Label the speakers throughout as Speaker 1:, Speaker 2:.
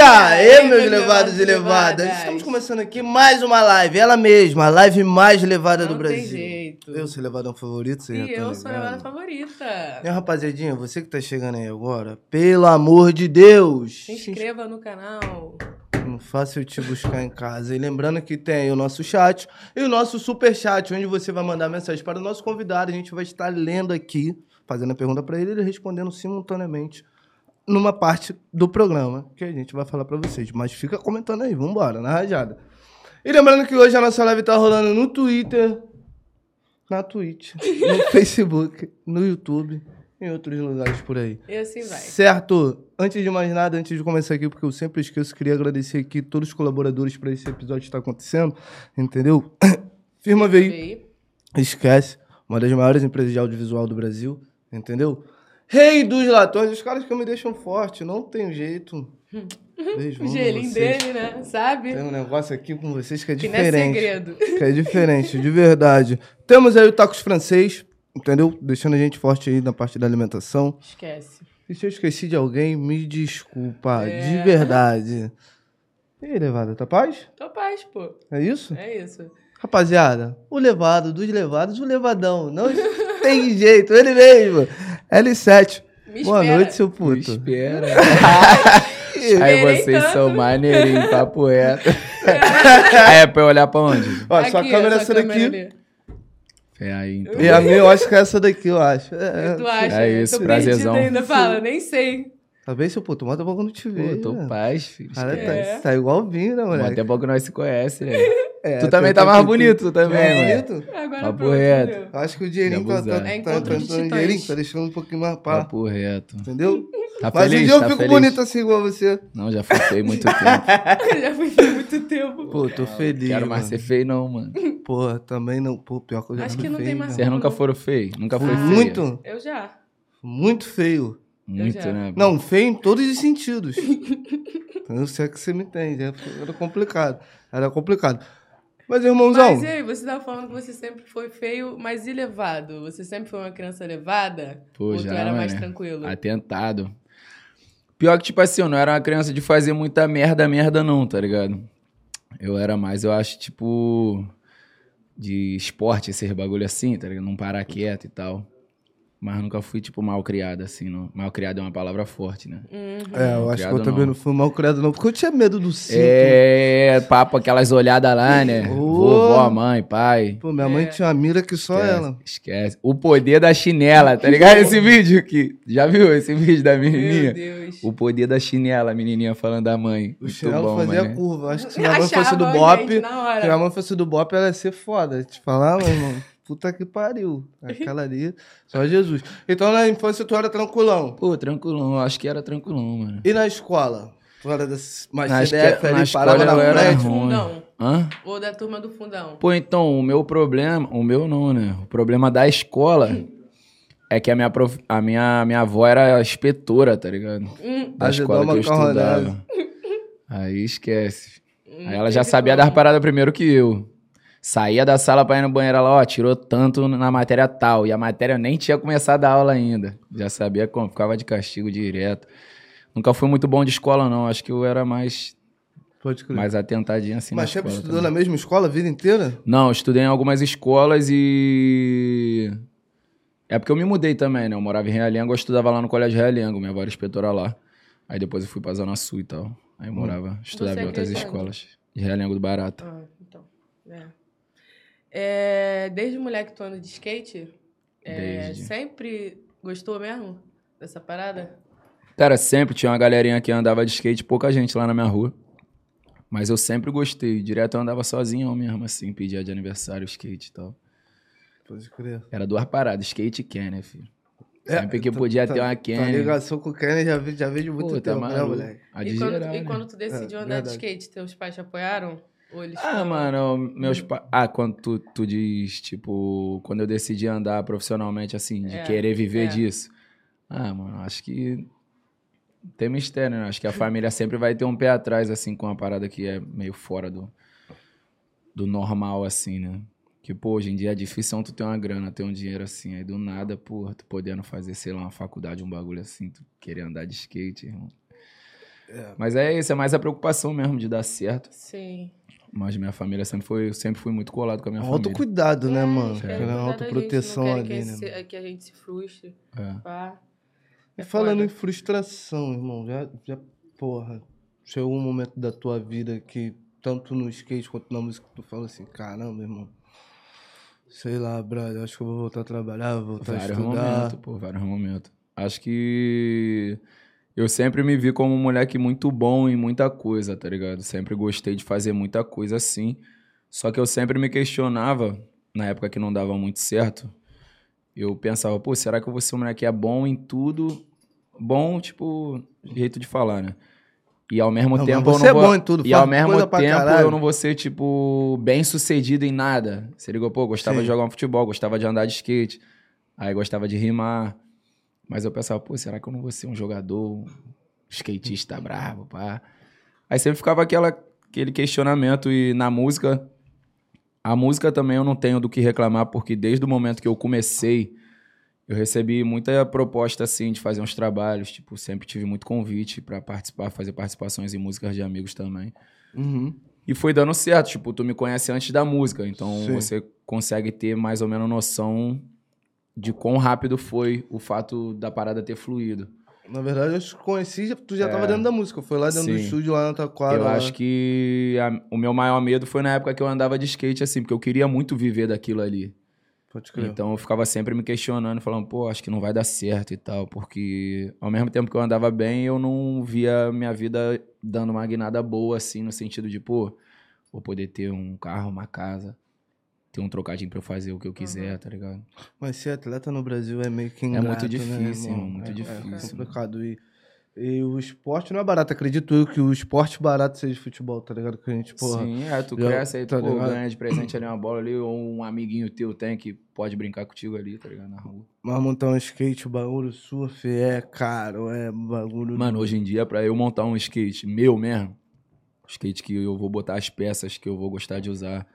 Speaker 1: aê, meus levados e levadas. Estamos começando aqui mais uma live, ela mesma, a live mais levada do
Speaker 2: Não tem
Speaker 1: Brasil.
Speaker 2: jeito.
Speaker 1: Eu sou o levadão favorito, você já
Speaker 2: E
Speaker 1: tá
Speaker 2: eu sou a
Speaker 1: ligado?
Speaker 2: minha favorita.
Speaker 1: Minha rapaziadinha, você que tá chegando aí agora, pelo amor de Deus,
Speaker 2: Se inscreva no canal.
Speaker 1: não faça eu te buscar em casa. E lembrando que tem o nosso chat e o nosso super chat, onde você vai mandar mensagem para o nosso convidado. A gente vai estar lendo aqui, fazendo a pergunta para ele e ele respondendo simultaneamente numa parte do programa que a gente vai falar para vocês. Mas fica comentando aí, vambora, na rajada. E lembrando que hoje a nossa live tá rolando no Twitter, na Twitch, no Facebook, no YouTube e em outros lugares por aí.
Speaker 2: E assim vai.
Speaker 1: Certo. Antes de mais nada, antes de começar aqui, porque eu sempre esqueço, queria agradecer aqui todos os colaboradores para esse episódio estar acontecendo, entendeu? Firma VI,
Speaker 2: Veio.
Speaker 1: esquece, uma das maiores empresas de audiovisual do Brasil, entendeu? Rei dos latões, os caras que me deixam forte, não tem jeito. Beijo,
Speaker 2: Uhum. O
Speaker 1: amo
Speaker 2: gelinho
Speaker 1: vocês.
Speaker 2: dele, né? Sabe?
Speaker 1: Tem um negócio aqui com vocês que é
Speaker 2: que não é
Speaker 1: diferente.
Speaker 2: segredo.
Speaker 1: Que é diferente, de verdade. Temos aí o Tacos Francês, entendeu? Deixando a gente forte aí na parte da alimentação.
Speaker 2: Esquece.
Speaker 1: E se eu esqueci de alguém, me desculpa,
Speaker 2: É.
Speaker 1: de verdade. E aí, Levada, tá paz?
Speaker 2: Tô paz, pô.
Speaker 1: É isso?
Speaker 2: É isso.
Speaker 1: Rapaziada, o levado, dos levados, o levadão. Não tem jeito, ele mesmo. L7.
Speaker 2: Me
Speaker 1: Boa
Speaker 2: espera.
Speaker 1: noite, seu
Speaker 3: Me
Speaker 1: puto.
Speaker 3: espera.
Speaker 2: Esperei
Speaker 3: Aí vocês
Speaker 2: tanto.
Speaker 3: são maneirinhos, papo reto. Aí é pra eu olhar pra onde?
Speaker 1: Ó, sua
Speaker 2: Aqui,
Speaker 1: câmera é
Speaker 2: sua
Speaker 1: essa daqui.
Speaker 2: câmera ali.
Speaker 3: É aí, então.
Speaker 1: E a minha, eu acho que é essa daqui, eu acho. É,
Speaker 2: Tu
Speaker 1: é.
Speaker 2: acha?
Speaker 3: É
Speaker 2: Tô
Speaker 3: isso,
Speaker 2: perdida
Speaker 3: prazerzão.
Speaker 2: ainda, fala. Nem sei.
Speaker 1: Tá bem, seu puto? Manda pra quando te ver.
Speaker 3: Pô, tô paz, filho.
Speaker 1: Cara,
Speaker 3: Esquece.
Speaker 1: tá,
Speaker 2: É.
Speaker 1: tá igual vinho, né,
Speaker 3: Mano,
Speaker 1: moleque?
Speaker 3: Até pouco nós se conhece, né?
Speaker 1: É,
Speaker 3: tu também tá mais bonito, tu
Speaker 1: Tá
Speaker 3: também, né? mano.
Speaker 1: bonito?
Speaker 2: Agora
Speaker 3: Papo
Speaker 2: pronto,
Speaker 3: reto.
Speaker 2: entendeu?
Speaker 1: Eu acho que o dinheirinho tá, tá,
Speaker 3: abusado.
Speaker 2: É
Speaker 1: tá,
Speaker 2: encontro
Speaker 1: tá-
Speaker 2: de
Speaker 1: tá- o
Speaker 2: titãs.
Speaker 1: dinheirinho tá deixando um pouquinho mais pá.
Speaker 3: Papo reto.
Speaker 1: Entendeu?
Speaker 3: Tá
Speaker 1: Mas
Speaker 3: feliz?
Speaker 1: um dia eu
Speaker 3: tá
Speaker 1: fico
Speaker 3: feliz?
Speaker 1: bonito assim igual você.
Speaker 3: Não, já faltei muito tempo.
Speaker 2: Já fui há muito tempo.
Speaker 1: Pô, tô feliz.
Speaker 3: Quero mais ser feio, não, mano.
Speaker 1: Pô, também não. Pô, pior que eu já
Speaker 2: Acho
Speaker 1: fui
Speaker 2: que não tem
Speaker 1: feio,
Speaker 2: mais-
Speaker 1: né?
Speaker 3: Vocês nunca foram feios? Nunca foi
Speaker 2: Ah.
Speaker 3: feio?
Speaker 1: Muito,
Speaker 2: Eu já.
Speaker 1: muito feio.
Speaker 3: Muito,
Speaker 2: Eu já.
Speaker 3: né?
Speaker 1: Não, feio em todos os sentidos. eu sei que você me entende. é, Era complicado. Era complicado. Mas, irmãozão,
Speaker 2: Mas é e aí, você tava falando que você sempre foi feio, mas e levado? Você sempre foi uma criança levada?
Speaker 3: Pô,
Speaker 2: Ou
Speaker 3: já,
Speaker 2: tu era mais
Speaker 3: mané.
Speaker 2: tranquilo?
Speaker 3: Atentado. Pior que, tipo assim, eu não era uma criança de fazer muita merda, merda não, tá ligado? Eu era mais, eu acho, tipo, de esporte, esses bagulho assim, tá ligado? Não parar quieto e tal. Mas nunca fui, tipo, mal criado, assim, não. Mal criado é uma palavra forte, né?
Speaker 2: Uhum.
Speaker 1: é, eu acho que eu
Speaker 3: criado
Speaker 1: também não.
Speaker 3: não.
Speaker 1: fui mal criado, não, porque eu tinha medo do cinto.
Speaker 3: É, papo, aquelas olhadas lá, né?
Speaker 1: Ô.
Speaker 3: Vovó, mãe, pai.
Speaker 1: Pô, minha mãe
Speaker 2: É.
Speaker 1: tinha uma mira que só
Speaker 3: Esquece,
Speaker 1: ela.
Speaker 3: Esquece. O poder da chinela, tá ligado? Esse vídeo aqui. Já viu esse vídeo da menininha?
Speaker 2: Meu Deus.
Speaker 3: O poder da chinela, a menininha falando da mãe.
Speaker 1: O
Speaker 3: Muito
Speaker 1: chinelo
Speaker 3: bom,
Speaker 1: fazia
Speaker 3: mané.
Speaker 1: curva. Acho que se minha mãe
Speaker 2: Achava um
Speaker 1: fosse do
Speaker 2: alguém
Speaker 1: Bop,
Speaker 2: na
Speaker 1: Se
Speaker 2: hora.
Speaker 1: a mãe fosse do Bop, ela ia ser foda. Te falar, meu irmão. Puta que pariu. Aquela ali, só Jesus. Então na infância tu era tranquilão.
Speaker 3: Pô, tranquilão, acho que era tranquilão, mano.
Speaker 1: E na escola? Tu era das mais
Speaker 3: Na
Speaker 1: CDF
Speaker 3: esco-
Speaker 1: ali,
Speaker 3: na
Speaker 1: parava
Speaker 3: escola
Speaker 1: na
Speaker 3: eu era
Speaker 1: frente.
Speaker 2: do
Speaker 3: ruim.
Speaker 2: fundão.
Speaker 3: Hã?
Speaker 2: Ou da turma do fundão.
Speaker 3: Pô, então, o meu problema, o meu não, né? O problema da escola é que a minha, prof- a minha, minha avó era inspetora, tá ligado?
Speaker 2: Hum,
Speaker 3: Da
Speaker 1: Ajudou
Speaker 3: escola que eu
Speaker 1: a macarronada.
Speaker 3: estudava. Aí esquece.
Speaker 2: hum,
Speaker 3: Aí ela já
Speaker 2: teve
Speaker 3: sabia
Speaker 2: como.
Speaker 3: das paradas primeiro que eu. Saía da sala pra ir no banheiro, ela, ó, tirou tanto na matéria tal. E a matéria eu nem tinha começado a aula ainda. Já sabia como, ficava de castigo direto. Nunca fui muito bom de escola, não. Acho que eu era mais,
Speaker 1: Pode crer. Mas,
Speaker 3: mais atentadinho assim na
Speaker 1: sempre
Speaker 3: escola
Speaker 1: estudou
Speaker 3: também.
Speaker 1: na mesma escola a vida inteira?
Speaker 3: Não, eu estudei em algumas escolas e... É porque eu me mudei também, né? Eu morava em Realengo, eu estudava lá no Colégio Realengo. Minha avó era inspetora lá. Aí depois eu fui pra Zona Sul e tal. Aí
Speaker 1: Hum.
Speaker 3: eu morava, estudava
Speaker 2: Você é
Speaker 3: em outras
Speaker 2: crescente?
Speaker 3: escolas. De Realengo do Barato.
Speaker 2: Ah, então. É. É, desde moleque tu anda de skate? É,
Speaker 3: Desde.
Speaker 2: Sempre gostou mesmo dessa parada?
Speaker 3: Cara, sempre tinha uma galerinha que andava de skate, pouca gente lá na minha rua. Mas eu sempre gostei. Direto eu andava sozinho mesmo, assim, pedia de aniversário skate e tal.
Speaker 1: Pode crer.
Speaker 3: Era duas paradas, skate e Ken, né, filho?
Speaker 1: É,
Speaker 3: Sempre que
Speaker 1: tá-
Speaker 3: podia
Speaker 1: tá-
Speaker 3: ter uma
Speaker 1: Tua
Speaker 3: Ken.
Speaker 1: ligação com o Kenny já vi, já vi de muito
Speaker 3: Pô, tá
Speaker 1: tempo, né,
Speaker 3: maluco.
Speaker 1: moleque?
Speaker 3: A de
Speaker 2: e, quando,
Speaker 3: geral,
Speaker 2: e
Speaker 3: né?
Speaker 2: quando tu decidiu
Speaker 1: É,
Speaker 2: andar de
Speaker 1: verdade.
Speaker 2: skate, teus pais te apoiaram? Ou eles Hum.
Speaker 3: Ah,
Speaker 2: foram-
Speaker 3: mano, meus pa... Ah, quando tu, tu diz, tipo, quando eu decidi andar profissionalmente, assim, de
Speaker 2: É,
Speaker 3: querer viver
Speaker 2: é.
Speaker 3: disso. Ah, mano, acho que tem mistério, né? Acho que a família sempre vai ter um pé atrás, assim, com uma parada que é meio fora do, do normal, assim, né? Que, pô, hoje em dia é difícil tu ter uma grana, ter um dinheiro assim. Aí do nada, porra, tu podendo fazer, sei lá, uma faculdade, um bagulho assim, tu querer andar de skate, irmão.
Speaker 1: É.
Speaker 3: Mas é isso, é mais a preocupação mesmo de dar certo.
Speaker 2: Sim.
Speaker 3: Mas minha família sempre foi, eu sempre fui muito colado com a minha
Speaker 1: Alto
Speaker 3: família.
Speaker 1: cuidado, né,
Speaker 2: É,
Speaker 1: mano?
Speaker 2: eles querem
Speaker 1: Aquela
Speaker 2: cuidar da gente,
Speaker 1: autoproteção
Speaker 2: não
Speaker 1: ali,
Speaker 2: querem
Speaker 1: né?
Speaker 2: Que, esse- que a gente se frustre.
Speaker 3: É.
Speaker 2: Pá.
Speaker 1: E
Speaker 2: É
Speaker 1: falando
Speaker 2: foda.
Speaker 1: em frustração, irmão, já, já, porra, chegou um momento da tua vida que, tanto no skate quanto na música, tu fala assim, caramba, irmão, sei lá, brother, acho que eu vou voltar a trabalhar, vou voltar a
Speaker 3: Vários
Speaker 1: estudar.
Speaker 3: momentos, pô, vários momentos. Acho que eu sempre me vi como um moleque muito bom em muita coisa, tá ligado? Sempre gostei de fazer muita coisa assim. Só que eu sempre me questionava, na época que não dava muito certo, eu pensava, pô, será que eu vou ser um moleque que é bom em tudo? Bom, tipo, jeito de falar, né? E ao mesmo
Speaker 1: Não,
Speaker 3: tempo
Speaker 1: mas
Speaker 3: eu
Speaker 1: você
Speaker 3: não
Speaker 1: é
Speaker 3: vou...
Speaker 1: bom em tudo,
Speaker 3: E
Speaker 1: faz
Speaker 3: ao mesmo
Speaker 1: coisa pra
Speaker 3: tempo
Speaker 1: caralho.
Speaker 3: eu não vou ser, tipo, bem sucedido em nada. Você ligou, pô, gostava
Speaker 1: Sim.
Speaker 3: de jogar um futebol, gostava de andar de skate, aí gostava de rimar. Mas eu pensava, pô, será que eu não vou ser um jogador, um skatista brabo, pá? Aí sempre ficava aquela, aquele questionamento e na música. A música também eu não tenho do que reclamar, porque desde o momento que eu comecei, eu recebi muita proposta, assim, de fazer uns trabalhos. Tipo, sempre tive muito convite pra participar, fazer participações em músicas de amigos também.
Speaker 1: Uhum.
Speaker 3: E foi dando certo, tipo, tu me conhece antes da música, então
Speaker 1: Sim.
Speaker 3: você consegue ter mais ou menos noção de quão rápido foi o fato da parada ter fluído.
Speaker 1: Na verdade, eu te conheci, tu já tava dentro da música, foi lá dentro do
Speaker 3: É. Sim.
Speaker 1: estúdio, lá na tua quadra.
Speaker 3: eu
Speaker 1: lá.
Speaker 3: acho que a- o meu maior medo foi na época que eu andava de skate, assim, porque eu queria muito viver daquilo ali.
Speaker 1: Pode crer.
Speaker 3: Então eu ficava sempre me questionando, falando, pô, acho que não vai dar certo e tal, porque ao mesmo tempo que eu andava bem, eu não via minha vida dando uma guinada boa, assim, no sentido de, pô, vou poder ter um carro, uma casa, ter um trocadinho pra eu fazer o que eu
Speaker 1: Uhum.
Speaker 3: quiser, tá ligado?
Speaker 1: Mas ser atleta no Brasil é meio que ingrato,
Speaker 3: muito
Speaker 1: né, irmão?
Speaker 3: difícil, irmão, muito
Speaker 1: É
Speaker 3: difícil.
Speaker 1: complicado. E, e o esporte não é barato. Acredito eu que o esporte barato seja de futebol, tá ligado? Que a gente, porra...
Speaker 3: Sim, é, tu
Speaker 1: já-
Speaker 3: cresce aí, tu
Speaker 1: tá
Speaker 3: pô,
Speaker 1: ligado?
Speaker 3: ganha de presente ali uma bola ali, ou um amiguinho teu tem que pode brincar contigo ali, tá ligado? Na rua.
Speaker 1: Mas montar um skate, o bagulho surf é caro, é bagulho.
Speaker 3: Mano, hoje em dia, pra eu montar um skate meu mesmo, skate que eu vou botar as peças que eu vou gostar de usar,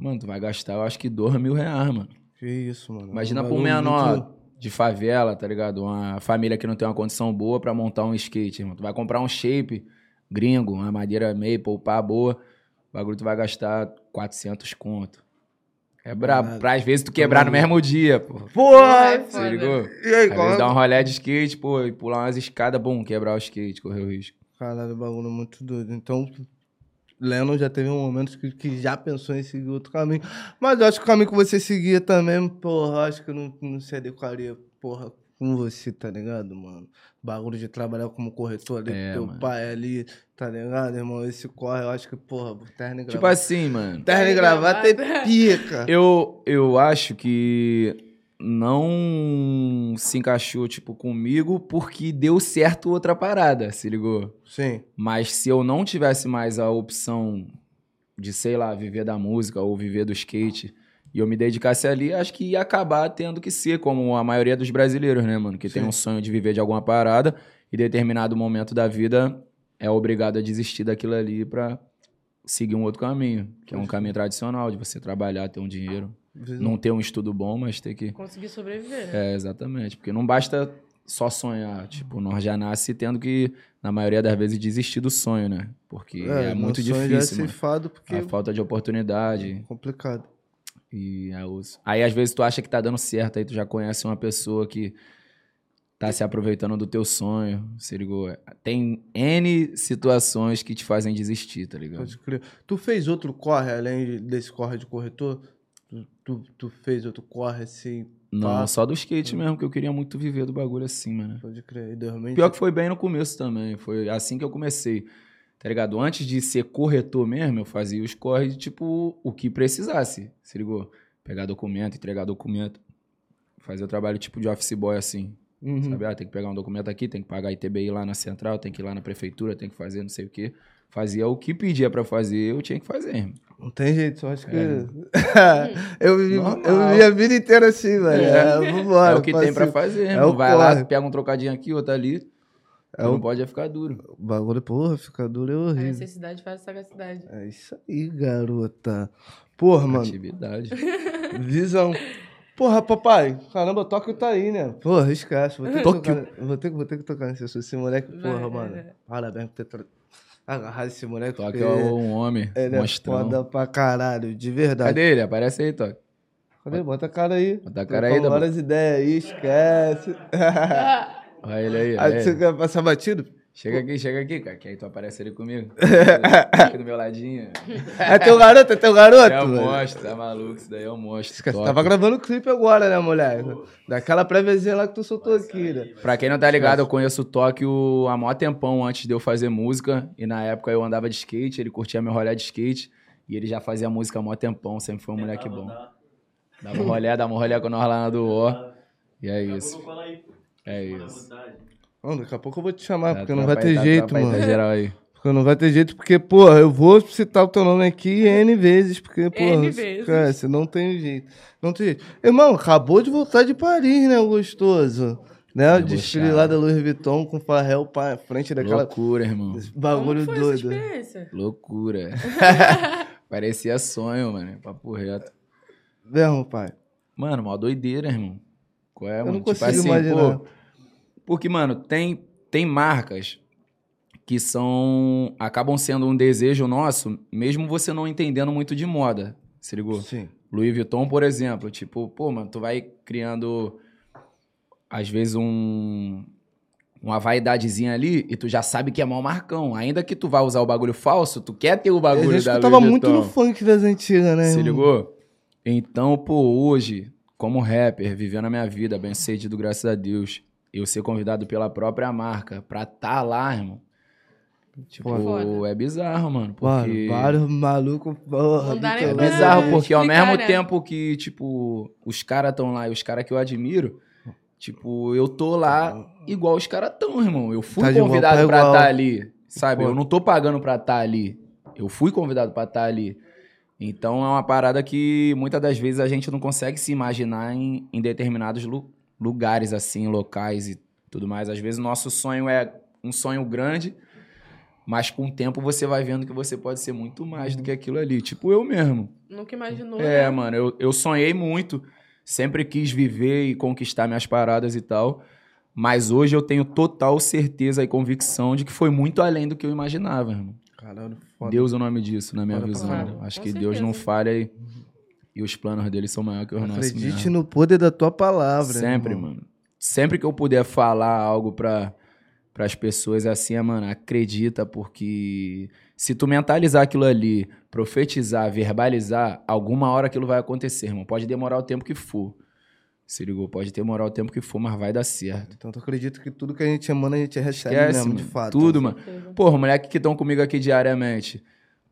Speaker 3: mano, tu vai gastar, eu acho que dois mil reais, mano.
Speaker 1: Que isso, mano.
Speaker 3: Imagina
Speaker 1: um
Speaker 3: pra um
Speaker 1: bagulho
Speaker 3: menor
Speaker 1: muito-
Speaker 3: de favela, tá ligado? Uma família que não tem uma condição boa pra montar um skate, irmão. Tu vai comprar um shape gringo, uma madeira maple, pá, boa. O bagulho tu vai gastar 400 conto. É brabo.
Speaker 1: Caralho.
Speaker 3: Pra às vezes tu quebrar no
Speaker 1: Ah, tá maluco.
Speaker 3: mesmo dia, pô.
Speaker 2: Porra,
Speaker 1: Porra!
Speaker 2: é
Speaker 3: Você
Speaker 2: foda.
Speaker 3: ligou?
Speaker 1: E aí,
Speaker 3: Às
Speaker 1: qual
Speaker 3: vezes
Speaker 1: é?
Speaker 3: dá um rolé de skate, pô, e pular umas escadas, bum, quebrar o skate, correr o risco.
Speaker 1: Caralho, o bagulho é muito doido. Então, Lennon já teve um momento que, que já pensou em seguir outro caminho. Mas eu acho que o caminho que você seguia também, porra, eu acho que eu não, não se adequaria, porra, com você, tá ligado, mano? Bagulho de trabalhar como corretor ali,
Speaker 3: É,
Speaker 1: teu
Speaker 3: mano.
Speaker 1: pai ali, tá ligado, irmão? Esse corre, eu acho que, porra, terno e
Speaker 3: Tipo
Speaker 1: gravata.
Speaker 3: assim, mano.
Speaker 1: terno e gravata é pica.
Speaker 3: Eu, eu acho que não se encaixou, tipo, comigo porque deu certo outra parada, se ligou?
Speaker 1: Sim.
Speaker 3: Mas se eu não tivesse mais a opção de, sei lá, viver da música ou viver do skate e eu me dedicasse ali, acho que ia acabar tendo que ser, como a maioria dos brasileiros, né, mano? Que tem
Speaker 1: Sim.
Speaker 3: um sonho de viver de alguma parada e determinado momento da vida é obrigado a desistir daquilo ali pra seguir um outro caminho, que é um
Speaker 1: Pode
Speaker 3: caminho tradicional de você trabalhar, ter um dinheiro
Speaker 1: Não.
Speaker 3: não ter um estudo bom, mas ter que.
Speaker 2: Consegui sobreviver, né?
Speaker 3: É, exatamente. Porque não basta só sonhar. Tipo, nós já nasce tendo que, na maioria das vezes, desistir do sonho, né? Porque é, muito
Speaker 1: Já é
Speaker 3: difícil, mano.
Speaker 1: ceifado porque
Speaker 3: A falta de
Speaker 1: é
Speaker 3: oportunidade
Speaker 1: complicado.
Speaker 3: e a osso. Aí, às vezes, tu acha que tá dando certo, aí tu já conhece uma pessoa que tá se aproveitando do teu sonho, se ligou? Tem N situações que te fazem desistir, tá ligado?
Speaker 1: Pode crer. Tu fez outro corre, além de- desse corre de corretor? Tu, tu, tu fez outro corre assim,
Speaker 3: Não,
Speaker 1: Tá.
Speaker 3: só do skate mesmo, que eu queria muito viver do bagulho assim, mano.
Speaker 1: pode crer. E 2000,
Speaker 3: Pior que foi bem no começo também. Foi assim que eu comecei. Tá ligado? Antes de ser corretor mesmo, eu fazia os corres, tipo, o que precisasse. Se ligou? Pegar documento, entregar documento. Fazer o trabalho tipo de office boy assim.
Speaker 1: Uhum.
Speaker 3: Sabe? Ah, tem que pegar um documento aqui, tem que pagar ITBI lá na central, tem que ir lá na prefeitura, tem que fazer não sei o quê. Fazia o que pedia pra fazer, eu tinha que fazer. irmão. É
Speaker 1: Não tem jeito, só acho que.
Speaker 2: É.
Speaker 1: eu, vivi, eu
Speaker 3: Normal.
Speaker 1: vivi a vida inteira assim, velho. É, vambora.
Speaker 3: é o que tem pra
Speaker 1: faço-
Speaker 3: fazer.
Speaker 1: É
Speaker 3: irmão.
Speaker 1: o
Speaker 3: Vai
Speaker 1: corre.
Speaker 3: lá, pega um trocadinho aqui, outro ali.
Speaker 1: É
Speaker 3: não
Speaker 1: o-
Speaker 3: pode é ficar duro.
Speaker 1: O bagulho, porra, fica duro é
Speaker 2: A
Speaker 1: horrível.
Speaker 2: necessidade faz a sagacidade.
Speaker 1: É isso aí, garota. Porra, mano,
Speaker 3: Atividade.
Speaker 1: visão. Porra, papai, caramba, Tóquio tá aí, né? Porra, esquece. Vou ter que,
Speaker 3: Tóquio.
Speaker 1: tocar, vou ter, que- vou ter que tocar nesse assunto. Esse moleque, porra,
Speaker 2: Vai,
Speaker 1: mano.
Speaker 2: é.
Speaker 1: Parabéns por ter tra- agarrado esse moleque.
Speaker 3: Toque
Speaker 1: porque
Speaker 3: é um homem.
Speaker 1: Ele é
Speaker 3: mostrando.
Speaker 1: foda pra caralho, de verdade.
Speaker 3: Cadê ele? Aparece aí, Toque.
Speaker 1: Cadê? Bota a cara aí. É.
Speaker 3: Bota a cara aí, Dabu.
Speaker 1: Bota as ideias aí, esquece.
Speaker 2: Ah,
Speaker 3: Olha ele aí. olha
Speaker 1: aí você
Speaker 3: ele.
Speaker 1: quer passar batido?
Speaker 3: Chega aqui, chega aqui, cara. Que aí tu aparece ali comigo. aqui do meu ladinho.
Speaker 1: É teu garoto, é teu garoto.
Speaker 3: É o
Speaker 1: mano.
Speaker 3: monstro, tá maluco? Isso daí é o monstro.
Speaker 1: Esquece,
Speaker 3: Toque.
Speaker 1: tava gravando o clipe agora, né, moleque? Daquela préviazinha lá que tu soltou aqui, né?
Speaker 3: Pra quem não tá ligado, eu conheço o Tóquio há mó tempão antes de eu fazer música. E na época eu andava de skate, ele curtia meu rolê de skate. E ele já fazia música há mó tempão, sempre foi um moleque bom. Dava um rolé, dava um rolé com nós lá na do O. E é isso. É isso.
Speaker 1: Mano, daqui a pouco eu vou te chamar,
Speaker 3: Tá
Speaker 1: Ah, porque não vai ter
Speaker 3: atrapalhado,
Speaker 1: jeito,
Speaker 3: atrapalhado,
Speaker 1: mano.
Speaker 3: tá geral aí.
Speaker 1: Porque não vai ter jeito, porque, porra, eu vou citar o teu nome aqui N vezes, porque, porra,
Speaker 2: N
Speaker 1: você-
Speaker 2: vezes.
Speaker 1: cara, você não tem jeito. Não tem jeito. Irmão, acabou de voltar de Paris, né, o gostoso? Né, o
Speaker 3: Tá Debochado.
Speaker 1: desfile lá da Louis Vuitton com o Farrell pra frente daquela...
Speaker 3: Loucura, irmão.
Speaker 1: Esse
Speaker 2: como
Speaker 1: bagulho
Speaker 2: foi essa
Speaker 1: doido.
Speaker 2: experiência?
Speaker 3: Loucura. Parecia sonho, mano. Papo reto.
Speaker 1: Mesmo, pai.
Speaker 3: Mano, mó doideira, irmão. Qual é,
Speaker 1: Eu
Speaker 3: mano?
Speaker 1: não consigo imaginar.
Speaker 3: porque, mano, tem, tem marcas que são. acabam sendo um desejo nosso, mesmo você não entendendo muito de moda. Se ligou?
Speaker 1: Sim.
Speaker 3: Louis Vuitton, por exemplo, tipo, pô, mano, tu vai criando às vezes um uma vaidadezinha ali e tu já sabe que é mal marcão, ainda que tu vá usar o bagulho falso, tu quer ter o
Speaker 1: A
Speaker 3: bagulho
Speaker 1: gente
Speaker 3: da
Speaker 1: escutava
Speaker 3: Louis
Speaker 1: muito
Speaker 3: Vuitton.
Speaker 1: no funk das antigas, né?
Speaker 3: Se
Speaker 1: irmão?
Speaker 3: ligou? Então, pô, hoje, como rapper, vivendo a minha vida, bem cedido, graças a Deus, eu ser convidado pela própria marca pra tá lá, irmão. Tipo,
Speaker 2: Foda.
Speaker 3: é bizarro, mano.
Speaker 1: Mano,
Speaker 3: Porque...
Speaker 1: vários malucos, porra.
Speaker 2: Não dá nem
Speaker 3: É
Speaker 1: literalmente.
Speaker 2: pra-
Speaker 3: bizarro, porque ao
Speaker 2: explicar,
Speaker 3: mesmo
Speaker 2: né?
Speaker 3: tempo que, tipo, os caras estão lá e os caras que eu admiro, tipo, eu tô lá igual os caras estão, irmão. Eu fui
Speaker 1: Tá de igual
Speaker 3: convidado
Speaker 1: pra
Speaker 3: pra estar
Speaker 1: igual.
Speaker 3: ali, sabe?
Speaker 1: Pô.
Speaker 3: Eu não tô pagando pra estar ali. Eu fui convidado pra estar ali. Então é uma parada que muitas das vezes a gente não consegue se imaginar em, em determinados lu- lugares, assim, locais e tudo mais. Às vezes o nosso sonho é um sonho grande, mas com o tempo você vai vendo que você pode ser muito mais do
Speaker 1: Uhum.
Speaker 3: que aquilo ali. Tipo eu mesmo.
Speaker 2: Nunca imaginou,
Speaker 3: É,
Speaker 2: né?
Speaker 3: mano, eu, eu sonhei muito, sempre quis viver e conquistar minhas paradas e tal. Mas hoje eu tenho total certeza e convicção de que foi muito além do que eu imaginava, irmão.
Speaker 1: Caralho, foda.
Speaker 3: Deus é o nome disso, na minha
Speaker 1: Foda pra Uhum.
Speaker 3: visão.
Speaker 2: caralho.
Speaker 3: Acho
Speaker 2: Com
Speaker 3: que Deus não
Speaker 2: certeza.
Speaker 3: falha e, e os planos dele são maiores que os nossos.
Speaker 1: Acredite
Speaker 3: mesmo.
Speaker 1: no poder da tua palavra. né,
Speaker 3: Sempre,
Speaker 1: irmão.
Speaker 3: mano. Sempre que eu puder falar algo pra para as pessoas é assim, é, mano, acredita porque se tu mentalizar aquilo ali, profetizar, verbalizar, alguma hora aquilo vai acontecer, irmão. Pode demorar o tempo que for. Se ligou, pode demorar o tempo que for, mas vai dar certo.
Speaker 1: Então, eu acredito que tudo que a gente emana, a gente recebe
Speaker 3: Esquece,
Speaker 1: mesmo,
Speaker 3: mano.
Speaker 1: de fato.
Speaker 3: Tudo, mano.
Speaker 2: Certeza.
Speaker 3: Porra, moleque que estão comigo aqui diariamente.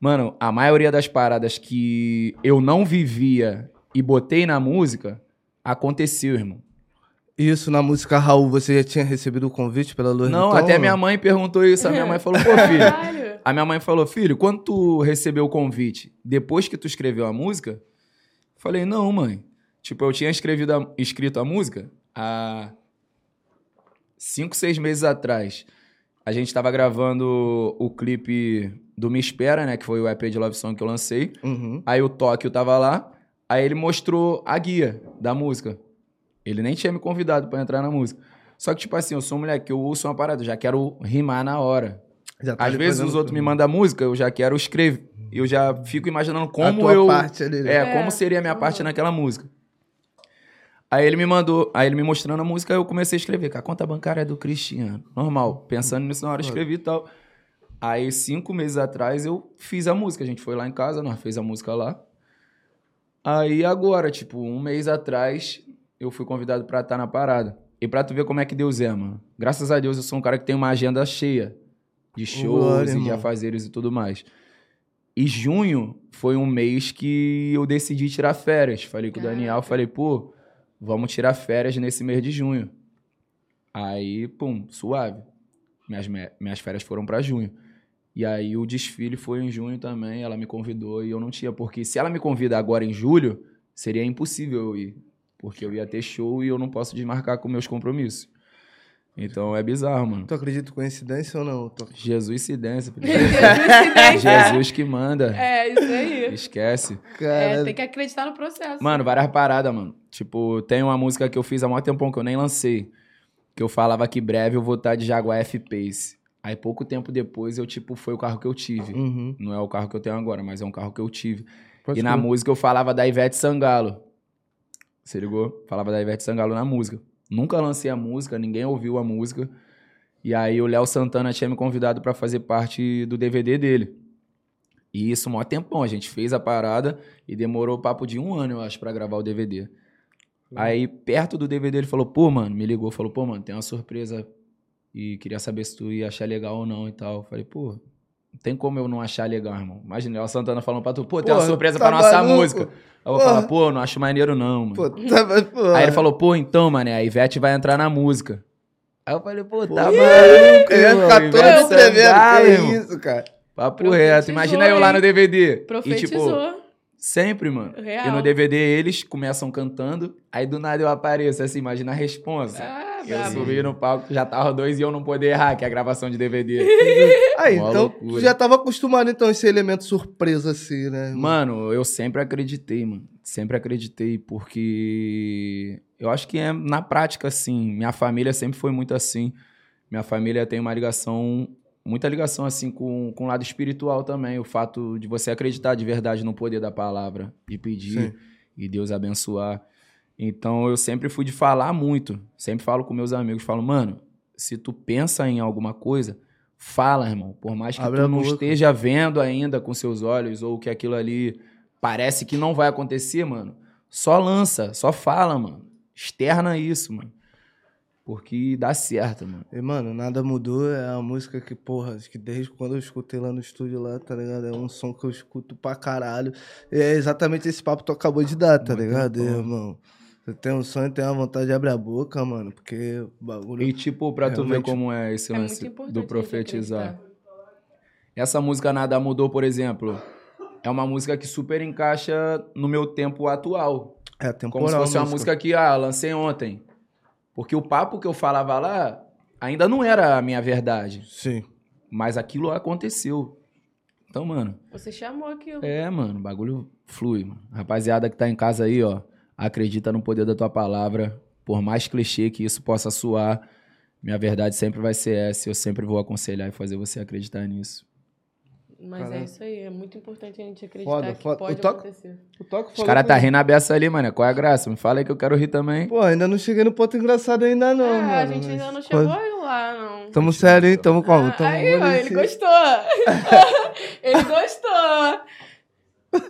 Speaker 3: Mano, a maioria das paradas que eu não vivia e botei na música, aconteceu, irmão.
Speaker 1: Isso, na música Raul, você já tinha recebido o convite pela Lua
Speaker 3: Não, até minha mãe perguntou isso. A minha mãe falou, pô, filho.
Speaker 2: Caralho.
Speaker 3: A minha mãe falou, filho, quando tu recebeu o convite, depois que tu escreveu a música? Falei, não, mãe. Tipo, eu tinha escrevido a- escrito a música há cinco, seis meses atrás. A gente tava gravando o clipe do Me Espera, né? Que foi o EP de Love Song que eu lancei.
Speaker 1: Uhum.
Speaker 3: Aí o Tóquio tava lá, aí ele mostrou a guia da música. Ele nem tinha me convidado pra entrar na música. Só que, tipo assim, eu sou um moleque, eu ouço uma parada, eu já quero rimar na hora.
Speaker 1: Já tá
Speaker 3: Às
Speaker 1: ali
Speaker 3: vezes
Speaker 1: fazendo
Speaker 3: os outros me
Speaker 1: tudo.
Speaker 3: mandam música, eu já quero escrever. Eu já fico imaginando
Speaker 1: a
Speaker 3: como
Speaker 1: tua
Speaker 3: eu.
Speaker 1: parte ali. né?
Speaker 3: É,
Speaker 2: É,
Speaker 3: como seria a minha
Speaker 2: uhum.
Speaker 3: parte naquela música. Aí ele me mandou, aí ele me mostrando a música, eu comecei a escrever, com a conta bancária do Cristiano. Normal, pensando nisso na hora, eu escrevi e tal. Aí, cinco meses atrás, eu fiz a música. A gente foi lá em casa, nós fez a música lá. Aí agora, tipo, um mês atrás, eu fui convidado pra estar na parada. E pra tu ver como é que Deus é, mano. Graças a Deus eu sou um cara que tem uma agenda cheia de shows
Speaker 1: Glória,
Speaker 3: e de
Speaker 1: irmão.
Speaker 3: afazeres e tudo mais. E junho foi um mês que eu decidi tirar férias. Falei com o Daniel,
Speaker 2: Caraca.
Speaker 3: falei, pô, vamos tirar férias nesse mês de junho. Aí, pum, suave. Minhas, me- minhas férias foram pra junho. E aí o desfile foi em junho também, ela me convidou e eu não tinha, porque se ela me convida agora em julho, seria impossível eu ir, porque eu ia ter show e eu não posso desmarcar com meus compromissos. Então é bizarro, mano.
Speaker 1: Tu acredita em coincidência ou não? Tu-
Speaker 3: Jesus se dança. primeiro.
Speaker 2: Jesus.
Speaker 3: Jesus que manda.
Speaker 2: um É, isso aí.
Speaker 3: Esquece.
Speaker 2: É,
Speaker 1: Cara,
Speaker 2: tem que acreditar no processo.
Speaker 3: Mano, várias paradas, mano. Tipo, tem uma música que eu fiz há maior tempão que eu nem lancei. Que eu falava que breve eu vou estar de Jaguar F-Pace. Aí pouco tempo depois eu, tipo, foi o carro que eu tive.
Speaker 1: uhum.
Speaker 3: Não é o carro que eu tenho agora, mas é um carro que eu tive.
Speaker 1: Pode
Speaker 3: e na
Speaker 1: crer.
Speaker 3: música eu falava da Ivete Sangalo. Você ligou? Falava da Ivete Sangalo na música. Nunca lancei a música, ninguém ouviu a música. E aí o Léo Santana tinha me convidado pra fazer parte do DVD dele. E isso, mó tempão. A gente fez a parada e demorou o papo de um ano, eu acho, pra gravar o
Speaker 1: Hum.
Speaker 3: DVD. Aí, perto do DVD, ele falou, pô, mano, me ligou, falou, pô, mano, tem uma surpresa e queria saber se tu ia achar legal ou não e tal. Eu falei, pô, não tem como eu não achar legal, irmão. Imagina, Léo Santana falando pra tu, pô, tem uma
Speaker 1: Porra,
Speaker 3: surpresa
Speaker 1: tá
Speaker 3: pra nossa
Speaker 1: maluco?
Speaker 3: música. Aí eu vou
Speaker 1: Porra.
Speaker 3: falar, pô, não acho maneiro não, mano.
Speaker 1: Pô, tá, pô.
Speaker 3: Aí ele falou, pô, então, mané, a Ivete vai entrar na música. Aí eu falei, pô, tá
Speaker 1: Ih,
Speaker 3: maluco,
Speaker 1: Eu ia
Speaker 3: irmão,
Speaker 1: ficar
Speaker 3: Ivete
Speaker 1: todo
Speaker 3: Sangalo,
Speaker 1: escrevendo. Que
Speaker 3: é irmão.
Speaker 1: isso, cara?
Speaker 3: Papo
Speaker 2: Profetizou,
Speaker 3: reto, imagina eu lá
Speaker 2: hein?
Speaker 3: no DVD. E tipo,
Speaker 2: Profetizou.
Speaker 3: sempre, mano.
Speaker 2: real.
Speaker 3: E no DVD eles começam cantando, aí do nada eu apareço, assim, imagina a responsa.
Speaker 2: Ah,
Speaker 3: eu
Speaker 2: brabo.
Speaker 3: subi no palco, já tava dois e eu não poder errar, que é a gravação de DVD.
Speaker 1: Aí,
Speaker 3: Uma
Speaker 1: então,
Speaker 3: loucura.
Speaker 1: tu já tava acostumado, então, a esse elemento surpresa, assim, né? irmão?
Speaker 3: mano, eu sempre acreditei, mano. Sempre acreditei, porque eu acho que é na prática, assim. Minha família sempre foi muito assim. Minha família tem uma ligação, muita ligação, assim, com, com o lado espiritual também. O fato de você acreditar de verdade no poder da palavra e
Speaker 1: Sim.
Speaker 3: pedir. e Deus abençoar. Então eu sempre fui de falar muito. Sempre falo com meus amigos, falo, mano, se tu pensa em alguma coisa, fala, irmão. Por mais que
Speaker 1: Abre a
Speaker 3: tu não
Speaker 1: boca.
Speaker 3: esteja vendo ainda com seus olhos ou que aquilo ali parece que não vai acontecer, mano, só lança, só fala, mano. Externa isso, mano. Porque dá certo, mano.
Speaker 1: E, mano, Nada Mudou é a música que, porra, acho que desde quando eu escutei lá no estúdio lá, tá ligado? É um som que eu escuto pra caralho. E é exatamente esse papo que tu acabou de dar, tá
Speaker 3: Muito
Speaker 1: ligado,
Speaker 3: bom.
Speaker 1: irmão? Tu tem um sonho, tem uma vontade de abrir a boca, mano, porque o bagulho... é
Speaker 3: E tipo, pra tu ver
Speaker 1: Realmente.
Speaker 3: como é esse
Speaker 2: É muito
Speaker 3: lance
Speaker 2: importante. a
Speaker 3: do
Speaker 2: gente
Speaker 3: profetizar.
Speaker 2: acreditar.
Speaker 3: Essa música Nada Mudou, por exemplo, é uma música que super encaixa no meu tempo atual.
Speaker 1: É
Speaker 3: Como
Speaker 1: temporal
Speaker 3: se fosse
Speaker 1: a
Speaker 3: uma música que, ah, lancei ontem. Porque o papo que eu falava lá ainda não era a minha verdade.
Speaker 1: Sim.
Speaker 3: Mas aquilo aconteceu. Então, mano,
Speaker 2: Você chamou aquilo.
Speaker 3: é, mano, o bagulho flui, mano. Rapaziada que tá em casa aí, ó, acredita no poder da tua palavra. Por mais clichê que isso possa soar, minha verdade sempre vai ser essa. e Eu sempre vou aconselhar e fazer você acreditar nisso.
Speaker 2: Mas
Speaker 1: Caralho.
Speaker 2: é isso aí. É muito importante a gente acreditar
Speaker 1: Foda,
Speaker 2: que
Speaker 1: foda.
Speaker 2: pode
Speaker 1: Eu toco-
Speaker 2: acontecer.
Speaker 1: O Toco
Speaker 3: Os
Speaker 1: falou
Speaker 3: caras tá
Speaker 1: que-
Speaker 3: rindo a beça ali, mano. Qual é a graça? Me fala aí que eu quero rir também.
Speaker 1: Pô, ainda não cheguei no ponto engraçado ainda não,
Speaker 2: ah,
Speaker 1: mano.
Speaker 2: a gente ainda
Speaker 1: mas-
Speaker 2: não chegou lá, não.
Speaker 1: Tamo sério, hein? Tamo como?
Speaker 2: Ah,
Speaker 1: Tamo
Speaker 2: aí, ó, ele
Speaker 1: bonitinho.
Speaker 2: gostou. ele gostou.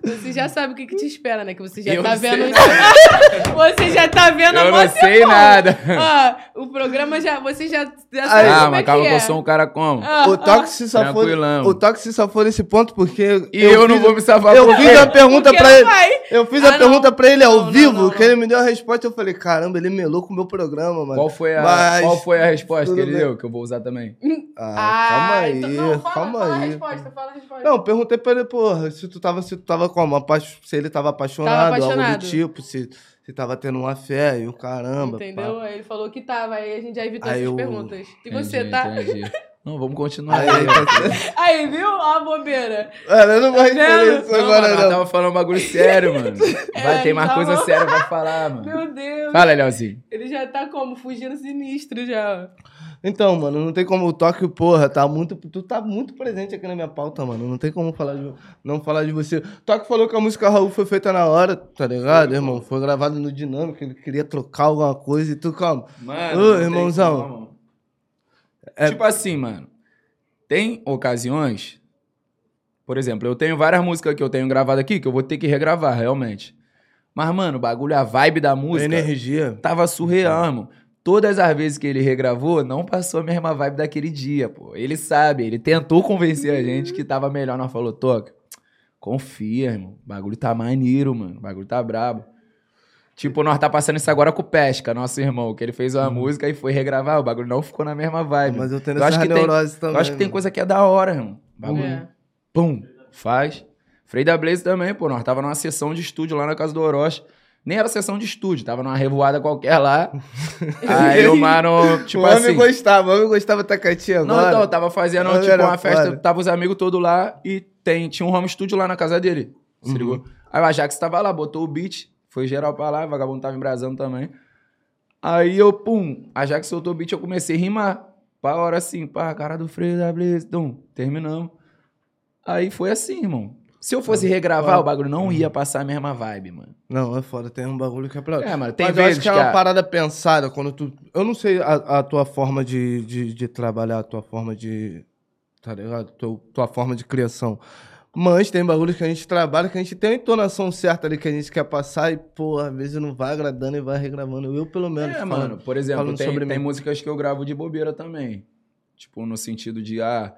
Speaker 2: Você já sabe o que, que te espera, né? Que você já
Speaker 3: Eu
Speaker 2: tá
Speaker 3: não
Speaker 2: vendo.
Speaker 3: sei
Speaker 2: você já tá vendo a
Speaker 3: Eu não
Speaker 2: moça.
Speaker 3: sei nada.
Speaker 2: Ó, o programa já. Você já. já sabe
Speaker 3: Ah,
Speaker 2: como é
Speaker 3: mas calma
Speaker 2: que
Speaker 3: que
Speaker 2: é.
Speaker 3: eu sou um cara como?
Speaker 2: Ah,
Speaker 1: O
Speaker 2: ah,
Speaker 1: Tox se safou.
Speaker 3: Tranquilão.
Speaker 1: O Tox se safou nesse ponto porque.
Speaker 3: E eu, não
Speaker 1: fiz-
Speaker 3: vou me salvar
Speaker 1: Eu
Speaker 3: por
Speaker 1: fiz a pergunta
Speaker 2: porque
Speaker 1: pra ele.
Speaker 2: vai.
Speaker 1: Eu fiz
Speaker 2: Ah,
Speaker 1: a
Speaker 2: não.
Speaker 1: pergunta pra ele ao
Speaker 2: Não, não,
Speaker 1: vivo,
Speaker 2: não, não.
Speaker 1: que ele me deu a resposta. Eu falei, caramba, ele melou com o meu programa, mano.
Speaker 3: Qual foi a,
Speaker 1: Mas-
Speaker 3: qual foi a resposta
Speaker 1: tudo
Speaker 3: que ele
Speaker 1: bem.
Speaker 3: deu? Que eu vou usar também.
Speaker 1: Ah, calma
Speaker 2: Ah,
Speaker 1: aí,
Speaker 2: então- não, fala,
Speaker 1: calma
Speaker 2: fala a
Speaker 1: aí.
Speaker 2: resposta, fala a resposta.
Speaker 1: Não, perguntei pra ele, porra, se tu tava, se tu tava como? Apa- Se ele tava apaixonado,
Speaker 2: Tava
Speaker 1: algo
Speaker 2: apaixonado.
Speaker 1: do tipo, se, se tava tendo uma fé e o caramba.
Speaker 2: Entendeu?
Speaker 1: pá.
Speaker 2: Aí ele falou que tava, aí a gente já evitou
Speaker 1: Aí
Speaker 2: essas
Speaker 1: eu-
Speaker 2: perguntas. E
Speaker 3: Entendi,
Speaker 2: você, tá?
Speaker 3: entendi. Não, vamos continuar.
Speaker 1: Aí, aí-
Speaker 2: Aí, viu? Ó a bobeira.
Speaker 1: Mano, eu não vou responder
Speaker 2: Tá vendo? tá
Speaker 1: isso
Speaker 3: Não,
Speaker 1: agora,
Speaker 3: mano,
Speaker 1: não.
Speaker 3: eu tava falando um bagulho sério, mano. Vai,
Speaker 2: É,
Speaker 3: tem mais
Speaker 2: tá
Speaker 3: coisa
Speaker 2: bom.
Speaker 3: séria pra falar, mano.
Speaker 2: Meu Deus.
Speaker 3: Fala, Leozinho.
Speaker 2: Ele já tá como? Fugindo sinistro já.
Speaker 1: Então, mano, não tem como o Tóquio, porra, tá muito, tu tá muito presente aqui na minha pauta, mano. Não tem como falar de, não falar de você. Tóquio falou que a música Raul foi feita na hora, tá ligado, irmão? Foi gravado no dinâmico, ele queria trocar alguma coisa e tu calma.
Speaker 3: Mano,
Speaker 1: Ô, não tem irmãozão. como. É-
Speaker 3: Tipo assim, mano. Tem ocasiões. Por exemplo, eu tenho várias músicas que eu tenho gravado aqui que eu vou ter que regravar, realmente. Mas, mano, o bagulho, a vibe da música.
Speaker 1: Energia.
Speaker 3: Tava surreal, irmão. Todas as vezes que ele regravou, não passou a mesma vibe daquele dia, pô. Ele sabe, ele tentou convencer a gente que tava melhor. Nós falou, Toca, confia, irmão. O bagulho tá maneiro, mano. O bagulho tá brabo. Tipo, nós tá passando isso agora com o Pesca, nosso irmão, que ele fez uma música e foi regravar. O bagulho não ficou na mesma vibe.
Speaker 1: Mas eu tenho
Speaker 3: Eu acho
Speaker 1: essa
Speaker 3: que tem-
Speaker 1: neurose também.
Speaker 3: Eu acho que tem
Speaker 1: mano.
Speaker 3: coisa que é da hora, irmão. O Bagulho,
Speaker 2: É.
Speaker 3: pum, faz. Frei da Blaze também, pô. Nós tava numa sessão de estúdio lá na casa do Orochi. Nem era sessão de estúdio, tava numa revoada qualquer lá. Aí o mano, tipo
Speaker 1: o homem
Speaker 3: assim.
Speaker 1: gostava, o homem gostava da Catinha
Speaker 3: Não,
Speaker 1: agora.
Speaker 3: então, eu tava fazendo,
Speaker 1: Mas
Speaker 3: tipo,
Speaker 1: era
Speaker 3: uma festa,
Speaker 1: foda.
Speaker 3: tava os amigos todos lá e tem, tinha um home studio lá na casa dele. Se
Speaker 1: Uhum.
Speaker 3: ligou? Aí o Ajax tava lá, botou o beat, foi geral pra lá, o vagabundo tava embrasando também. Aí eu, pum, Ajax soltou o beat, eu comecei a rimar. Pra hora assim, pá, cara do freio da Blitz, dum, terminamos. Aí foi assim, irmão. Se eu fosse regravar, o bagulho
Speaker 1: Uhum.
Speaker 3: não ia passar a mesma vibe, mano.
Speaker 1: Não, é foda, tem um bagulho que é pra...
Speaker 3: É, mano, tem
Speaker 1: Mas eu
Speaker 3: vezes
Speaker 1: acho que é uma parada pensada quando tu... Eu não sei a, a tua forma de, de, de trabalhar, a tua forma de... Tá ligado? Teu- tua forma de criação. Mas tem bagulhos que a gente trabalha, que a gente tem a entonação certa ali que a gente quer passar e, pô, às vezes não vai agradando e vai regravando. Eu, pelo menos,
Speaker 3: É,
Speaker 1: falando.
Speaker 3: mano, por exemplo,
Speaker 1: falando
Speaker 3: tem,
Speaker 1: sobre
Speaker 3: tem
Speaker 1: mim.
Speaker 3: músicas que eu gravo de bobeira também. Tipo, no sentido de, ah,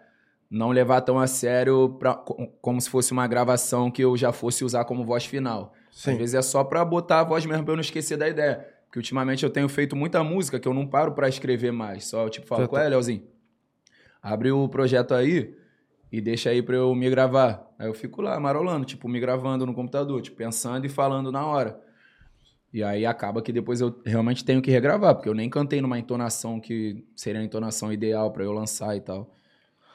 Speaker 3: não levar tão a sério pra- co- como se fosse uma gravação que eu já fosse usar como voz final. Às
Speaker 1: Sim.
Speaker 3: vezes é só pra botar a voz mesmo pra eu não esquecer da ideia. Porque ultimamente eu tenho feito muita música que eu não paro pra escrever mais. Só eu, tipo, falo,
Speaker 1: Certo.
Speaker 3: qual é, Leozinho? Abre o projeto aí e deixa aí pra eu me gravar. Aí eu fico lá, marolando, tipo, me gravando no computador, tipo, pensando e falando na hora. E aí acaba que depois eu realmente tenho que regravar, porque eu nem cantei numa entonação que seria a entonação ideal pra eu lançar e tal.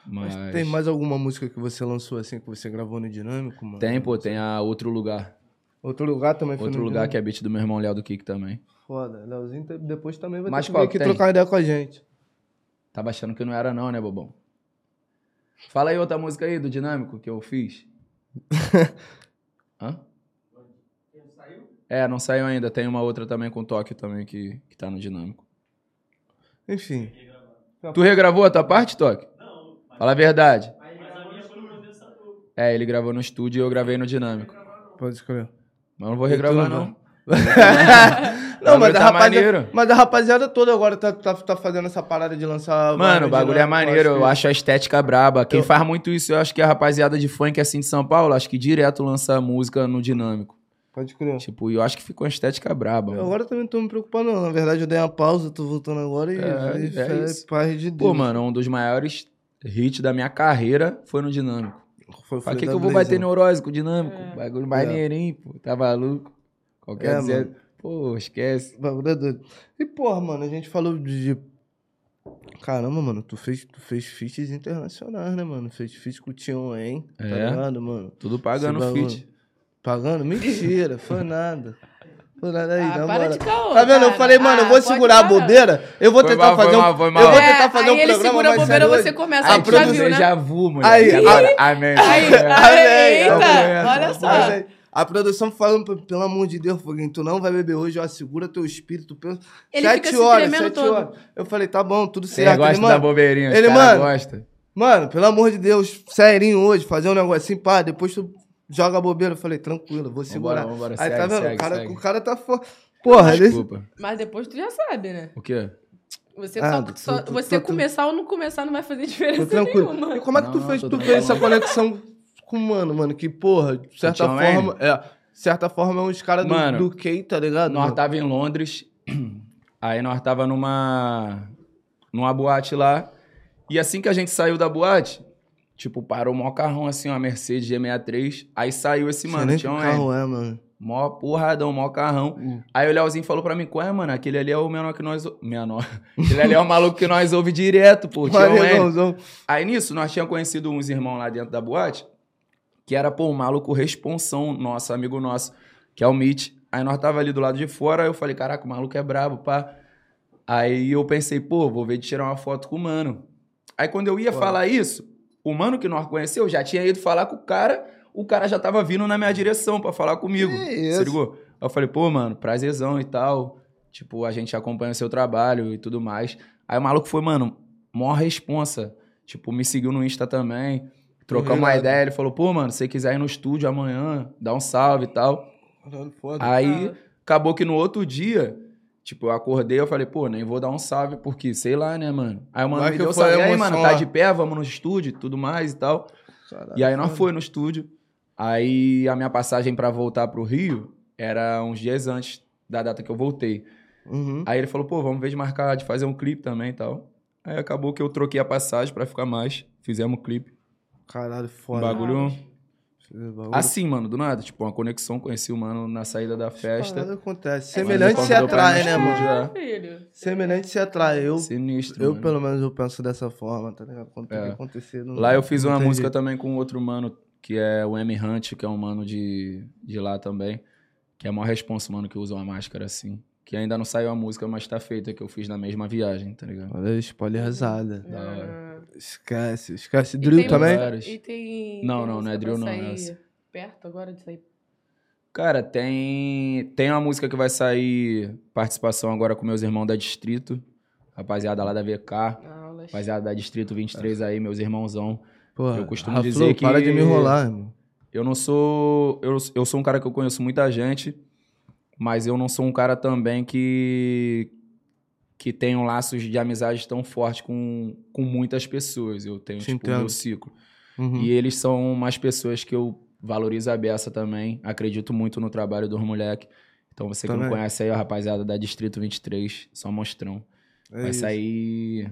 Speaker 3: Mas,
Speaker 1: Mas tem mais alguma música que você lançou assim, que você gravou no Dinâmico, mano?
Speaker 3: tem, pô, tem a Outro Lugar.
Speaker 1: Outro lugar também foi
Speaker 3: Outro
Speaker 1: no
Speaker 3: Lugar
Speaker 1: Dinâmico?
Speaker 3: que é beat do meu irmão Léo do Kick também.
Speaker 1: Foda. Leozinho te- depois também vai
Speaker 3: Mas
Speaker 1: ter que
Speaker 3: qual
Speaker 1: vir aqui
Speaker 3: que tem?
Speaker 1: trocar uma ideia com a gente.
Speaker 3: Tava achando que não era não, né, bobão? Fala aí outra música aí do Dinâmico que eu fiz. Hã? É, não saiu ainda. Tem uma outra também com Tóquio também que, que tá no Dinâmico.
Speaker 1: Enfim.
Speaker 3: Tu regravou a tua parte, Tóquio? Não. Fala a verdade. É, ele gravou no estúdio e eu gravei no Dinâmico.
Speaker 1: Pode escolher.
Speaker 3: Mas eu não vou
Speaker 1: E tu
Speaker 3: regravar,
Speaker 1: não
Speaker 3: não.
Speaker 1: Não, mas
Speaker 3: Bagulho
Speaker 1: a,
Speaker 3: tá
Speaker 1: rapaziada,
Speaker 3: maneiro.
Speaker 1: mas a rapaziada toda agora tá, tá, tá fazendo essa parada de lançar.
Speaker 3: Mano, o bagulho é maneiro, eu
Speaker 1: acho.
Speaker 3: acho a estética braba. Quem
Speaker 1: Eu-
Speaker 3: faz muito isso, eu acho que é a rapaziada de funk assim de São Paulo, acho que direto lança música no dinâmico.
Speaker 1: Pode crer.
Speaker 3: Tipo, e eu acho que ficou uma estética braba.
Speaker 1: Eu
Speaker 3: mano.
Speaker 1: agora também não tô me preocupando, não. Na verdade, eu dei uma pausa, tô voltando agora e.
Speaker 3: É,
Speaker 1: e-
Speaker 3: é
Speaker 1: fé,
Speaker 3: isso.
Speaker 1: Paz de Deus.
Speaker 3: Pô, mano, um dos maiores hits da minha carreira foi no dinâmico.
Speaker 1: Foi o
Speaker 3: Pra
Speaker 1: filho
Speaker 3: que,
Speaker 1: da
Speaker 3: que eu vou
Speaker 1: Blaze,
Speaker 3: bater
Speaker 1: né?
Speaker 3: neurose com o dinâmico?
Speaker 2: É.
Speaker 3: Bagulho maneirinho, pô. Tá maluco? Qualquer
Speaker 1: É,
Speaker 3: dizer. Pô, esquece.
Speaker 1: O bagulho é doido. E, porra, mano, a gente falou de. de- Caramba, mano, tu fez, tu fez feats internacionais, né, mano? Fez feat com o Tion, hein? Tá
Speaker 3: É.
Speaker 1: ligado, mano?
Speaker 3: Tudo pagando
Speaker 1: Esse bagulho.
Speaker 3: fit.
Speaker 1: Pagando? Mentira, foi nada. Foi nada aí,
Speaker 2: Ah,
Speaker 1: na
Speaker 2: para
Speaker 1: moral.
Speaker 2: de caô,
Speaker 1: Tá vendo? Eu
Speaker 2: cara.
Speaker 1: falei, mano, eu
Speaker 2: Ah,
Speaker 1: vou
Speaker 2: pode
Speaker 1: segurar a
Speaker 2: parar.
Speaker 1: bobeira, eu vou
Speaker 3: Foi
Speaker 1: tentar
Speaker 3: mal, foi
Speaker 1: fazer
Speaker 3: mal,
Speaker 1: um.
Speaker 3: foi
Speaker 1: Eu
Speaker 3: mal.
Speaker 1: vou
Speaker 2: É,
Speaker 1: tentar fazer
Speaker 2: aí
Speaker 1: um
Speaker 2: ele
Speaker 1: programa
Speaker 2: segura a
Speaker 1: mais
Speaker 2: bobeira,
Speaker 1: sério
Speaker 2: você
Speaker 1: hoje.
Speaker 2: começa,
Speaker 1: A
Speaker 2: aí tu já
Speaker 1: produção-
Speaker 2: viu, né?
Speaker 3: Ah, já vu, moleque.
Speaker 1: Aí,
Speaker 3: Agora, amém.
Speaker 2: Aí,
Speaker 3: É.
Speaker 1: Ah,
Speaker 2: aí,
Speaker 1: Amém,
Speaker 3: amém.
Speaker 2: eita, olha só.
Speaker 1: Mas aí, é, A produção falando, "Pô, pelo amor de Deus, Foguinho, tu não vai beber hoje, ó, segura teu espírito. Pensa.
Speaker 2: Ele
Speaker 1: sete
Speaker 2: fica se
Speaker 1: horas,
Speaker 2: tremendo
Speaker 1: sete
Speaker 2: todo.
Speaker 1: horas. Eu falei, tá bom, tudo
Speaker 3: Ele
Speaker 1: certo.
Speaker 3: gosta
Speaker 1: Ele,
Speaker 3: da
Speaker 1: mano,
Speaker 3: bobeirinha.
Speaker 1: ele,
Speaker 3: Ele,
Speaker 1: mano,
Speaker 3: mano. gosta.
Speaker 1: mano, pelo amor de Deus, serinho hoje, fazer um negócio assim, pá, depois tu joga a bobeira. Eu falei, tranquilo, eu vou segurar.
Speaker 3: vambora,
Speaker 1: aí tá
Speaker 3: segue,
Speaker 1: vendo?
Speaker 3: segue,
Speaker 1: o, cara,
Speaker 3: segue. Ah,
Speaker 1: o cara tá fo... Porra, ele...
Speaker 3: Desculpa.
Speaker 2: Mas depois tu já sabe, né?
Speaker 3: O quê?
Speaker 2: Você,
Speaker 1: Ah,
Speaker 2: só-
Speaker 1: tô-
Speaker 2: só-
Speaker 1: tô-
Speaker 2: você
Speaker 1: tô- tô-
Speaker 2: começar ou não começar não vai fazer
Speaker 1: Tô
Speaker 2: diferença
Speaker 1: tranquilo.
Speaker 2: nenhuma.
Speaker 1: E como é que tu
Speaker 3: Não,
Speaker 1: fez,
Speaker 3: tô
Speaker 1: tu fez essa
Speaker 3: tranquilo.
Speaker 1: conexão com o mano, mano? Que, porra, de certa
Speaker 3: John Wayne?
Speaker 1: forma. É, de certa forma é uns caras do,
Speaker 3: Mano,
Speaker 1: do K, tá ligado?
Speaker 3: Nós
Speaker 1: mano?
Speaker 3: tava em Londres, aí nós tava numa numa boate lá, e assim que a gente saiu da boate, tipo, parou o maior carrão assim, uma Mercedes G63, aí saiu esse
Speaker 1: Sei
Speaker 3: mano,
Speaker 1: nem
Speaker 3: tinha
Speaker 1: que
Speaker 3: um
Speaker 1: carro é, mano.
Speaker 3: mó porradão, mó carrão.
Speaker 1: Hum.
Speaker 3: Aí o Leozinho falou pra mim, qual é, mano, aquele ali é o menor que nós... ou- Menor? Aquele ali é o maluco que nós ouve direto, pô, tinha um N.
Speaker 1: Maneirãozão.
Speaker 3: Aí nisso, nós tínhamos conhecido uns irmãos lá dentro da boate, que era, pô, um maluco responsão nosso, amigo nosso, que é o Mitch. Aí nós tava ali do lado de fora, eu falei, caraca, o maluco é brabo, pá. Aí eu pensei, pô, vou ver de tirar uma foto com o mano. Aí quando eu ia
Speaker 1: Ué.
Speaker 3: falar isso, o mano que nós conheceu já tinha ido falar com o cara, o cara já tava vindo na minha direção pra falar comigo.
Speaker 1: Que
Speaker 3: Se
Speaker 1: isso?
Speaker 3: ligou? Aí eu falei, pô, mano, prazerzão e tal. Tipo, a gente acompanha o seu trabalho e tudo mais. Aí o maluco foi, mano, maior responsa. Tipo, me seguiu no Insta também. Trocamos uma
Speaker 1: Irado.
Speaker 3: ideia. Ele falou, pô, mano, se você quiser ir no estúdio amanhã, dá um salve e tal.
Speaker 1: Caralho, foda.
Speaker 3: Aí
Speaker 2: Ah.
Speaker 3: acabou que no outro dia, tipo, eu acordei, eu falei, pô, nem vou dar um salve, porque sei lá, né, mano. Aí o mano
Speaker 1: Vai
Speaker 3: me
Speaker 1: que
Speaker 3: deu
Speaker 1: foi
Speaker 3: salve. E aí,
Speaker 1: emoção
Speaker 3: mano, tá
Speaker 1: lá."
Speaker 3: de pé, vamos no estúdio e tudo mais e tal.
Speaker 1: Caralho,
Speaker 3: E aí nós
Speaker 1: foda.
Speaker 3: foi no estúdio. Aí a minha passagem pra voltar pro Rio era uns dias antes da data que eu voltei.
Speaker 1: Uhum.
Speaker 3: Aí ele falou, pô, vamos ver de marcar, de fazer um clipe também e tal. Aí acabou que eu troquei a passagem pra ficar mais. Fizemos o clipe.
Speaker 1: Caralho,
Speaker 3: Um
Speaker 1: foda.
Speaker 3: bagulho Assim, mano, do nada. Tipo, uma conexão, conheci o mano na saída
Speaker 1: é
Speaker 3: da festa.
Speaker 1: Nada acontece.
Speaker 3: Mas ele
Speaker 1: Semelhante se
Speaker 3: convidou pra
Speaker 1: atrai,
Speaker 3: ir
Speaker 1: né,
Speaker 3: no
Speaker 1: mano?
Speaker 3: estúdio,
Speaker 2: Ah,
Speaker 3: já.
Speaker 2: filho.
Speaker 1: Semelhante se atrai. Eu,
Speaker 3: Sinistro.
Speaker 1: eu
Speaker 3: mano.
Speaker 1: pelo menos, eu penso dessa forma, tá ligado? Quando tem
Speaker 3: É.
Speaker 1: que acontecer. não-
Speaker 3: Lá eu fiz
Speaker 1: não
Speaker 3: uma
Speaker 1: tem
Speaker 3: música
Speaker 1: jeito.
Speaker 3: também com outro mano, que é o M Hunt, que é um mano de, de lá também. Que é a maior responsa, mano, que usa uma máscara assim. Que ainda não saiu a música, mas tá feita, que eu fiz na mesma viagem, tá ligado?
Speaker 1: Olha aí, spoiler arrasada.
Speaker 3: Da hora.
Speaker 2: Ah.
Speaker 1: Esquece, esquece.
Speaker 2: E
Speaker 1: Drill
Speaker 2: tem
Speaker 1: também?
Speaker 3: música- Vários.
Speaker 2: E tem.
Speaker 3: Não,
Speaker 2: tem
Speaker 3: não, não é
Speaker 2: música
Speaker 3: drill,
Speaker 2: pra
Speaker 3: não, é
Speaker 2: sair Perto agora de sair.
Speaker 3: Cara, tem, tem uma música que vai sair participação agora com meus irmãos da Distrito. Rapaziada lá da VK.
Speaker 2: Aulas.
Speaker 3: Rapaziada da Distrito 23 aí, meus irmãozão.
Speaker 1: Pô,
Speaker 3: Eu costumo
Speaker 1: Rafa,
Speaker 3: dizer que-
Speaker 1: para de me enrolar, irmão.
Speaker 3: Eu não sou. Eu, eu sou um cara que eu conheço muita gente, mas eu não sou um cara também que. que tenho laços de amizade tão forte com, com muitas pessoas. Eu tenho,
Speaker 1: Te
Speaker 3: tipo, o meu
Speaker 1: entendo.
Speaker 3: ciclo.
Speaker 1: Uhum.
Speaker 3: E eles são umas pessoas que eu valorizo a beça também. Acredito muito no trabalho dos moleques. Então você que
Speaker 1: Também.
Speaker 3: não conhece aí, a rapaziada da Distrito 23, só mostrão.
Speaker 1: É
Speaker 3: Vai
Speaker 1: isso.
Speaker 3: sair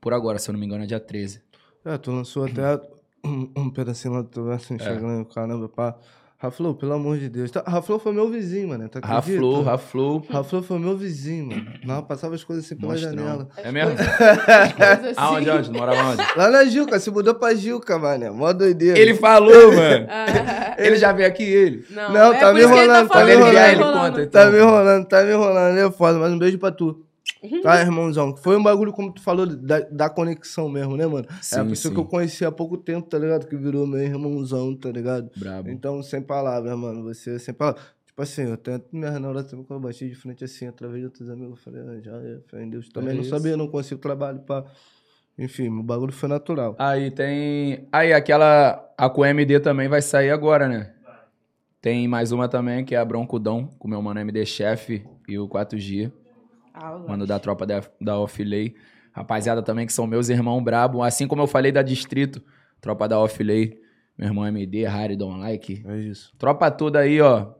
Speaker 3: por agora, se eu não me engano, é dia 13.
Speaker 1: É, tu lançou até um, um pedacinho lá do teu verso no
Speaker 3: É.
Speaker 1: Instagram, caramba, pá. Raflow, pelo amor de Deus. Tá, Raflow foi meu vizinho, mano. Tá
Speaker 3: Raflow, Raflow.
Speaker 1: Raflow foi meu vizinho, mano. Não, eu passava as coisas assim pela
Speaker 3: Mostrão.
Speaker 1: janela.
Speaker 3: É mesmo?
Speaker 2: As coisas assim.
Speaker 3: Aonde, onde? Morava onde?
Speaker 1: Lá na Gilca, se mudou pra Gilca, mano. Mó doideira.
Speaker 3: Ele falou, mano.
Speaker 2: Ah,
Speaker 3: Ele já veio aqui, ele.
Speaker 2: não,
Speaker 1: Não,
Speaker 2: é
Speaker 1: tá
Speaker 2: por
Speaker 1: me
Speaker 2: isso que
Speaker 1: enrolando, tá
Speaker 2: ele
Speaker 3: Quando
Speaker 1: me
Speaker 3: ele
Speaker 2: falando,
Speaker 1: enrolando.
Speaker 3: vier,
Speaker 2: tá
Speaker 3: ele
Speaker 2: enrolando.
Speaker 3: conta. Então.
Speaker 1: Tá me enrolando, tá me enrolando. Ele é foda, mas um beijo pra tu. Tá, irmãozão? Foi um bagulho, como tu falou, da, da conexão mesmo, né, mano? é a
Speaker 3: Sim,
Speaker 1: pessoa
Speaker 3: sim.
Speaker 1: que eu conheci há pouco tempo, tá ligado? Que virou meu irmãozão, tá ligado?
Speaker 3: Brabo.
Speaker 1: Então, sem palavras, mano. Você sem palavras. Tipo assim, eu tento minha hora também quando eu bati de frente assim, através de outros amigos, eu falei, ah, já é, fé em Deus. Também
Speaker 3: É
Speaker 1: não
Speaker 3: isso.
Speaker 1: sabia, não consigo trabalho pra. Enfim, o bagulho foi natural.
Speaker 3: Aí tem. Aí, aquela. A com MD também vai sair agora, né? Tem mais uma também, que é a Broncudão, com meu mano MD Chef e o 4G,
Speaker 2: Aulas.
Speaker 3: mano da tropa da, da Offlay. Rapaziada também, que são meus irmãos brabo. Assim como eu falei da Distrito, tropa da Offlay. Meu irmão MD, Harry, Don Like.
Speaker 1: É isso.
Speaker 3: Tropa toda aí, ó.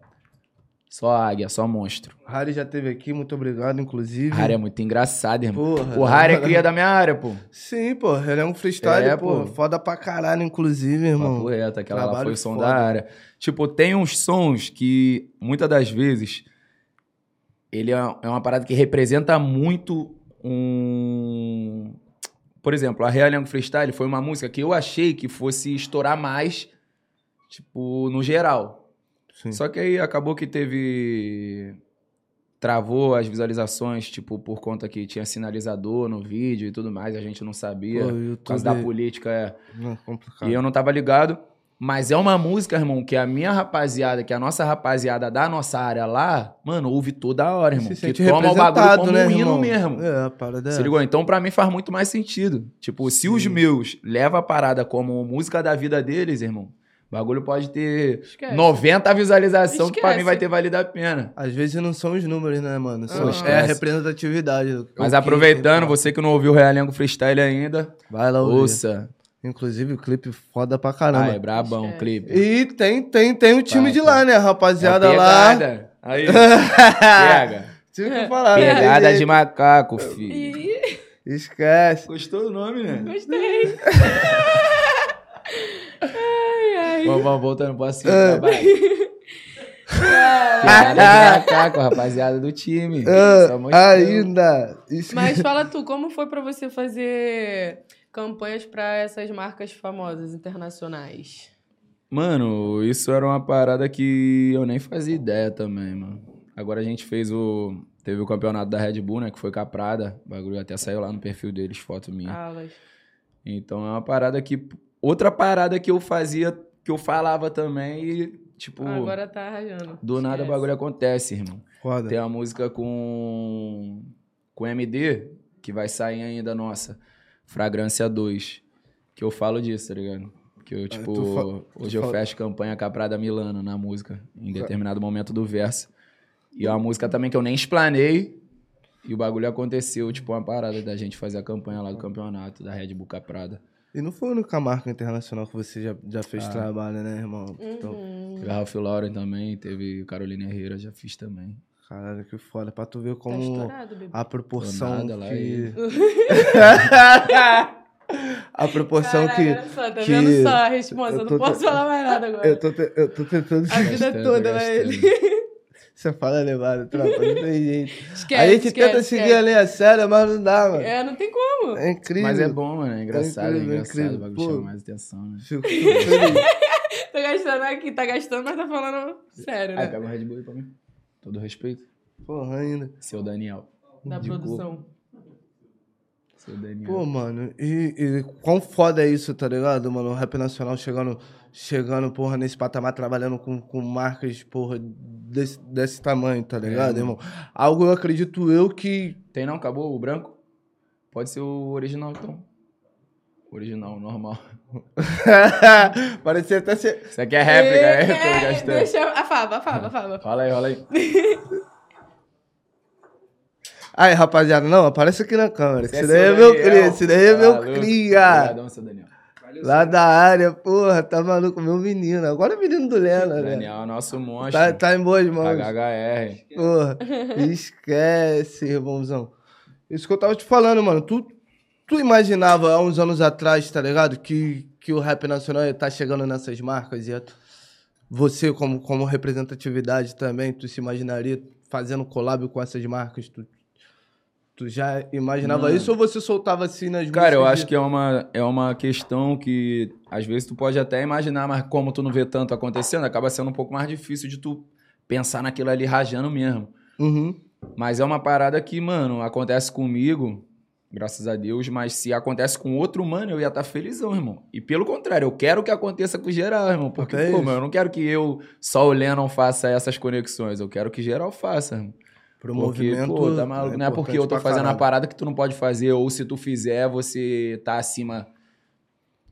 Speaker 3: Só águia, só monstro.
Speaker 1: Harry já esteve aqui, muito obrigado, inclusive.
Speaker 3: Harry é muito engraçado, irmão.
Speaker 1: Porra.
Speaker 3: O Harry é cria da minha área, pô.
Speaker 1: Sim, pô, ele é um freestyle,
Speaker 3: É,
Speaker 1: pô.
Speaker 3: pô.
Speaker 1: Foda pra caralho, inclusive,
Speaker 3: Papo
Speaker 1: irmão.
Speaker 3: reto, aquela lá
Speaker 1: trabalho
Speaker 3: foi o som
Speaker 1: foda.
Speaker 3: da área. Tipo, tem uns sons que, muitas das vezes, ele é é uma parada que representa muito um... Por exemplo, a Real Young Freestyle foi uma música que eu achei que fosse estourar mais, tipo, no geral.
Speaker 1: Sim.
Speaker 3: Só que aí acabou que teve. Travou as visualizações, tipo, por conta que tinha sinalizador no vídeo e tudo mais, a gente não sabia.
Speaker 1: Pô, o
Speaker 3: por
Speaker 1: YouTube-
Speaker 3: causa da política, é.
Speaker 1: Não, é complicado.
Speaker 3: E um eu não tava ligado. Mas é uma música, irmão, que a minha rapaziada, que a nossa rapaziada da nossa área lá, mano, ouve toda hora, irmão.
Speaker 1: Se
Speaker 3: que
Speaker 1: sente
Speaker 3: toma o bagulho
Speaker 1: representado,
Speaker 3: como
Speaker 1: né,
Speaker 3: um hino
Speaker 1: irmão?
Speaker 3: mesmo.
Speaker 1: É, a parada
Speaker 3: Se
Speaker 1: é.
Speaker 3: ligou? Então, pra mim, faz muito mais sentido. Tipo, se os
Speaker 1: Sim.
Speaker 3: meus levam a parada como música da vida deles, irmão, o bagulho pode ter
Speaker 2: Esquece.
Speaker 3: 90 visualização que pra
Speaker 2: Esquece.
Speaker 3: mim vai ter valido a pena.
Speaker 1: Às vezes não são os números, né, mano? São-
Speaker 2: Pô,
Speaker 1: é a
Speaker 3: Ah, esquece.
Speaker 1: representatividade. do-
Speaker 3: Mas
Speaker 1: o que-
Speaker 3: aproveitando, você que não ouviu o Realengo Freestyle ainda,
Speaker 1: Vai lá ouvir.
Speaker 3: ouça.
Speaker 1: Inclusive, o clipe foda pra
Speaker 3: Ah, é
Speaker 1: caramba.
Speaker 3: brabão
Speaker 2: Esquece.
Speaker 3: clipe.
Speaker 1: E tem, tem, tem o time
Speaker 3: Vai,
Speaker 1: de
Speaker 3: tá.
Speaker 1: lá, né,
Speaker 3: É
Speaker 1: rapaziada lá.
Speaker 3: pegada. Aí, pega.
Speaker 1: Tive que falar, né?
Speaker 3: Pegada É, de
Speaker 1: Gente,
Speaker 3: macaco, filho.
Speaker 2: Ih,
Speaker 1: Esquece.
Speaker 3: Gostou do nome, né?
Speaker 2: gostei. ai, ai.
Speaker 3: Vamos, vamos, voltando pro assunto.
Speaker 2: Ah.
Speaker 3: trabalho.
Speaker 2: É,
Speaker 3: Pegada de macaco, rapaziada do time.
Speaker 1: Ah,
Speaker 3: Só mostrando.
Speaker 1: ainda. Esque-
Speaker 2: Mas fala tu, como foi pra você fazer campanhas pra essas marcas famosas internacionais?
Speaker 3: Mano, isso era uma parada que eu nem fazia ideia também, mano. Agora a gente fez o. Teve o campeonato da Red Bull, né? Que foi com a Prada. O bagulho até saiu lá no perfil deles, foto minha.
Speaker 2: Aulas.
Speaker 3: Então é uma parada que. Outra parada que eu fazia, que eu falava também e, tipo,
Speaker 2: Agora tá arranjando.
Speaker 3: do nada o
Speaker 2: Esquece.
Speaker 3: bagulho acontece, irmão.
Speaker 1: Foda.
Speaker 3: Tem um- uma música com. com MD, que vai sair ainda, nossa. Fragrância 2. Que eu falo disso, tá ligado? Que eu, tipo,
Speaker 1: É, tu fa- tu
Speaker 3: hoje eu
Speaker 1: fala-
Speaker 3: fecho campanha com a Prada Milano na música, em determinado momento do verso. E é uma música também que eu nem explanei. E o bagulho aconteceu, tipo, uma parada da gente fazer a campanha lá do campeonato, da Red Bull com a Prada.
Speaker 1: E não foi a única marca internacional que você já, já fez
Speaker 3: Ah.
Speaker 1: trabalho, né, irmão? Então,
Speaker 2: Uhum.
Speaker 3: Teve a Ralph Lauren também, teve Carolina Herrera, já fiz também.
Speaker 1: caralho, que foda. Pra tu ver
Speaker 2: Tá
Speaker 1: como
Speaker 2: estourado, bebê.
Speaker 1: a proporção
Speaker 3: Tô nada lá,
Speaker 1: que...
Speaker 2: Uhum.
Speaker 1: a a proporção que.
Speaker 2: Caralho, olha só, tá
Speaker 1: que-
Speaker 2: vendo só a resposta?
Speaker 1: eu
Speaker 2: Eu
Speaker 1: tô
Speaker 2: não posso
Speaker 1: te-
Speaker 2: falar mais nada agora.
Speaker 1: Eu tô, te- eu tô tentando.
Speaker 2: A vida
Speaker 3: Gastando,
Speaker 2: toda, mas
Speaker 3: gastando.
Speaker 2: ele.
Speaker 1: Você fala levado, tropa, não tem jeito.
Speaker 2: Esquece.
Speaker 1: a gente
Speaker 2: esquece,
Speaker 1: tenta
Speaker 2: esquece.
Speaker 1: seguir a linha séria, mas não dá, mano. É,
Speaker 2: É, não tem como.
Speaker 1: incrível.
Speaker 3: Mas é bom, mano. É engraçado, é
Speaker 1: incrível, é
Speaker 3: engraçado. O
Speaker 1: incrível.
Speaker 3: bagulho chama
Speaker 1: Pô.
Speaker 3: mais atenção, né?
Speaker 1: Fico super feliz.
Speaker 2: Tô gastando aqui, tá gastando, mas tá falando sério,
Speaker 3: Aí
Speaker 2: né?
Speaker 3: pega um Red Bull aí pra mim. Todo respeito.
Speaker 1: Porra, ainda.
Speaker 3: Seu Daniel.
Speaker 1: um
Speaker 2: Da
Speaker 3: de boa.
Speaker 2: produção.
Speaker 3: Seu Daniel.
Speaker 1: Pô, mano, e, e quão foda é isso, tá ligado, mano? O rap nacional chegando, chegando, porra, nesse patamar, trabalhando com, com marcas, porra, desse, desse tamanho, tá ligado,
Speaker 3: mano.
Speaker 1: irmão? Algo eu acredito eu que.
Speaker 3: Tem não? Acabou o branco? Pode ser o original, então. Original, normal.
Speaker 1: Parecia até ser.
Speaker 3: Isso aqui é réplica, é?
Speaker 2: Ele
Speaker 3: Tô
Speaker 2: quer-
Speaker 3: gastando.
Speaker 2: Deixa eu... A Fábio, a Fábio, a Fábio.
Speaker 3: Fala aí, rola aí.
Speaker 1: Aí, rapaziada, não, aparece aqui na câmera.
Speaker 3: Esse
Speaker 1: Esse
Speaker 3: é
Speaker 1: daí é
Speaker 3: seu
Speaker 1: meu
Speaker 3: Daniel.
Speaker 1: cria, esse daí é meu
Speaker 3: Tá louco.
Speaker 1: cria.
Speaker 3: Obrigadão, seu Daniel.
Speaker 1: Lá da área, porra, tá maluco, meu menino. Agora é o menino do Lena, né?
Speaker 3: Daniel é nosso monstro.
Speaker 1: Tá, tá em boas mãos.
Speaker 3: HHR.
Speaker 1: Porra, esquece, irmãozão. Isso que eu tava te falando, mano. Tu, tu imaginava há uns anos atrás, tá ligado? Que, que o rap nacional ia tá chegando nessas marcas e ia- você, como, como representatividade também, tu se imaginaria fazendo collab com essas marcas? Tu, tu já imaginava
Speaker 3: Mano.
Speaker 1: isso ou você soltava assim nas
Speaker 3: Cara, eu
Speaker 1: músicas
Speaker 3: acho que é uma, é uma questão que às vezes tu pode até imaginar, mas como tu não vê tanto acontecendo, acaba sendo um pouco mais difícil de tu pensar naquilo ali rajando mesmo.
Speaker 1: de- Uhum.
Speaker 3: Mas é uma parada que, mano, acontece comigo, graças a Deus, mas se acontece com outro humano, eu ia estar felizão, irmão. E pelo contrário, eu quero que aconteça com geral, irmão. Porque,
Speaker 1: Até
Speaker 3: pô,
Speaker 1: isso.
Speaker 3: mano, eu não quero que eu, só o Lennon, faça essas conexões. Eu quero que geral faça, irmão.
Speaker 1: Pro
Speaker 3: Porque,
Speaker 1: movimento.
Speaker 3: pô, tá maluco. não é porque eu tô
Speaker 1: importante pra
Speaker 3: fazendo a
Speaker 1: caralho.
Speaker 3: parada que tu não pode fazer, ou se tu fizer, você tá acima.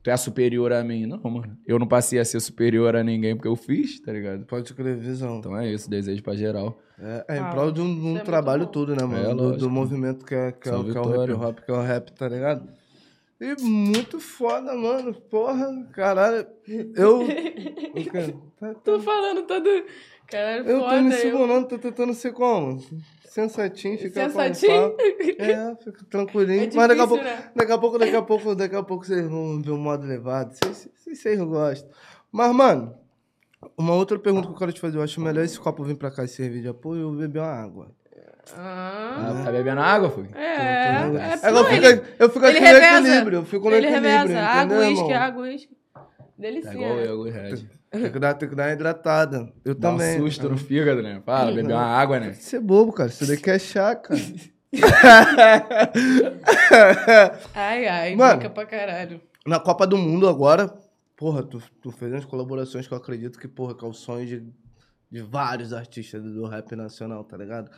Speaker 3: Tu é superior a mim. Não, mano. Eu não passei a ser superior a ninguém porque eu fiz, tá ligado?
Speaker 1: Pode escrever, visão.
Speaker 3: Então é isso, desejo pra geral.
Speaker 1: É, é em
Speaker 2: Ah,
Speaker 1: prol de um, de um
Speaker 2: isso é
Speaker 1: trabalho
Speaker 2: muito
Speaker 1: todo, né, mano?
Speaker 3: É,
Speaker 1: do, do
Speaker 3: lógico.
Speaker 1: movimento que é, que, é,
Speaker 3: Só
Speaker 1: o- que é o hip
Speaker 3: vitória.
Speaker 1: hop, que é o rap, tá ligado? E muito foda, mano. Porra, caralho. Eu. Tá- tá-
Speaker 2: Tô falando todo... Caralho,
Speaker 1: eu
Speaker 2: foda.
Speaker 1: tô me
Speaker 2: eu-
Speaker 1: segurando, tô tentando ser como? Sensatinho, ficar como
Speaker 2: Sensatinho?
Speaker 1: fala. É, fica tranquilinho.
Speaker 2: É
Speaker 1: um Mas daqui a pouco.
Speaker 2: difícil, né?
Speaker 1: Daqui a pouco, daqui a pouco, daqui a pouco vocês vão ver o modo elevado. Vocês- Vocês vocês gostam. Mas, mano, uma outra pergunta que eu quero te fazer. Eu acho melhor esse copo vir pra cá e servir de apoio ou beber uma água.
Speaker 2: Ah,
Speaker 3: Ah, tá bebendo água, foi?
Speaker 2: é, é,
Speaker 1: É que eu,
Speaker 2: não,
Speaker 1: fico,
Speaker 2: ele-
Speaker 1: eu fico
Speaker 2: ele
Speaker 1: aqui no
Speaker 2: reveza.
Speaker 1: equilíbrio. Eu fico no
Speaker 2: Ele
Speaker 1: equilíbrio.
Speaker 2: reveza. Água,
Speaker 1: entendeu,
Speaker 2: uísque,
Speaker 1: irmão?
Speaker 2: água, uísque.
Speaker 3: Tá
Speaker 2: Delicinha.
Speaker 3: igual eu, igual o Red.
Speaker 1: Tem que dar, tem que dar uma hidratada. Eu
Speaker 3: Dá um
Speaker 1: também. Uhum.
Speaker 3: susto no fígado, né? Fala, beber uma água, né?
Speaker 1: Você é bobo, cara. Isso daqui é chá, cara.
Speaker 2: Ai, ai,
Speaker 1: Mano.
Speaker 2: fica pra caralho.
Speaker 1: Na Copa do Mundo agora, porra, tu, tu fez umas colaborações que eu acredito que, porra, que é o sonho de, de vários artistas do, do rap nacional, tá ligado?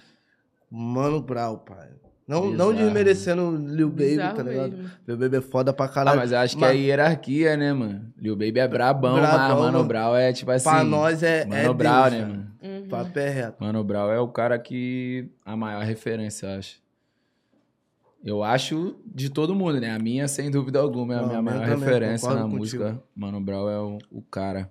Speaker 1: Mano Brau, pai. Não, não
Speaker 3: Bizarro.
Speaker 1: desmerecendo o Lil Baby,
Speaker 2: Bizarro
Speaker 1: tá ligado?
Speaker 2: mesmo.
Speaker 1: Lil Baby é foda pra
Speaker 3: Ah,
Speaker 1: caralho.
Speaker 3: mas eu acho que
Speaker 1: Mas-
Speaker 3: é hierarquia, né, mano? Lil Baby é brabão, mas
Speaker 1: Brabão,
Speaker 3: Mano
Speaker 1: mano.
Speaker 3: Brau é tipo assim.
Speaker 1: pra nós é. é
Speaker 3: Mano Brau,
Speaker 1: Deus,
Speaker 3: né,
Speaker 1: mano?
Speaker 3: mano?
Speaker 2: Uhum.
Speaker 1: Papo é reto.
Speaker 3: Mano Brown é o cara que a maior referência, eu acho. Eu acho de todo mundo, né? A minha, sem dúvida alguma, é a
Speaker 1: Não,
Speaker 3: minha
Speaker 1: eu
Speaker 3: maior
Speaker 1: também
Speaker 3: referência na
Speaker 1: concordo contigo.
Speaker 3: música. Mano Brown é o, o cara.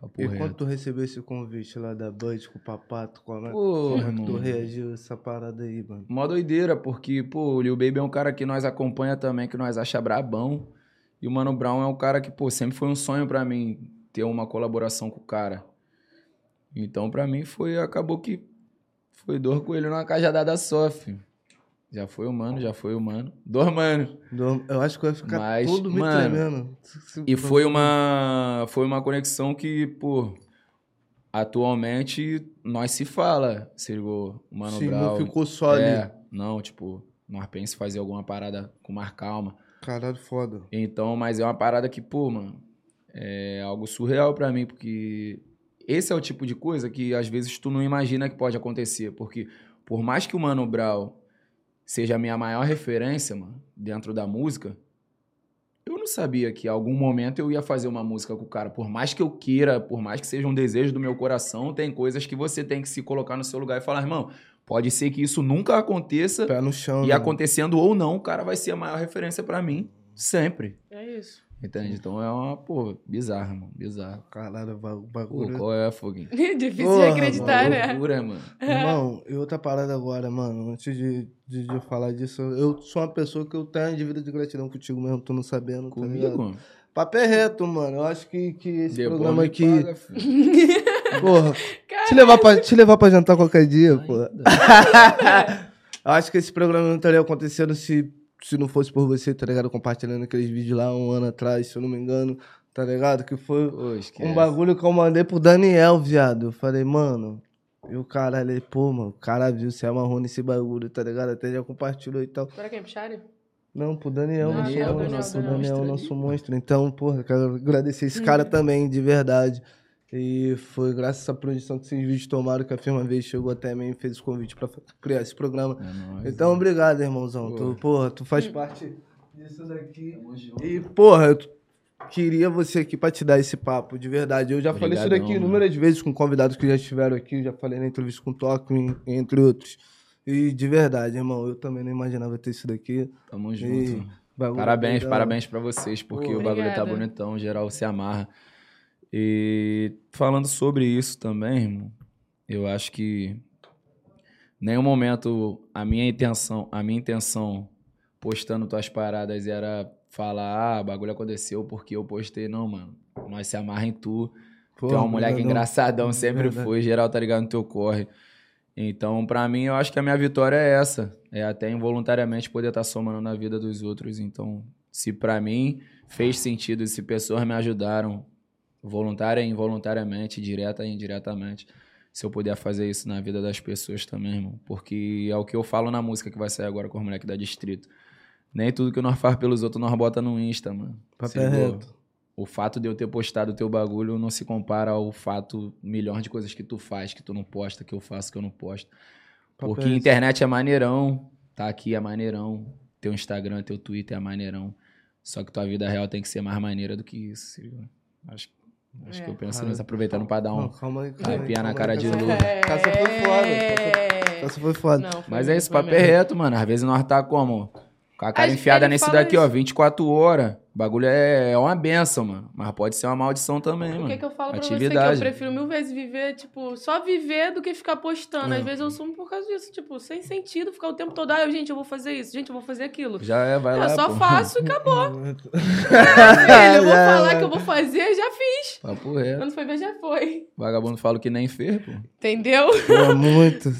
Speaker 3: Papo
Speaker 1: E quando
Speaker 3: reto.
Speaker 1: tu recebeu esse convite lá da Bud com o Papato, como é
Speaker 3: Porra,
Speaker 1: que tu
Speaker 3: irmão.
Speaker 1: reagiu a essa parada aí, mano?
Speaker 3: Mó doideira, porque, pô, o Lil Baby é um cara que nós acompanha também, que nós acha brabão. E o Mano Brown é um cara que, pô, sempre foi um sonho pra mim ter uma colaboração com o cara. Então, pra mim, foi. Acabou que foi dor com ele numa cajadada só, filho. Já foi humano, já foi humano. Dor, mano.
Speaker 1: Do- Eu acho que eu ia ficar
Speaker 3: Mas,
Speaker 1: todo me
Speaker 3: mano,
Speaker 1: tremendo.
Speaker 3: E foi um uma. Foi uma conexão que, pô. Atualmente, nós se fala, se ligou? O Mano
Speaker 1: Sim,
Speaker 3: Brown.
Speaker 1: não ficou só ali.
Speaker 3: É, não, tipo, nós pensa em fazer alguma parada com mais calma.
Speaker 1: Caralho, foda.
Speaker 3: Então, mas é uma parada que, pô, mano, é algo surreal pra mim, porque esse é o tipo de coisa que às vezes tu não imagina que pode acontecer, porque por mais que o Mano Brown seja a minha maior referência, mano, dentro da música, eu não sabia que em algum momento eu ia fazer uma música com o cara. Por mais que eu queira, por mais que seja um desejo do meu coração, tem coisas que você tem que se colocar no seu lugar e falar, irmão, pode ser que isso nunca aconteça,
Speaker 1: Pé no chão.
Speaker 3: e
Speaker 1: né?
Speaker 3: acontecendo ou não, o cara vai ser a maior referência pra mim sempre.
Speaker 2: É isso.
Speaker 3: Entende? Então é uma, pô, bizarra, mano. Bizarro.
Speaker 1: Caralho, o bagu-
Speaker 3: Pô,
Speaker 1: bagulho.
Speaker 3: qual é, Foguinho?
Speaker 2: Difícil
Speaker 1: Porra,
Speaker 2: de acreditar,
Speaker 1: mano.
Speaker 2: né?
Speaker 3: Loucura, mano.
Speaker 1: Irmão, e outra parada agora, mano, antes de, de, de falar disso, eu sou uma pessoa que eu tenho uma dívida de gratidão contigo mesmo, tu não sabendo. tá ligado?
Speaker 3: Comigo?
Speaker 1: Papo é reto, mano. Eu acho que, que esse
Speaker 3: Debora
Speaker 1: programa
Speaker 3: me
Speaker 1: aqui.
Speaker 3: paga, filho.
Speaker 1: Porra. Te levar, pra, te levar pra jantar qualquer dia, pô.
Speaker 3: Ainda.
Speaker 1: Eu acho que esse programa não estaria acontecendo se, se não fosse por você, tá ligado? Compartilhando aqueles vídeos lá um ano atrás, se eu não me engano, tá ligado? Que foi
Speaker 3: Pô, esquece.
Speaker 1: um bagulho que eu mandei pro Daniel, viado. Eu falei, mano. E o cara ali, pô, mano, o cara viu, é se amarrou nesse bagulho, tá ligado? Até já compartilhou e tal.
Speaker 2: Pra quem puxarem?
Speaker 3: Tá
Speaker 1: Não, pro Daniel,
Speaker 2: Ah,
Speaker 1: nosso
Speaker 2: Daniel,
Speaker 1: monstro.
Speaker 2: Daniel,
Speaker 1: nosso
Speaker 2: Daniel.
Speaker 1: Daniel, nosso monstro. Então, porra, quero agradecer esse cara também, de verdade. E foi graças à produção que esses vídeos tomaram que a firma veio, chegou até mim e fez o convite pra criar esse programa.
Speaker 3: É nóis.
Speaker 1: Então, obrigado, irmãozão.
Speaker 3: Boa.
Speaker 1: Tu, porra, tu faz parte disso daqui. E, porra, eu queria você aqui pra te dar esse papo, de verdade. Eu já falei isso
Speaker 3: Obrigadão,
Speaker 1: daqui
Speaker 3: mano.
Speaker 1: inúmeras vezes com convidados que já estiveram aqui, já falei na entrevista com o Tóquio, en- entre outros. E de verdade, irmão, eu também não imaginava ter isso daqui.
Speaker 3: Tamo
Speaker 1: E-
Speaker 3: junto.
Speaker 1: Bagulho
Speaker 3: Parabéns,
Speaker 1: doidão.
Speaker 3: parabéns pra vocês, porque
Speaker 1: Pô.
Speaker 3: o bagulho tá
Speaker 2: Obrigada.
Speaker 3: bonitão, geral se amarra. E falando sobre isso também, irmão, eu acho que em nenhum momento a minha intenção, a minha intenção postando tuas paradas era falar, ah, o bagulho aconteceu porque eu postei, não, mano. Nós se amarra em tu.
Speaker 1: Pô,
Speaker 3: tu é um moleque
Speaker 1: brigadão.
Speaker 3: engraçadão, sempre
Speaker 1: Verdade.
Speaker 3: foi, geral tá ligado no teu corre. Então, pra mim, eu acho que a minha vitória é essa. É até involuntariamente poder estar somando na vida dos outros. Então, se pra mim fez sentido, se pessoas me ajudaram, voluntária e involuntariamente, direta e indiretamente, se eu puder fazer isso na vida das pessoas também, irmão. Porque é o que eu falo na música que vai sair agora com os moleques da Distrito. Nem tudo que nós faz pelos outros, nós bota no Insta, mano. Se
Speaker 1: Papel
Speaker 3: ligou?
Speaker 1: é reto.
Speaker 3: O fato de eu ter postado o teu bagulho não se compara ao fato milhão de coisas que tu faz, que tu não posta, que eu faço, que eu não posto.
Speaker 1: Papel
Speaker 3: Porque
Speaker 1: reto.
Speaker 3: internet é maneirão, tá aqui é maneirão, teu Instagram, teu Twitter é maneirão. Só que tua vida real tem que ser mais maneira do que isso. se ligou? Acho, acho
Speaker 2: É.
Speaker 3: que eu penso
Speaker 1: Cara,
Speaker 3: nisso, aproveitando pra dar
Speaker 1: Não,
Speaker 3: um.
Speaker 1: calma aí, calma aí,
Speaker 3: tapinha
Speaker 1: calma
Speaker 3: na
Speaker 1: aí,
Speaker 3: cara de
Speaker 2: Tá
Speaker 1: calma aí. Essa foi
Speaker 3: novo.
Speaker 1: foda, tá essa Essa foi foda.
Speaker 2: É. Não, foi
Speaker 3: Mas
Speaker 2: mesmo,
Speaker 3: é isso,
Speaker 2: foi
Speaker 3: papel é
Speaker 2: mesmo.
Speaker 3: reto, mano. Às vezes nós tá como? Com a cara
Speaker 2: Às-
Speaker 3: enfiada
Speaker 2: ele
Speaker 3: nesse
Speaker 2: fala
Speaker 3: daqui, ó,
Speaker 2: isso.
Speaker 3: 24 horas. O bagulho é, é uma benção, mano. Mas pode ser uma maldição também,
Speaker 2: O
Speaker 3: mano.
Speaker 2: que, é que eu falo pra você?
Speaker 3: Atividade.
Speaker 2: Que eu prefiro mil vezes viver, tipo, só viver do que ficar postando.
Speaker 1: É.
Speaker 2: Às vezes eu sumo por causa disso, tipo, sem sentido ficar o tempo todo, ah, eu, gente, eu vou fazer isso, gente, eu vou fazer aquilo.
Speaker 3: Já é, vai lá.
Speaker 2: eu só
Speaker 3: pô.
Speaker 2: faço e acabou.
Speaker 1: Ah,
Speaker 2: filho, eu vou
Speaker 1: já,
Speaker 2: falar
Speaker 1: já.
Speaker 2: que eu vou fazer, já fiz.
Speaker 3: Papo reto.
Speaker 2: Quando foi ver, já foi.
Speaker 3: Vagabundo fala que nem fez, pô.
Speaker 2: Entendeu? Tá
Speaker 1: Pô, é muito.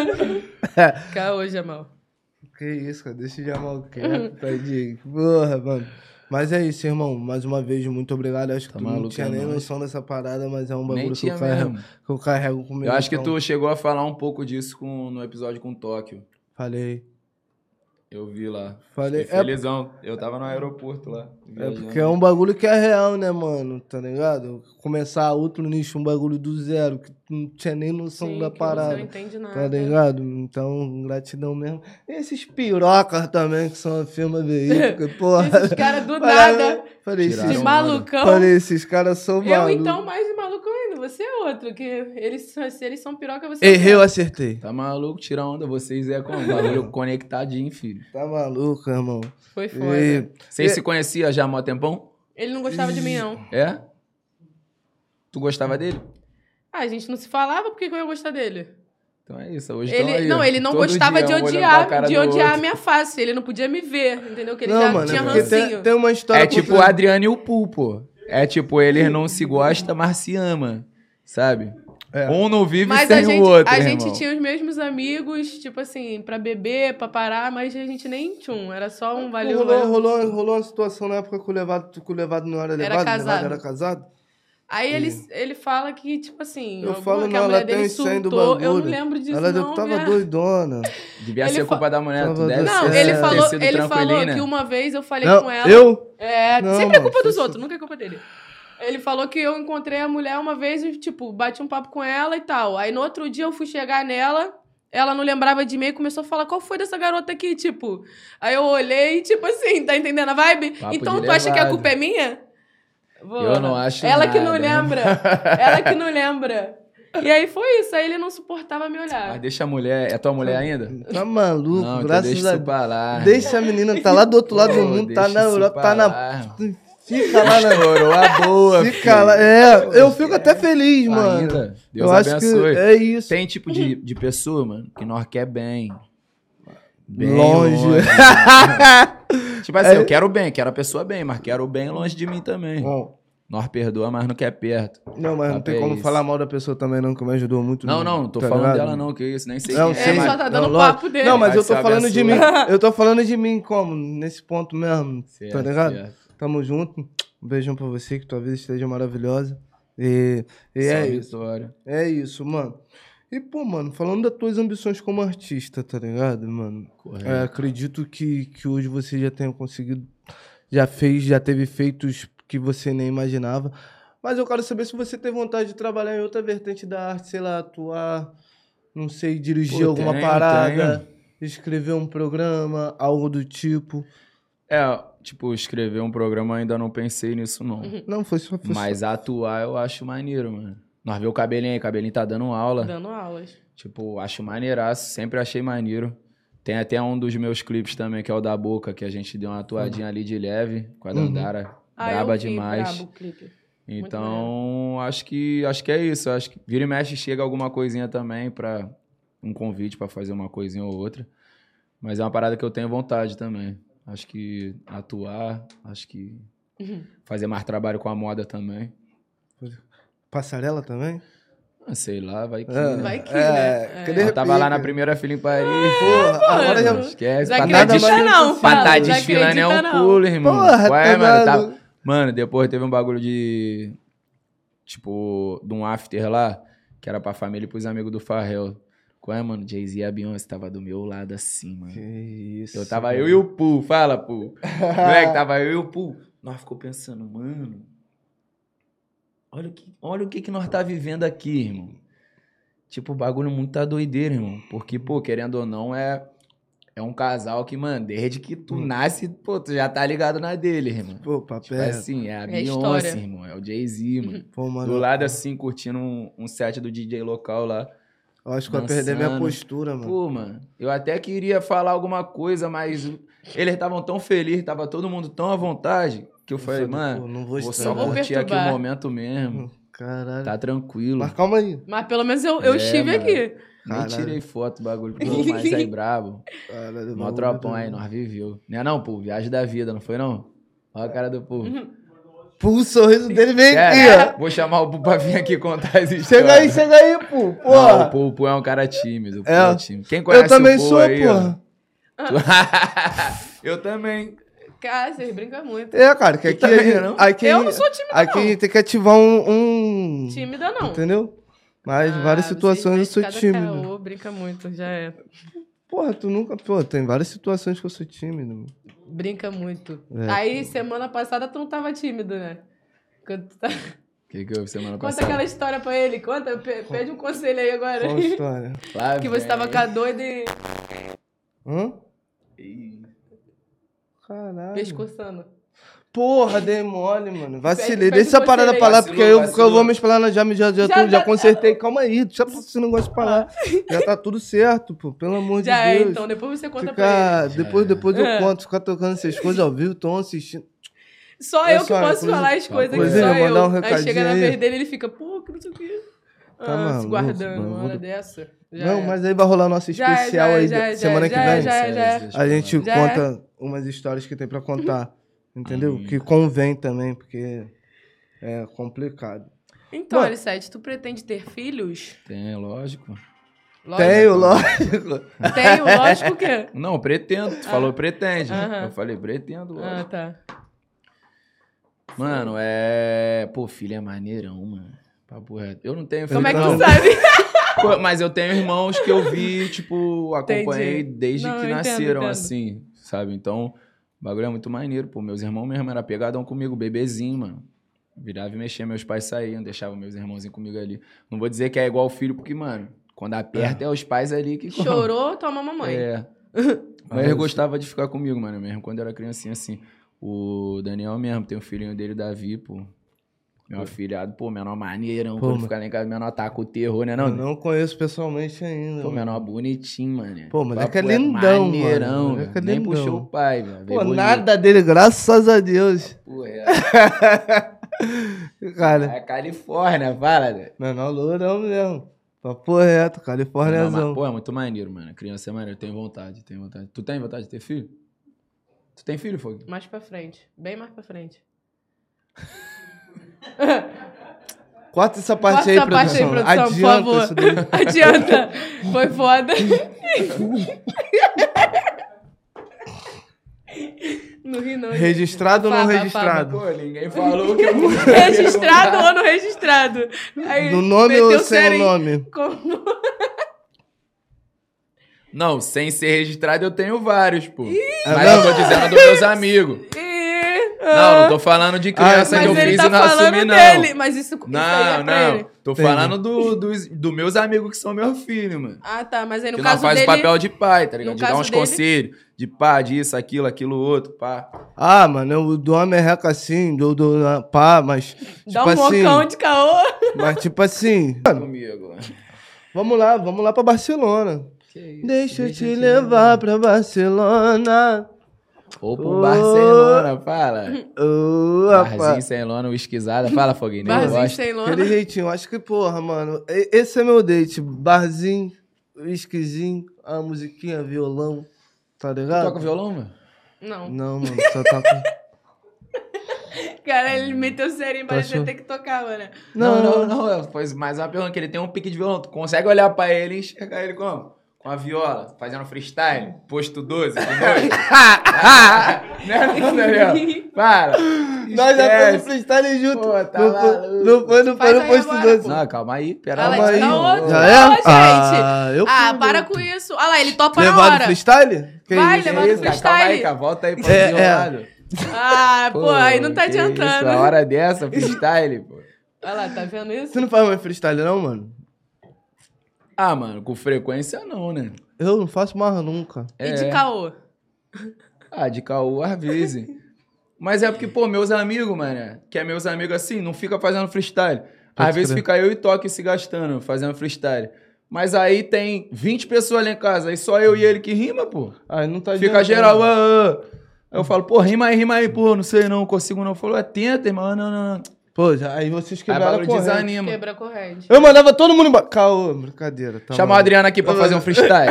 Speaker 2: Obrigado. Caô, Jamal.
Speaker 1: Que isso, cara. Deixa o Jamal quieto, tadinho. Porra, mano. Mas é isso, irmão. Mais uma vez, muito obrigado. Acho que
Speaker 3: Tá
Speaker 1: tu não
Speaker 3: maluco,
Speaker 1: tinha
Speaker 3: é
Speaker 1: nem
Speaker 3: nóis.
Speaker 1: noção dessa parada, mas é um
Speaker 3: Nem
Speaker 1: bagulho que
Speaker 3: tinha
Speaker 1: eu, carrego,
Speaker 3: mesmo.
Speaker 1: que eu carrego comigo.
Speaker 3: Eu acho que
Speaker 1: então,
Speaker 3: tu chegou a falar um pouco disso com, no episódio com Tóquio.
Speaker 1: Falei.
Speaker 3: Eu vi lá.
Speaker 1: Falei.
Speaker 3: Fiquei
Speaker 1: É,
Speaker 3: felizão. Eu tava no aeroporto lá.
Speaker 1: É
Speaker 3: viajando.
Speaker 1: porque é um bagulho que é real, né, mano? Tá ligado? Começar outro nicho, um bagulho do zero, que tu não tinha nem noção
Speaker 2: Sim,
Speaker 1: da
Speaker 2: que
Speaker 1: parada.
Speaker 2: Você não entende nada.
Speaker 1: Tá ligado? Então, gratidão mesmo. E esses pirocas também, que são a firma veículo, que, porra.
Speaker 2: Esses caras do
Speaker 1: Falei,
Speaker 2: nada,
Speaker 1: Falei,
Speaker 3: Tiraram
Speaker 2: de
Speaker 1: esses,
Speaker 3: uma-
Speaker 2: malucão.
Speaker 1: falei, esses caras são
Speaker 2: Eu,
Speaker 1: malucos.
Speaker 2: então, mais de maluco ainda. Você é outro, que eles, são- se eles são piroca, você
Speaker 1: Errei,
Speaker 2: é
Speaker 1: eu
Speaker 2: outro.
Speaker 1: acertei.
Speaker 3: Tá maluco? Tira onda. Vocês é como? Bagulho conectadinho, filho.
Speaker 1: Tá maluco, irmão.
Speaker 2: Foi foda.
Speaker 1: E,
Speaker 3: Vocês
Speaker 1: É.
Speaker 3: se conheciam já há mó tempão?
Speaker 2: Ele não gostava de mim, não.
Speaker 3: É? Tu gostava dele?
Speaker 2: Ah, a gente não se falava, por que que eu ia gostar dele?
Speaker 3: Então é isso. Hoje tão
Speaker 2: Ele,
Speaker 3: aí, ó.
Speaker 2: não, ele não
Speaker 3: Todo
Speaker 2: gostava
Speaker 3: dia
Speaker 2: de
Speaker 3: um olhando pra
Speaker 2: odiar,
Speaker 3: cara
Speaker 2: de
Speaker 3: do
Speaker 2: odiar a
Speaker 3: outro.
Speaker 2: minha face. Ele não podia me ver, entendeu? Que ele já
Speaker 1: não, mano,
Speaker 2: tinha
Speaker 1: é porque tem,
Speaker 2: rancinho.
Speaker 1: tem uma história.
Speaker 3: É tipo o
Speaker 1: complicada.
Speaker 3: Adriano e o Pulpo. É tipo, eles não se gostam, mas se ama. Sabe?
Speaker 1: É.
Speaker 3: Um não vive
Speaker 2: Mas
Speaker 3: sem
Speaker 2: a gente,
Speaker 3: o outro,
Speaker 2: a
Speaker 3: irmão.
Speaker 2: gente tinha os mesmos amigos, tipo assim, pra beber, pra parar, mas a gente nem tchum. Era só um valeu,
Speaker 1: rolou,
Speaker 2: valeu.
Speaker 1: rolou, rolou uma situação na época que o levado, que o levado não era levado, o Levado
Speaker 2: casado.
Speaker 1: era casado.
Speaker 2: Aí ele, ele fala que, tipo assim,
Speaker 1: Eu
Speaker 2: alguma-
Speaker 1: falo,
Speaker 2: que
Speaker 1: não,
Speaker 2: a
Speaker 1: ela
Speaker 2: mulher
Speaker 1: tem
Speaker 2: dele
Speaker 1: o sangue do
Speaker 2: surtou. Eu não
Speaker 1: bagulho.
Speaker 2: lembro disso,
Speaker 1: Ela
Speaker 2: não.
Speaker 1: tava
Speaker 2: né?
Speaker 1: doidona.
Speaker 3: Devia
Speaker 2: Ele
Speaker 3: ser
Speaker 2: fa-
Speaker 3: culpa da mulher.
Speaker 1: Tava
Speaker 3: tu deve
Speaker 1: doce.
Speaker 2: Não,
Speaker 3: ser- né?
Speaker 1: É,
Speaker 2: ele
Speaker 3: ter
Speaker 2: falou,
Speaker 3: sido
Speaker 2: ele falou
Speaker 3: tranquilina.
Speaker 2: que uma vez eu falei
Speaker 1: Não,
Speaker 2: com ela.
Speaker 1: Eu?
Speaker 2: É,
Speaker 1: Não,
Speaker 2: sempre é
Speaker 1: mano,
Speaker 2: culpa dos
Speaker 1: isso-
Speaker 2: outros, nunca é culpa dele. Ele falou que eu encontrei a mulher uma vez e, tipo, bati um papo com ela e tal. Aí no outro dia eu fui chegar nela, ela não lembrava de mim e começou a falar qual foi dessa garota aqui, tipo. Aí eu olhei, tipo assim, tá entendendo a vibe?
Speaker 3: Papo
Speaker 2: então
Speaker 3: de
Speaker 2: tu acha que a
Speaker 3: levado.
Speaker 2: culpa é minha? Vou-
Speaker 3: Eu não acho
Speaker 2: Ela que
Speaker 3: nada.
Speaker 2: não lembra. ela que não lembra. E aí foi isso. Aí ele não suportava me olhar.
Speaker 3: Mas deixa a mulher. É tua mulher ainda?
Speaker 1: Tá maluco,
Speaker 3: Não, então
Speaker 1: graças
Speaker 3: deixa
Speaker 1: a
Speaker 3: isso pra lá.
Speaker 1: Deixa a menina, tá lá do outro lado do
Speaker 3: Pô,
Speaker 1: mundo, tá
Speaker 3: deixa
Speaker 1: na
Speaker 3: isso
Speaker 1: Europa,
Speaker 3: pra
Speaker 1: tá na.
Speaker 3: lá.
Speaker 1: Fica lá na.
Speaker 3: Estourou a boa,
Speaker 1: Fica lá.
Speaker 3: filho.
Speaker 1: É, eu fico até feliz, mano.
Speaker 3: Ainda.
Speaker 1: eu
Speaker 3: Deus
Speaker 1: acho
Speaker 3: abençoe.
Speaker 1: que é isso.
Speaker 3: Tem tipo de, de pessoa, mano, que nós quer bem. Bem
Speaker 1: Longe.
Speaker 3: tipo assim,
Speaker 1: É.
Speaker 3: eu quero bem, quero a pessoa bem, mas quero o bem longe de mim também.
Speaker 1: Bom,
Speaker 3: Nós perdoa, mas não quer perto.
Speaker 1: não, mas não
Speaker 3: Até
Speaker 1: tem como
Speaker 3: é isso.
Speaker 1: falar mal da pessoa também, não, que me ajudou muito.
Speaker 3: Não,
Speaker 1: no-
Speaker 3: não, não tô
Speaker 1: tá
Speaker 3: falando
Speaker 1: ligado?
Speaker 3: dela não, que isso, nem sei
Speaker 1: Não,
Speaker 3: quem
Speaker 1: sei,
Speaker 3: é,
Speaker 2: Ele
Speaker 1: mas-
Speaker 2: só tá dando
Speaker 1: não, lógico.
Speaker 2: papo dele.
Speaker 1: Não, mas
Speaker 3: Vai
Speaker 1: eu tô
Speaker 3: se
Speaker 1: falando de mim.
Speaker 3: abençoar.
Speaker 1: Eu tô falando de mim como? Nesse ponto mesmo,
Speaker 3: Certo,
Speaker 1: tá ligado?
Speaker 3: certo.
Speaker 1: Tamo junto. Um beijão pra você, que tua vida esteja maravilhosa. E, e
Speaker 3: Só
Speaker 1: é isso.
Speaker 3: vitória.
Speaker 1: É isso, mano. E, pô, mano, falando das tuas ambições como artista, tá ligado, mano?
Speaker 3: Correto.
Speaker 1: É, acredito que, que hoje você já tenha conseguido, já fez, já teve feitos que você nem imaginava. Mas eu quero saber se você tem vontade de trabalhar em outra vertente da arte, sei lá, atuar, não sei, dirigir
Speaker 3: Pô,
Speaker 1: alguma
Speaker 3: tenho,
Speaker 1: parada, escrever um programa, algo do tipo.
Speaker 3: É, tipo, escrever um programa ainda não pensei nisso, não.
Speaker 1: Não, foi só. Foi só-
Speaker 3: Mas atuar eu acho maneiro, mano. Nós vê o cabelinho aí, o cabelinho tá dando aula.
Speaker 2: Dando aulas.
Speaker 3: Tipo, acho maneiraço, sempre achei maneiro. Tem até um dos meus clipes também, que é o da boca, que a gente deu uma atuadinha ali de leve com a
Speaker 1: Uhum.
Speaker 3: Dandara.
Speaker 2: Ah, eu
Speaker 3: Braba
Speaker 2: vi,
Speaker 3: demais.
Speaker 2: brabo o clipe.
Speaker 3: Então, acho que acho que é isso. Acho que vira e mexe chega alguma coisinha também pra um convite pra fazer uma coisinha ou outra. Mas é uma parada que eu tenho vontade também. Acho que atuar, acho que
Speaker 2: Uhum.
Speaker 3: fazer mais trabalho com a moda também.
Speaker 1: Passarela também?
Speaker 3: Ah, Sei lá, vai que.
Speaker 1: É,
Speaker 3: né?
Speaker 2: Vai que, né?
Speaker 1: é,
Speaker 2: É.
Speaker 1: de
Speaker 3: Eu tava lá na
Speaker 1: repente-
Speaker 3: primeira fila em Paris.
Speaker 1: Porra, agora já.
Speaker 2: mano.
Speaker 3: Esquece,
Speaker 2: Não
Speaker 3: pra tá
Speaker 1: nada
Speaker 2: acredita
Speaker 1: mais
Speaker 2: não,
Speaker 1: pra
Speaker 2: fala.
Speaker 3: Pra tá
Speaker 1: Não
Speaker 3: desfilando é
Speaker 2: acredita
Speaker 3: um
Speaker 2: não.
Speaker 3: pulo, irmão.
Speaker 1: Porra,
Speaker 3: Ué,
Speaker 1: tá
Speaker 3: mano,
Speaker 1: nada.
Speaker 3: tá- Mano, depois teve um bagulho de. Tipo, de um after lá, que era pra família e pros amigos do Farrell. Qual é, mano? Jay-Z e a Beyoncé tava do meu lado assim, mano.
Speaker 1: Que isso.
Speaker 3: Eu tava eu e o Poo, fala, Poo.
Speaker 1: Ah.
Speaker 3: Moleque, é tava eu e o Poo. Nós ficou pensando, mano. Olha o, que, olha o que que nós tá vivendo aqui, irmão. Tipo, o bagulho muito tá doideira, irmão. Porque, pô, querendo ou não, é, é um casal que, mano, desde que tu
Speaker 1: Hum.
Speaker 3: nasce, pô, tu já tá ligado na dele, irmão.
Speaker 1: Pô,
Speaker 3: Tipo
Speaker 1: papel.
Speaker 3: assim, é a Beyoncé,
Speaker 2: história.
Speaker 3: irmão. É o Jay-Z, mano.
Speaker 1: Pô, mano. é.
Speaker 3: Do lado assim, curtindo um, um set do DJ local lá.
Speaker 1: Eu acho que eu ia perder minha
Speaker 3: dançando.
Speaker 1: postura, mano.
Speaker 3: Pô, mano, eu até queria falar alguma coisa, mas eles estavam tão felizes, tava todo mundo tão à vontade, que eu falei,
Speaker 1: falei,
Speaker 3: mano,
Speaker 1: não vou,
Speaker 3: vou só
Speaker 1: estragar.
Speaker 2: Não vou
Speaker 3: curtir aqui o
Speaker 2: perturbar.
Speaker 3: momento mesmo.
Speaker 1: Caralho.
Speaker 3: Tá tranquilo.
Speaker 1: Mas calma aí.
Speaker 2: Mas pelo menos eu, eu
Speaker 3: É,
Speaker 2: estive
Speaker 3: mano.
Speaker 2: aqui.
Speaker 3: Nem
Speaker 1: Caralho.
Speaker 3: tirei foto do bagulho, pô, mas aí brabo.
Speaker 1: Caralho,
Speaker 3: Mó
Speaker 1: bagulho
Speaker 3: tropão
Speaker 1: tá-
Speaker 3: aí, nós viveu. Não é não, pô, viagem da vida, não foi não? Olha a cara do
Speaker 2: Uhum.
Speaker 3: povo.
Speaker 1: Pô, o sorriso dele vem
Speaker 3: Cara,
Speaker 1: aqui,
Speaker 3: vou chamar o Pu pra vir aqui contar as
Speaker 1: ó.
Speaker 3: histórias.
Speaker 1: Chega aí, chega aí, pô.
Speaker 3: Não, o
Speaker 1: Porra.
Speaker 3: Pu, o Pu é um cara tímido, o Pu
Speaker 1: É.
Speaker 3: é, tímido. Quem conhece
Speaker 1: eu também
Speaker 3: o Pu
Speaker 1: sou,
Speaker 3: aí, ó?
Speaker 1: porra.
Speaker 3: Tu- eu também.
Speaker 2: Cara, vocês brincam muito.
Speaker 1: É, cara, que aqui.
Speaker 3: também
Speaker 1: a gente-
Speaker 3: não?
Speaker 1: aqui é
Speaker 2: Eu não sou tímida,
Speaker 1: Aqui a
Speaker 2: não.
Speaker 1: gente tem que ativar um. um-
Speaker 2: Tímida, não.
Speaker 1: Entendeu? Mas
Speaker 2: Ah,
Speaker 1: várias
Speaker 2: vocês
Speaker 1: situações eu
Speaker 2: dois,
Speaker 1: sou
Speaker 2: cada
Speaker 1: tímido.
Speaker 2: caô, brinca muito, já é.
Speaker 1: Porra, tu nunca. Pô, tem várias situações que eu sou tímido. mano.
Speaker 2: Brinca muito.
Speaker 1: É.
Speaker 2: Aí, semana passada, tu não tava tímido, né? Quando tu tá-
Speaker 3: O que, que houve semana
Speaker 2: Conta
Speaker 3: passada?
Speaker 2: aquela história pra ele. Conta, pe- pede um conselho aí agora.
Speaker 1: Qual a história?
Speaker 3: Lá
Speaker 2: que você
Speaker 3: vem.
Speaker 1: É.
Speaker 2: tava com a doida e
Speaker 1: Hã?
Speaker 3: Ih,
Speaker 1: Caralho.
Speaker 2: pescoçando.
Speaker 1: Porra, dei mole, mano. Vacilei.
Speaker 2: Pede- pede
Speaker 1: Deixa essa
Speaker 2: um
Speaker 1: parada
Speaker 2: conselho aí.
Speaker 1: pra lá,
Speaker 3: Vacilou,
Speaker 1: porque eu, porque eu
Speaker 3: vacilou.
Speaker 1: vou me explanar já, já, já,
Speaker 2: Já
Speaker 1: tudo, já
Speaker 2: tá-
Speaker 1: consertei. Calma aí, deixa esse negócio pra lá. Já tá tudo certo, pô. Pelo amor
Speaker 2: Já
Speaker 1: de
Speaker 2: é,
Speaker 1: Deus.
Speaker 2: então. Depois você conta pra
Speaker 1: Ficar-
Speaker 3: ele.
Speaker 1: Depois,
Speaker 3: Já é.
Speaker 1: depois eu
Speaker 2: É.
Speaker 1: conto, ficar tocando essas coisas ao vivo, tão assistindo.
Speaker 2: ele. Só
Speaker 1: olha
Speaker 2: eu que
Speaker 1: só,
Speaker 2: posso
Speaker 1: inclusive-
Speaker 2: falar as coisas que
Speaker 3: inclusive,
Speaker 2: só
Speaker 1: mandar
Speaker 2: eu.
Speaker 1: um
Speaker 2: aí chega
Speaker 1: recadinho
Speaker 2: na
Speaker 1: aí.
Speaker 2: vez dele, ele fica, pô, que não sei o quê.
Speaker 1: Tá
Speaker 2: Ah, se
Speaker 1: maluco,
Speaker 2: guardando uma
Speaker 1: bagulho.
Speaker 2: hora dessa. Já
Speaker 1: Não,
Speaker 2: é.
Speaker 1: mas aí vai rolar nosso
Speaker 2: Já é,
Speaker 1: especial
Speaker 2: já é,
Speaker 1: aí
Speaker 2: já é,
Speaker 1: da- semana
Speaker 2: já
Speaker 1: que
Speaker 2: é,
Speaker 1: vem.
Speaker 2: já é,
Speaker 3: sério,
Speaker 2: já é.
Speaker 3: vocês
Speaker 1: A gente
Speaker 3: falam.
Speaker 2: Já
Speaker 1: conta umas histórias que tem pra contar. Entendeu?
Speaker 3: Hum.
Speaker 1: Que convém também, porque é complicado.
Speaker 2: Então,
Speaker 1: Mano.
Speaker 2: Alissete, tu pretende ter filhos?
Speaker 3: Tem, lógico.
Speaker 2: Lógico.
Speaker 1: Tenho, lógico.
Speaker 2: Tenho, lógico que. é.
Speaker 3: Não, pretendo. Tu falou pretende. né?
Speaker 2: Ah. Aham.
Speaker 3: Eu falei pretendo,
Speaker 2: Ah,
Speaker 3: lógico.
Speaker 2: tá.
Speaker 3: Mano, é. Pô, filho é maneirão, mano. Papo reto. Eu não tenho filho.
Speaker 2: Como é que
Speaker 3: não.
Speaker 1: Então.
Speaker 2: tu sabe?
Speaker 3: Pô, Mas eu tenho irmãos que eu vi, tipo, acompanhei
Speaker 2: Entendi.
Speaker 3: desde
Speaker 2: Não,
Speaker 3: que
Speaker 2: eu entendo,
Speaker 3: nasceram,
Speaker 2: entendo.
Speaker 3: assim, sabe? Então, o bagulho é muito maneiro, pô. Meus irmãos mesmo eram pegadão comigo, bebezinho, mano. Virava e mexia, meus pais saíam, deixavam meus irmãozinhos comigo ali. Não vou dizer que é igual filho, porque, mano, quando aperta é, os pais ali que.
Speaker 2: Chorou, toma mamãe.
Speaker 3: É.
Speaker 1: Ah,
Speaker 3: Mas ele
Speaker 1: eu
Speaker 3: gostava de ficar comigo, mano, mesmo quando era criancinha, assim. O Daniel mesmo, tem um filhinho dele, Davi, pô. Meu afilhado, pô, menor maneirão.
Speaker 1: Pô,
Speaker 3: quando
Speaker 1: mano.
Speaker 3: ficar lá em casa, menor ataca o terror, né? Não,
Speaker 1: eu não conheço pessoalmente ainda.
Speaker 3: Pô,
Speaker 1: mano.
Speaker 3: menor bonitinho, mano.
Speaker 1: Pô, moleque é
Speaker 3: Papo
Speaker 1: lindão, mano.
Speaker 3: Maneirão,
Speaker 1: Moleque
Speaker 3: velho.
Speaker 1: é
Speaker 3: Nem
Speaker 1: lindão.
Speaker 3: puxou o pai, velho.
Speaker 1: Pô, nada dele, graças a Deus.
Speaker 3: Pô, é.
Speaker 1: Cara,
Speaker 3: é Califórnia, fala, velho.
Speaker 1: menor lourão mesmo. Papo reto,
Speaker 3: Não,
Speaker 1: californiazão.
Speaker 3: mas, Pô, é muito maneiro, mano. Criança é maneiro. Tenho vontade, tenho vontade. Tu tem vontade de ter filho? Tu tem filho, Fogo?
Speaker 2: Mais pra frente. Bem mais pra frente.
Speaker 1: Corta essa parte aí,
Speaker 2: Corta essa
Speaker 1: produção.
Speaker 2: parte aí, produção, por
Speaker 1: Adianta
Speaker 2: favor.
Speaker 1: isso daí.
Speaker 2: Adianta. Foi foda. não ri, não. gente.
Speaker 1: Registrado ou não
Speaker 2: Fala,
Speaker 1: registrado?
Speaker 3: ninguém falou que eu
Speaker 2: Registrado ou não registrado? Aí,
Speaker 1: No nome
Speaker 2: meteu
Speaker 1: ou sem
Speaker 2: sério
Speaker 1: o
Speaker 2: em-
Speaker 1: nome?
Speaker 2: Como?
Speaker 3: Não, sem ser registrado eu tenho vários, pô. Mas
Speaker 1: É não?
Speaker 3: eu tô dizendo dos meus amigos.
Speaker 2: Ih,
Speaker 3: Não,
Speaker 2: ah.
Speaker 3: não tô falando de criança
Speaker 1: Ah,
Speaker 3: que eu
Speaker 2: Mas ele
Speaker 3: fiz
Speaker 2: tá
Speaker 3: e não
Speaker 2: falando
Speaker 3: assumi, não.
Speaker 2: dele. Mas isso, isso aí
Speaker 3: Não,
Speaker 2: é pra
Speaker 3: não.
Speaker 2: ele.
Speaker 3: Tô
Speaker 1: Entendi.
Speaker 3: falando do, dos do meus amigos que são meus filhos, mano.
Speaker 2: Ah, tá. Mas aí no
Speaker 3: que não
Speaker 2: caso
Speaker 3: faz
Speaker 2: dele...
Speaker 3: o papel de pai, tá ligado?
Speaker 2: no
Speaker 3: De dar
Speaker 2: caso
Speaker 3: uns
Speaker 2: dele-
Speaker 3: conselhos, de pá, disso, aquilo, aquilo, outro, pá.
Speaker 1: Ah, mano, eu dou uma merreca assim, dou, dou na- pá, mas.
Speaker 2: Dá
Speaker 1: tipo
Speaker 2: um
Speaker 1: assim,
Speaker 2: mocão de caô.
Speaker 1: Mas tipo assim.
Speaker 3: Comigo.
Speaker 1: Vamos lá, vamos lá pra Barcelona.
Speaker 3: Que isso,
Speaker 1: Deixa eu te levar pra Barcelona.
Speaker 3: Ou pro
Speaker 1: Ô.
Speaker 3: Barcelona, fala.
Speaker 1: Ô,
Speaker 3: Barzinho,
Speaker 1: rapaz.
Speaker 3: Celona, uisquizada. Fala, Foguinho. nem
Speaker 2: Barzinho
Speaker 3: gosto.
Speaker 2: sem lona.
Speaker 1: Aquele jeitinho, acho que, porra, mano. e- Esse é meu date. Barzinho, whiskyzinho, a musiquinha, violão. Tá ligado?
Speaker 3: Toca o violão, mano?
Speaker 2: Não.
Speaker 1: Não, mano, só toca.
Speaker 2: Cara,
Speaker 1: Hum.
Speaker 2: ele meteu serinho, parece
Speaker 1: achou?
Speaker 2: até que tocar, mano.
Speaker 1: Não, não, não.
Speaker 3: não. Pois mais uma pergunta, que ele tem um pique de violão. Tu consegue olhar pra ele e enxergar ele como? Com a viola, fazendo freestyle, posto 12, de noite. não, não, Daniel. Para.
Speaker 1: Nós já fomos
Speaker 3: Esquece.
Speaker 1: freestyle junto.
Speaker 3: Pô, tá
Speaker 1: não, foi,
Speaker 3: maluco.
Speaker 1: não foi, não foi
Speaker 2: Faz
Speaker 1: no
Speaker 2: aí
Speaker 1: posto
Speaker 2: agora,
Speaker 1: doce.
Speaker 3: Não, calma aí, pera
Speaker 2: Fala,
Speaker 1: Calma
Speaker 3: lá.
Speaker 2: aí, dá outro.
Speaker 1: Já
Speaker 2: Não,
Speaker 1: é?
Speaker 2: gente.
Speaker 1: Ah, eu
Speaker 2: Ah,
Speaker 1: fui,
Speaker 2: para
Speaker 1: né?
Speaker 2: com isso. Olha lá, ele topa
Speaker 1: Levado
Speaker 2: na hora.
Speaker 1: freestyle? Que
Speaker 2: Vai,
Speaker 1: isso?
Speaker 2: levado
Speaker 3: Que isso, cara, calma aí,
Speaker 2: freestyle.
Speaker 3: cara. Volta aí pro
Speaker 1: É,
Speaker 3: meu
Speaker 1: é.
Speaker 3: lado.
Speaker 2: Ah, pô, aí não tá
Speaker 3: que
Speaker 2: adiantando.
Speaker 3: Isso, a hora dessa, freestyle, pô.
Speaker 2: Olha lá, tá vendo isso?
Speaker 1: Você não faz mais freestyle, não, mano?
Speaker 3: Ah, mano, com frequência não, né?
Speaker 1: Eu não faço mais nunca.
Speaker 2: E
Speaker 3: É.
Speaker 2: de caô.
Speaker 3: Ah, de caô às vezes. Mas é porque, pô, meus amigos, mano, que é meus amigos assim, não fica fazendo freestyle.
Speaker 1: Pode
Speaker 3: às vezes
Speaker 1: crer.
Speaker 3: fica eu e Toque se gastando, fazendo freestyle. Mas aí tem 20 pessoas lá em casa, aí só eu e ele que rima, pô.
Speaker 1: Aí não tá
Speaker 3: Fica
Speaker 1: adiantando.
Speaker 3: geral, ah, ah. Aí eu falo, pô, rima aí, rima aí, pô, não sei não, consigo não. Falou, é, tenta, irmão, não, não, não.
Speaker 1: Pô, já, aí vocês
Speaker 3: Aí o
Speaker 1: quebraram a
Speaker 3: bagulho
Speaker 1: corrente.
Speaker 3: desanima.
Speaker 2: Quebra a corrente.
Speaker 1: Eu mandava todo mundo embora. Caô, brincadeira. Tá
Speaker 3: Chama o
Speaker 1: maluco.
Speaker 3: Adriano aqui pra fazer um freestyle.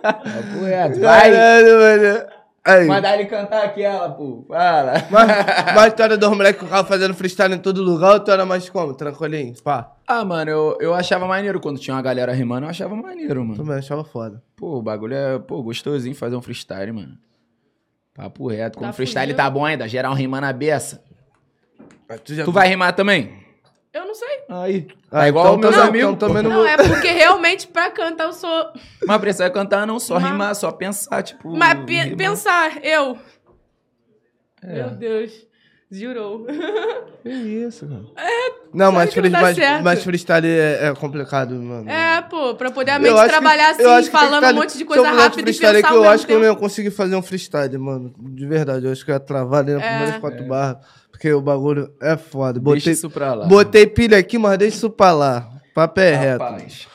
Speaker 3: Papo
Speaker 1: É,
Speaker 3: reto, vai.
Speaker 1: Caralho, mano. é, Aí.
Speaker 3: Mandar ele cantar aquela, pô. Fala.
Speaker 1: Mas, mas tu era dos moleques que ficavam fazendo freestyle em todo lugar ou tu era mais como? Tranquilinho? Pá.
Speaker 3: Ah, mano, eu, eu achava maneiro quando tinha uma galera rimando, eu achava maneiro, mano.
Speaker 1: Também achava foda.
Speaker 3: Pô, o bagulho é, pô, gostosinho fazer um freestyle, mano. Papo reto. Como
Speaker 2: Tá
Speaker 3: freestyle
Speaker 2: fugindo.
Speaker 3: tá bom ainda, geral rimando a beça.
Speaker 1: Mas já-
Speaker 3: Tu vai rimar também?
Speaker 2: Eu não sei.
Speaker 3: Aí. Tá
Speaker 1: Ah,
Speaker 3: igual
Speaker 1: então
Speaker 3: os meus
Speaker 1: tam-
Speaker 3: amigos.
Speaker 1: então também
Speaker 3: pô.
Speaker 1: não-
Speaker 2: Não, é porque realmente pra cantar eu sou.
Speaker 3: Mas precisa é cantar não, só
Speaker 2: Mas-
Speaker 3: rimar, só pensar, tipo.
Speaker 2: Mas pe-
Speaker 3: rimar.
Speaker 2: pensar, eu. Meu
Speaker 3: É.
Speaker 2: Deus. Jurou.
Speaker 1: Que É isso, cara. Não, mas,
Speaker 2: É, que não
Speaker 1: fre-
Speaker 2: dá
Speaker 1: mas-
Speaker 2: certo?
Speaker 1: mas freestyle é, é complicado, mano.
Speaker 2: É, pô, pra poder a
Speaker 1: Eu
Speaker 2: mente
Speaker 1: acho que-
Speaker 2: trabalhar
Speaker 1: eu acho
Speaker 2: assim,
Speaker 1: que tem que
Speaker 2: falando
Speaker 1: ficar-
Speaker 2: um monte de
Speaker 1: se eu
Speaker 2: coisa
Speaker 1: fizesse
Speaker 2: rápida e
Speaker 1: freestyle
Speaker 2: pensar
Speaker 1: aqui,
Speaker 2: ao
Speaker 1: eu
Speaker 2: mesmo
Speaker 1: acho que eu
Speaker 2: tempo.
Speaker 1: não ia conseguir fazer um freestyle, mano. De verdade, eu acho que eu ia travar ali na
Speaker 2: É.
Speaker 1: primeira quatro barras. Porque o bagulho é foda.
Speaker 3: Deixa
Speaker 1: Botei,
Speaker 3: isso pra lá.
Speaker 1: botei pilha aqui, mas deixa isso pra lá. Papo é reto.
Speaker 3: Rapaz.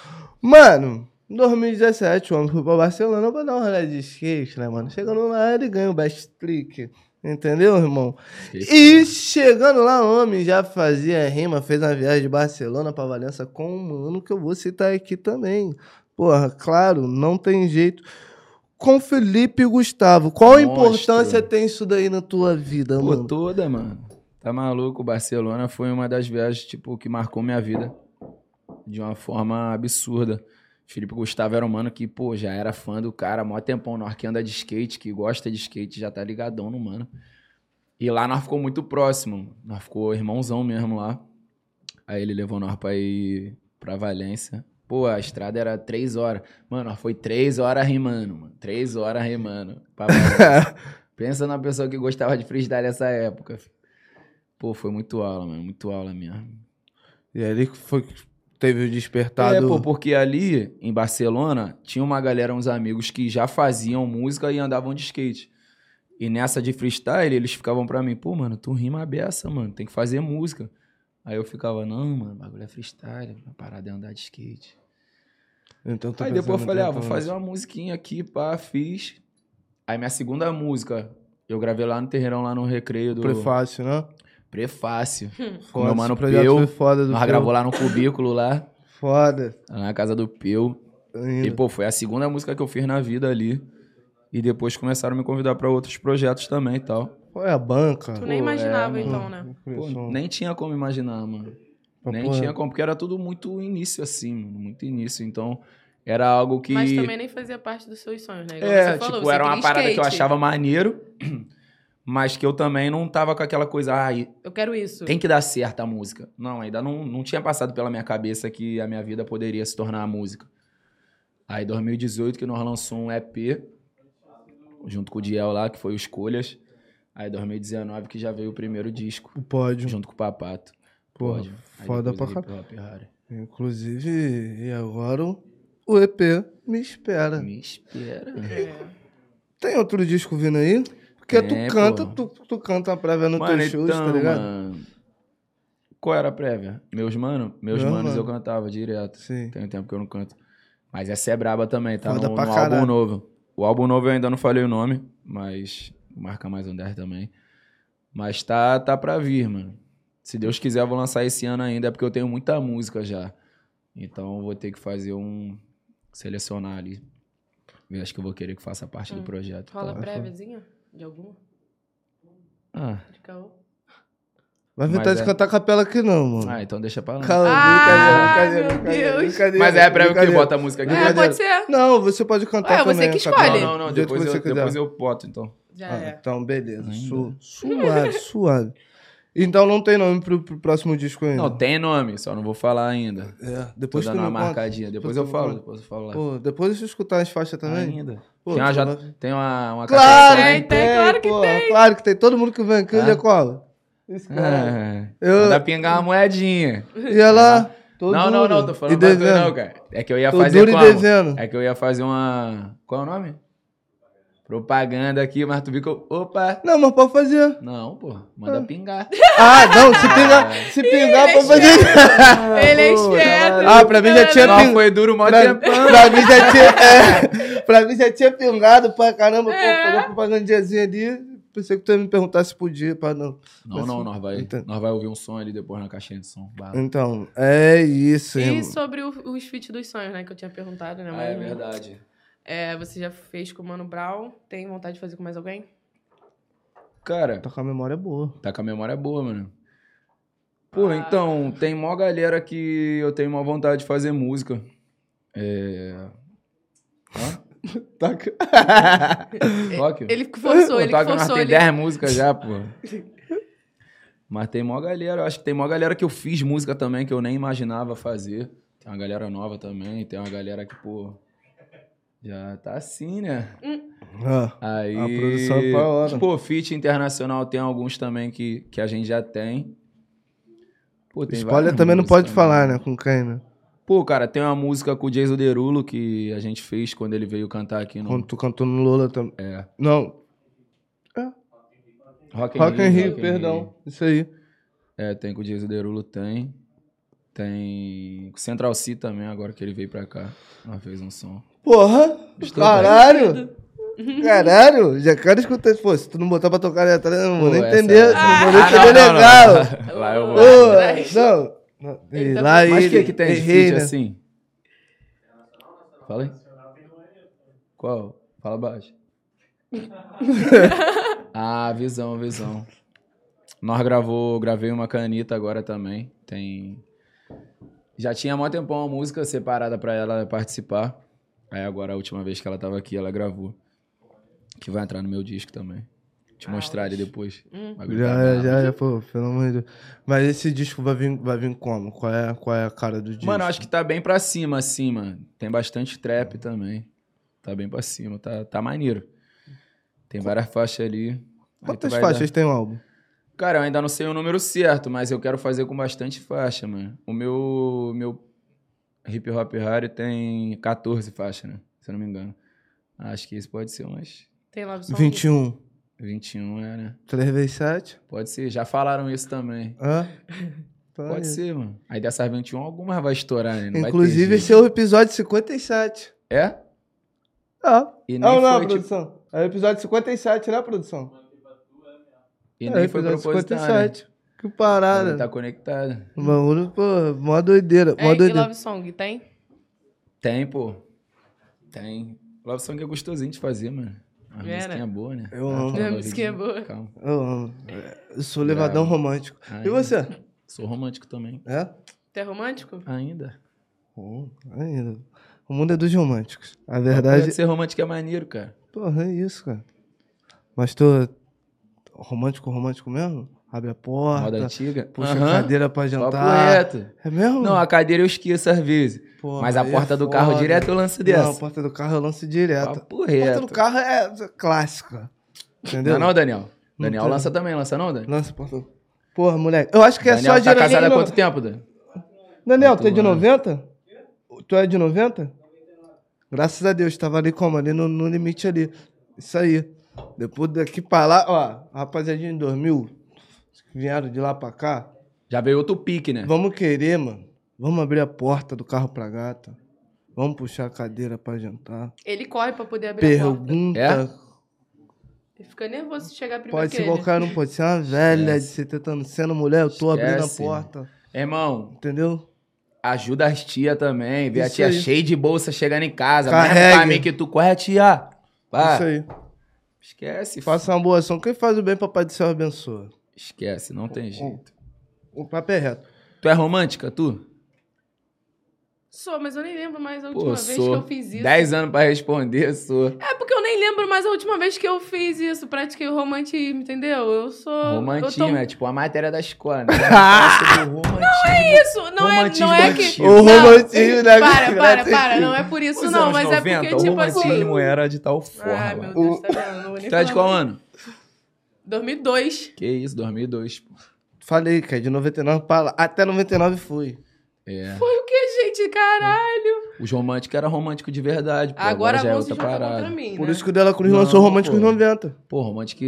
Speaker 1: Mano, em 2017, o homem foi pra Barcelona pra dar uma rolê de skate, né, mano? Chegando lá, ele ganha o best trick. Entendeu, irmão?
Speaker 3: é
Speaker 1: E chegando lá, o homem já fazia rima, fez uma viagem de Barcelona pra Valença com um mano que eu vou citar aqui também. Porra, claro, não tem jeito. Com Felipe Gustavo, qual a
Speaker 3: Monstro.
Speaker 1: importância tem isso daí na tua vida,
Speaker 3: Pô,
Speaker 1: mano?
Speaker 3: toda, mano. Tá maluco? Barcelona foi uma das viagens, tipo, que marcou minha vida de uma forma absurda. Felipe Gustavo era um mano que, pô, já era fã do cara, mó tempão. Nós que anda de skate, que gosta de skate, já tá ligadão no mano. E lá nós ficou muito próximo. Nós ficou irmãozão mesmo lá. Aí ele levou nós pra ir pra Valência. Pô, a estrada era três horas. Mano, nós foi três horas rimando, mano. Três horas rimando. pra Valência. Pensa na pessoa que gostava de freestyle nessa época. filho. Pô, foi muito aula, mano. Muito aula mesmo.
Speaker 1: E ali que foi que teve o despertado.
Speaker 3: É, pô, porque ali em Barcelona tinha uma galera, uns amigos que já faziam música e andavam de skate. E nessa de freestyle, eles ficavam pra mim, pô, mano, tu rima a beça, mano, tem que fazer música. Aí eu ficava, não, mano, bagulho é freestyle, a parada é andar de skate.
Speaker 1: Então tá
Speaker 3: Aí depois eu
Speaker 1: fazendo
Speaker 3: falei, ah,
Speaker 1: então
Speaker 3: vou fazer uma musiquinha aqui, pá, fiz. Aí minha segunda música, eu gravei lá no terreirão, lá no recreio do...
Speaker 1: Prefácio, né?
Speaker 3: Prefácio.
Speaker 1: Foda,
Speaker 3: meu
Speaker 1: esse
Speaker 3: mano
Speaker 1: projeto
Speaker 3: Peu,
Speaker 1: foi foda do
Speaker 3: Nós
Speaker 1: Peu.
Speaker 3: gravou lá no cubículo, lá,
Speaker 1: Foda. tá
Speaker 3: lá na casa do Peu.
Speaker 1: Ainda.
Speaker 3: E, pô, foi a segunda música que eu fiz na vida ali. E depois começaram a me convidar pra outros projetos também e tal.
Speaker 1: Qual é a banca?
Speaker 2: Tu nem
Speaker 3: Pô, é,
Speaker 2: imaginava,
Speaker 3: mano.
Speaker 2: então, né?
Speaker 3: Pô, nem tinha como imaginar, mano.
Speaker 1: Pra
Speaker 3: nem
Speaker 1: porra.
Speaker 3: tinha como, porque era tudo muito início, assim, mano, muito início. Então, era algo que.
Speaker 2: Mas também nem fazia parte dos seus sonhos, né? Igual
Speaker 3: é,
Speaker 2: você falou,
Speaker 3: tipo,
Speaker 2: você
Speaker 3: era uma
Speaker 2: queria
Speaker 3: parada que eu
Speaker 2: skate.
Speaker 3: achava maneiro, mas que eu também não tava com aquela coisa, ai,
Speaker 2: Eu quero isso.
Speaker 3: tem que dar certo a música. Não, ainda não, não tinha passado pela minha cabeça que a minha vida poderia se tornar a música. Aí, 2018, que nós lançou um EP, junto com o Diel lá, que foi o Escolhas. Aí, 2019, que já veio o primeiro disco,
Speaker 1: O pódio.
Speaker 3: junto com o Papato.
Speaker 1: Porra,
Speaker 3: Pódio. Aí
Speaker 1: foda
Speaker 3: depois
Speaker 1: pra
Speaker 3: o Hip Hop Harry.
Speaker 1: Inclusive, e agora o- o EP me espera.
Speaker 3: Me espera.
Speaker 2: É.
Speaker 1: Tem outro disco vindo aí? Porque
Speaker 3: Tem,
Speaker 1: tu canta,
Speaker 3: pô.
Speaker 1: tu, tu canta a prévia no
Speaker 3: Mano,
Speaker 1: teu show,
Speaker 3: então,
Speaker 1: tá ligado?
Speaker 3: mano, Qual era a prévia? Meus mano, meus
Speaker 1: Meu
Speaker 3: manos
Speaker 1: mano.
Speaker 3: eu cantava direto.
Speaker 1: Sim.
Speaker 3: Tem um tempo que eu não canto. Mas essa é braba também, tá?
Speaker 1: Foda
Speaker 3: no,
Speaker 1: pra
Speaker 3: no
Speaker 1: caralho.
Speaker 3: álbum novo. O álbum novo eu ainda não falei o nome, mas marca mais um 10 também. Mas tá, tá pra vir, mano. Se Deus quiser, eu vou lançar esse ano ainda, é porque eu tenho muita música já. Então eu vou ter que fazer um. selecionar ali. Eu acho que eu vou querer que faça parte
Speaker 2: Hum.
Speaker 3: do projeto. e
Speaker 2: Rola
Speaker 3: tal.
Speaker 2: préviazinha? De alguma?
Speaker 3: Ah,
Speaker 2: De caô?
Speaker 1: Vai
Speaker 3: Mas
Speaker 1: inventar de
Speaker 3: é.
Speaker 1: cantar capela aqui não, mano.
Speaker 3: ah, então deixa pra lá.
Speaker 1: Calma,
Speaker 2: Ah,
Speaker 1: brincadeira,
Speaker 2: meu
Speaker 1: brincadeira,
Speaker 2: Deus.
Speaker 1: brincadeira,
Speaker 3: Mas é a prévia que
Speaker 1: brincadeira.
Speaker 3: bota a música aqui.
Speaker 1: Brincadeira.
Speaker 2: É, pode ser.
Speaker 1: Não, você pode cantar
Speaker 2: Ué, você
Speaker 1: também.
Speaker 2: que
Speaker 1: capela.
Speaker 2: escolhe.
Speaker 3: Não, não, não.
Speaker 1: Do jeito
Speaker 3: Depois,
Speaker 1: que você
Speaker 3: eu,
Speaker 1: quiser.
Speaker 3: depois eu boto, então.
Speaker 2: Já
Speaker 1: Ah,
Speaker 2: é.
Speaker 1: Então, beleza.
Speaker 3: Ainda.
Speaker 1: Su- suave, suave. Então não tem nome pro, pro próximo disco ainda.
Speaker 3: Não, tem nome, só não vou falar ainda.
Speaker 1: É,
Speaker 3: Tô
Speaker 1: depois tu
Speaker 3: dando uma
Speaker 1: me conta.
Speaker 3: marcadinha. Depois eu
Speaker 1: tu me
Speaker 3: falo,
Speaker 1: conta.
Speaker 3: depois eu falo lá.
Speaker 1: Pô, depois de escutar as faixas também.
Speaker 3: Ainda.
Speaker 1: Pô,
Speaker 3: tem uma,
Speaker 1: tu
Speaker 3: já-
Speaker 1: vai-
Speaker 3: tem uma, uma
Speaker 1: Claro,
Speaker 3: cachaça aí?
Speaker 2: Tem, tem, claro que
Speaker 1: tem. Claro que tem. Todo mundo que vem aqui,
Speaker 3: Ah.
Speaker 1: ele cola. Isso, cara.
Speaker 3: Ah,
Speaker 1: Eu-
Speaker 3: Dá pingar uma moedinha.
Speaker 1: E ela. Tô
Speaker 3: não, não,
Speaker 1: duro
Speaker 3: não, tô
Speaker 1: e
Speaker 3: falando pra tu
Speaker 1: devendo.
Speaker 3: não, cara. É que eu ia
Speaker 1: Tô
Speaker 3: fazer
Speaker 1: duro e
Speaker 3: como?
Speaker 1: devendo.
Speaker 3: É que eu ia fazer uma... Qual é o nome? Propaganda aqui, mas tu viu que eu... Opa!
Speaker 1: Não, mas pode fazer.
Speaker 3: Não, pô. Manda pingar.
Speaker 1: Ah, não, se pingar, se pingar, pode fazer.
Speaker 2: Ele é
Speaker 3: Pô,
Speaker 2: esperto.
Speaker 1: Ah, pra mim já tinha
Speaker 3: Não,
Speaker 1: pingado.
Speaker 3: foi duro mó
Speaker 1: Pra,
Speaker 3: tempão.
Speaker 1: pra mim já tinha. é, pra mim já tinha pingado pra caramba. Pô,
Speaker 2: É.
Speaker 1: fazer uma propagandiazinha ali. Pensei que tu ia me perguntar se podia, pá, não.
Speaker 3: Não, não, nós vai,
Speaker 1: Entendo.
Speaker 3: nós vai ouvir um som ali depois na caixinha de som. Bala.
Speaker 1: Então, é isso, irmão.
Speaker 2: E sobre o- os feats dos sonhos, né? Que eu tinha perguntado, né?
Speaker 3: Ah,
Speaker 2: mais
Speaker 3: é
Speaker 2: um.
Speaker 3: verdade.
Speaker 2: É, você já fez com o Mano Brown. Tem vontade de fazer com mais alguém?
Speaker 3: Cara,
Speaker 1: Tá com a memória boa.
Speaker 3: tá com a memória boa, mano. Pô,
Speaker 2: Ah.
Speaker 3: então, tem mó galera que eu tenho uma vontade de fazer música. É. Hã?
Speaker 1: Tá com-
Speaker 3: Tóquio?
Speaker 2: Ele que forçou,
Speaker 3: Pô,
Speaker 2: ele que
Speaker 3: Tóquio, nós
Speaker 2: forçou.
Speaker 3: tem
Speaker 2: Ele...
Speaker 3: 10 músicas já, pô. Mas tem mó galera, eu acho que tem mó galera que eu fiz música também que eu nem imaginava fazer. Tem uma galera nova também, tem uma galera que, pô. Já tá assim, né?
Speaker 1: Ah,
Speaker 3: Aí,
Speaker 1: A produção é pra hora.
Speaker 3: Pô, fit internacional tem alguns também que, que a gente já tem. Pô, tem
Speaker 1: spoiler
Speaker 3: várias
Speaker 1: também não
Speaker 3: músicas,
Speaker 1: pode falar, né? Com quem, né?
Speaker 3: Pô, cara, tem uma música com o Jason Derulo que a gente fez quando ele veio cantar aqui no
Speaker 1: Quando tu cantou no Lola também.
Speaker 3: É.
Speaker 1: Não,
Speaker 3: Rock,
Speaker 1: Rock in Rio,
Speaker 3: Rock in
Speaker 1: perdão. Isso aí.
Speaker 3: É, tem com o Jason Derulo, tem. Tem com o Central C também, agora que ele veio pra cá. Nós fez um som.
Speaker 1: Porra!
Speaker 3: Estou
Speaker 1: Caralho! Caralho! Já quero escutar isso. Pô, se tu não botar pra tocar ali atrás, eu não vou
Speaker 3: Pô,
Speaker 1: nem
Speaker 3: essa-
Speaker 1: entender.
Speaker 3: essa-
Speaker 1: Não vou
Speaker 3: Ah,
Speaker 1: nem
Speaker 3: não,
Speaker 1: entender
Speaker 3: não, não.
Speaker 1: legal.
Speaker 3: Lá eu
Speaker 1: Ô,
Speaker 3: vou.
Speaker 1: não.
Speaker 2: Ele tá-
Speaker 1: Lá
Speaker 3: Mas o
Speaker 1: ele,
Speaker 3: que, que tem de
Speaker 1: errei,
Speaker 3: feat
Speaker 1: né?
Speaker 3: assim? Fala aí. Qual? Fala baixo. ah, visão, visão. Nós gravou, gravei uma canita agora também. Tem. Já tinha há mó tempão uma música separada pra ela participar. Aí agora a última vez que ela tava aqui, ela gravou. Que vai entrar no meu disco também. Te mostrar ali depois.
Speaker 2: Hum.
Speaker 3: Bagulho tá
Speaker 1: Já,
Speaker 3: brabo.
Speaker 1: já, já, pô, pelo amor de Deus. Mas esse disco vai vir, vai vir como? Qual é, qual é a cara do disco?
Speaker 3: Mano, acho que tá bem pra cima, assim, mano. Tem bastante trap também. Tá bem pra cima, tá, tá maneiro. Tem várias faixas ali. Aí tu
Speaker 1: Quantas
Speaker 3: vai
Speaker 1: faixas tem o álbum?
Speaker 3: dar- Cara, eu ainda não sei o número certo, mas eu quero fazer com bastante faixa, mano. O meu, meu hip hop raro tem 14 faixas, né? Se eu não me engano. Acho que isso pode ser umas
Speaker 2: Tem Love Song?
Speaker 1: 21.
Speaker 3: 21 é, né?
Speaker 1: 3 vezes 7?
Speaker 3: Pode ser, já falaram isso também.
Speaker 1: Hã? Então
Speaker 3: Pode
Speaker 1: é isso.
Speaker 3: ser, mano. Aí dessas 21, algumas vai estourar, né? Não vai ter
Speaker 1: Inclusive, esse
Speaker 3: jeito.
Speaker 1: é o episódio 57.
Speaker 3: É?
Speaker 1: Ah,
Speaker 3: E nem
Speaker 1: não, não,
Speaker 3: foi, tipo,
Speaker 1: produção. É o episódio 57, né, produção?
Speaker 3: e
Speaker 1: é,
Speaker 3: nem foi
Speaker 1: episódio
Speaker 3: proposital, né?
Speaker 1: Que
Speaker 3: Ela
Speaker 1: parada.
Speaker 3: Tá conectada.
Speaker 1: O bagulho, pô, mó doideira,
Speaker 2: É
Speaker 1: mó
Speaker 2: que
Speaker 1: doideira.
Speaker 2: Love Song, tem?
Speaker 3: Tem, pô. Tem. Love Song é gostosinho de fazer, mano. Uma
Speaker 2: Era.
Speaker 3: musiquinha boa, né?
Speaker 1: Eu
Speaker 3: Ah,
Speaker 1: amo.
Speaker 3: fala
Speaker 2: A musiquinha é
Speaker 3: novidinho.
Speaker 2: boa.
Speaker 3: Calma.
Speaker 1: Eu amo. Eu sou levadão
Speaker 3: Bravo.
Speaker 1: romântico. E
Speaker 3: Ainda.
Speaker 1: você?
Speaker 3: Sou romântico também.
Speaker 1: É?
Speaker 2: Tu é romântico?
Speaker 3: Ainda.
Speaker 1: Hum, ainda. O mundo é dos românticos.
Speaker 3: Tá
Speaker 1: A
Speaker 3: Pô,
Speaker 1: verdade.
Speaker 3: Ser romântico é maneiro, cara.
Speaker 1: Porra, é isso, cara. Mas tô romântico, romântico mesmo? Abre a
Speaker 3: Moda
Speaker 1: porta,
Speaker 3: antiga.
Speaker 1: Ah, tá. puxa
Speaker 3: Aham.
Speaker 1: a cadeira pra
Speaker 3: Papo
Speaker 1: jantar.
Speaker 3: reto.
Speaker 1: É mesmo?
Speaker 3: Não, a cadeira eu esqueço às vezes.
Speaker 1: Porra,
Speaker 3: mas a
Speaker 1: aí é
Speaker 3: porta do carro
Speaker 1: foda.
Speaker 3: direto eu lanço
Speaker 1: Não, a
Speaker 3: dessa.
Speaker 1: porta do carro eu lanço direto.
Speaker 3: Papo
Speaker 1: A porta
Speaker 3: reto.
Speaker 1: do carro é clássica. Entendeu?
Speaker 3: Não, é não, Daniel.
Speaker 1: Não
Speaker 3: Daniel
Speaker 1: tem.
Speaker 3: lança também, lança não, Daniel?
Speaker 1: Lança a porta do... Porra, moleque. Eu acho que é só
Speaker 3: Daniel tá
Speaker 1: adrenalina.
Speaker 3: casado há quanto tempo, Daniel?
Speaker 1: Daniel,
Speaker 3: Muito
Speaker 1: tu é de
Speaker 3: bom.
Speaker 1: 90? Tu é de 90? Graças a Deus, tava ali como? Ali no, no limite ali. Isso aí. Depois daqui pra lá, ó, rapaziadinha em 2000, os que vieram de lá pra cá.
Speaker 3: Já veio outro pique, né?
Speaker 1: Vamos querer, mano. Vamos abrir a porta do carro pra gata. Vamos puxar a cadeira pra jantar.
Speaker 2: Ele corre pra poder abrir a porta.
Speaker 1: Pergunta.
Speaker 3: É?
Speaker 2: Ele fica nervoso se chegar primeiro
Speaker 1: Pode
Speaker 2: que
Speaker 1: ser
Speaker 2: ele.
Speaker 1: qualquer cara, não pode ser uma velha de 70 anos. Sendo mulher, eu tô abrindo a
Speaker 3: Esquece.
Speaker 1: porta.
Speaker 3: Irmão,
Speaker 1: Entendeu?
Speaker 3: ajuda as tia também. Vê a
Speaker 1: Isso
Speaker 3: tia
Speaker 1: aí.
Speaker 3: cheia de bolsa chegando em casa.
Speaker 1: Carrega.
Speaker 3: Mesmo caminho que tu corre, a tia. Pá.
Speaker 1: Isso aí.
Speaker 3: Esquece,
Speaker 1: Faça uma boa ação. Quem faz o bem, papai do céu abençoa.
Speaker 3: Esquece, não tem
Speaker 1: Hum.
Speaker 3: jeito.
Speaker 1: O papo é reto.
Speaker 3: Tu é romântica, tu?
Speaker 2: Sou, mas eu nem lembro mais a última
Speaker 3: Pô,
Speaker 2: vez
Speaker 3: sou.
Speaker 2: que eu fiz isso.
Speaker 3: 10 anos pra responder, sou.
Speaker 2: É porque eu nem lembro mais a última vez que eu fiz isso. Pratiquei o romantismo, entendeu? Eu sou.
Speaker 3: Romantismo,
Speaker 2: eu
Speaker 3: é tipo a matéria da escola, né? Não
Speaker 2: tô... Isso, não é,
Speaker 3: romantismo
Speaker 2: não é que.
Speaker 3: antigo.
Speaker 1: O
Speaker 2: Não,
Speaker 1: romantismo, né?
Speaker 2: Para, para, para. Não é por isso, não. Mas é porque,
Speaker 3: o
Speaker 2: tipo assim.
Speaker 3: romantismo é- era de tal forma.
Speaker 2: Ai, meu Deus, tá vendo? Não vou nem
Speaker 3: Tu é de qual
Speaker 2: falar.
Speaker 3: ano?
Speaker 2: 2002.
Speaker 3: Que isso, 2002, pô.
Speaker 1: Falei, cara, de 99 pra lá. Até 99 fui.
Speaker 3: É.
Speaker 2: Foi o que, gente? Caralho.
Speaker 3: Os românticos eram romântico de verdade, pô.
Speaker 2: Agora,
Speaker 3: Agora, já é
Speaker 2: vão se
Speaker 3: outra
Speaker 2: juntar
Speaker 3: parada.
Speaker 2: contra mim.
Speaker 1: Por
Speaker 2: né?
Speaker 1: isso que o Dela Cruz
Speaker 3: Não,
Speaker 1: lançou Românticos
Speaker 3: pô.
Speaker 1: 90.
Speaker 3: Pô, romântico,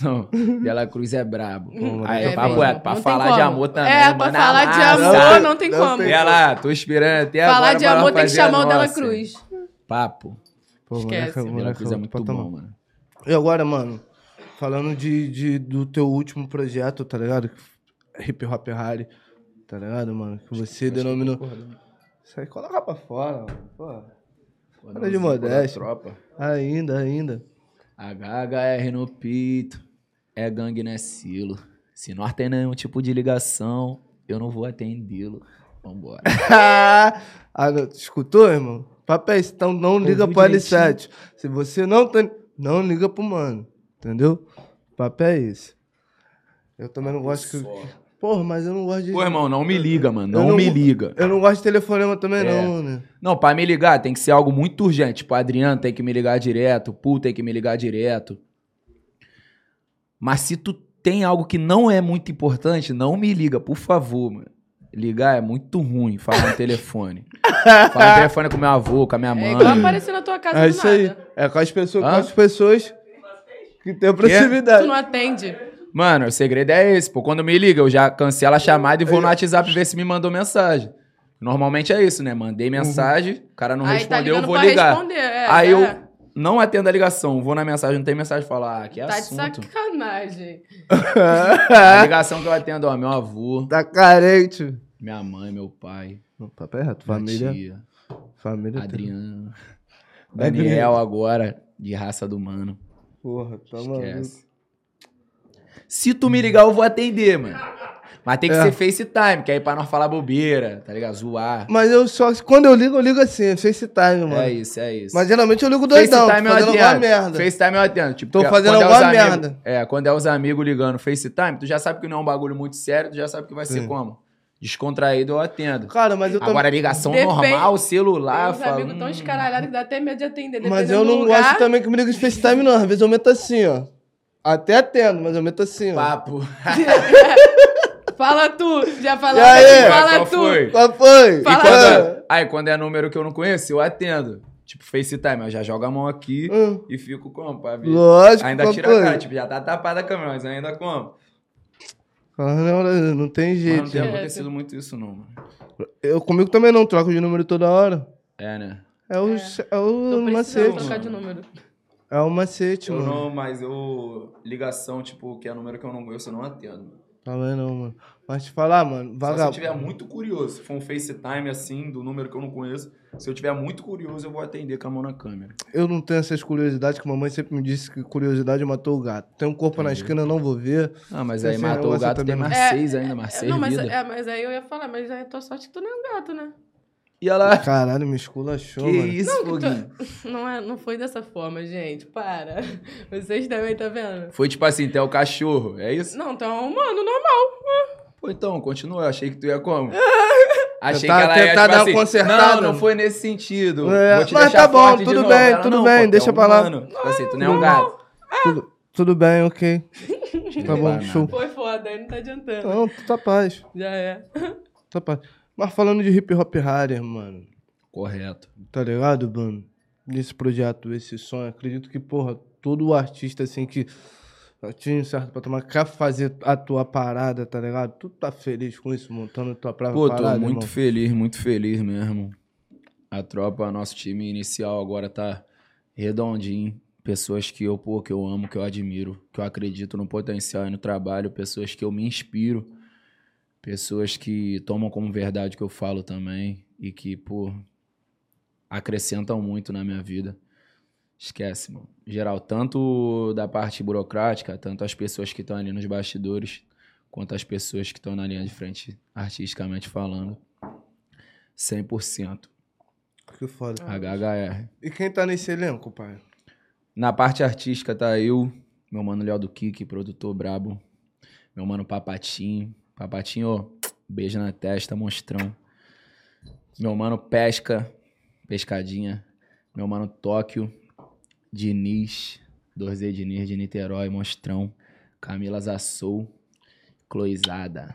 Speaker 3: não. Dela Cruz é brabo.
Speaker 2: Hum,
Speaker 3: Aí,
Speaker 2: é
Speaker 3: papo
Speaker 2: mesmo.
Speaker 3: é, pra
Speaker 2: Não tem
Speaker 3: falar de
Speaker 2: como.
Speaker 3: amor também.
Speaker 2: É, pra
Speaker 3: manda
Speaker 2: falar de
Speaker 3: abraço.
Speaker 2: amor não tem
Speaker 1: Não
Speaker 2: como.
Speaker 1: tem
Speaker 3: Sei lá, tô esperando até
Speaker 2: Falar
Speaker 3: agora
Speaker 2: de
Speaker 3: pra nós
Speaker 2: amor tem que
Speaker 3: fazer a
Speaker 2: chamar o Dela
Speaker 3: nossa.
Speaker 2: Cruz. É
Speaker 3: Papo.
Speaker 1: Pô,
Speaker 2: Esquece.
Speaker 1: moleque,
Speaker 3: Dela Cruz é
Speaker 1: outro
Speaker 2: tá
Speaker 3: muito
Speaker 1: patamar.
Speaker 3: bom, mano.
Speaker 1: E agora, mano, falando de, de- do teu último projeto, tá ligado? Hip Hop Rally, tá ligado, mano? Que você denominou. Isso aí coloca pra fora, mano. Pô. Olha de modéstia.
Speaker 3: Tropa.
Speaker 1: Ainda, ainda.
Speaker 3: HHR no pito. É gangue, né, Silo? Se nós tem nenhum tipo de ligação, eu não vou atendê-lo. Vambora.
Speaker 1: ah, não, escutou, irmão? Papo é esse, então não liga
Speaker 3: Ouviu
Speaker 1: pro
Speaker 3: direitinho.
Speaker 1: L7. Se você não tem. Não liga pro mano. Entendeu? Papo é esse. Eu também não gosto que. Porra, mas eu não gosto de.
Speaker 3: Pô, irmão, não me liga, mano.
Speaker 1: Eu
Speaker 3: Não,
Speaker 1: não-
Speaker 3: me liga.
Speaker 1: Eu não gosto de telefonema também,
Speaker 3: É.
Speaker 1: não, né?
Speaker 3: Não, pra me ligar tem que ser algo muito urgente. Tipo, Adriano tem que me ligar direto, o Pul tem que me ligar direto. Mas se tu tem algo que não é muito importante, não me liga, por favor, mano. Ligar é muito ruim, falar no telefone. falar no telefone com meu avô, com a minha mãe.
Speaker 2: É igual aparecer na tua casa
Speaker 1: É
Speaker 2: do
Speaker 1: isso
Speaker 2: nada.
Speaker 1: aí. É com as pessoas,
Speaker 3: Hã?
Speaker 1: com as pessoas que tem
Speaker 2: Tu
Speaker 1: proximidade.
Speaker 2: não atende.
Speaker 3: Mano, o segredo é esse, pô. Quando me liga, eu já cancelo a chamada e
Speaker 2: É.
Speaker 3: vou no WhatsApp ver se me mandou mensagem. Normalmente é isso, né? Mandei mensagem, o cara não
Speaker 2: aí tá
Speaker 3: respondeu,
Speaker 2: ligando
Speaker 3: eu vou
Speaker 2: pra
Speaker 3: ligar.
Speaker 2: responder. É, é.
Speaker 3: Aí eu não atendo a ligação, vou na mensagem, não tem mensagem, falo, ah, que
Speaker 2: Tá
Speaker 3: assunto.
Speaker 2: de sacanagem.
Speaker 1: Ah.
Speaker 3: A ligação que eu atendo, ó, meu avô,
Speaker 1: tá carente.
Speaker 3: minha mãe, meu pai,
Speaker 1: Não, papo é reto.
Speaker 3: família,
Speaker 1: Família. Família. tem-
Speaker 3: Adriano,
Speaker 1: Adriano.
Speaker 3: Daniel agora, de raça do mano.
Speaker 1: Porra, tá maluco.
Speaker 3: Esquece. Se tu me ligar, eu vou atender, mano. Mas tem que
Speaker 1: É.
Speaker 3: ser FaceTime, que aí pra nós falar bobeira, tá ligado? Zoar.
Speaker 1: Mas eu só. Quando eu ligo, eu ligo assim, FaceTime, mano.
Speaker 3: É isso, é isso. é
Speaker 1: Mas geralmente eu ligo doidão, tô
Speaker 3: FaceTime eu
Speaker 1: fazendo alguma
Speaker 3: atendo.
Speaker 1: merda.
Speaker 3: FaceTime eu atendo. Tipo,
Speaker 1: Tô
Speaker 3: que-
Speaker 1: fazendo
Speaker 3: quando é os
Speaker 1: alguma
Speaker 3: amigos-
Speaker 1: merda.
Speaker 3: É, quando é os amigos ligando FaceTime, tu já sabe que não é um bagulho muito sério, tu já sabe que vai ser
Speaker 1: Sim.
Speaker 3: como? Descontraído eu atendo.
Speaker 1: Cara, mas eu também.
Speaker 3: Agora, ligação
Speaker 2: Depende.
Speaker 3: normal, celular,
Speaker 2: Tem uns
Speaker 3: fala,
Speaker 2: amigos tão
Speaker 3: hum,
Speaker 2: escaralhados que dá até medo de atender.
Speaker 3: é
Speaker 1: Mas
Speaker 2: dependendo
Speaker 1: eu
Speaker 2: do
Speaker 1: não
Speaker 2: lugar.
Speaker 1: gosto também que me liga de FaceTime, não. Às vezes eu meto assim, ó. Até atendo, mas eu meto assim, ó.
Speaker 3: Papo.
Speaker 2: Fala tu. Já falou.
Speaker 1: E aí?
Speaker 2: É. Fala
Speaker 3: Qual
Speaker 2: tu.
Speaker 3: foi?
Speaker 1: Qual foi?
Speaker 2: Fala-
Speaker 3: Quando-
Speaker 1: Qual-
Speaker 3: Aí, quando é número que eu não conheço, eu atendo. Tipo, FaceTime, eu já jogo a mão aqui
Speaker 1: Hum,
Speaker 3: e fico como, pra ver.
Speaker 1: lógico.
Speaker 3: Ainda tira a
Speaker 1: papai.
Speaker 3: cara, tipo, já tá tapada a câmera, mas ainda como.
Speaker 1: Ah, não, não tem
Speaker 3: Mas não
Speaker 1: jeito.
Speaker 3: tem
Speaker 2: é.
Speaker 3: acontecido muito isso, não, mano.
Speaker 1: Eu comigo também não troco de número toda hora.
Speaker 3: É, né?
Speaker 1: É o,
Speaker 2: É.
Speaker 1: é o
Speaker 2: Tô precisando
Speaker 1: macete.
Speaker 2: trocar de número.
Speaker 1: É o macete,
Speaker 3: Eu
Speaker 2: Uhum.
Speaker 1: mano.
Speaker 3: Tipo, não, mas eu. Ligação, tipo, que é número que eu não conheço, eu não atendo.
Speaker 1: Também não, mano. Mas te falar, mano,
Speaker 3: Só se eu
Speaker 1: vagabundo.
Speaker 3: tiver muito curioso, se for um FaceTime assim, do número que eu não conheço, se eu tiver muito curioso, eu vou atender com a mão na câmera.
Speaker 1: Eu não tenho essas curiosidades que mamãe sempre me disse que curiosidade matou o gato. Tem um corpo na
Speaker 3: Entendi.
Speaker 1: esquina, eu não vou ver.
Speaker 3: Ah, mas
Speaker 1: aí
Speaker 3: aí
Speaker 1: Esse matou negócio
Speaker 3: matou o
Speaker 1: o gato,
Speaker 3: gato,
Speaker 1: também né? tem não.
Speaker 3: tem mais
Speaker 1: mais
Speaker 2: É,
Speaker 3: seis ainda, mais seis
Speaker 2: não, mas, é, mas aí eu ia falar, mas aí é tua sorte que tu não é um gato, né?
Speaker 3: E ela.
Speaker 1: Caralho, me esculachou,
Speaker 3: Que
Speaker 1: mano.
Speaker 3: isso, Foguinho?
Speaker 2: Não, é, não foi dessa forma, gente. Para. Vocês também, tá vendo?
Speaker 3: Foi tipo assim, tu é o cachorro, é isso?
Speaker 2: Não, então é um humano normal.
Speaker 3: Pô, então, continua, eu achei que tu ia como? Achei
Speaker 1: Tentar-
Speaker 3: que
Speaker 1: Tá
Speaker 3: ela ia
Speaker 1: tentar
Speaker 3: tipo
Speaker 1: dar
Speaker 3: assim,
Speaker 1: uma consertada.
Speaker 3: Não, não foi nesse sentido.
Speaker 1: É,
Speaker 3: Vou te
Speaker 1: mas
Speaker 3: deixar
Speaker 1: tá bom,
Speaker 3: forte de
Speaker 1: tudo
Speaker 3: novo.
Speaker 1: bem,
Speaker 3: Ela,
Speaker 1: tudo
Speaker 3: não,
Speaker 1: bem,
Speaker 3: pô, tu
Speaker 1: deixa
Speaker 3: é um
Speaker 1: pra lá.
Speaker 3: humano. Tipo assim, tu não é um gato.
Speaker 1: Tudo, tudo bem, ok. Tá bom,
Speaker 3: Não,
Speaker 1: show.
Speaker 2: Foi foda, aí não tá adiantando.
Speaker 1: Não, tu tá paz.
Speaker 2: Já é.
Speaker 1: Tá paz. Mas falando de hip hop harder, mano.
Speaker 3: Correto.
Speaker 1: Tá ligado, mano? Nesse projeto, esse sonho, acredito que, porra, todo artista, assim, que tinha um certo pra tomar, quer fazer a tua parada, tá ligado? Tu tá feliz com isso, montando tua própria
Speaker 3: Pô, tô
Speaker 1: parada,
Speaker 3: muito
Speaker 1: irmão?
Speaker 3: feliz, muito feliz mesmo. A tropa, nosso time inicial agora tá redondinho. Pessoas que eu, pô, que eu amo, que eu admiro, que eu acredito no potencial e no trabalho, pessoas que eu me inspiro, pessoas que tomam como verdade o que eu falo também e que, pô, acrescentam muito na minha vida. Esquece, mano. Geral, tanto da parte burocrática, tanto as pessoas que estão ali nos bastidores, quanto as pessoas que estão na linha de frente, artisticamente falando. 100%
Speaker 1: Que foda.
Speaker 3: HHR.
Speaker 1: E quem tá nesse elenco, pai?
Speaker 3: Na parte artística tá eu, meu mano Léo do Kik, produtor brabo. Meu mano Papatinho. Papatinho, ó, beijo na testa, monstrão. Meu mano Pesca, Pescadinha. Meu mano Tóquio, Diniz, 2Z Diniz de Niterói, monstrão. Camila Zassou, Cloizada.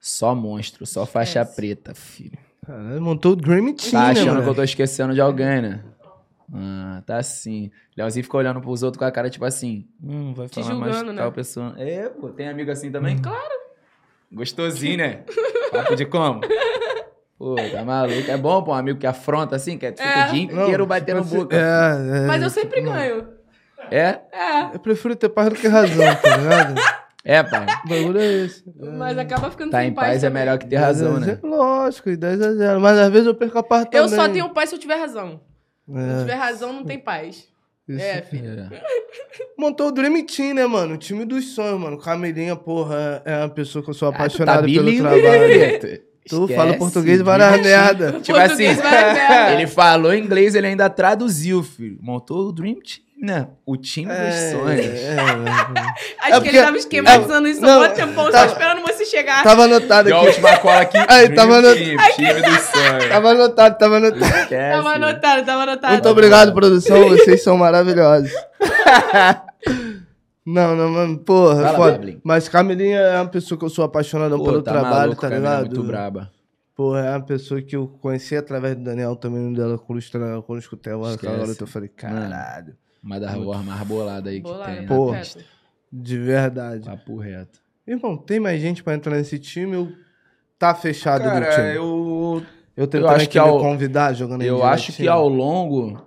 Speaker 3: Só monstro, só faixa
Speaker 2: Esquece.
Speaker 3: preta, filho.
Speaker 1: Caralho, montou o Dream Team,
Speaker 3: Tá
Speaker 1: né,
Speaker 3: achando
Speaker 1: mano?
Speaker 3: que eu tô esquecendo de alguém, né? Ah, tá sim. Leozinho fica olhando pros outros com a cara, tipo assim. Hum, vai
Speaker 2: Te
Speaker 3: falar mais
Speaker 2: julgando, né?
Speaker 3: tal pessoa. É, pô, tem amigo assim também? Claro. Gostosinho, né? Papo de como? Pô, tá maluco. É bom pra um amigo que afronta assim, que fica
Speaker 2: É.
Speaker 3: o dia inteiro batendo
Speaker 1: você-
Speaker 3: boca.
Speaker 1: É, é.
Speaker 2: Mas eu sempre
Speaker 1: Não.
Speaker 2: ganho.
Speaker 3: assim, É?
Speaker 2: É.
Speaker 1: Eu prefiro ter paz do que razão, tá ligado?
Speaker 3: É, pai.
Speaker 1: O bagulho é esse.
Speaker 2: Mas acaba ficando
Speaker 3: Tá
Speaker 2: sem
Speaker 3: em paz é
Speaker 2: também.
Speaker 3: melhor que ter razão,
Speaker 1: 10 a
Speaker 3: né?
Speaker 1: 0, Lógico, e 10 a 0. Mas às vezes eu perco a paz também.
Speaker 2: Eu só tenho paz se eu tiver razão. Se eu
Speaker 1: É,
Speaker 2: tiver razão, não tem paz.
Speaker 1: isso.
Speaker 2: É, filho.
Speaker 3: É.
Speaker 1: Montou o Dream Team, né, mano? O time dos sonhos, mano. Camelinha, porra, é é uma pessoa que eu
Speaker 3: Ah,
Speaker 1: sou apaixonado pelo
Speaker 3: tá bilíngue,
Speaker 1: trabalho.
Speaker 3: né?
Speaker 1: Tu
Speaker 3: Esquece,
Speaker 1: fala português e várias
Speaker 3: bilíngue.
Speaker 1: merda.
Speaker 3: Tipo assim,
Speaker 2: Português vai merda.
Speaker 3: ele falou inglês, ele ainda traduziu, filho. Montou o Dream Team, né? O time dos sonhos.
Speaker 1: é, é.
Speaker 2: Acho
Speaker 1: É
Speaker 2: que
Speaker 1: porque-
Speaker 2: ele tava esquematizando isso há
Speaker 1: Não,
Speaker 2: um tempão, só
Speaker 3: tá-
Speaker 1: tava-
Speaker 2: esperando você chegar.
Speaker 1: Tava anotado
Speaker 3: Deu a
Speaker 1: aqui.
Speaker 3: última cola aqui.
Speaker 1: Aí,
Speaker 3: Dream
Speaker 1: tava no-
Speaker 3: Team, time dos sonhos.
Speaker 1: Tava anotado, tava anotado.
Speaker 3: Esquece.
Speaker 2: Tava anotado, tava anotado.
Speaker 3: Então,
Speaker 1: Muito obrigado, produção. Vocês são maravilhosos. Não, não, mano, porra,
Speaker 3: Fala,
Speaker 1: foda.
Speaker 3: Dublin.
Speaker 1: Mas Camelinha é uma pessoa que eu sou apaixonado
Speaker 3: Pô,
Speaker 1: pelo
Speaker 3: tá
Speaker 1: trabalho,
Speaker 3: maluco,
Speaker 1: tá
Speaker 3: Camila é
Speaker 1: ligado?
Speaker 3: Muito braba.
Speaker 1: Porra, é uma pessoa que eu conheci através do Daniel também, dela Cruz, tá ligado? quando eu escutei ela,
Speaker 3: Esquece.
Speaker 1: agora eu falei, caralho,
Speaker 3: Uma das boas mais boladas aí que
Speaker 2: Bolada,
Speaker 3: tem. né?
Speaker 1: Pô.
Speaker 2: Porra.
Speaker 1: de verdade.
Speaker 3: Papo reto.
Speaker 1: Irmão, tem mais gente pra entrar nesse time ou tá fechado no time? Eu,
Speaker 3: eu
Speaker 1: tentando
Speaker 3: eu acho
Speaker 1: aqui
Speaker 3: que
Speaker 1: me
Speaker 3: ao-
Speaker 1: convidar jogando em
Speaker 3: Eu acho que
Speaker 1: direitinho.
Speaker 3: ao longo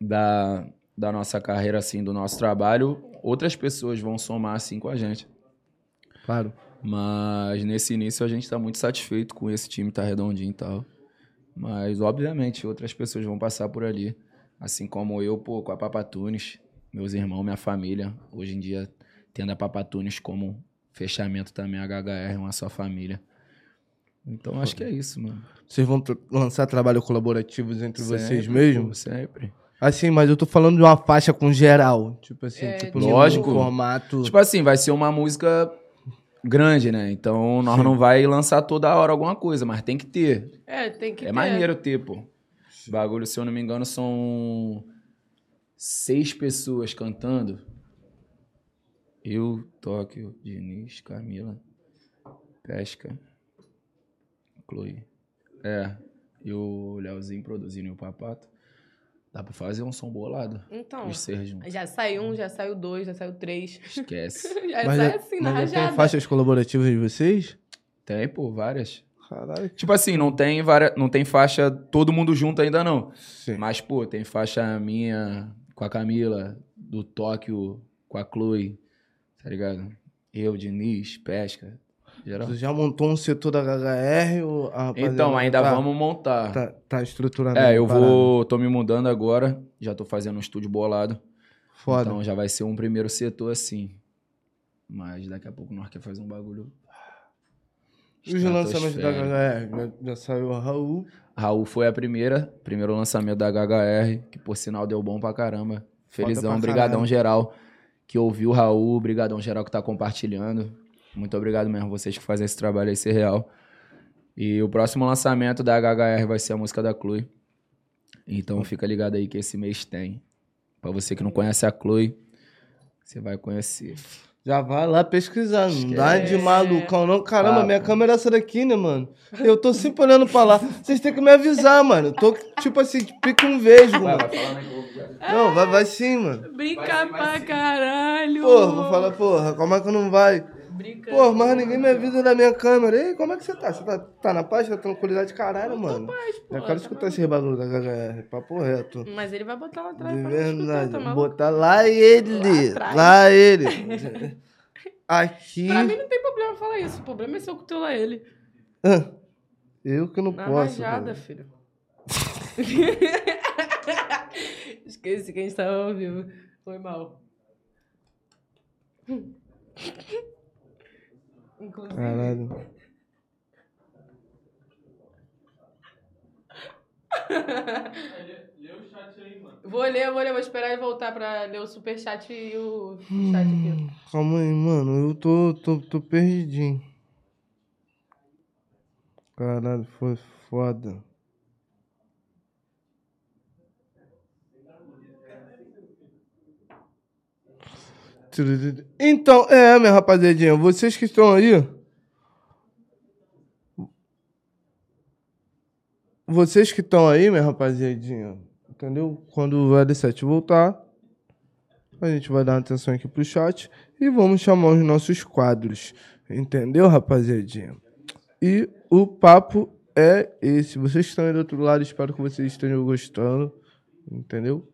Speaker 3: da, da nossa carreira, assim, do nosso trabalho, outras pessoas vão somar, assim, com a gente.
Speaker 1: Claro.
Speaker 3: Mas nesse início a gente tá muito satisfeito com esse time, tá redondinho e tal. Mas, obviamente, outras pessoas vão passar por ali. Assim como eu, pô, com a Papatunes, meus irmãos, minha família. Hoje em dia, tendo a Papatunes como fechamento também, a HHR, uma só família. Então, acho que é isso, mano.
Speaker 1: Vocês vão tra- lançar trabalhos colaborativos entre vocês
Speaker 3: Sempre,
Speaker 1: mesmos?
Speaker 3: pô, Sempre.
Speaker 1: Assim, mas eu tô falando de uma faixa com geral. Tipo assim,
Speaker 2: É,
Speaker 1: tipo,
Speaker 3: Lógico.
Speaker 1: num formato.
Speaker 3: Tipo assim, vai ser uma música grande, né? Então, nós
Speaker 1: Sim.
Speaker 3: não vai lançar toda hora alguma coisa, mas tem que ter.
Speaker 2: É, tem que
Speaker 3: é
Speaker 2: ter.
Speaker 3: maneiro ter, pô. O bagulho, se eu não me engano, são seis pessoas cantando. Eu, Tóquio, Diniz, Camila, Pesca, Chloe. É, e o Leozinho produzindo e o Papato. Dá pra fazer um som bolado.
Speaker 2: Então,
Speaker 3: Os seis juntos.
Speaker 2: já saiu um, já saiu dois, já saiu três.
Speaker 3: Esquece.
Speaker 2: Já
Speaker 1: Mas
Speaker 3: é-
Speaker 2: sai
Speaker 1: já-
Speaker 2: assim, na
Speaker 1: mas já
Speaker 2: rajada.
Speaker 1: tem faixas colaborativas de vocês?
Speaker 3: Tem, pô, várias.
Speaker 1: Caralho.
Speaker 3: Tipo assim, não tem, varia... não tem faixa todo mundo junto ainda não.
Speaker 1: Sim.
Speaker 3: Mas, pô, tem faixa minha com a Camila, do Tóquio com a Chloe, tá ligado? Eu, Diniz, Pesca, geral.
Speaker 1: Tu já montou um setor da HHR? Ou a rapaziada
Speaker 3: Então, ainda
Speaker 1: tá-
Speaker 3: vamos montar.
Speaker 1: Tá, tá estruturando.
Speaker 3: É, eu
Speaker 1: a parada?
Speaker 3: vou. tô me mudando agora. Já tô fazendo um estúdio bolado.
Speaker 1: Foda.
Speaker 3: Então já vai ser um primeiro setor assim. Mas daqui a pouco nós quer fazer um bagulho.
Speaker 1: e
Speaker 3: tá,
Speaker 1: os lançamentos da
Speaker 3: estratosférico.
Speaker 1: HHR? Já, já saiu a Raul.
Speaker 3: Raul foi a primeira, primeiro lançamento da HHR, que por sinal deu bom pra caramba. Felizão,
Speaker 1: pra
Speaker 3: brigadão
Speaker 1: caralho.
Speaker 3: geral que ouviu o Raul, brigadão geral que tá compartilhando. Muito obrigado mesmo vocês que fazem esse trabalho aí ser real. E o próximo lançamento da HHR vai ser a música da Chloe. Então fica ligado aí que esse mês tem. Pra você que não conhece a Chloe, você vai conhecer.
Speaker 1: Já vai lá pesquisar, não dá
Speaker 3: Esquece.
Speaker 1: de malucão, não. Caramba,
Speaker 3: Ah,
Speaker 1: minha
Speaker 3: pô.
Speaker 1: câmera é essa daqui, né, mano? Eu tô sempre olhando pra lá. Vocês têm que me avisar, mano. Tô, tipo assim, pica um vesgo, mano.
Speaker 3: falando aí
Speaker 1: Não, vai, vai sim, mano.
Speaker 2: Brinca
Speaker 3: Vai- vai
Speaker 2: pra
Speaker 3: sim.
Speaker 2: caralho.
Speaker 1: Porra, vou falar, porra, como é que não vai?
Speaker 2: Brinca.
Speaker 1: Porra, mas ninguém me avisa da minha câmera. Ei, como é que você tá? Você tá, tá na paz, tá tranquilidade, caralho, mano.
Speaker 2: Mas, pô,
Speaker 1: Eu quero
Speaker 2: tá
Speaker 1: escutar esse bagulho da HHR, papo reto.
Speaker 2: maluco. Mas ele vai botar lá atrás
Speaker 1: De
Speaker 2: pra não escutar,
Speaker 1: verdade.
Speaker 2: tá maluco?
Speaker 1: Botar lá ele.
Speaker 2: Lá
Speaker 1: Lá,
Speaker 2: atrás.
Speaker 1: ele. Aqui.
Speaker 2: Pra mim não tem problema falar isso. O problema é se eu cutular ele.
Speaker 1: Ah, Eu que não
Speaker 2: Na
Speaker 1: posso.
Speaker 2: rajada,
Speaker 1: velho.
Speaker 2: filho. Esqueci que a gente tava ao vivo. Foi mal. Inclusive.
Speaker 1: Caralho.
Speaker 2: Vou ler, vou ler, vou esperar ele voltar pra ler o superchat e o chat
Speaker 1: Hum.
Speaker 2: aqui.
Speaker 1: Calma aí, mano. Eu tô, tô, tô perdidinho. Caralho, foi foda. Então, é, minha rapaziadinha, vocês que estão aí. Vocês que estão aí, minha rapaziadinha, entendeu? Quando o LD7 voltar, a gente vai dar uma atenção aqui pro chat e vamos chamar os nossos quadros. Entendeu, rapaziadinha? E o papo é esse. Vocês que estão aí do outro lado, espero que vocês estejam gostando. Entendeu?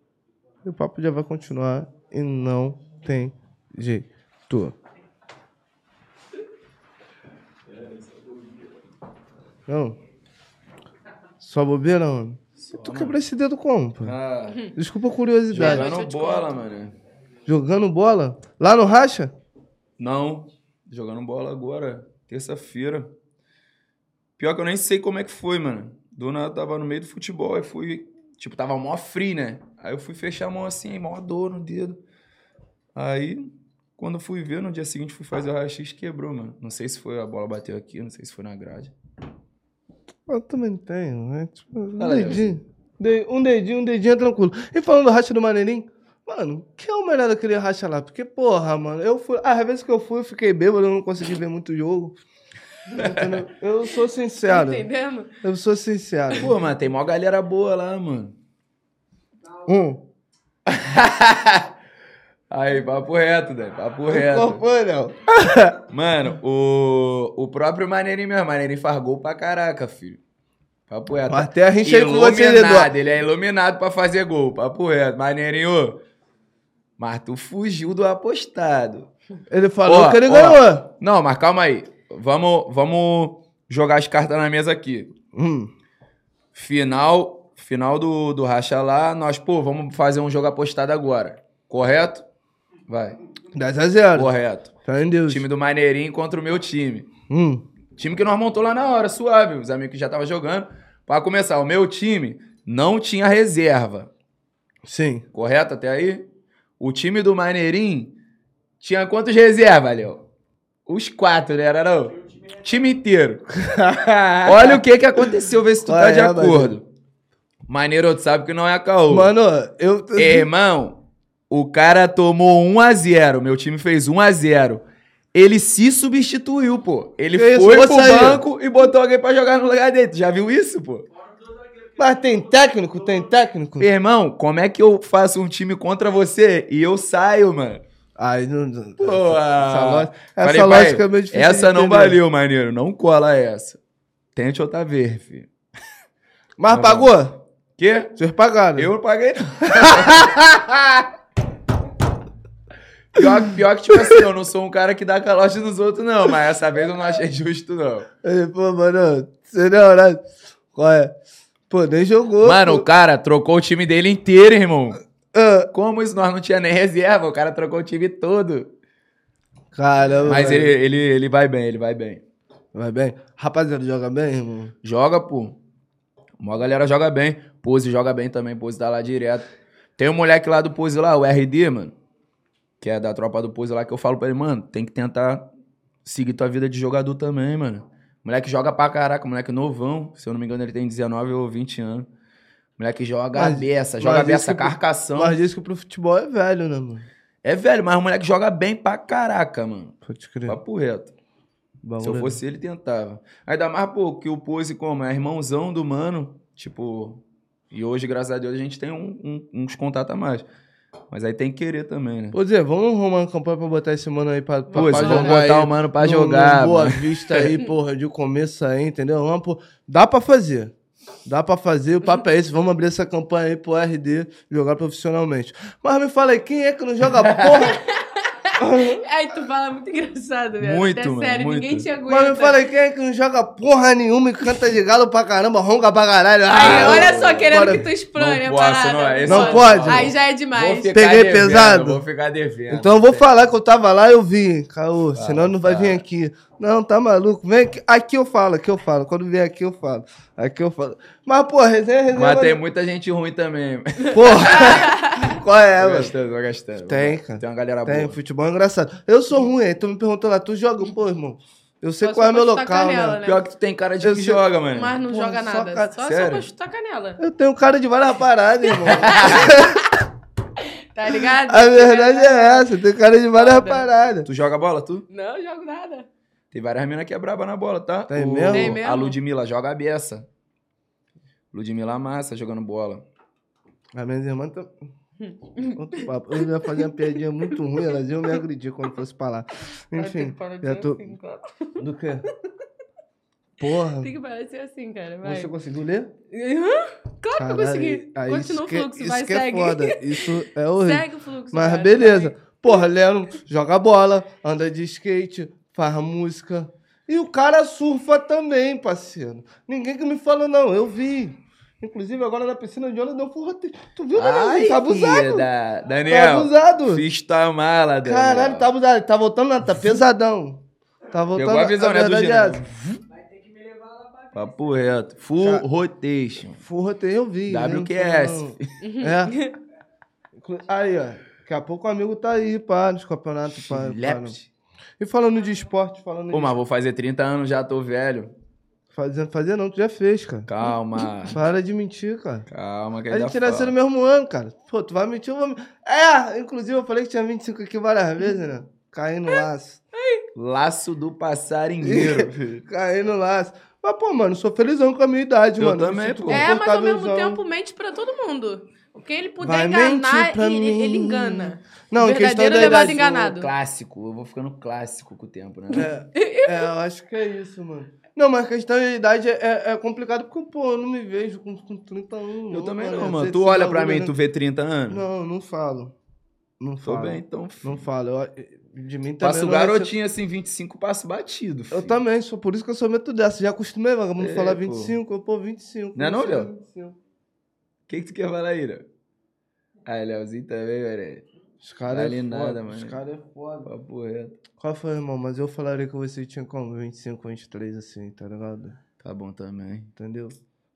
Speaker 1: E o papo já vai continuar e não tem jeito. Não. Só bobeira, mano? E tu quebrou esse dedo como, pô?
Speaker 3: Ah,
Speaker 1: Desculpa a curiosidade.
Speaker 2: Deixa eu
Speaker 3: jogando
Speaker 2: te
Speaker 3: bola, mano.
Speaker 1: Jogando bola? Lá no racha?
Speaker 3: Não, jogando bola agora, terça-feira. Pior que eu nem sei como é que foi, mano. Do nada tava no meio do futebol, aí fui, tipo, tava mó free, né? Aí eu fui fechar a mão assim, mó dor no dedo. Aí, quando eu fui ver, no dia seguinte fui fazer o raio-x, quebrou, mano. Não sei se foi a bola bateu aqui, não sei se foi na grade.
Speaker 1: Eu também não tenho, né? Tipo, um
Speaker 3: Fala aí,
Speaker 1: dedinho. De- um dedinho, um dedinho é tranquilo. E falando do racha do Maneirinho, mano, que é o melhor daquele racha lá? Porque, porra, mano, eu fui. Às vezes que eu fui, eu fiquei bêbado, eu não consegui ver muito jogo. Entendeu? Eu sou
Speaker 2: Tá
Speaker 1: sincero.
Speaker 2: entendendo?
Speaker 1: Eu sou sincero.
Speaker 3: Pô, mano, tem mó galera boa lá, mano.
Speaker 1: Um.
Speaker 3: Aí, papo reto, velho, papo
Speaker 1: Qual
Speaker 3: reto.
Speaker 1: foi, Léo?
Speaker 3: Mano, o, o próprio Maneirinho mesmo, Maneirinho faz gol pra caraca, filho. Papo reto. Tá
Speaker 1: Até a gente aí com você,
Speaker 3: Iluminado,
Speaker 1: Eduardo.
Speaker 3: ele é iluminado pra fazer gol, papo reto. Maneirinho, mas tu fugiu do apostado.
Speaker 1: Ele falou
Speaker 3: Ó,
Speaker 1: que ele
Speaker 3: ó.
Speaker 1: ganhou.
Speaker 3: Não, mas calma aí. Vamos, vamos jogar as cartas na mesa aqui.
Speaker 1: Hum.
Speaker 3: Final, final do, do racha lá, nós, pô, vamos fazer um jogo apostado agora. Correto? Vai.
Speaker 1: 10x0.
Speaker 3: Correto.
Speaker 1: Tá em Deus.
Speaker 3: Time do Maneirinho contra o meu time.
Speaker 1: Hum.
Speaker 3: Time que nós montou lá na hora, suave. Os amigos que já estavam jogando. Pra começar, o meu time não tinha reserva.
Speaker 1: Sim.
Speaker 3: Correto até aí? O time do Maneirinho tinha quantos reservas, Léo? Os quatro, né, Ararão? Time inteiro. Olha o que que aconteceu, vê se tu
Speaker 1: Qual
Speaker 3: tá de
Speaker 1: é, Maneiro?
Speaker 3: acordo. Maneiro, tu sabe que não é a caô.
Speaker 1: Mano, eu.
Speaker 3: Ei, irmão, o cara tomou 1x0. Meu time fez 1x0. Ele se substituiu, pô. Ele
Speaker 1: Que isso,
Speaker 3: foi
Speaker 1: vou
Speaker 3: pro
Speaker 1: sair.
Speaker 3: banco e botou alguém pra jogar no lugar dele. Tu já viu isso, pô?
Speaker 1: Mas tem técnico, tem técnico.
Speaker 3: Meu irmão, como é que eu faço um time contra você e eu saio, mano?
Speaker 1: Aí não.
Speaker 3: Pô,
Speaker 1: essa
Speaker 3: ah.
Speaker 1: lógica, essa
Speaker 3: Falei, pai,
Speaker 1: lógica é meio difícil.
Speaker 3: Essa
Speaker 1: de
Speaker 3: não
Speaker 1: entender.
Speaker 3: valeu, maneiro. Não cola essa. Tente outra vez, filho.
Speaker 1: Mas pagou?
Speaker 3: Quê?
Speaker 1: Vocês pagaram.
Speaker 3: Eu não paguei, não. pior, que- pior que, tipo assim, eu não sou um cara que dá calote nos outros, não. Mas essa vez eu não achei justo, não.
Speaker 1: Ele, pô, mano, você não, é nada. Qual é? Pô, nem jogou.
Speaker 3: Mano,
Speaker 1: pô.
Speaker 3: o cara trocou o time dele inteiro, irmão.
Speaker 1: Ah,
Speaker 3: Como isso? Nós não tinha nem reserva. O cara trocou o time todo.
Speaker 1: Caramba.
Speaker 3: Mas
Speaker 1: mano.
Speaker 3: ele, ele, ele vai bem, ele vai bem.
Speaker 1: Vai bem? Rapaziada, joga bem, irmão?
Speaker 3: Joga, pô. Uma galera joga bem. Pose joga bem também. Pose tá lá direto. Tem um moleque lá do Pose lá, o RD, mano. Que é da tropa do Pose lá, que eu falo pra ele, mano, tem que tentar seguir tua vida de jogador também, mano. Moleque joga pra caraca, moleque novão. Se eu não me engano, ele tem 19 ou 20 anos. Moleque joga
Speaker 1: Mas-
Speaker 3: beça,
Speaker 1: mas
Speaker 3: joga
Speaker 1: isso
Speaker 3: beça,
Speaker 1: que-
Speaker 3: carcação.
Speaker 1: Mas diz que pro futebol é velho, né, mano?
Speaker 3: É velho, mas o moleque joga bem pra caraca, mano.
Speaker 1: Pode crer.
Speaker 3: Papo reto. Se eu
Speaker 1: Bagulho. é
Speaker 3: fosse ele, tentava. Ainda mais, pô, que o Pose, como é irmãozão do mano, tipo. E hoje, graças a Deus, a gente tem um- um- uns contatos a mais. Mas aí tem que querer também, né?
Speaker 1: Ô, Zé, vamos arrumar uma campanha pra botar esse mano aí pra, pra,
Speaker 3: Pô,
Speaker 1: pra
Speaker 3: vocês vão
Speaker 1: jogar
Speaker 3: botar um
Speaker 1: aí
Speaker 3: o mano pra
Speaker 1: no-
Speaker 3: jogar.
Speaker 1: no Boa
Speaker 3: mano.
Speaker 1: Vista aí, porra, de começo aí, entendeu? Vamos, pô, dá pra fazer. Dá pra fazer, o papo é esse. Vamos abrir essa campanha aí pro RD jogar profissionalmente. Mas me fala aí, quem é que não joga porra?
Speaker 2: Aí tu fala muito engraçado, velho.
Speaker 3: Muito,
Speaker 2: É
Speaker 3: mano,
Speaker 2: sério,
Speaker 3: muito.
Speaker 2: ninguém te aguenta.
Speaker 1: Mas me fala aí, quem é que não joga porra nenhuma e canta de galo pra caramba, ronca pra caralho?
Speaker 2: Aí,
Speaker 1: Ah,
Speaker 2: olha só, querendo
Speaker 1: bora.
Speaker 2: que tu explane
Speaker 3: Não
Speaker 2: a
Speaker 3: posso,
Speaker 2: parada.
Speaker 3: não é, esse
Speaker 1: Não pode?
Speaker 2: Aí já é
Speaker 3: Vou
Speaker 2: demais.
Speaker 3: ficar
Speaker 1: Peguei
Speaker 3: devendo,
Speaker 1: pesado?
Speaker 3: Vou ficar devendo.
Speaker 1: Então eu vou falar que eu tava lá e eu vim, Caô, senão não vai
Speaker 3: tá.
Speaker 1: vir aqui. Não, tá maluco, vem aqui. Aqui eu falo, aqui eu falo. Quando vier aqui eu falo. Aqui eu falo. Mas, porra, resenha, resenha.
Speaker 3: Mas tem
Speaker 1: mano.
Speaker 3: muita gente ruim também.
Speaker 1: Porra! Qual é,
Speaker 3: Tô
Speaker 1: mano?
Speaker 3: gastando, tô gastando.
Speaker 1: Tem, cara.
Speaker 3: Tem uma galera
Speaker 1: Tem,
Speaker 3: boa.
Speaker 1: futebol é engraçado. Eu sou ruim, aí tu me perguntou lá, tu joga? Pô, irmão, eu sei
Speaker 2: Só
Speaker 1: qual é
Speaker 2: só
Speaker 1: meu
Speaker 2: pra chutar
Speaker 1: local,
Speaker 2: canela,
Speaker 1: né?
Speaker 2: né?
Speaker 3: Pior que tu tem cara de
Speaker 1: Eu
Speaker 3: que
Speaker 1: sei-
Speaker 3: joga, mano.
Speaker 2: Mas não
Speaker 1: Porra,
Speaker 2: joga
Speaker 1: só
Speaker 2: nada.
Speaker 1: ca-
Speaker 2: Só, só,
Speaker 3: sério?
Speaker 2: pra chutar canela.
Speaker 1: Eu tenho cara de várias paradas, irmão.
Speaker 2: Tá ligado?
Speaker 1: A verdade é essa, eu tenho cara de várias
Speaker 2: Foda.
Speaker 1: paradas.
Speaker 3: Tu joga bola, tu?
Speaker 2: Não, jogo nada.
Speaker 3: Tem várias minas que é braba na bola, tá?
Speaker 1: Tem mesmo? Tem
Speaker 2: mesmo?
Speaker 3: A Ludmilla joga a beça. Ludmilla massa jogando bola.
Speaker 1: A minha irmã tá. Outro papo. Eu ia fazer uma piadinha muito ruim, elas iam me agredir quando fosse falar.
Speaker 2: Cara, tem
Speaker 1: Enfim,
Speaker 2: que parar de
Speaker 1: já
Speaker 2: ser
Speaker 1: tô.
Speaker 2: assim, cara.
Speaker 1: Do quê? Porra.
Speaker 2: Tem que parecer assim, cara. Vai.
Speaker 1: Você conseguiu ler?
Speaker 2: Hã? Claro que eu consegui.
Speaker 1: aí
Speaker 2: Continua o
Speaker 1: isso que-
Speaker 2: fluxo, vai,
Speaker 1: Isso que é
Speaker 2: segue.
Speaker 1: foda. Isso é horrível.
Speaker 2: segue o fluxo.
Speaker 1: Mas
Speaker 2: cara,
Speaker 1: beleza.
Speaker 2: vai.
Speaker 1: Porra, Leno joga bola, anda de skate, faz música. E o cara surfa também, parceiro. Ninguém que me falou, não. Eu vi. Inclusive, agora na piscina de onda deu um forroteiro. Tu viu, Daniel? Tá abusado.
Speaker 3: vida.
Speaker 1: Tá
Speaker 3: Daniel,
Speaker 1: abusado.
Speaker 3: fiz tua mala, Daniel.
Speaker 1: Caralho, tá abusado. Tá voltando lá, tá pesadão. Tá voltando
Speaker 3: Pegou a visão, né, do
Speaker 1: verdade é
Speaker 3: Gino?
Speaker 1: essa.
Speaker 3: Papo reto. Full
Speaker 1: Tá.
Speaker 3: rotation.
Speaker 1: Forroteiro eu vi.
Speaker 3: WQS.
Speaker 1: nem- É. Inclu- Aí, ó. Daqui a pouco o amigo tá aí, pá, nos campeonatos, pá. pá, não.
Speaker 3: Leps.
Speaker 1: E falando de esporte, falando
Speaker 3: Pô,
Speaker 1: de...
Speaker 3: mas vou fazer 30 anos, já tô velho.
Speaker 1: Fazendo, fazer não, tu já fez, cara.
Speaker 3: Calma.
Speaker 1: Para de mentir, cara.
Speaker 3: Calma, que
Speaker 1: A
Speaker 3: ainda
Speaker 1: gente nasceu
Speaker 3: fala.
Speaker 1: no mesmo ano, cara. Pô, tu vai mentir, eu vou... men- É, inclusive eu falei que tinha 25 aqui várias vezes, né? Caí no laço.
Speaker 3: Laço do passarinheiro. filho.
Speaker 1: Caí no laço. Mas, pô, mano, sou felizão com a minha idade,
Speaker 3: Eu
Speaker 1: mano. me
Speaker 3: também,
Speaker 1: sinto
Speaker 3: pô.
Speaker 2: É, mas ao mesmo
Speaker 1: confortávelzão.
Speaker 2: tempo mente pra todo mundo. O que ele puder
Speaker 1: Vai mentir
Speaker 2: enganar,
Speaker 1: pra
Speaker 2: ele,
Speaker 1: mim.
Speaker 2: ele engana.
Speaker 1: Não, em questão
Speaker 2: Verdadeiro
Speaker 1: da
Speaker 2: levado
Speaker 1: idade.
Speaker 2: em enganado.
Speaker 3: Sou Clássico. Eu vou ficando clássico com o tempo, né?
Speaker 1: É, é, eu acho que é isso, mano. Não, mas questão de idade é, é, é complicado porque, pô, eu não me vejo com, com 30 anos.
Speaker 3: Eu também não,
Speaker 1: Esse-
Speaker 3: mano. Tu
Speaker 1: esse
Speaker 3: olha pra
Speaker 1: bagulho,
Speaker 3: mim,
Speaker 1: né?
Speaker 3: tu vê 30 anos?
Speaker 1: Não, não falo. Não
Speaker 3: Tô
Speaker 1: falo.
Speaker 3: bem, então. filho.
Speaker 1: Não falo. Eu, de mim também.
Speaker 3: Passo
Speaker 1: não vai ser-
Speaker 3: garotinho assim, 25 passo batido.
Speaker 1: Eu
Speaker 3: filho.
Speaker 1: também, sou por isso que eu sou meto dessa. Já acostumei, vagabundo,
Speaker 3: É,
Speaker 1: falar
Speaker 3: pô.
Speaker 1: 25. Eu, pô, 25.
Speaker 3: Não é não,
Speaker 1: eu sou
Speaker 3: Léo?
Speaker 1: 25.
Speaker 3: O que, que tu quer falar aí, Léo? Ah, Léozinho também, velho.
Speaker 1: Os caras
Speaker 3: Vale
Speaker 1: é foda,
Speaker 3: nada,
Speaker 1: Os
Speaker 3: mano.
Speaker 1: caras é foda.
Speaker 3: Papo reto.
Speaker 1: Qual foi, irmão? Mas eu falaria que você tinha como? 25, 23, assim, tá ligado?
Speaker 3: Tá bom também.
Speaker 1: Entendeu?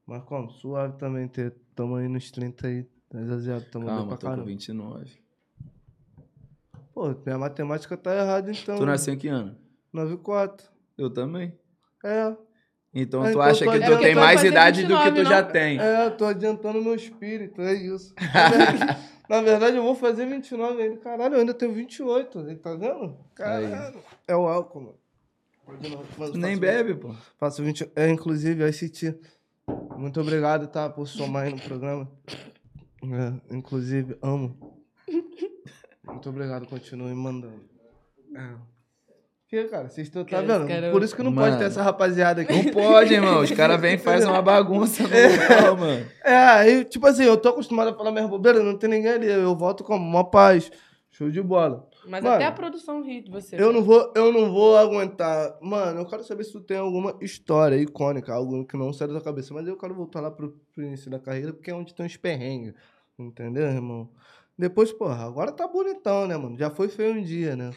Speaker 1: Mas como? Suave também, ter, tamo aí nos 30 aí. Nós asiados, tamo bem
Speaker 3: Calma,
Speaker 1: pra
Speaker 3: tô com
Speaker 1: caramba.
Speaker 3: 29.
Speaker 1: Pô, minha matemática tá errada então.
Speaker 3: Tu nasceu em que ano?
Speaker 1: 9 e 4.
Speaker 3: Eu também.
Speaker 1: É,
Speaker 3: Então
Speaker 1: Ah,
Speaker 3: tu
Speaker 1: então
Speaker 3: acha
Speaker 1: tu
Speaker 3: que
Speaker 1: é
Speaker 3: tu
Speaker 1: porque
Speaker 3: tem
Speaker 1: tu
Speaker 2: vai
Speaker 3: mais
Speaker 2: fazer
Speaker 3: idade do que
Speaker 2: 29,
Speaker 3: tu já
Speaker 2: não?
Speaker 3: tem.
Speaker 1: é, tô adiantando meu espírito, é isso. Na verdade- Na verdade, eu vou fazer 29 ainda. Caralho, eu ainda tenho 28, aí, tá vendo? Caralho. É o álcool, mano. Mas eu
Speaker 3: Tu nem
Speaker 1: faço-
Speaker 3: bebe, pô.
Speaker 1: Faço 20. É, inclusive, eu senti. Muito obrigado, tá, por somar aí no programa. É, inclusive, amo. Muito obrigado, continue mandando. É. Porque, cara, vocês estão. Tá
Speaker 2: Cara,
Speaker 1: vendo?
Speaker 2: esse cara-
Speaker 1: Por isso que não pode
Speaker 3: Mano.
Speaker 1: ter essa rapaziada aqui.
Speaker 3: Não pode, irmão. Os caras vêm e fazem uma bagunça no local, mano.
Speaker 1: É, aí, tipo assim, eu tô acostumado a falar minhas bobeiras, não tem ninguém ali. Eu volto com uma paz. Show de bola.
Speaker 2: Mas
Speaker 1: Mano,
Speaker 2: até a produção ri de você.
Speaker 1: Eu não vou, eu não vou aguentar. Mano, eu quero saber se tu tem alguma história icônica, algo que não sai da tua cabeça. Mas eu quero voltar lá pro, pro início da carreira, porque é onde tem uns perrengues. Entendeu, irmão? Depois, porra, agora tá bonitão, né, mano? Já foi feio um dia, né?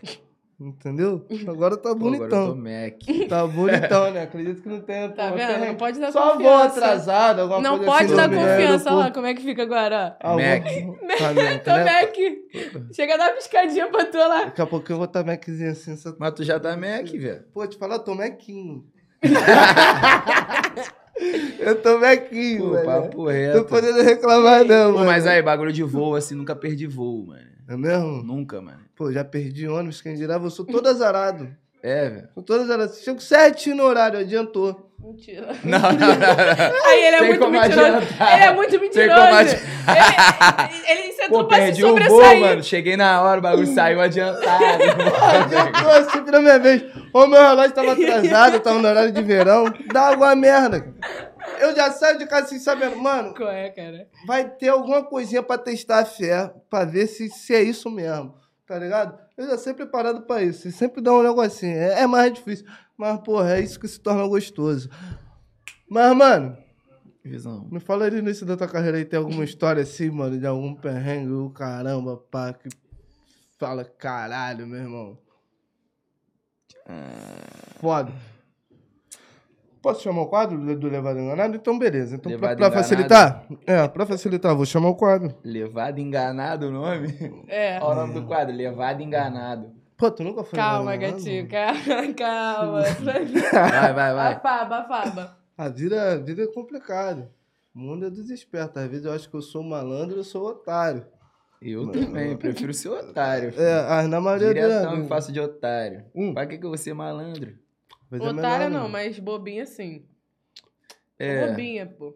Speaker 1: Entendeu? Agora tá
Speaker 3: Pô, agora eu
Speaker 1: bonitão.
Speaker 3: tô Mac.
Speaker 1: Tá bonitão, né? Acredito que não tenha.
Speaker 2: Tá
Speaker 1: porra,
Speaker 2: vendo? Não
Speaker 1: perrengue.
Speaker 2: pode dar
Speaker 1: Só vou
Speaker 2: confiança.
Speaker 1: atrasado, alguma
Speaker 2: Não
Speaker 1: coisa
Speaker 2: pode
Speaker 1: assim,
Speaker 2: dar
Speaker 1: dormi
Speaker 3: né?
Speaker 1: no
Speaker 2: confiança lá.
Speaker 1: aeroporto.
Speaker 2: Como é que fica agora?
Speaker 1: Algum- Tá, né?
Speaker 2: Tô Mac. Chega a dar uma piscadinha pra tu lá.
Speaker 1: Daqui a pouco eu vou estar Maczinho assim, essa
Speaker 3: Mas tu já tá Mac, velho.
Speaker 1: Pô, te falar, eu tô mequinho. eu tô mequinho,
Speaker 3: Pô,
Speaker 1: velho.
Speaker 3: papo
Speaker 1: Tô
Speaker 3: reto.
Speaker 1: podendo reclamar, não,
Speaker 3: Pô,
Speaker 1: mano.
Speaker 3: mas aí, bagulho de voo, assim, nunca perdi voo, mano.
Speaker 1: É mesmo?
Speaker 3: Nunca, mano.
Speaker 1: Pô, já perdi ônibus, quem dirá, eu sou todo azarado.
Speaker 3: É, velho.
Speaker 1: Sou todo azarado. Chego sete no horário, adiantou.
Speaker 2: Mentira.
Speaker 3: Não, não, não, não.
Speaker 2: Aí ele é
Speaker 3: Tem
Speaker 2: muito
Speaker 3: como
Speaker 2: mentiroso.
Speaker 3: adiantar.
Speaker 2: Ele é muito mentiroso.
Speaker 3: como
Speaker 2: Ele, ele sentou
Speaker 3: Pô,
Speaker 2: pra se
Speaker 3: perdi um voo,
Speaker 2: sobressair.
Speaker 3: mano. Cheguei na hora, o bagulho saiu adiantado.
Speaker 1: Adiantou, assim, virou minha vez. Ô, meu relógio tava atrasado, tava no horário de verão. Dá alguma merda. Eu já saio de casa assim, sabendo, mano,
Speaker 2: Qual é, cara?
Speaker 1: vai ter alguma coisinha pra testar a fé, pra ver se, se é isso mesmo, tá ligado? Eu já sei preparado pra isso, e sempre dá um negocinho, é, é mais difícil, mas, porra, é isso que se torna gostoso. Mas, mano,
Speaker 3: Visão.
Speaker 1: me fala aí no início da tua carreira aí, tem alguma história assim, mano, de algum perrengue, o caramba, pá, que fala caralho, meu irmão.
Speaker 3: Ah.
Speaker 1: Foda. Posso chamar o quadro do, do Levado Enganado? Então, beleza. Então, pra,
Speaker 3: Levado
Speaker 1: pra
Speaker 3: Enganado.
Speaker 1: facilitar, é, pra facilitar, vou chamar o quadro.
Speaker 3: Levado enganado o nome?
Speaker 2: É.
Speaker 3: Olha o nome do quadro, Levado Enganado.
Speaker 1: Pô, tu nunca foi
Speaker 2: Calma,
Speaker 1: namorado?
Speaker 2: gatinho. Calma. calma.
Speaker 1: Tá.
Speaker 3: Vai, vai, vai.
Speaker 2: Afaba, afaba.
Speaker 1: A vida, a vida é complicada. O mundo é dos espertos. Às vezes eu acho que eu sou malandro, eu sou otário.
Speaker 3: Eu também, prefiro ser otário.
Speaker 1: É, ah, na maioria
Speaker 3: Diretão
Speaker 1: das
Speaker 3: me faço de otário.
Speaker 1: Hum.
Speaker 3: Pra que que eu vou ser malandro?
Speaker 1: Mas é
Speaker 2: Otária
Speaker 1: menor,
Speaker 2: não,
Speaker 1: né?
Speaker 2: mas bobinha sim.
Speaker 3: É,
Speaker 2: Bobinha, pô.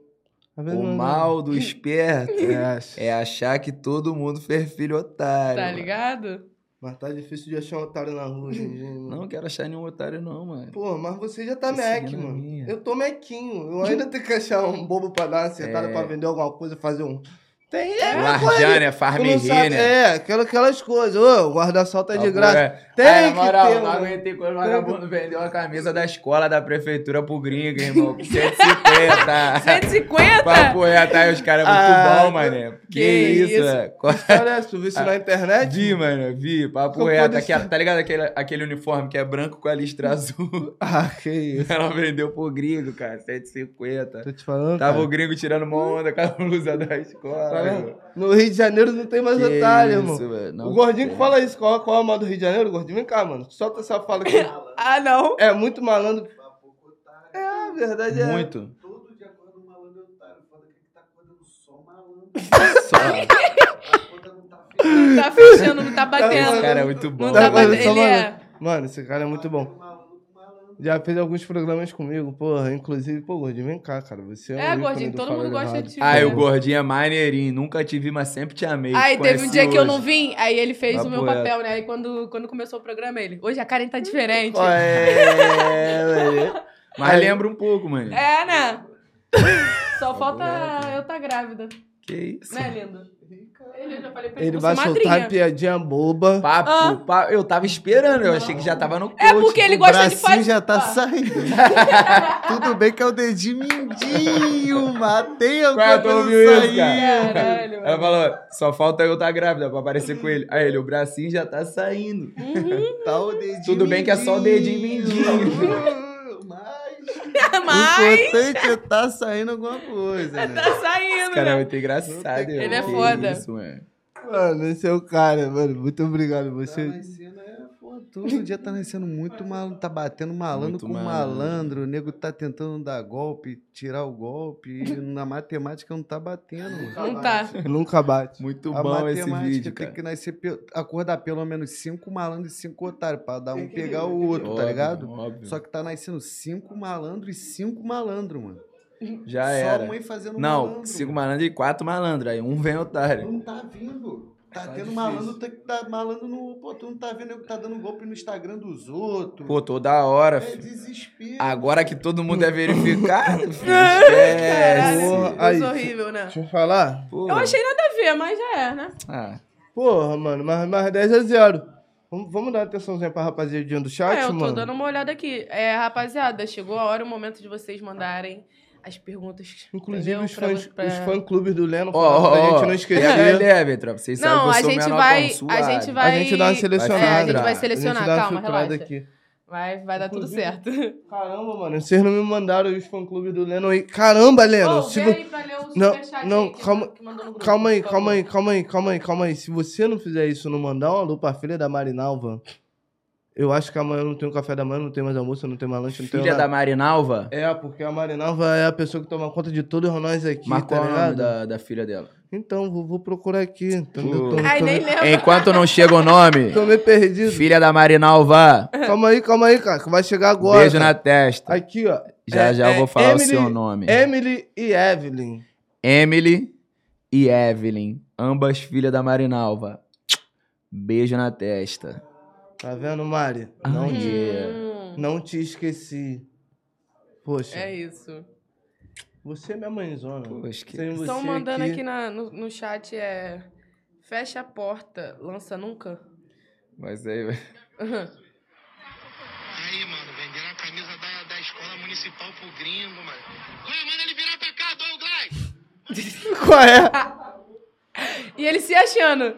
Speaker 1: Às vezes
Speaker 3: o
Speaker 1: não é
Speaker 3: mal do esperto
Speaker 1: menor. É,
Speaker 3: é achar que todo mundo fez filho otário.
Speaker 2: Tá
Speaker 3: mano.
Speaker 2: ligado?
Speaker 1: mas tá difícil de achar um otário na rua, gente. Não.
Speaker 3: Não quero achar nenhum otário não, mano.
Speaker 1: né? Pô, mas você já tá
Speaker 3: Tô
Speaker 1: mec,
Speaker 3: seguindo a
Speaker 1: mano.
Speaker 3: é minha.
Speaker 1: Eu tô mequinho. Eu ainda tenho que achar um bobo pra dar uma acertada
Speaker 3: É.
Speaker 1: pra vender alguma coisa, fazer um... Tem... É, uma coisa
Speaker 3: Largar, né?
Speaker 1: Tu
Speaker 3: Farm
Speaker 1: não
Speaker 3: rir,
Speaker 1: sabe,
Speaker 3: né?
Speaker 1: é, aquelas, aquelas coisas. Ô, o guarda-sol tá de
Speaker 3: Papo
Speaker 1: graça.
Speaker 3: reto.
Speaker 1: Tem
Speaker 3: Aí, na
Speaker 1: que
Speaker 3: moral,
Speaker 1: ter, um.
Speaker 3: não
Speaker 1: mano.
Speaker 3: aguentei quando o vagabundo vendeu a camisa da escola da prefeitura pro gringo, irmão. por 150.
Speaker 2: 150?
Speaker 3: Papo reto, aí os caras é muito
Speaker 1: Ah,
Speaker 3: bom, mané. Que,
Speaker 2: que
Speaker 3: isso,
Speaker 2: isso.
Speaker 3: velho. Qual-
Speaker 1: Olha, tu viu isso na internet?
Speaker 3: Ah, Vi, mano, vi. Papo
Speaker 1: Ficou
Speaker 3: reto.
Speaker 1: todo
Speaker 3: Aquela- tá ligado aquele, aquele uniforme que é branco com a listra azul?
Speaker 1: Ah, que isso.
Speaker 3: Ela vendeu pro gringo, cara, 150.
Speaker 1: Tô te falando,
Speaker 3: Tava
Speaker 1: cara.
Speaker 3: o gringo tirando uma onda com a blusa da escola.
Speaker 1: Tá vendo?
Speaker 3: irmão.
Speaker 1: No Rio de Janeiro não tem mais
Speaker 3: Que
Speaker 1: otário,
Speaker 3: isso,
Speaker 1: irmão.
Speaker 3: velho, não
Speaker 1: o gordinho que
Speaker 3: tem.
Speaker 1: fala isso, qual, qual é o mal do Rio de Janeiro? Gordinho, vem cá, mano. Solta essa fala aqui.
Speaker 2: Ah, não.
Speaker 1: é muito malandro. É, a verdade é.
Speaker 3: Muito.
Speaker 4: Todo dia acorda um malandro é otário. Foda que ele tá acordando só malandro.
Speaker 3: Só.
Speaker 4: Acorda não tá feio.
Speaker 2: Não tá fechando, não tá
Speaker 3: Esse
Speaker 2: batendo.
Speaker 3: cara é muito bom.
Speaker 2: Não
Speaker 1: Tá
Speaker 2: tá
Speaker 1: fazendo
Speaker 2: batendo.
Speaker 1: só
Speaker 2: Ele é.
Speaker 1: Mano, esse cara é muito bom.
Speaker 4: Malandro com malandro.
Speaker 1: Já fez alguns programas comigo, porra. Inclusive, pô, gordinho, vem cá, cara. Você é, um
Speaker 2: É,
Speaker 1: ícone
Speaker 2: gordinho,
Speaker 1: do
Speaker 2: todo
Speaker 1: Fala
Speaker 2: mundo gosta
Speaker 1: Errado.
Speaker 2: de ti.
Speaker 3: Ah,
Speaker 2: né?
Speaker 3: o gordinho é maneirinho. Nunca te vi, mas sempre te amei.
Speaker 2: Aí
Speaker 3: Te
Speaker 2: teve um
Speaker 3: conheci
Speaker 2: dia que eu
Speaker 3: hoje.
Speaker 2: não vim, aí ele fez
Speaker 3: Papo
Speaker 2: o meu
Speaker 3: reto.
Speaker 2: papel, né? Aí quando, quando começou o programa, ele. Hoje a Karen tá diferente.
Speaker 1: Ó, É, velho.
Speaker 3: Mas lembra um pouco, mano.
Speaker 2: É, né? Só falta
Speaker 3: reto, né?
Speaker 2: eu tá grávida,
Speaker 3: Que isso.
Speaker 2: né, lindo? Ele, eu já falei pra ele,
Speaker 1: Ele
Speaker 2: "Você é
Speaker 1: vai soltar
Speaker 2: madrinha.
Speaker 1: a piadinha boba.
Speaker 3: Papo,
Speaker 2: Ah.
Speaker 3: papo. Eu tava esperando, eu achei que já tava no coach.
Speaker 2: É porque ele
Speaker 4: O
Speaker 2: gosta de
Speaker 4: bracinho
Speaker 2: fazer.
Speaker 4: já tá
Speaker 2: Ah.
Speaker 4: saindo. Tudo bem que é o dedinho mindinho, matei alguma
Speaker 3: Qual tu
Speaker 4: coisa
Speaker 3: ouviu isso,
Speaker 4: saindo.
Speaker 3: cara?
Speaker 2: Caralho,
Speaker 3: Ela
Speaker 2: mano.
Speaker 3: falou, só falta eu tá grávida pra aparecer com ele. Aí ele, o bracinho já tá saindo.
Speaker 2: Uhum.
Speaker 4: Tá o dedinho
Speaker 3: Tudo bem que é só o dedinho
Speaker 4: Mas o
Speaker 2: Mas
Speaker 4: importante é tá saindo alguma coisa, né?
Speaker 2: tá saindo,
Speaker 3: Esse cara é
Speaker 2: né?
Speaker 3: muito engraçado.
Speaker 2: Ele é
Speaker 3: que
Speaker 2: foda.
Speaker 3: Isso, mano.
Speaker 1: Mano, esse é o cara, mano. Muito obrigado.
Speaker 4: Tá
Speaker 1: Você.
Speaker 4: nascendo, é, pô, todo dia tá nascendo muito malandro, tá batendo malandro
Speaker 3: Muito
Speaker 4: com
Speaker 3: malandro.
Speaker 4: malandro. o nego tá tentando dar golpe, tirar o golpe, e na matemática não tá batendo, mano.
Speaker 2: Não tá.
Speaker 1: Nunca bate.
Speaker 3: Muito
Speaker 4: a
Speaker 3: bom esse
Speaker 4: matemática
Speaker 3: vídeo,
Speaker 4: tem
Speaker 3: cara.
Speaker 4: que nascer, pe- acordar pelo menos cinco malandros e cinco otários, pra dar um
Speaker 1: Equilíbrio,
Speaker 4: pegar o outro, tá
Speaker 3: Óbvio,
Speaker 4: ligado?
Speaker 3: Óbvio.
Speaker 4: Só que tá nascendo cinco malandros e cinco malandros, mano.
Speaker 3: Já
Speaker 4: Só
Speaker 3: era.
Speaker 4: a mãe fazendo
Speaker 3: Não,
Speaker 4: malandro.
Speaker 3: cinco malandros e quatro malandros. Aí um vem otário.
Speaker 4: Não tá vindo. Tá,
Speaker 3: Tá
Speaker 4: tendo
Speaker 3: difícil.
Speaker 4: malandro, tá, tá malandro no. Pô, tu não tá vendo nego que tá dando golpe no Instagram dos outros.
Speaker 3: Pô, Ah. toda hora,
Speaker 4: é
Speaker 3: filho.
Speaker 4: desespero.
Speaker 3: Agora que todo mundo é verificado, filho, esquece.
Speaker 1: Caralho.
Speaker 2: Caralho,
Speaker 1: Porra,
Speaker 2: que
Speaker 1: aí.
Speaker 2: coisa horrível, né?
Speaker 1: Deixa eu falar.
Speaker 3: Pô,
Speaker 2: Eu achei nada a ver, mas já é, né?
Speaker 3: ah,
Speaker 1: Porra, mano, mas, mas 10 a 0. Vamos, vamos dar atençãozinha pra rapaziadinha do chat,
Speaker 2: É, eu tô
Speaker 1: mano?
Speaker 2: dando uma olhada aqui. É, rapaziada, chegou a hora, o momento de vocês mandarem as perguntas.
Speaker 1: Inclusive,
Speaker 2: entendeu?
Speaker 1: os
Speaker 2: Pra-
Speaker 1: fãs,
Speaker 2: pra-
Speaker 1: os fã-clubes do Leno falaram
Speaker 3: Ó,
Speaker 1: pra
Speaker 3: ó,
Speaker 1: gente
Speaker 3: ó.
Speaker 1: não
Speaker 3: É
Speaker 1: esquecer.
Speaker 3: leve, tropa. Vocês
Speaker 2: Não,
Speaker 3: sabem que eu
Speaker 2: a
Speaker 3: sou
Speaker 2: gente
Speaker 3: menor
Speaker 2: vai-
Speaker 3: pão, suave.
Speaker 2: a gente
Speaker 1: A
Speaker 2: vai-
Speaker 1: gente dá uma selecionada.
Speaker 3: É, a gente vai
Speaker 2: selecionar,
Speaker 1: A gente dá uma
Speaker 2: calma,
Speaker 1: filtrada
Speaker 2: relaxa.
Speaker 1: aqui.
Speaker 2: Vai, vai dar tudo
Speaker 1: Inclusive-
Speaker 2: certo.
Speaker 1: Caramba, mano, vocês não me mandaram os fã-clubes do Leno aí. Caramba, Leno,
Speaker 2: Ô,
Speaker 1: se
Speaker 2: vê
Speaker 1: vo-
Speaker 2: aí pra ler o
Speaker 1: Não,
Speaker 2: superchat
Speaker 1: não,
Speaker 2: aí que- tá
Speaker 1: calma-
Speaker 2: que mandou no grupo,
Speaker 1: Calma aí,
Speaker 2: por
Speaker 1: calma aí,
Speaker 2: favor.
Speaker 1: calma aí, calma aí, calma aí. Se você não fizer isso, não mandar um alô pra filha da Marinalva, eu acho que amanhã eu não tenho café da manhã, não tenho mais almoço, não tenho mais lanche, não tenho
Speaker 3: Filha da
Speaker 1: nada.
Speaker 3: Marinalva?
Speaker 1: É, porque a Marinalva é a pessoa que toma conta de todos nós aqui,
Speaker 3: Mas
Speaker 1: tá
Speaker 3: qual é o nome
Speaker 1: ligado?
Speaker 3: da, da filha dela?
Speaker 1: Então, vou, vou procurar aqui, entendeu?
Speaker 3: Pô.
Speaker 1: Tô,
Speaker 2: Ai,
Speaker 1: tô,
Speaker 2: nem
Speaker 1: me-
Speaker 2: lembro.
Speaker 3: Enquanto não chega o nome,
Speaker 1: tô meio perdido.
Speaker 3: filha da Marinalva,
Speaker 1: Calma aí, calma aí, cara, que vai chegar agora.
Speaker 3: beijo na testa.
Speaker 1: Aqui, ó.
Speaker 3: Já
Speaker 1: É-
Speaker 3: já eu
Speaker 1: é
Speaker 3: vou falar
Speaker 1: Emily-
Speaker 3: o seu nome.
Speaker 1: Emily e Evelyn.
Speaker 3: Emily e Evelyn, ambas filhas da Marinalva. Beijo na testa.
Speaker 1: Tá vendo, Mari?
Speaker 3: Ah,
Speaker 1: Não,
Speaker 3: yeah.
Speaker 2: Hum,
Speaker 1: não te esqueci. Poxa,
Speaker 2: É isso.
Speaker 1: você é minha mãezona.
Speaker 3: Pô, esque-
Speaker 1: Sem você
Speaker 2: Estão mandando aqui, na- no, no chat é. Fecha a porta, lança nunca.
Speaker 3: Mas aí,
Speaker 5: Aí, mano, venderam a camisa da, da escola municipal pro gringo, mano. Ué, manda ele virar pra cá, Douglas!
Speaker 1: Qual é?
Speaker 2: E ele se achando.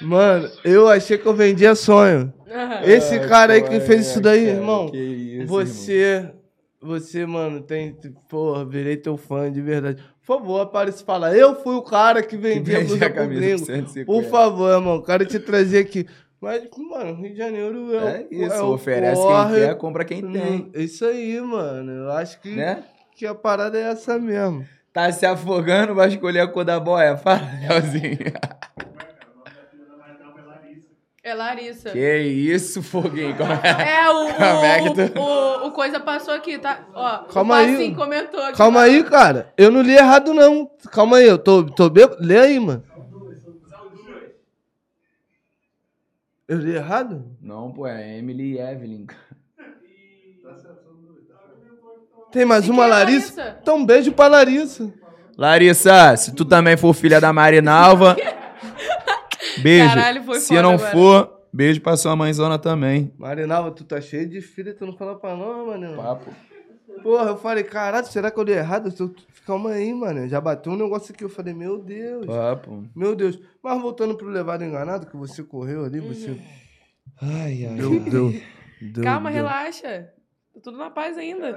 Speaker 1: Mano, eu achei que eu vendia sonho.
Speaker 2: Aham.
Speaker 1: Esse
Speaker 3: Ai,
Speaker 1: cara aí
Speaker 3: qual
Speaker 1: que
Speaker 3: é,
Speaker 1: fez isso daí,
Speaker 3: cara?
Speaker 1: irmão.
Speaker 3: Que isso, irmão.
Speaker 1: você, você, mano, tem. Porra, virei teu fã de verdade. Por favor, aparece e fala. Eu fui o cara que
Speaker 3: Que
Speaker 1: vendia
Speaker 3: vende
Speaker 1: blusa
Speaker 3: a
Speaker 1: pro
Speaker 3: camisa é.
Speaker 1: gringo.
Speaker 3: por 150.
Speaker 1: Por favor, irmão, quero te trazer aqui. Mas, mano, Rio de Janeiro é,
Speaker 3: É
Speaker 1: o-
Speaker 3: isso,
Speaker 1: é o
Speaker 3: oferece
Speaker 1: corre.
Speaker 3: quem quer, compra quem tem.
Speaker 1: Hum, Isso aí, mano. Eu acho que,
Speaker 3: Né?
Speaker 1: que a parada é essa mesmo.
Speaker 3: Tá se afogando, vai escolher a cor da boia. Fala, Leozinho.
Speaker 2: É Larissa.
Speaker 3: Que isso, foguinho. Como é?
Speaker 2: É, o,
Speaker 3: Como é que
Speaker 2: o,
Speaker 3: tu-
Speaker 2: o, o Coisa passou aqui, tá? Ó,
Speaker 1: Calma
Speaker 2: o
Speaker 1: aí.
Speaker 2: Passinho comentou aqui.
Speaker 1: Calma aí, cara. Eu não li errado, não. Calma aí, eu tô, tô bêbado. Lê aí, mano. Eu li errado?
Speaker 3: Não, pô, é Emily e Evelyn.
Speaker 1: Tem mais
Speaker 2: E
Speaker 1: uma
Speaker 2: quem é a
Speaker 1: Larissa?
Speaker 2: Larissa?
Speaker 1: Então, um beijo pra Larissa.
Speaker 3: Larissa, se tu também for filha da Marinalva, beijo.
Speaker 2: Caralho, foi
Speaker 3: se
Speaker 2: foda
Speaker 3: não
Speaker 2: agora.
Speaker 3: for, beijo pra sua mãezona também.
Speaker 1: Marinalva, tu tá cheio de filha, tu não fala pra não, mano.
Speaker 3: Papo.
Speaker 1: Porra, eu falei, caralho, será que eu li errado? Eu tô- Calma aí, mano. Já bateu um negócio aqui. Eu falei, meu Deus.
Speaker 3: Papo.
Speaker 1: Meu Deus. Mas voltando pro levado enganado, que você correu ali, você.
Speaker 3: Ai, ai.
Speaker 1: Deu, deu. deu,
Speaker 2: Uhum. Calma,
Speaker 1: deu.
Speaker 2: relaxa. Tá tudo na paz ainda.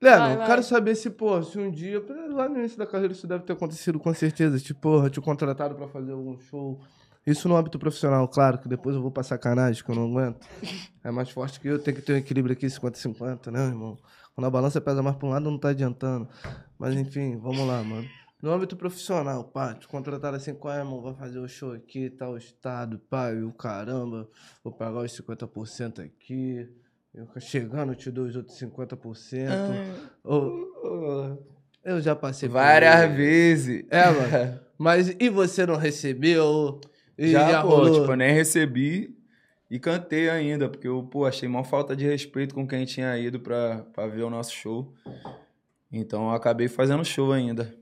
Speaker 1: Léo,
Speaker 2: Vai,
Speaker 1: eu
Speaker 2: vai.
Speaker 1: quero saber se, pô, se um dia, lá no início da carreira isso deve ter acontecido com certeza, tipo, porra, te contrataram pra fazer algum show. Isso no âmbito profissional, claro, que depois eu vou pra sacanagem, que eu não aguento. É mais forte que eu, tem que ter um equilíbrio aqui, 50-50, né, irmão? Quando a balança pesa mais pra um lado, não tá adiantando. Mas enfim, vamos lá, mano. No âmbito profissional, pá, te contrataram assim, qual é, irmão? Vai fazer o show aqui, tal estado, pá, e o caramba, vou pagar os 50% aqui. Eu chegando, eu te dou os outros 50%. Ô, eu já passei por
Speaker 3: Ah. Várias
Speaker 1: isso.
Speaker 3: vezes.
Speaker 1: É, mano. Mas e você não recebeu? E
Speaker 3: já, pô,
Speaker 1: rolou?
Speaker 3: tipo, eu nem recebi e cantei ainda, porque eu, pô, achei mó falta de respeito com quem tinha ido pra, pra ver o nosso show. Então eu acabei fazendo show ainda.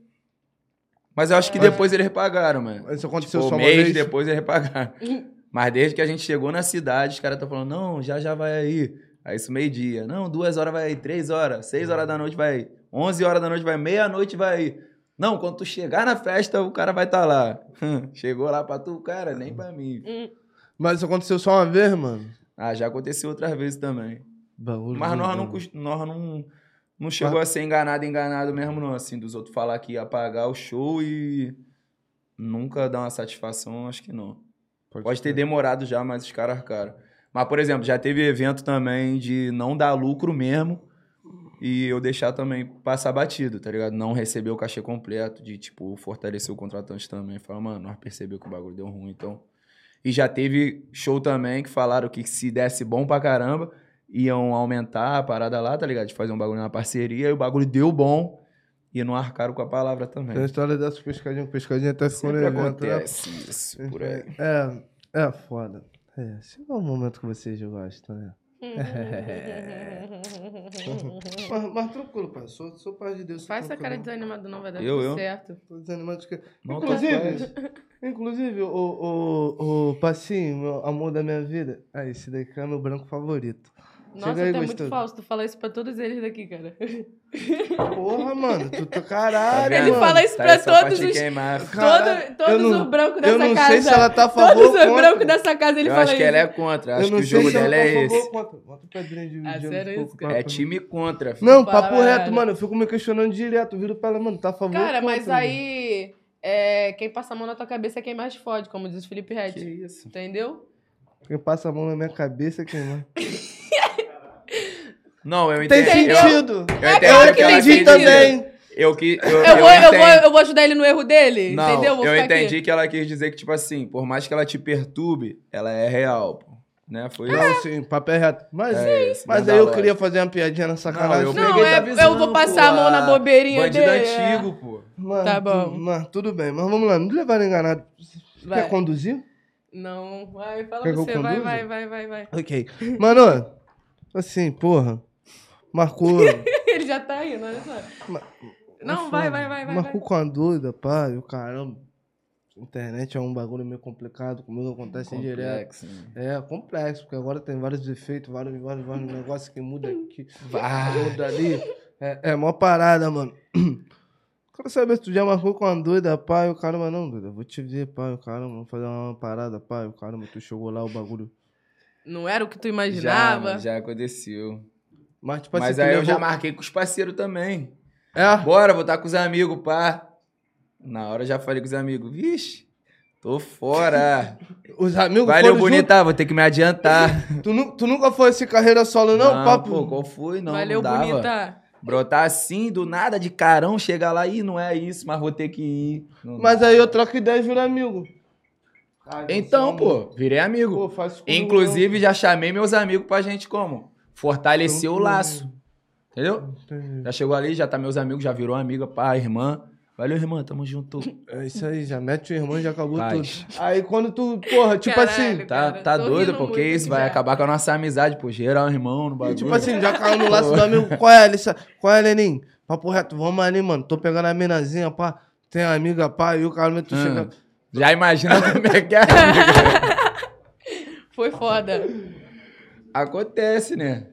Speaker 3: Mas eu acho que depois eles pagaram, mano.
Speaker 1: Isso aconteceu
Speaker 3: Tipo,
Speaker 1: só
Speaker 3: um
Speaker 1: uma
Speaker 3: mês
Speaker 1: vez?
Speaker 3: depois eles pagaram. Mas desde que a gente chegou na cidade, os caras estão falando, não, já já vai aí. Aí isso meio-dia. Não, duas horas vai aí, três horas, seis horas da noite vai aí, onze horas da noite vai aí, meia-noite vai aí. Não, quando tu chegar na festa, o cara vai estar lá. Chegou lá pra tu, cara, nem pra mim.
Speaker 2: Hum,
Speaker 1: Mas isso aconteceu só uma vez, mano?
Speaker 3: Ah, já aconteceu outras vezes também.
Speaker 1: Bagulho
Speaker 3: Mas nós não,
Speaker 1: doido.
Speaker 3: cust- nós não, não chegou a ser enganado, enganado mesmo não, assim, dos outros falar que ia pagar o show e nunca dar uma satisfação, acho que não. Pode ter demorado já, mas os caras arcaram. Mas, por exemplo, já teve evento também de não dar lucro mesmo e eu deixar também passar batido, tá ligado? Não receber o cachê completo, de, tipo, fortalecer o contratante também. Falar, mano, nós percebeu que o bagulho deu ruim, então E já teve show também que falaram que se desse bom pra caramba, iam aumentar a parada lá, tá ligado? De fazer um bagulho na parceria, e o bagulho deu bom e não arcaram com a palavra
Speaker 1: Tem a
Speaker 3: também.
Speaker 1: história dessa pescadinha com pescadinha até ficou no
Speaker 3: Sempre
Speaker 1: evento. né?
Speaker 3: acontece isso por aí.
Speaker 1: É, é foda. É, chega um momento que vocês gostam, né? Mas, mas tranquilo, pai. Sou, sou pai de Deus.
Speaker 2: Faz essa
Speaker 1: tranquilo.
Speaker 2: cara de desanimado, não vai dar
Speaker 3: Eu,
Speaker 2: tudo
Speaker 3: eu?
Speaker 2: certo.
Speaker 1: Tô desanimado de que...
Speaker 3: Não, tá
Speaker 1: Inclusive, inclusive, o, o, o Passinho, meu amor da minha vida. Ah, esse daqui é meu branco favorito.
Speaker 2: Nossa,
Speaker 1: Chega
Speaker 2: até
Speaker 1: aí,
Speaker 2: é muito
Speaker 1: gostoso.
Speaker 2: falso tu falar isso pra todos eles daqui, cara.
Speaker 1: Porra, mano. Tu tá caralho.
Speaker 2: Ele
Speaker 1: mano.
Speaker 2: fala isso
Speaker 3: Tá
Speaker 2: pra
Speaker 3: essa parte
Speaker 2: todos os-
Speaker 3: queimada.
Speaker 1: Caralho,
Speaker 2: Todo, todos
Speaker 1: eu não-
Speaker 2: os brancos
Speaker 1: Eu
Speaker 2: dessa
Speaker 1: não
Speaker 2: casa.
Speaker 1: sei se ela tá a favor
Speaker 2: todos
Speaker 1: ou
Speaker 2: os
Speaker 1: contra.
Speaker 2: brancos dessa casa ele
Speaker 3: Eu
Speaker 2: fala
Speaker 3: acho que
Speaker 2: isso.
Speaker 3: ela é contra.
Speaker 1: Eu
Speaker 3: Acho
Speaker 1: não
Speaker 3: que o
Speaker 1: sei
Speaker 3: jogo
Speaker 1: se ela
Speaker 3: dela
Speaker 1: tá
Speaker 3: é
Speaker 1: a favor ou
Speaker 3: esse.
Speaker 1: contra. Bota o pedrinho de
Speaker 2: Ah,
Speaker 1: dividindo
Speaker 2: sério
Speaker 1: um pouco
Speaker 2: isso?
Speaker 1: pra-
Speaker 3: É time contra, filho.
Speaker 1: Não,
Speaker 2: Fala,
Speaker 1: papo
Speaker 2: velho.
Speaker 1: reto, mano. Eu fico me questionando direto. Viro pra ela, mano, tá a favor ou
Speaker 2: Cara,
Speaker 1: contra,
Speaker 3: né?
Speaker 2: mas aí. é, quem passa a mão na tua cabeça é quem mais te fode, como diz o Felipe
Speaker 3: Que
Speaker 2: Red.
Speaker 3: isso.
Speaker 2: Entendeu?
Speaker 1: Quem passa a mão na minha cabeça é quem mais.
Speaker 3: Não, eu
Speaker 1: Tem
Speaker 3: entendi.
Speaker 2: Entendeu?
Speaker 1: sentido.
Speaker 3: Eu,
Speaker 2: É
Speaker 3: eu entendi
Speaker 2: claro
Speaker 3: o
Speaker 1: Eu
Speaker 2: que
Speaker 3: que
Speaker 2: tem
Speaker 3: ela quis
Speaker 1: entendi
Speaker 2: sentido.
Speaker 3: dizer.
Speaker 1: também.
Speaker 3: Eu que eu,
Speaker 2: Eu, vou, eu,
Speaker 3: entendi.
Speaker 2: vou, eu vou ajudar ele no erro dele?
Speaker 3: Não,
Speaker 2: entendeu? Vou
Speaker 3: eu
Speaker 2: ficar aqui.
Speaker 3: entendi que ela quis dizer que, tipo assim, por mais que ela te perturbe, ela é real, pô. Né? Foi
Speaker 2: Ah,
Speaker 3: isso.
Speaker 1: Não, sim, papo é reto. Mas,
Speaker 3: É isso,
Speaker 1: mas
Speaker 3: dentro
Speaker 1: aí
Speaker 3: da
Speaker 1: eu
Speaker 3: loja.
Speaker 1: queria fazer uma piadinha na sacanagem.
Speaker 3: eu
Speaker 2: Não,
Speaker 3: peguei
Speaker 2: é,
Speaker 3: da visão,
Speaker 2: eu vou passar a mão na
Speaker 3: pô,
Speaker 2: bobeirinha
Speaker 3: Bandido
Speaker 2: dele. é.
Speaker 3: antigo, pô.
Speaker 1: Mano,
Speaker 2: Tá bom.
Speaker 1: tu- mas tudo bem, mas vamos lá, não te levaram enganado. Você
Speaker 2: Vai.
Speaker 1: Quer conduzir?
Speaker 2: Não, vai, fala
Speaker 1: Quer que eu
Speaker 2: você, vai,
Speaker 1: conduza?
Speaker 2: vai, vai, vai, vai.
Speaker 1: Ok. Mano, assim, porra. Marcou.
Speaker 2: Ele já tá indo, olha só.
Speaker 1: ma-
Speaker 2: Não,
Speaker 1: foda.
Speaker 2: vai, vai, vai, vai.
Speaker 1: Marcou
Speaker 2: vai.
Speaker 1: com a doida, pá, e o caramba. Internet é um bagulho meio complicado, comigo acontece Assim, direto.
Speaker 3: Complexo, né?
Speaker 1: É, complexo, porque agora tem vários efeitos, vários, vários, vários negócios que muda aqui,
Speaker 3: Ah.
Speaker 1: muda ali. É, é mó parada, mano. Quero saber se tu já marcou com uma doida, pai, o caramba, não, doida, vou te ver, pai, o caramba, vamos fazer uma parada, pai, o caramba, tu chegou lá, o bagulho.
Speaker 2: Não era o que tu
Speaker 3: Já,
Speaker 2: imaginava.
Speaker 3: mano, já aconteceu.
Speaker 1: Mas, tipo
Speaker 3: Mas
Speaker 1: assim, tu
Speaker 3: aí eu já
Speaker 1: levou-
Speaker 3: marquei com os parceiros também.
Speaker 1: É,
Speaker 3: Bora, vou estar com os amigos, pá. Na hora eu já falei com os amigos, vixe, tô fora.
Speaker 1: os amigos
Speaker 3: Valeu,
Speaker 1: foram junto.
Speaker 3: bonita, vou ter que me adiantar.
Speaker 1: Tu, nu- tu nunca foi esse carreira solo, não, papo?
Speaker 3: Pô, qual foi? Não,
Speaker 2: Valeu,
Speaker 3: não dava.
Speaker 2: bonita.
Speaker 3: Brotar assim, do nada, de carão, chegar lá, e não é isso, mas vou ter que ir. Não
Speaker 1: Mas
Speaker 3: dá.
Speaker 1: aí eu troco ideia e viro amigo.
Speaker 3: Então, pô, virei amigo.
Speaker 1: Pô, faço comigo,
Speaker 3: Inclusive, já chamei meus amigos pra gente como? Fortalecer o
Speaker 1: Tranquilo.
Speaker 3: laço. Entendeu?
Speaker 1: não. Entendi.
Speaker 3: Já chegou ali, já tá meus amigos, já virou amiga, pá, irmã. Valeu, irmã, tamo junto.
Speaker 1: É isso aí, já mete o irmão e já acabou
Speaker 3: Paz.
Speaker 1: tudo. Aí quando tu, porra, tipo assim,
Speaker 2: Caralho.
Speaker 3: Tá,
Speaker 2: Cara,
Speaker 3: tá
Speaker 2: tô
Speaker 3: doido,
Speaker 2: rindo
Speaker 3: porque
Speaker 2: muito
Speaker 3: isso
Speaker 2: aqui
Speaker 3: vai
Speaker 2: já.
Speaker 3: acabar com a nossa amizade, pô. Geral, é irmão, no bagulho.
Speaker 1: Tipo assim, já caiu no laço do amigo. Qual é, Alissa? Qual é, Lenin? Papo reto, vamos ali, mano. Tô pegando a minazinha, pá. Tem a amiga, pá, e o cara tu
Speaker 3: Hum.
Speaker 1: chega.
Speaker 3: Já imagina como é que é. amiga.
Speaker 2: Foi foda.
Speaker 3: Acontece, né?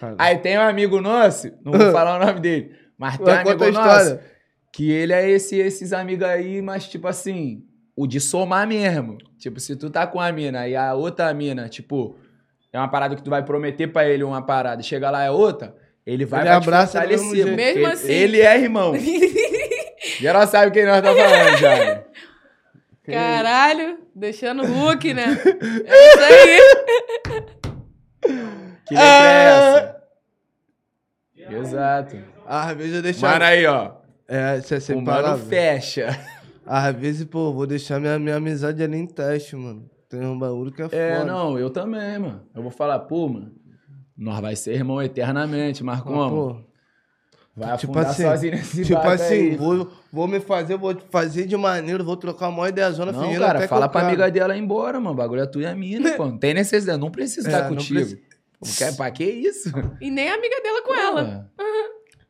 Speaker 1: Cara.
Speaker 3: Aí tem um amigo nosso, não vou falar o nome dele, mas tem um
Speaker 1: Ué, conta a
Speaker 3: amigo
Speaker 1: história.
Speaker 3: nosso que ele é esse, esses amigos aí, mas tipo assim, o de somar mesmo. Tipo, se tu tá com a mina e a outra mina, tipo, é uma parada que tu vai prometer pra ele uma parada, e chega lá é outra, ele vai
Speaker 1: Ele
Speaker 3: pra te
Speaker 1: abraça do
Speaker 3: fortalecer,
Speaker 1: mesmo jeito.
Speaker 3: porque
Speaker 2: Mesmo assim.
Speaker 3: Ele é irmão. Geral sabe quem nós tá falando, já.
Speaker 2: Caralho, deixando o Hulk, né? É isso aí.
Speaker 3: Que letra é essa? Exato.
Speaker 1: Às vezes eu deixo.
Speaker 3: Mano aí, ó.
Speaker 1: É, isso é sem
Speaker 3: o um mano
Speaker 1: palavra.
Speaker 3: fecha.
Speaker 1: Às vezes, pô, vou deixar minha, minha amizade ali em teste, mano. Tem um bagulho que é,
Speaker 3: É,
Speaker 1: foda.
Speaker 3: não, eu também, mano. Eu vou falar, pô, mano, nós vai ser irmão eternamente,
Speaker 1: Mas,
Speaker 3: Marcão.
Speaker 1: Ah, pô,
Speaker 3: Vai
Speaker 1: Tipo
Speaker 3: afundar
Speaker 1: assim,
Speaker 3: sozinho nesse
Speaker 1: tipo
Speaker 3: barco
Speaker 1: assim,
Speaker 3: aí.
Speaker 1: vou, vou me fazer, vou fazer de maneiro, vou trocar uma ideia zona
Speaker 3: Não, cara, fala pra
Speaker 1: amiga
Speaker 3: amiga dela ir embora, mano. O bagulho é tu e a mina, pô. Não tem necessidade, não precisa
Speaker 1: É,
Speaker 3: estar
Speaker 1: não
Speaker 3: contigo.
Speaker 1: precisa.
Speaker 3: Pô, quer- pra que isso? É,
Speaker 2: E nem a amiga dela com ela.
Speaker 3: Porra.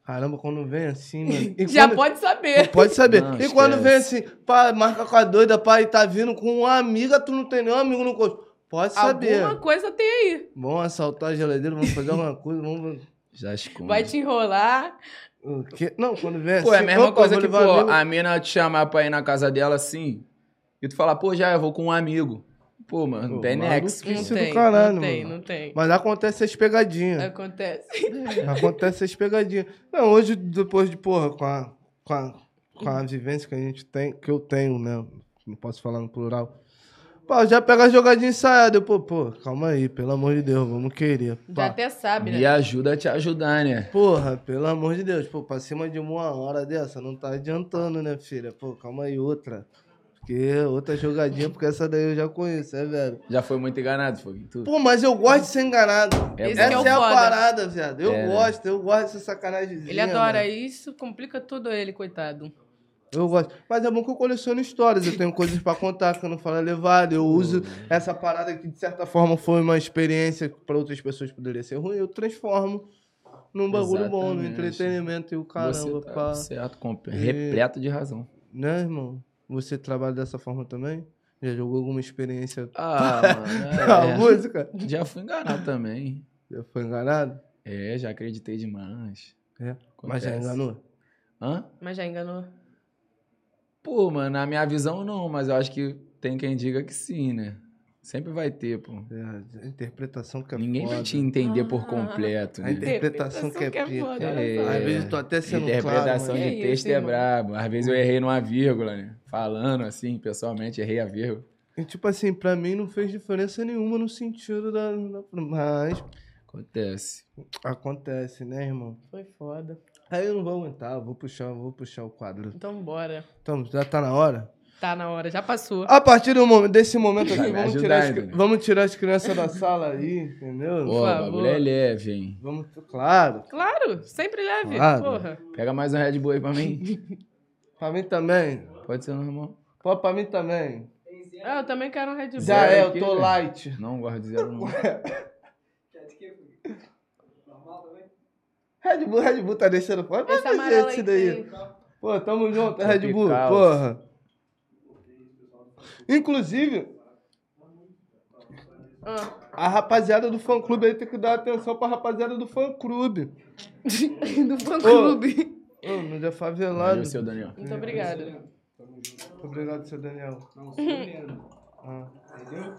Speaker 1: Caramba, quando vem assim, mano. E
Speaker 2: Já
Speaker 1: quando-
Speaker 2: pode
Speaker 1: Não
Speaker 2: saber.
Speaker 1: pode saber.
Speaker 3: Não,
Speaker 1: e quando vem
Speaker 3: esquece.
Speaker 1: assim, pá, marca com a doida, pá, e tá vindo com uma amiga, tu não tem nenhum amigo no corpo. Pode saber.
Speaker 2: Alguma coisa tem aí.
Speaker 1: Vamos assaltar a geladeira, vamos fazer alguma coisa, vamos.
Speaker 3: Já esconde.
Speaker 2: Vai te enrolar.
Speaker 1: O quê? Não, quando vem assim.
Speaker 3: Pô, é a mesma
Speaker 1: opa,
Speaker 3: coisa
Speaker 1: vou
Speaker 3: que,
Speaker 1: levar
Speaker 3: pô,
Speaker 1: amigo.
Speaker 3: a mina te chamar pra ir na casa dela assim, e tu falar, pô, já, eu vou com um amigo. Pô, mano, não
Speaker 1: Pô,
Speaker 3: tem
Speaker 1: maluco.
Speaker 3: nexo.
Speaker 2: Não
Speaker 1: Isso do
Speaker 2: tem,
Speaker 1: caralho,
Speaker 2: não tem,
Speaker 1: mano.
Speaker 2: não tem.
Speaker 1: Mas acontece as
Speaker 3: É
Speaker 1: pegadinhas.
Speaker 2: Acontece.
Speaker 1: é Acontece as pegadinhas. Não, hoje, depois de, porra, com a, com a, com a vivência que a gente tem, que eu tenho, né? Não posso falar no plural. Pô, já pega a jogadinha ensaiada. Eu, pô, pô, calma aí, pelo amor de Deus, vamos querer.
Speaker 2: Já
Speaker 1: Pá.
Speaker 2: até sabe,
Speaker 3: Me
Speaker 2: né?
Speaker 3: ajuda a te ajudar, né?
Speaker 1: Porra, pelo amor de Deus, pô, pra cima de uma hora dessa não tá adiantando, né, filha? Pô, calma aí, outra. Porque outra jogadinha, porque essa daí eu já conheço, é, velho?
Speaker 3: Já foi muito enganado, Foguinho. Tu-
Speaker 1: Pô, mas eu gosto de ser enganado.
Speaker 3: É
Speaker 2: Esse
Speaker 1: Essa
Speaker 2: que
Speaker 1: é,
Speaker 2: o
Speaker 3: bom.
Speaker 1: a
Speaker 2: foda.
Speaker 1: parada, viado. Eu
Speaker 3: É, né?
Speaker 1: gosto, eu gosto dessa sacanagem.
Speaker 2: Ele adora isso, complica tudo ele, coitado.
Speaker 1: Eu gosto. Mas é bom que eu coleciono histórias. Eu tenho coisas pra contar que eu não falo é levado. Eu uso
Speaker 3: tá
Speaker 1: essa parada que, de certa forma, foi uma experiência que pra outras pessoas poderia ser ruim. Eu transformo num bagulho bom, no
Speaker 3: Exatamente.
Speaker 1: entretenimento e o caramba.
Speaker 3: Você tá
Speaker 1: pá. É.
Speaker 3: certo, comp-
Speaker 1: E-
Speaker 3: repleto de razão.
Speaker 1: Né, irmão? Você trabalha dessa forma também? Já jogou alguma experiência
Speaker 3: Ah,
Speaker 1: na música?
Speaker 3: Já fui enganado também.
Speaker 1: Já foi enganado?
Speaker 3: É, já acreditei demais.
Speaker 1: É, Mas
Speaker 3: Acontece.
Speaker 1: já enganou?
Speaker 3: Hã?
Speaker 2: Mas já enganou.
Speaker 3: Pô, mano, na minha visão não, mas eu acho que tem quem diga que sim, né? Sempre vai ter, pô.
Speaker 1: É, a interpretação que é
Speaker 3: Ninguém
Speaker 1: foda.
Speaker 3: vai te entender por
Speaker 2: Ah.
Speaker 3: completo,
Speaker 1: A
Speaker 3: né?
Speaker 1: interpretação que é pica.
Speaker 2: foda, né,
Speaker 3: É.
Speaker 2: olha só.
Speaker 1: Às vezes eu tô até sendo claro. Hum.
Speaker 3: Interpretação
Speaker 1: mas-
Speaker 2: Que
Speaker 3: de
Speaker 2: isso,
Speaker 3: texto é
Speaker 2: irmão.
Speaker 3: brabo. Às vezes eu errei numa vírgula, né? Falando assim, pessoalmente, errei a vírgula.
Speaker 1: E, tipo assim, pra mim não fez diferença nenhuma no sentido da. da- mas
Speaker 3: Acontece.
Speaker 1: acontece, né, irmão?
Speaker 2: Foi foda.
Speaker 1: Aí eu não vou aguentar, eu vou puxar, eu vou puxar o quadro.
Speaker 2: Então bora.
Speaker 1: Então, já tá na hora?
Speaker 2: Tá na hora, já passou.
Speaker 1: A partir do momento, desse momento
Speaker 3: Vai
Speaker 1: aqui,
Speaker 3: me
Speaker 1: vamos
Speaker 3: ajudar
Speaker 1: tirar, as,
Speaker 3: ainda, né?
Speaker 1: vamos tirar as crianças da sala aí, entendeu?
Speaker 3: Pô, o
Speaker 2: favor.
Speaker 3: bagulho é leve, hein?
Speaker 1: Vamos, claro.
Speaker 2: Claro, sempre leve.
Speaker 1: Claro.
Speaker 2: Porra.
Speaker 3: Pega mais um Red Bull aí pra mim.
Speaker 1: Pra mim também.
Speaker 3: Pode ser normal.
Speaker 1: Pô, pra mim também.
Speaker 2: Ah, eu também quero um Red Bull.
Speaker 1: Já
Speaker 3: Zero
Speaker 1: é, eu
Speaker 3: aqui,
Speaker 1: tô
Speaker 3: velho.
Speaker 1: light.
Speaker 3: Não gosto de zero, não.
Speaker 1: Red Bull, Red Bull tá descendo. Pode
Speaker 2: Esse
Speaker 1: fazer
Speaker 2: amarelo
Speaker 1: isso
Speaker 2: aí
Speaker 1: daí.
Speaker 2: tem.
Speaker 1: Pô, tamo junto, Red Bull,
Speaker 3: Tropical.
Speaker 1: porra. Inclusive,
Speaker 2: Ah.
Speaker 1: a rapaziada do fã clube aí tem que dar atenção pra rapaziada do fã clube.
Speaker 2: Do fã clube.
Speaker 1: Ô, mas é favelado.
Speaker 3: Valeu, seu Daniel.
Speaker 2: Muito obrigada.
Speaker 1: Obrigado, seu Daniel. Não, seu Leandro.
Speaker 3: assim,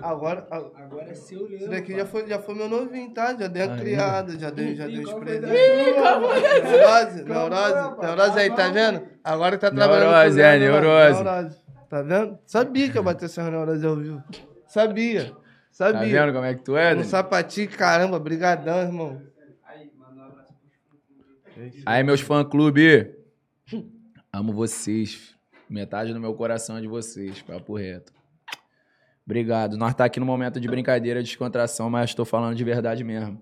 Speaker 1: Agora, a-
Speaker 6: Agora é seu
Speaker 1: isso
Speaker 6: Leandro.
Speaker 1: daqui já foi, já foi meu novinho, tá? Já dei a
Speaker 3: Aí.
Speaker 1: criada, já dei, já dei os
Speaker 6: qual foi
Speaker 1: presentes.
Speaker 6: daí?
Speaker 1: Neurose,
Speaker 6: Calma,
Speaker 1: neurose,
Speaker 6: rapaz.
Speaker 1: neurose aí, tá vendo? Agora tá trabalhando.
Speaker 3: Neurose,
Speaker 1: com
Speaker 3: é,
Speaker 1: neuro-
Speaker 3: neurose.
Speaker 1: Tá vendo? Sabia que eu bater essas neurose ao vivo. Sabia.
Speaker 3: Tá
Speaker 1: Sabia.
Speaker 3: vendo como é que tu é,
Speaker 1: um
Speaker 3: Dani?
Speaker 1: sapatinho, caramba, brigadão, irmão.
Speaker 3: Aí, meus fã-clube. Amo vocês. Metade do meu coração é de vocês, papo reto. Obrigado. Nós tá aqui no momento de brincadeira, descontração, mas tô falando de verdade mesmo.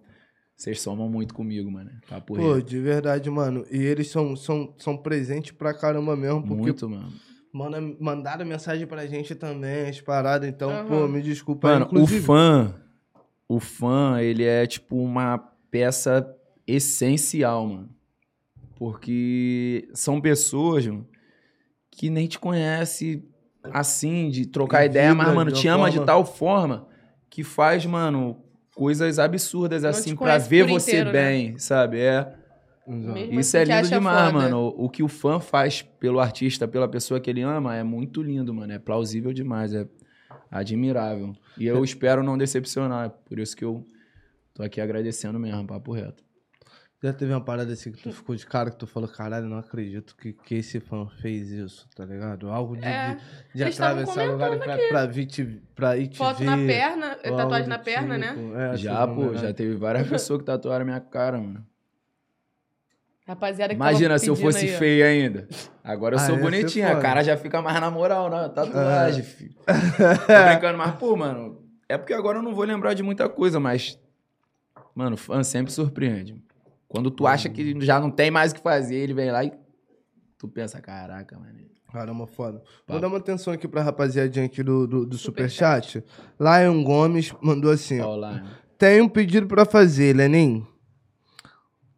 Speaker 3: Vocês somam muito comigo, mano. Papo
Speaker 1: Pô,
Speaker 3: reto.
Speaker 1: de verdade, mano. E eles são, são, são presentes pra caramba mesmo, porque
Speaker 3: Muito, mano.
Speaker 1: manda, mandaram mensagem pra gente também, as paradas. Então,
Speaker 2: Aham.
Speaker 1: pô, me desculpa. aí,
Speaker 3: Mano,
Speaker 1: inclusive,
Speaker 3: o fã, o fã, ele é tipo uma peça essencial, mano. Porque são pessoas mano, que nem te conhece assim, de trocar
Speaker 1: Em
Speaker 3: ideia, mas,
Speaker 1: vida,
Speaker 3: mano,
Speaker 1: de
Speaker 3: te
Speaker 1: uma
Speaker 3: ama de
Speaker 1: forma-
Speaker 3: tal forma que faz, mano, coisas absurdas
Speaker 2: Não te
Speaker 3: assim pra
Speaker 2: conhece
Speaker 3: ver
Speaker 2: por
Speaker 3: você
Speaker 2: inteiro, né?
Speaker 3: bem, sabe? É.
Speaker 2: Mesmo
Speaker 3: Isso é
Speaker 2: assim, te
Speaker 3: lindo
Speaker 2: acha foda.
Speaker 3: demais, mano. O o que o fã faz pelo artista, pela pessoa que ele ama, é muito lindo, mano. É plausível demais, é admirável. E eu espero não decepcionar. Por isso que eu tô aqui agradecendo mesmo, papo reto.
Speaker 1: Já teve uma parada assim que tu ficou de cara que tu falou, caralho, não acredito que, que esse fã fez isso, tá ligado? Algo de,
Speaker 2: É,
Speaker 1: de, de
Speaker 2: eles tavam
Speaker 1: atravessar o lugar e pra, pra vir te, pra ir te
Speaker 2: Foto
Speaker 1: ver.
Speaker 2: na perna,
Speaker 1: ou
Speaker 2: tatuagem
Speaker 1: algo
Speaker 2: na
Speaker 1: do
Speaker 2: perna, né?
Speaker 1: tipo. É,
Speaker 3: já,
Speaker 1: assim,
Speaker 3: pô,
Speaker 1: né?
Speaker 3: já teve várias pessoas que tatuaram minha cara, mano.
Speaker 2: Rapaziada que
Speaker 3: Imagina
Speaker 2: tava
Speaker 3: se eu
Speaker 2: pedindo
Speaker 3: fosse
Speaker 2: aí, ó.
Speaker 3: feio ainda. Agora eu
Speaker 1: Ah,
Speaker 3: sou
Speaker 1: ia ser
Speaker 3: bonitinho, a
Speaker 1: foda. É.
Speaker 3: cara já fica mais na moral, na tatuagem, filho. Tô brincando, mas, pô, mano, é porque agora eu não vou lembrar de muita coisa, mas. Mano, fã sempre surpreende. Quando tu acha
Speaker 1: Uhum.
Speaker 3: que já não tem mais o que fazer, ele vem lá e. Tu pensa, caraca, mano.
Speaker 1: Caramba, foda. Vou
Speaker 3: Papo.
Speaker 1: dar uma atenção aqui pra rapaziadinha aqui do, do, do Superchat. Lion Gomes mandou assim, ó.
Speaker 3: Olha lá. né?"
Speaker 1: Tem um pedido pra fazer, Lenin.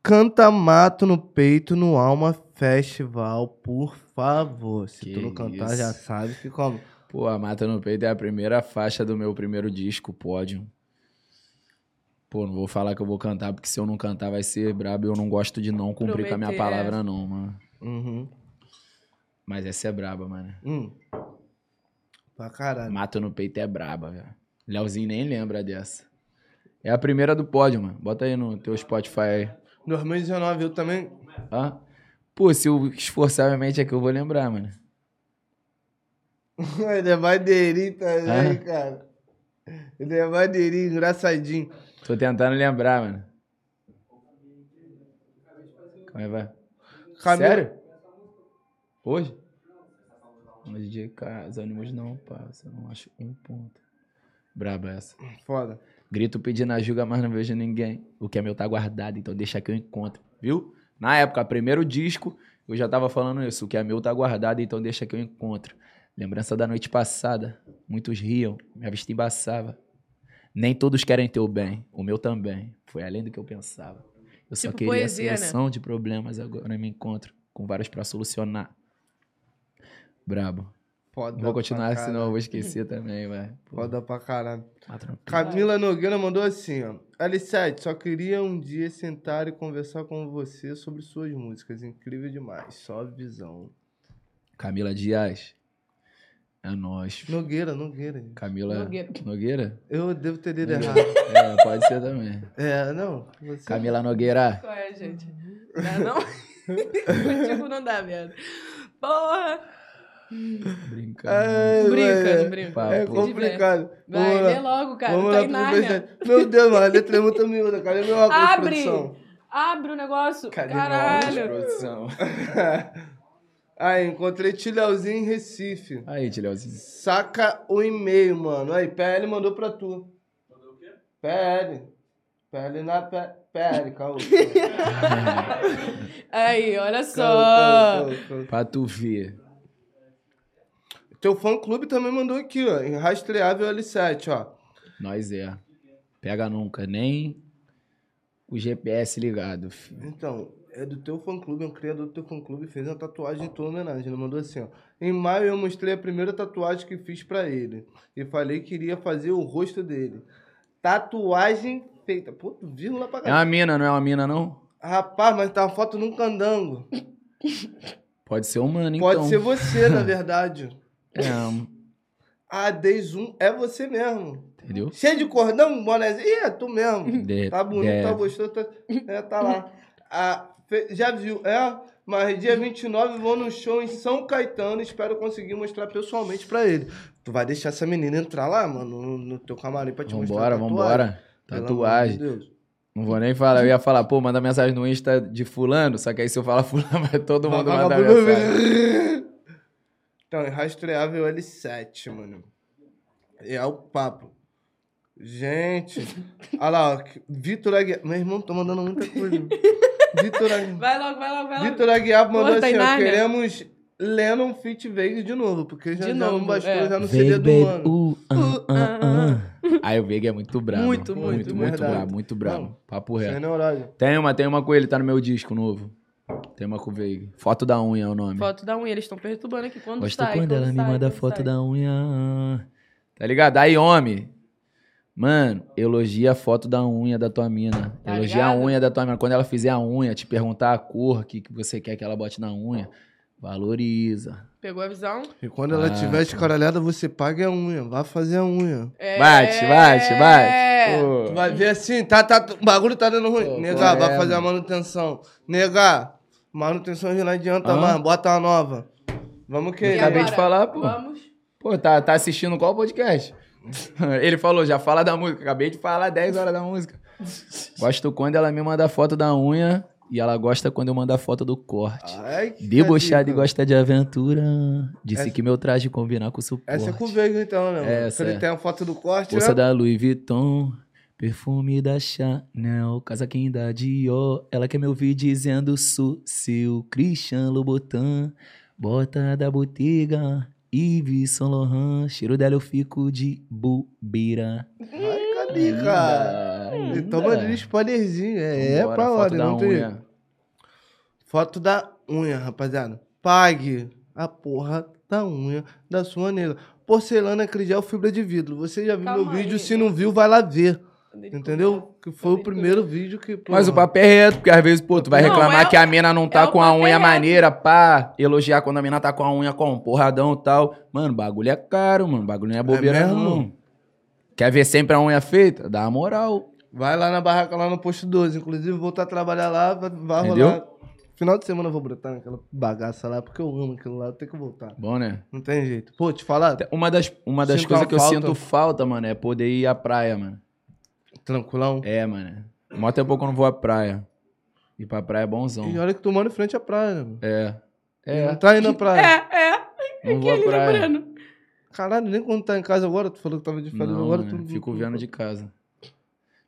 Speaker 1: Canta Mato no Peito no Alma Festival, por favor. Se
Speaker 3: Que
Speaker 1: tu não cantar,
Speaker 3: isso.
Speaker 1: já sabe que como.
Speaker 3: Pô, a Mata no Peito é a primeira faixa do meu primeiro disco, pódio. Pô, não vou falar que eu vou cantar, porque se eu não cantar vai ser brabo e eu não gosto de não cumprir com a minha
Speaker 2: Prometer, é.
Speaker 3: palavra, não, mano.
Speaker 1: Uhum.
Speaker 3: Mas essa é braba, mano.
Speaker 1: Hum. Pra caralho.
Speaker 3: Mata no peito é braba, velho. Leozinho nem lembra dessa. É a primeira do pódio, mano. Bota aí no teu Spotify aí.
Speaker 1: 2019 eu também.
Speaker 3: Hã? Pô, se eu esforçar minha mente é que eu vou lembrar, mano.
Speaker 1: Ele é maneirinho também,
Speaker 3: Ah.
Speaker 1: cara. Ele é maneirinho, engraçadinho.
Speaker 3: Tô tentando lembrar, mano. Como é que vai?
Speaker 1: Camila-
Speaker 3: Sério? Hoje? Mas de cá, os ânimos não passam, não acho um ponto. Braba essa.
Speaker 1: Foda.
Speaker 3: Grito pedindo ajuda, mas não vejo ninguém. O que é meu tá guardado, então deixa que eu encontro, viu? Na época, primeiro disco, eu já tava falando isso. O que é meu tá guardado, então deixa que eu encontro. Lembrança da noite passada. Muitos riam, minha vista embaçava. Nem todos querem teu bem, o meu também. Foi além do que eu pensava. Eu só
Speaker 2: Tipo
Speaker 3: queria
Speaker 2: poesia, né?
Speaker 3: a solução de problemas, agora me encontro com vários pra solucionar. Brabo.
Speaker 1: Foda.
Speaker 3: Vou continuar,
Speaker 1: pra caralho.
Speaker 3: senão eu vou esquecer também, vai. Pô,
Speaker 1: Foda pra caralho.
Speaker 3: tá tranquilo.
Speaker 1: Camila Nogueira mandou assim, ó. L7, só queria um dia sentar e conversar com você sobre suas músicas. Incrível demais. Só visão.
Speaker 3: Camila Dias. É nóis.
Speaker 1: Nogueira, Nogueira. gente.
Speaker 3: Camila
Speaker 2: Nogueira.
Speaker 3: Nogueira?
Speaker 1: Eu devo ter lido
Speaker 3: Nogueira.
Speaker 1: errado.
Speaker 3: É, pode ser também.
Speaker 1: É, não. Você...
Speaker 3: Camila Nogueira.
Speaker 2: Qual é, gente?
Speaker 3: Uhum.
Speaker 2: Dá não? Contigo não dá, merda. Porra!
Speaker 3: Brincando.
Speaker 1: Ai,
Speaker 2: Não brinca,
Speaker 1: vai,
Speaker 2: não brinca.
Speaker 3: Papo.
Speaker 1: É complicado.
Speaker 2: Vai,
Speaker 1: Vamos lá.
Speaker 2: lê logo, cara.
Speaker 1: Vamos
Speaker 2: tá
Speaker 1: lá
Speaker 2: em
Speaker 1: pro
Speaker 2: Nárnia.
Speaker 1: Nordeste. Meu Deus, mano, a letra é muito miúda. Cadê meu
Speaker 3: é
Speaker 1: óculos,
Speaker 2: Abre!
Speaker 1: produção?
Speaker 2: Abre o negócio.
Speaker 1: Cadê meu
Speaker 2: Caralho.
Speaker 3: Produção.
Speaker 1: Aí, encontrei Tilhauzinho em Recife.
Speaker 3: Aí, Tilhauzinho.
Speaker 1: Saca o e-mail, mano. Aí, PL mandou pra tu. Mandou o quê? PL. PL na P- PL, caô.
Speaker 2: Aí, olha só.
Speaker 1: Caô, caô, caô,
Speaker 3: Pra tu ver.
Speaker 1: caô. Teu fã clube também mandou aqui, ó. Em Rastreável L7, ó.
Speaker 3: Nós é. Pega nunca, nem o GPS ligado. fi.
Speaker 1: Então, é do teu fã clube, é um criador do teu fã clube, fez uma tatuagem em tua homenagem. Ele mandou assim, ó. Em maio eu mostrei a primeira tatuagem que fiz pra ele. E falei que iria fazer o rosto dele. Tatuagem feita. Pô, vírgula pra
Speaker 3: É
Speaker 1: caralho.
Speaker 3: uma mina, não é uma mina, não?
Speaker 1: Rapaz, mas tá uma foto num candango.
Speaker 3: Pode ser humano, então.
Speaker 1: Pode ser você, na verdade.
Speaker 3: É,
Speaker 1: A
Speaker 4: um
Speaker 1: Deizum é você mesmo.
Speaker 3: entendeu?
Speaker 1: Cheio de cordão, bonézinho. Ih, é tu mesmo.
Speaker 3: De-
Speaker 1: Tá bonito,
Speaker 3: de-
Speaker 1: tá gostoso, tá, é, tá lá. Ah, fe- já viu, é? Mas dia 29 vou no show em São Caetano espero conseguir mostrar pessoalmente pra ele. Tu vai deixar essa menina entrar lá, mano, no, no teu camarim pra te mostrar
Speaker 3: Vambora,
Speaker 1: a tatuagem?
Speaker 3: vambora.
Speaker 1: Pelo
Speaker 3: Tatuagem.
Speaker 1: amor de Deus.
Speaker 3: Não vou nem falar. Eu ia falar, pô, manda mensagem no Insta de fulano. Só que aí se eu falar fulano, vai todo mundo mandar
Speaker 1: Vagabundo- né?
Speaker 3: mensagem.
Speaker 1: Então, é rastreável L7, mano. É o papo. Gente, olha lá, ó, Vitor Aguiar. Meu irmão, tô mandando muita coisa. Vitor Aguiar.
Speaker 2: Vai logo, vai logo, vai logo.
Speaker 1: Vitor Aguiar mandou
Speaker 2: Corta
Speaker 1: assim,
Speaker 2: em
Speaker 1: ó,
Speaker 2: Nárnia.
Speaker 1: queremos Lennon Fit Vegas de novo, porque já,
Speaker 2: De
Speaker 1: já
Speaker 2: novo,
Speaker 1: não bastou
Speaker 2: é.
Speaker 1: já no
Speaker 3: Vem,
Speaker 1: CD do
Speaker 3: baby,
Speaker 1: mano.
Speaker 3: uh, ah,
Speaker 2: Uh,
Speaker 3: ah,
Speaker 2: ah,
Speaker 3: ah. Aí o Vega é muito brabo.
Speaker 2: Muito, muito,
Speaker 3: muito, muito
Speaker 1: verdade.
Speaker 3: brabo, muito brabo.
Speaker 1: Não. é
Speaker 3: Papo
Speaker 1: Sem
Speaker 3: reto.
Speaker 1: neurose.
Speaker 3: Tem uma, tem uma com ele, tá no meu disco novo. Tem uma com o Veiga. Foto da unha é o nome.
Speaker 2: Foto da unha, eles estão perturbando aqui quando
Speaker 3: Gosto
Speaker 2: sai.
Speaker 3: quando ela me
Speaker 2: sai,
Speaker 3: manda
Speaker 2: quando
Speaker 3: foto
Speaker 2: sai.
Speaker 3: da unha. Tá ligado? Aí, homem. Mano, elogia a foto da unha da tua mina.
Speaker 2: Tá
Speaker 3: elogia a
Speaker 2: ligado?
Speaker 3: unha da tua mina. Quando ela fizer a unha, te perguntar a cor que, que você quer que ela bote na unha, valoriza.
Speaker 2: Pegou a visão?
Speaker 1: E quando ela
Speaker 3: Ah,
Speaker 1: tiver escaralhada, você paga a unha, vai fazer a unha.
Speaker 2: É...
Speaker 3: Bate, bate, bate.
Speaker 1: Tu
Speaker 3: Pô.
Speaker 1: vai ver assim, tá, tá, o bagulho tá dando ruim.
Speaker 3: Pô,
Speaker 1: Negar,
Speaker 3: qual
Speaker 1: vai
Speaker 3: é,
Speaker 1: fazer a
Speaker 3: mano?
Speaker 1: manutenção. Negar, manutenção já não adianta
Speaker 3: Hã?
Speaker 1: mais, bota uma nova. Vamos que
Speaker 2: E
Speaker 3: Eu acabei
Speaker 2: agora?
Speaker 3: de falar, pô.
Speaker 2: Vamos.
Speaker 3: Pô, tá, tá assistindo qual podcast? Ele falou, já fala da música. Acabei de falar 10 horas da música. Gosto quando ela me manda foto da unha e ela gosta quando eu mando a foto do corte.
Speaker 1: Ai, que
Speaker 3: Debochado e
Speaker 1: dica.
Speaker 3: gosta de aventura. Disse
Speaker 1: Essa-
Speaker 3: que meu traje combina com o suporte.
Speaker 1: Essa é com o Veiga então, né? mano?
Speaker 3: Essa
Speaker 1: Ele
Speaker 3: é.
Speaker 1: tem a foto do corte,
Speaker 3: Bolsa
Speaker 1: né?
Speaker 3: da Louis Vuitton, perfume da Chanel, casaquinho da Dior. Ela quer me ouvir dizendo sou seu Christian Louboutin, bota da Bottega, Yves Saint Laurent. Cheiro dela eu fico de bobeira.
Speaker 1: Ai, cadê, cara?
Speaker 3: Hum,
Speaker 1: Ele
Speaker 3: é.
Speaker 1: toma ali um spoilerzinho, é, é pra hora,
Speaker 3: um
Speaker 1: não tem. Foto da unha, rapaziada. Pague a porra da unha da sua nega. Porcelana Crigel fibra de vidro. Você já viu
Speaker 2: Calma
Speaker 1: meu vídeo?
Speaker 2: aí.
Speaker 1: Se não viu, vai lá ver.
Speaker 2: Ele
Speaker 1: Entendeu? Que foi o
Speaker 2: Ele
Speaker 1: primeiro vídeo que. porra.
Speaker 3: Mas o papo é reto, porque às vezes, pô, tu vai
Speaker 2: Uhum. Não,
Speaker 3: reclamar
Speaker 2: é o-
Speaker 3: que a mina não tá
Speaker 2: é o
Speaker 3: com a
Speaker 2: papo é
Speaker 3: unha
Speaker 2: reto.
Speaker 3: maneira, pá. Elogiar quando a mina tá com a unha com um porradão e tal. Mano, bagulho é caro, mano. Bagulho não é bobeira,
Speaker 1: mesmo?
Speaker 3: não. Quer ver sempre a unha feita? Dá a moral.
Speaker 1: Vai lá na barraca, lá no posto 12. Inclusive, vou voltar a trabalhar lá, vai, vai
Speaker 3: Entendeu?
Speaker 1: rolar. Final de semana eu vou brotar naquela bagaça lá, porque eu amo aquilo lá, eu tenho que voltar.
Speaker 3: Bom, né?
Speaker 1: Não tem jeito. Pô, te falar,
Speaker 3: Uma das, uma das
Speaker 1: Sinto
Speaker 3: coisas
Speaker 1: a
Speaker 3: que eu
Speaker 1: falta.
Speaker 3: sinto falta, mano, é poder ir à praia, mano.
Speaker 1: tranquilão.
Speaker 3: É, mano. Mó tempo que eu não vou à praia. Ir pra praia é bonzão.
Speaker 1: E olha que tu mora em frente à praia, né? mano?
Speaker 3: É.
Speaker 1: Não
Speaker 3: É.
Speaker 1: tá indo à praia.
Speaker 2: É, é.
Speaker 3: Não
Speaker 2: que
Speaker 3: vou à
Speaker 2: ele
Speaker 3: praia.
Speaker 2: lembrando.
Speaker 1: Caralho, nem quando tá em casa agora, tu falou que tava de férias
Speaker 2: um
Speaker 3: Não,
Speaker 1: agora.
Speaker 3: né?
Speaker 1: Tu...
Speaker 3: Fico vendo de casa.
Speaker 1: É
Speaker 3: que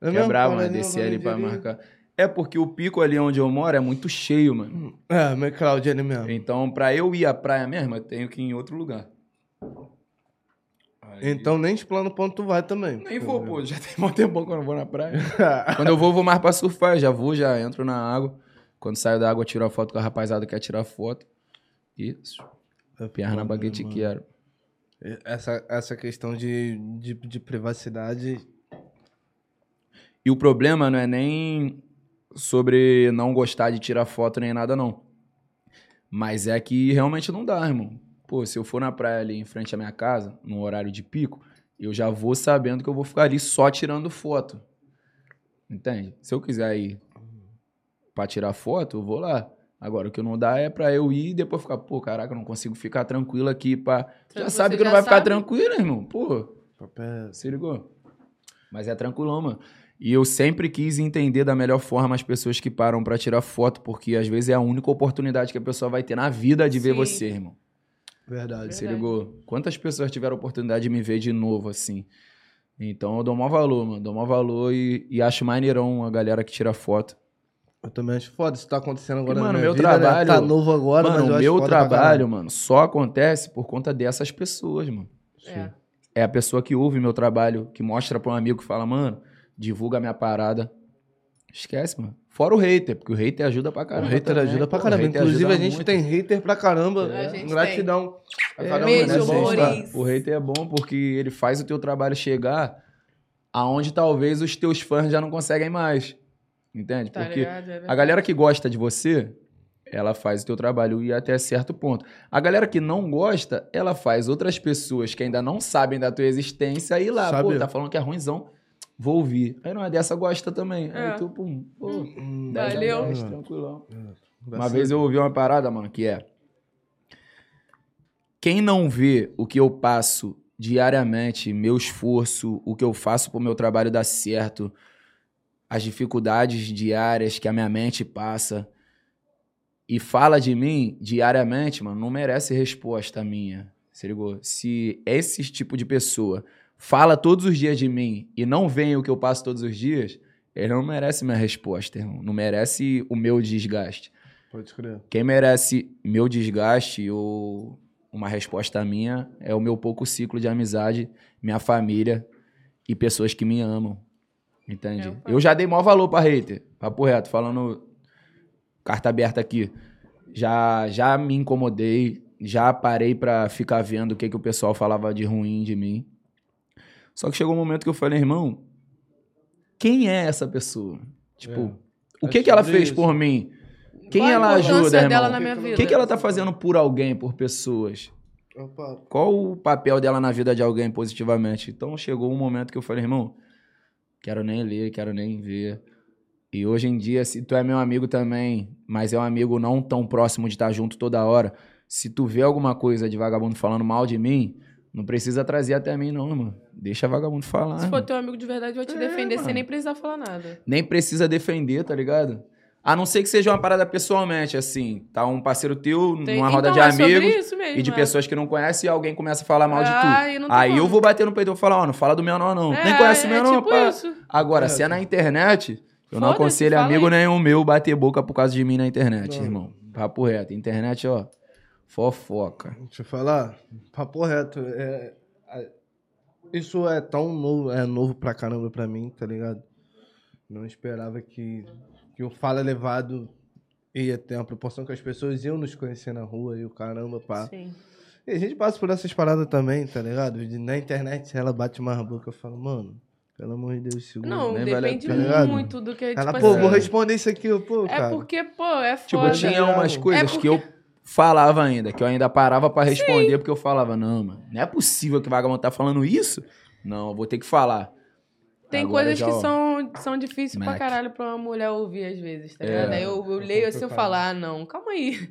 Speaker 3: é
Speaker 1: mesmo?
Speaker 3: brabo, né?
Speaker 1: Fala, né?
Speaker 3: Descer
Speaker 1: Fala,
Speaker 3: ali pra
Speaker 1: Angelinho.
Speaker 3: marcar. É porque o pico ali onde eu moro é muito cheio, mano.
Speaker 1: É, meu Claudio ele mesmo.
Speaker 3: Então, pra eu ir à praia mesmo, eu tenho que ir em outro lugar. Aí-
Speaker 1: Então nem explana pra onde tu vai também. É
Speaker 3: Nem vou, pô. Já tem mó tempão que eu não vou na praia. Quando eu vou, eu vou mais pra surfar. Eu já vou, já entro na água. Quando saio da água, eu tiro a foto com a rapaziada que quer tirar foto. E piar na baguete
Speaker 1: mano.
Speaker 3: quero.
Speaker 1: Essa, essa questão de, de, de privacidade.
Speaker 3: E o problema não é nem sobre não gostar de tirar foto nem nada, não. Mas é que realmente não dá, irmão. Pô, se eu for na praia ali em frente à minha casa, num horário de pico, eu já vou sabendo que eu vou ficar ali só tirando foto. Entende? Se eu quiser ir pra tirar foto, eu vou lá. Agora, o que não dá é pra eu ir e depois ficar, pô, caraca, eu não consigo ficar tranquilo aqui pra. Já
Speaker 2: Então Você
Speaker 3: sabe que não
Speaker 2: já
Speaker 3: vai ficar
Speaker 2: sabe?
Speaker 3: tranquilo, irmão. Pô. Se ligou? Mas é tranquilão, mano. E eu sempre quis entender da melhor forma as pessoas que param pra tirar foto, porque às vezes é a única oportunidade que a pessoa vai ter na vida de ver
Speaker 2: Sim.
Speaker 3: você, irmão.
Speaker 1: Verdade.
Speaker 3: Se
Speaker 2: Verdade.
Speaker 3: ligou? Quantas pessoas tiveram a oportunidade de me ver de novo, assim? Então eu dou maior valor, mano. Dou maior valor e, e acho maneirão a galera que tira foto.
Speaker 1: Eu também acho foda, isso tá acontecendo agora.
Speaker 3: E, mano,
Speaker 1: na minha
Speaker 3: meu
Speaker 1: vida, né?
Speaker 3: trabalho-
Speaker 1: Tá novo agora, mas
Speaker 3: mano,
Speaker 1: eu
Speaker 3: o
Speaker 1: acho
Speaker 3: meu
Speaker 1: foda pra
Speaker 3: trabalho, mano, só acontece por conta dessas pessoas, mano.
Speaker 2: É.
Speaker 3: é a pessoa que ouve meu trabalho, que mostra pra um amigo que fala, mano, divulga minha parada. Esquece, mano. Fora o hater, porque o hater ajuda pra
Speaker 1: caralho.
Speaker 3: caramba.
Speaker 1: O hater
Speaker 3: também.
Speaker 1: ajuda pra
Speaker 3: Pô, o
Speaker 1: caramba.
Speaker 3: hater
Speaker 1: Inclusive, a
Speaker 3: ajuda
Speaker 1: gente
Speaker 3: muito. É,
Speaker 1: tem hater pra caramba.
Speaker 2: A gente
Speaker 1: Gratidão.
Speaker 3: Pra
Speaker 1: É,
Speaker 3: caramba,
Speaker 2: Beijo,
Speaker 3: né? Bom,
Speaker 2: amores.
Speaker 3: O hater é bom porque ele faz o teu trabalho chegar aonde talvez os teus fãs já não conseguem mais. Entende?
Speaker 2: Tá
Speaker 3: porque
Speaker 2: ligado? É
Speaker 3: a galera que gosta de você, ela faz o teu trabalho e até certo ponto. A galera que não gosta, ela faz outras pessoas que ainda não sabem da tua existência ir lá,
Speaker 1: Sabe?
Speaker 3: pô, tá falando que é ruimzão, vou ouvir. Aí não é dessa, gosta também.
Speaker 2: É.
Speaker 3: Aí tu, pum, pô,
Speaker 1: Hum,
Speaker 3: dez a
Speaker 2: Valeu.
Speaker 3: dez, tranquilão. Uma
Speaker 1: graças
Speaker 3: vez eu ouvi uma parada, mano, que é. Quem não vê o que eu passo diariamente, meu esforço, o que eu faço pro meu trabalho dar certo, as dificuldades diárias que a minha mente passa e fala de mim diariamente, mano, não merece resposta minha. Se ligou? Se esse tipo de pessoa fala todos os dias de mim e não vê o que eu passo todos os dias, ele não merece minha resposta, irmão. Não merece o meu desgaste.
Speaker 1: Pode crer.
Speaker 3: Quem merece meu desgaste ou uma resposta minha é o meu pouco ciclo de amizade, minha família e pessoas que me amam. Entende?
Speaker 2: É, eu
Speaker 3: eu, já dei maior valor pra hater. Papo reto, falando carta aberta aqui. Já, já me incomodei, já parei pra ficar vendo o que, que o pessoal falava de ruim de mim. Só que chegou um momento que eu falei, irmão, quem é essa pessoa? Tipo, o
Speaker 1: É
Speaker 3: que, que ela
Speaker 1: sobre
Speaker 3: fez
Speaker 1: isso.
Speaker 3: por mim? Quem
Speaker 2: Qual a
Speaker 3: ela
Speaker 2: importância
Speaker 3: ajuda, irmão?
Speaker 2: dela na minha vida?
Speaker 3: O que, que ela tá fazendo por alguém, por pessoas?
Speaker 1: Opa,
Speaker 3: Qual o papel dela na vida de alguém positivamente? Então chegou um momento que eu falei, irmão, quero nem ler, quero nem ver. E hoje em dia, se tu é meu amigo também, mas é um amigo não tão próximo de estar junto toda hora, se tu vê alguma coisa de vagabundo falando mal de mim, não precisa trazer até mim, não, irmão. Deixa vagabundo falar.
Speaker 2: Se
Speaker 3: irmão.
Speaker 2: for teu amigo de verdade, vai te
Speaker 3: É,
Speaker 2: defender sem
Speaker 3: mano.
Speaker 2: nem precisar falar nada.
Speaker 3: nem precisa defender, tá ligado? A não ser que seja uma parada pessoalmente, assim. Tá um parceiro teu
Speaker 2: Tem-
Speaker 3: numa roda
Speaker 2: então,
Speaker 3: de
Speaker 2: é sobre
Speaker 3: amigos
Speaker 2: isso mesmo,
Speaker 3: e de
Speaker 2: é.
Speaker 3: pessoas que não conhecem e alguém começa a falar mal de tu.
Speaker 2: Aí, não tem
Speaker 3: Aí eu
Speaker 2: como.
Speaker 3: vou bater no peito e vou falar, ó, não fala do meu não, não.
Speaker 2: É,
Speaker 3: nem conhece o meu
Speaker 2: é
Speaker 3: não,
Speaker 2: tipo
Speaker 3: pá.
Speaker 2: isso.
Speaker 3: Agora,
Speaker 1: É.
Speaker 3: se é na internet, eu não
Speaker 2: Foda-se,
Speaker 3: aconselho
Speaker 2: fala
Speaker 3: amigo
Speaker 2: aí.
Speaker 3: nenhum meu bater boca por causa de mim na internet,
Speaker 1: Não.
Speaker 3: irmão. Papo reto. Internet, ó, fofoca.
Speaker 1: Deixa eu falar, papo reto, é, a- isso é tão novo, é novo pra caramba pra mim, tá ligado? Não esperava que, que o Fala Elevado ia ter uma proporção que as pessoas iam nos conhecer na rua e o caramba, pá.
Speaker 2: Sim.
Speaker 1: E a gente passa por essas paradas também, tá ligado? De- Na internet ela bate mais a boca, eu falo, mano, pelo amor de Deus, segura.
Speaker 2: Não,
Speaker 3: nem vale a
Speaker 2: depende
Speaker 1: pena, ligado?
Speaker 2: muito do que,
Speaker 1: ela,
Speaker 2: tipo
Speaker 1: pô,
Speaker 2: assim,
Speaker 1: vou responder isso aqui, pô,
Speaker 2: É
Speaker 1: cara.
Speaker 2: porque, pô, é
Speaker 3: Tipo,
Speaker 2: foda.
Speaker 3: tinha umas
Speaker 1: É
Speaker 3: coisas que eu falava ainda, que eu ainda parava pra responder, porque eu falava, não, mano, não é possível que o vagabundo tá falando isso. Não, eu vou ter que falar.
Speaker 2: Tem
Speaker 3: Agora
Speaker 2: coisas
Speaker 3: já,
Speaker 2: que
Speaker 3: ó,
Speaker 2: são, são difíceis pra
Speaker 3: Mac.
Speaker 2: caralho pra uma mulher ouvir às vezes, tá
Speaker 3: É.
Speaker 2: ligado? Aí eu, eu
Speaker 1: É
Speaker 2: leio assim eu
Speaker 1: complicado.
Speaker 2: falo, ah, não, calma aí.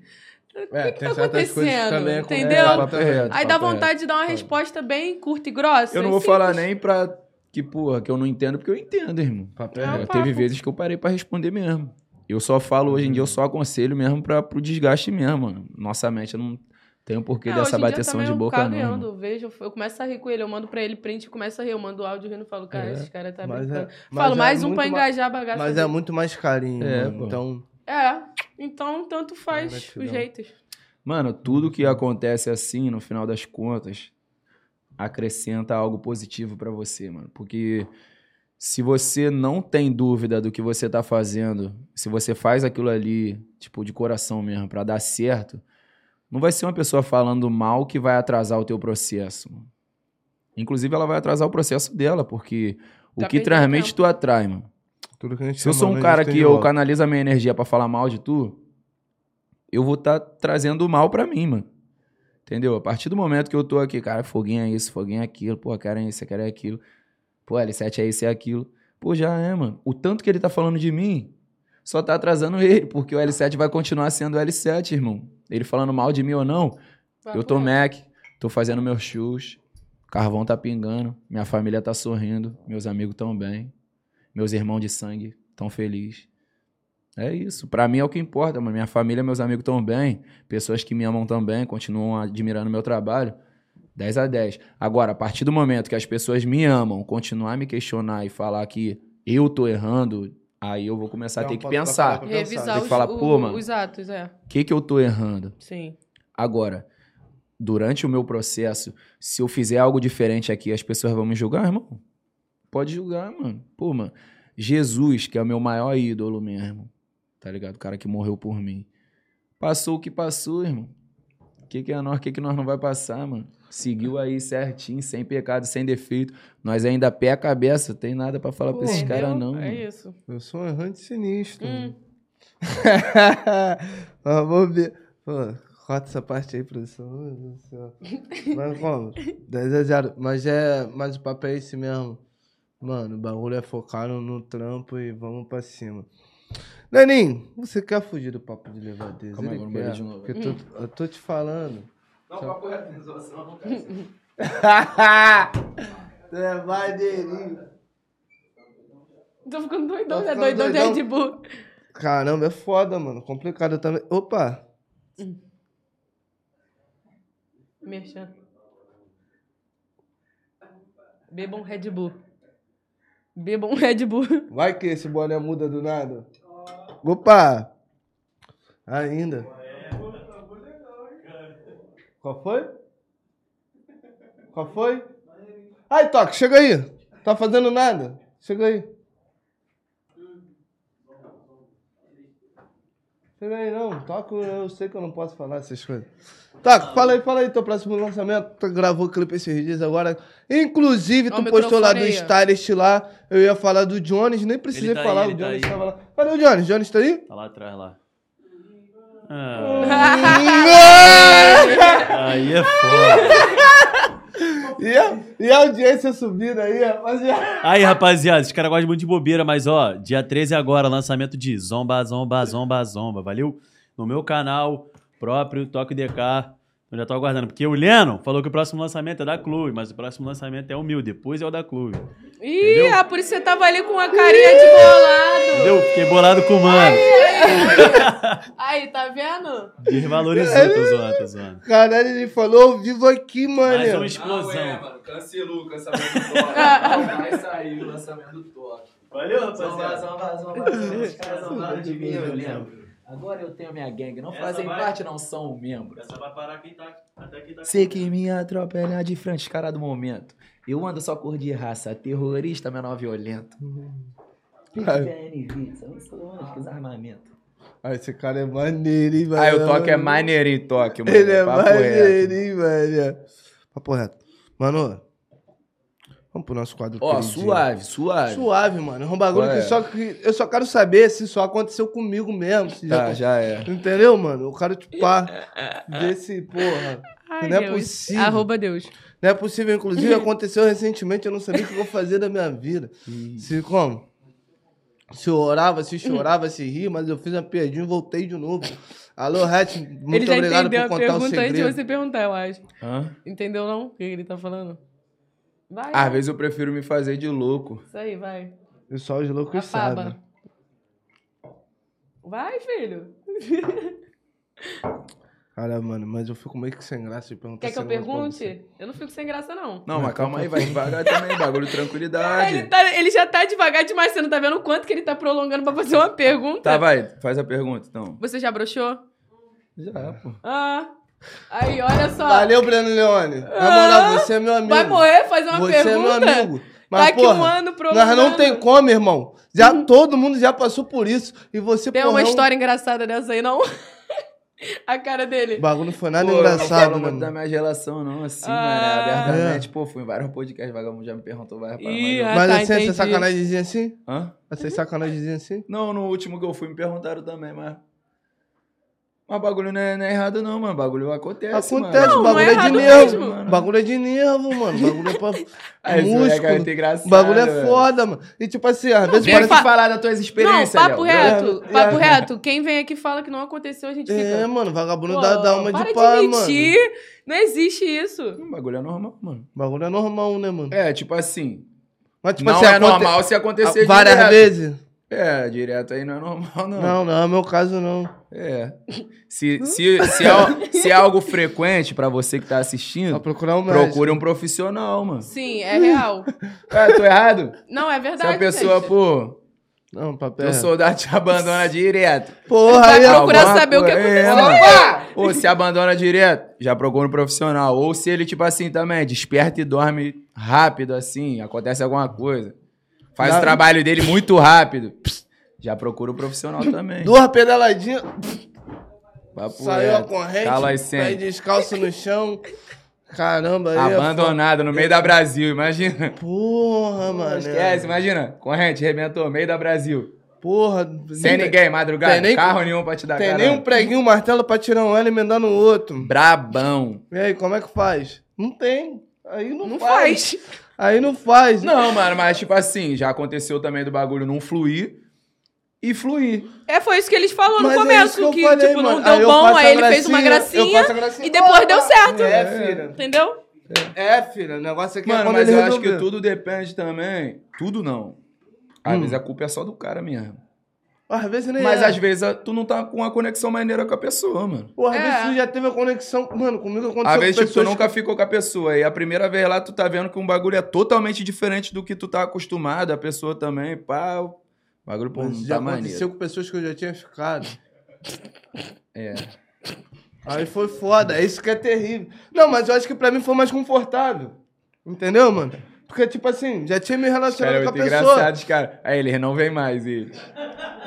Speaker 1: É,
Speaker 2: que
Speaker 1: tem certas
Speaker 2: tá
Speaker 1: coisas que
Speaker 2: acontecendo?
Speaker 1: também é com-
Speaker 2: Entendeu?
Speaker 1: É,
Speaker 3: papo reto,
Speaker 2: Aí dá
Speaker 3: papo reto.
Speaker 2: vontade de dar uma resposta bem curta e grossa.
Speaker 3: Eu não
Speaker 2: e
Speaker 3: vou falar
Speaker 2: é simples.
Speaker 3: nem pra que, porra, que eu não entendo, porque eu entendo, irmão.
Speaker 1: Papo
Speaker 2: É
Speaker 1: reto.
Speaker 2: um
Speaker 3: Eu
Speaker 2: papo.
Speaker 3: teve vezes que eu parei pra responder mesmo. Eu só falo, hoje em dia, eu só aconselho mesmo pra, pro desgaste mesmo, mano. Nossa mente não Tem um porquê
Speaker 2: É, hoje
Speaker 3: dessa
Speaker 2: em dia
Speaker 3: bateção
Speaker 2: também
Speaker 3: de
Speaker 2: eu
Speaker 3: boca, não.
Speaker 2: cagando,
Speaker 3: irmão.
Speaker 2: eu vejo, eu começo a rir com ele, eu mando pra ele print, começa a rir, eu mando áudio rindo, falo, cara,
Speaker 3: É,
Speaker 2: esses caras tá
Speaker 1: mas é-
Speaker 2: brincando.
Speaker 1: mas
Speaker 2: falo,
Speaker 1: é
Speaker 2: mais um
Speaker 1: muito
Speaker 2: pra
Speaker 1: ma-
Speaker 2: engajar a bagaça.
Speaker 1: Mas é
Speaker 2: dele.
Speaker 1: muito mais carinho,
Speaker 3: É,
Speaker 1: mano.
Speaker 3: pô.
Speaker 1: Então,
Speaker 2: É, então tanto faz
Speaker 1: Gratidão.
Speaker 2: os jeitos.
Speaker 3: Mano, tudo que acontece assim, no final das contas, acrescenta algo positivo pra você, mano. Porque se você não tem dúvida do que você tá fazendo, se você faz aquilo ali, tipo, de coração mesmo, pra dar certo, não vai ser uma pessoa falando mal que vai atrasar o teu processo. mano. Inclusive, ela vai atrasar o processo dela, porque o
Speaker 2: Tá
Speaker 3: que
Speaker 2: perdendo
Speaker 3: transmite,
Speaker 2: tempo.
Speaker 3: tu atrai, mano.
Speaker 1: tudo que a gente
Speaker 3: Se eu sou
Speaker 1: semana
Speaker 3: um
Speaker 1: a
Speaker 3: cara
Speaker 1: gente tem
Speaker 3: que
Speaker 1: de
Speaker 3: eu
Speaker 1: volta.
Speaker 3: canalizo a minha energia pra falar mal de tu, eu vou estar trazendo o mal pra mim, mano. Entendeu? A partir do momento que eu tô aqui, cara, foguinho é isso, foguinho é aquilo, pô, querem isso, querem aquilo, pô, L7 é isso, é aquilo. Pô, já é, mano. O tanto que ele tá falando de mim só tá atrasando ele, porque o L7 vai continuar sendo o L7, irmão. Ele falando mal de mim ou não,
Speaker 1: Tá
Speaker 2: Vai
Speaker 3: eu
Speaker 2: por
Speaker 3: tô
Speaker 2: ela.
Speaker 3: Mac, tô fazendo meus shows, carvão tá pingando, minha família tá sorrindo, meus amigos tão bem, meus irmãos de sangue tão felizes. É isso, pra mim é o que importa, mano. Minha família, meus amigos tão bem, pessoas que me amam também, continuam admirando meu trabalho. 10 a 10. Agora, a partir do momento que as pessoas me amam, continuar a me questionar e falar que eu tô errando, aí eu vou começar
Speaker 1: Dá
Speaker 3: a ter
Speaker 1: um
Speaker 3: que
Speaker 1: passo pra
Speaker 3: pensar.
Speaker 1: fora,
Speaker 3: O
Speaker 1: pra pensar.
Speaker 2: Revisar
Speaker 3: Tem que
Speaker 2: os,
Speaker 3: falar,
Speaker 2: o-
Speaker 3: pô, mano.
Speaker 2: os atos, é.
Speaker 3: que que eu tô errando?
Speaker 2: Sim.
Speaker 3: Agora, durante o meu processo, se eu fizer algo diferente aqui, as pessoas vão me julgar, Ah, irmão? Pode julgar, mano. Pô, mano. Jesus, que é o meu maior ídolo mesmo, tá ligado? O cara que morreu por mim. Passou o que passou, irmão. O que, que é nós? O que, que nós não vai passar, mano? Seguiu aí certinho, sem pecado, sem defeito. Nós ainda pé a cabeça, tem nada pra falar pra esses
Speaker 2: Entendeu?
Speaker 3: caras, não.
Speaker 2: É
Speaker 3: mano.
Speaker 2: isso.
Speaker 1: Eu sou um errante sinistro.
Speaker 2: Hum.
Speaker 1: mano. Mas vou ver. Pô, corta essa parte aí, produção. Meu Deus do céu. Mas como? 10 a 0. Mas, é, mas o papo é esse mesmo. Mano, o bagulho é focar no, no trampo e vamos pra cima. Naninho, você quer fugir do papo de levadeza?
Speaker 3: Calma aí,
Speaker 1: Ele
Speaker 3: vou no banheiro
Speaker 1: quer,
Speaker 3: de novo.
Speaker 1: porque eu tô, eu tô te falando.
Speaker 3: Não, papo reto, não zoa, senão não cai.
Speaker 1: Tu é madeirinho.
Speaker 2: Tô ficando
Speaker 1: Tá
Speaker 2: doidão, né?
Speaker 1: ficando
Speaker 2: Doidão de
Speaker 1: doidão?
Speaker 2: Red Bull.
Speaker 1: Caramba, é foda, mano. Complicado também. Opa!
Speaker 2: Merchan. Bebam um Red Bull. Bebam um Red Bull.
Speaker 1: Vai que esse boné muda do nada. Opa! Ainda. Qual foi? Qual foi? Aí, Toque, chega aí. Tá fazendo nada? Chega aí. Chega aí, não. Toque, eu sei que eu não posso falar essas coisas. Toque, fala aí, fala aí teu próximo lançamento. Tu gravou clipe esses dias agora. Inclusive,
Speaker 2: Ó,
Speaker 1: tu
Speaker 2: o
Speaker 1: postou lá do
Speaker 2: microfone aí, ó.
Speaker 1: Stylist lá. Eu ia falar do Jones, nem precisei
Speaker 6: tá aí,
Speaker 1: falar.
Speaker 6: ele
Speaker 1: o
Speaker 6: tá
Speaker 1: Jones
Speaker 6: aí.
Speaker 1: tava lá. Cadê o Jones? Jones tá aí?
Speaker 6: Tá lá atrás lá. Ah, aí é foda.
Speaker 1: E a, e a audiência subindo aí, rapaziada.
Speaker 6: Aí, rapaziada, esses caras gostam muito de bobeira, mas ó, dia 13 agora, lançamento de Zomba, Zomba, Zomba, Zomba, valeu? No meu canal próprio, Toque DK. Eu já tô aguardando, porque o Leno falou que o próximo lançamento é da Clube, mas o próximo lançamento é o meu, depois é o da Clube.
Speaker 2: Ih, ah, por isso você tava ali com a carinha de bolado.
Speaker 6: Entendeu? Fiquei bolado com o mano.
Speaker 2: Aí, tá vendo?
Speaker 6: Desvalorizou, tô zoando, tô zoando.
Speaker 1: Caralho, ele falou ao vivo aqui,
Speaker 6: Mais um uma
Speaker 1: mano.
Speaker 6: explosão.
Speaker 3: mano. Cancelou o cancelamento do Toque. Vai sair o lançamento do Toque.
Speaker 6: Valeu,
Speaker 3: Zomba,
Speaker 6: rapaziada.
Speaker 3: zomba, zomba, zomba. Os caras zombaram de mim, eu lembro. Agora eu tenho a minha gangue. Não
Speaker 6: Essa
Speaker 3: fazem
Speaker 6: vai-
Speaker 3: parte, não são membros.
Speaker 6: Essa vai parar quem tá, até quem tá
Speaker 3: Sei que minha tropa é lá de frente, os cara do momento. Eu ando só cor de raça, terrorista menor violento. PN Vitz, eu sou anjo, que desarmamento.
Speaker 1: Ah, esse cara é maneiro, hein, mano.
Speaker 3: Aí o Toque é maneirinho, Toque, mano.
Speaker 1: Ele é
Speaker 3: Papo
Speaker 1: maneiro,
Speaker 3: reto.
Speaker 1: hein, mano. Papo reto. Mano, vamos pro nosso quadro.
Speaker 3: Ó,
Speaker 1: queridinho.
Speaker 3: suave, suave.
Speaker 1: Suave, mano. É um bagulho
Speaker 3: Qual
Speaker 1: que,
Speaker 3: é?
Speaker 1: só que eu só quero saber se só aconteceu comigo mesmo. se já-
Speaker 3: Tá, já é.
Speaker 1: Entendeu, mano? Eu quero, tipo, pá, ver se, porra.
Speaker 2: Ai,
Speaker 1: Não é
Speaker 2: Deus.
Speaker 1: possível.
Speaker 2: Arroba Deus.
Speaker 1: Não é possível, inclusive aconteceu recentemente, eu não sabia o que eu vou fazer da minha vida. Se como? Se eu orava, se chorava, se ria, mas eu fiz uma piadinha e voltei de novo. Alô, Hatch, muito
Speaker 2: ele já
Speaker 1: obrigado por
Speaker 2: entendeu a
Speaker 1: contar o
Speaker 2: pergunta antes de
Speaker 1: segredo.
Speaker 2: você perguntar, eu acho.
Speaker 3: Hã?
Speaker 2: Entendeu não? O que ele tá falando? Vai.
Speaker 1: Ah,
Speaker 3: Às vezes eu prefiro me fazer de louco.
Speaker 2: Isso aí, vai.
Speaker 1: E só os
Speaker 2: A
Speaker 1: loucos sabem.
Speaker 2: faba. Vai, filho.
Speaker 1: Cara, mano, mas eu fico meio que sem graça de perguntar.
Speaker 2: Quer que eu
Speaker 1: esse negócio pra você.
Speaker 2: pergunte? Eu não fico sem graça, não.
Speaker 3: Não, mas calma aí, vai devagar também, bagulho,
Speaker 2: Ele,
Speaker 3: tranquilidade.
Speaker 2: tá- ele já tá devagar demais, você não tá vendo o quanto que ele tá prolongando pra fazer uma pergunta?
Speaker 3: Tá, vai, faz a pergunta, então.
Speaker 2: Você já broxou?
Speaker 3: Já, pô.
Speaker 2: Ah. Aí, olha só.
Speaker 1: Valeu, Breno Leone. Na moral, você é meu amigo.
Speaker 2: Ah. Vai morrer, fazer uma
Speaker 1: Você
Speaker 2: pergunta?
Speaker 1: é meu amigo.
Speaker 2: tá
Speaker 1: Mas,
Speaker 2: aqui um
Speaker 1: porra,
Speaker 2: ano
Speaker 1: nós
Speaker 2: prolongando.
Speaker 1: não tem como, irmão. Já, Todo mundo já passou por isso. E você,
Speaker 2: Tem
Speaker 1: porra,
Speaker 2: uma
Speaker 1: é um-
Speaker 2: história engraçada dessa aí, não? A cara dele.
Speaker 1: O bagulho não foi nada
Speaker 3: Pô, Eu não
Speaker 1: Tá engraçado,
Speaker 3: falo muito da
Speaker 1: mano. é.
Speaker 3: minha relação, não, assim,
Speaker 2: Ah.
Speaker 3: mano. Abertamente, pô, fui em vários podcasts, vagabundo já me perguntou várias
Speaker 2: Ih,
Speaker 3: paradas.
Speaker 2: ah,
Speaker 1: Mas
Speaker 2: tá,
Speaker 1: assim,
Speaker 2: entendi.
Speaker 1: essa sacanagemzinha assim?
Speaker 3: mas- Hã?
Speaker 1: Essa sacanagemzinha assim?
Speaker 3: Não, no último que eu fui me perguntaram também, mas. Mas bagulho não é, não é errado, não, mano. Bagulho acontece.
Speaker 1: Acontece,
Speaker 3: mano.
Speaker 1: o
Speaker 2: Não, não é
Speaker 1: bagulho é, de
Speaker 2: errado
Speaker 1: nervo.
Speaker 2: mesmo.
Speaker 1: O bagulho é de nervo, mano. O bagulho é pra
Speaker 3: Aí, isso é cara,
Speaker 1: músculo.
Speaker 3: tem
Speaker 1: O
Speaker 3: graça.
Speaker 1: bagulho é foda, mano. E tipo assim, às vezes
Speaker 2: vem
Speaker 3: Vem
Speaker 1: parece.
Speaker 2: fa-
Speaker 3: falar das tuas
Speaker 2: Não,
Speaker 3: experiências,
Speaker 2: papo
Speaker 3: Léo.
Speaker 2: reto.
Speaker 3: É,
Speaker 2: Papo
Speaker 3: é.
Speaker 2: reto. Quem vem aqui e fala que não aconteceu, a gente
Speaker 1: É,
Speaker 2: fica.
Speaker 1: mano, vagabundo
Speaker 2: pô,
Speaker 1: dá, dá uma
Speaker 2: para
Speaker 1: de pá,
Speaker 2: de
Speaker 1: mano.
Speaker 2: mentir. Não existe isso.
Speaker 3: O bagulho é normal, mano.
Speaker 1: O bagulho é normal, né, mano?
Speaker 3: É, tipo assim.
Speaker 1: Mas tipo
Speaker 3: não
Speaker 1: assim,
Speaker 3: é
Speaker 1: aconte-
Speaker 3: normal se acontecer
Speaker 1: várias
Speaker 3: direto.
Speaker 1: vezes?
Speaker 3: É, direto aí não é normal, não.
Speaker 1: Não, não, é meu caso não.
Speaker 3: É. Se, se, se, é, al- se é algo frequente pra você que tá assistindo,
Speaker 1: Pra procurar um médico.
Speaker 3: procure um profissional, mano.
Speaker 2: Sim, é real.
Speaker 3: É, tô errado?
Speaker 2: Não, é
Speaker 3: Se
Speaker 2: verdade.
Speaker 3: a pessoa,
Speaker 2: gente.
Speaker 3: pô, um-
Speaker 1: Não, papel.
Speaker 3: teu soldado te abandona direto.
Speaker 1: Porra,
Speaker 2: Vai
Speaker 1: aí, ó.
Speaker 2: procurar
Speaker 3: Alguma
Speaker 2: saber o que
Speaker 3: coisa-
Speaker 2: aconteceu.
Speaker 3: É, mano. Ou se abandona direto, já procura um profissional. Ou se ele, tipo assim, também, desperta e dorme rápido, assim, acontece alguma coisa. Faz
Speaker 1: Dá-
Speaker 3: o trabalho dele muito rápido. Pss, Já procura o profissional também.
Speaker 1: Duas pedaladinhas,
Speaker 3: Papo
Speaker 1: saiu a
Speaker 3: reto.
Speaker 1: corrente,
Speaker 3: Cala aí,
Speaker 1: pé
Speaker 3: sente.
Speaker 1: descalço no chão. Caramba, aí. é
Speaker 3: Abandonado no meio da Brasil, imagina.
Speaker 1: foda. Porra,
Speaker 3: Não
Speaker 1: mano. é.
Speaker 3: Esquece, imagina. Corrente, arrebentou, meio da Brasil.
Speaker 1: Porra.
Speaker 3: Sem
Speaker 1: não tem-
Speaker 3: ninguém, madrugada.
Speaker 1: tem nem-
Speaker 3: carro nenhum pra te dar
Speaker 1: Tem
Speaker 3: carona.
Speaker 1: nem um preguinho, um martelo pra tirar um L e emendar no outro.
Speaker 3: Brabão.
Speaker 1: E aí, como é que faz? Não tem. Aí não,
Speaker 2: Não
Speaker 1: faz.
Speaker 2: faz.
Speaker 1: Aí não faz.
Speaker 3: Não, mano, mas tipo assim, já aconteceu também do bagulho não fluir e fluir.
Speaker 2: É, foi isso que eles falaram no
Speaker 1: Mas é
Speaker 2: começo.
Speaker 1: isso eu
Speaker 2: que,
Speaker 1: falei,
Speaker 2: tipo, não
Speaker 1: mano.
Speaker 2: deu
Speaker 1: eu
Speaker 2: bom,
Speaker 1: faço
Speaker 2: aí
Speaker 1: a
Speaker 2: ele fez uma
Speaker 1: eu
Speaker 2: gracinha.
Speaker 1: faço a gracinha.
Speaker 2: e depois deu certo.
Speaker 1: É, filha.
Speaker 2: Entendeu?
Speaker 1: É, filha. O negócio aqui é
Speaker 3: Mano,
Speaker 1: quando
Speaker 3: mas
Speaker 1: ele
Speaker 3: eu acho que
Speaker 1: resolver.
Speaker 3: tudo depende também. Tudo não. Às
Speaker 1: Hum.
Speaker 3: vezes a culpa é só do cara mesmo.
Speaker 1: Às vezes nem
Speaker 3: Mas
Speaker 1: é.
Speaker 3: às vezes a- tu não tá com uma conexão maneira com a pessoa, mano.
Speaker 1: Porra, às
Speaker 2: É.
Speaker 1: vezes tu já teve a conexão. Mano, comigo aconteceu
Speaker 3: Às vezes,
Speaker 1: com
Speaker 3: tipo, tu
Speaker 1: pessoas
Speaker 3: nunca ficou com a pessoa. E a primeira vez lá, tu tá vendo que um bagulho é totalmente diferente do que tu tá acostumado. A pessoa também, pá. O bagulho, pô,
Speaker 1: Mas
Speaker 3: não
Speaker 1: já
Speaker 3: tá
Speaker 1: aconteceu
Speaker 3: maneiro.
Speaker 1: com pessoas que eu já tinha ficado.
Speaker 3: É.
Speaker 1: Aí foi foda, isso que é terrível. Não, mas eu acho que pra mim foi mais confortável. Entendeu, mano? Porque, tipo assim, já tinha me relacionado
Speaker 3: Cara, é
Speaker 1: com
Speaker 3: muito
Speaker 1: a pessoa.
Speaker 3: engraçado, cara. Aí eles não vem mais, eles.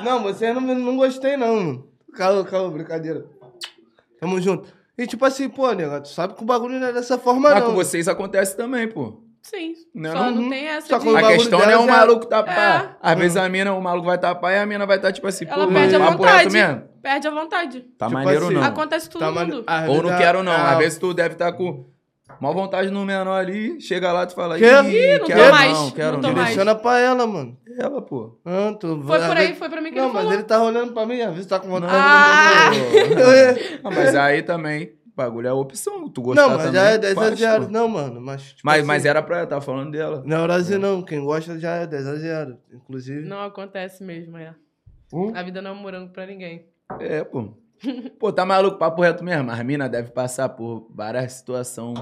Speaker 1: Não, vocês não, não gostei, não, mano. Calma, calma, brincadeira. Tamo junto. E tipo assim, pô, nega, tu sabe que o bagulho não é dessa forma,
Speaker 3: Mas
Speaker 1: não.
Speaker 3: com vocês acontece também, pô.
Speaker 2: Sim.
Speaker 3: Não,
Speaker 2: só não
Speaker 1: não-
Speaker 2: tem essa
Speaker 1: só
Speaker 2: de...
Speaker 1: quando
Speaker 3: A
Speaker 1: bagulho Hum.
Speaker 3: questão não é
Speaker 1: delas
Speaker 3: o
Speaker 1: é-
Speaker 3: maluco tapar. Às vezes a mina, o maluco vai tapar e a mina vai estar, tipo assim,
Speaker 2: Ela
Speaker 3: pô,
Speaker 2: perde a
Speaker 3: mano, papo reto
Speaker 2: vontade.
Speaker 3: mesmo.
Speaker 2: Perde a vontade.
Speaker 3: Tá
Speaker 1: Tipo
Speaker 3: maneiro
Speaker 1: assim,
Speaker 3: não.
Speaker 2: Acontece com todo
Speaker 1: Tá, mas-
Speaker 2: mundo.
Speaker 1: às
Speaker 3: Ou
Speaker 1: vezes
Speaker 3: não
Speaker 1: a- Ah,
Speaker 3: quero não.
Speaker 1: a-
Speaker 3: Às vezes tu deve estar com maior vontade no menor ali, chega lá, tu fala,
Speaker 1: Que?
Speaker 3: ih,
Speaker 2: Ih, não tô
Speaker 3: quero
Speaker 2: mais,
Speaker 3: não,
Speaker 2: não
Speaker 3: quero
Speaker 2: tô
Speaker 3: não.
Speaker 2: mais.
Speaker 1: Direciona pra ela, mano.
Speaker 3: Ela, pô.
Speaker 1: Ah, tu-
Speaker 2: Foi
Speaker 1: às
Speaker 2: por aí,
Speaker 1: vezes-
Speaker 2: foi pra mim que
Speaker 1: Não,
Speaker 2: ele
Speaker 1: mas
Speaker 2: falou.
Speaker 1: ele tá olhando pra mim, às vezes tá com vontade
Speaker 2: Ah!
Speaker 1: de
Speaker 3: Ah, mas aí também, bagulho é opção. Tu gostar
Speaker 1: Não, mas
Speaker 3: também,
Speaker 1: já é 10 a
Speaker 3: faz,
Speaker 1: 0.
Speaker 3: pô.
Speaker 1: Não, mano, mas. tipo
Speaker 3: Mas,
Speaker 1: assim,
Speaker 3: mas é- era pra ela, tava falando dela.
Speaker 1: Não é Brasil, não. Quem gosta já é 10 a 0. Inclusive.
Speaker 2: Não acontece mesmo, é.
Speaker 1: Hum?
Speaker 2: A vida não é um morango pra ninguém.
Speaker 3: É, pô. Pô, tá maluco, papo reto mesmo. As mina deve passar por várias situações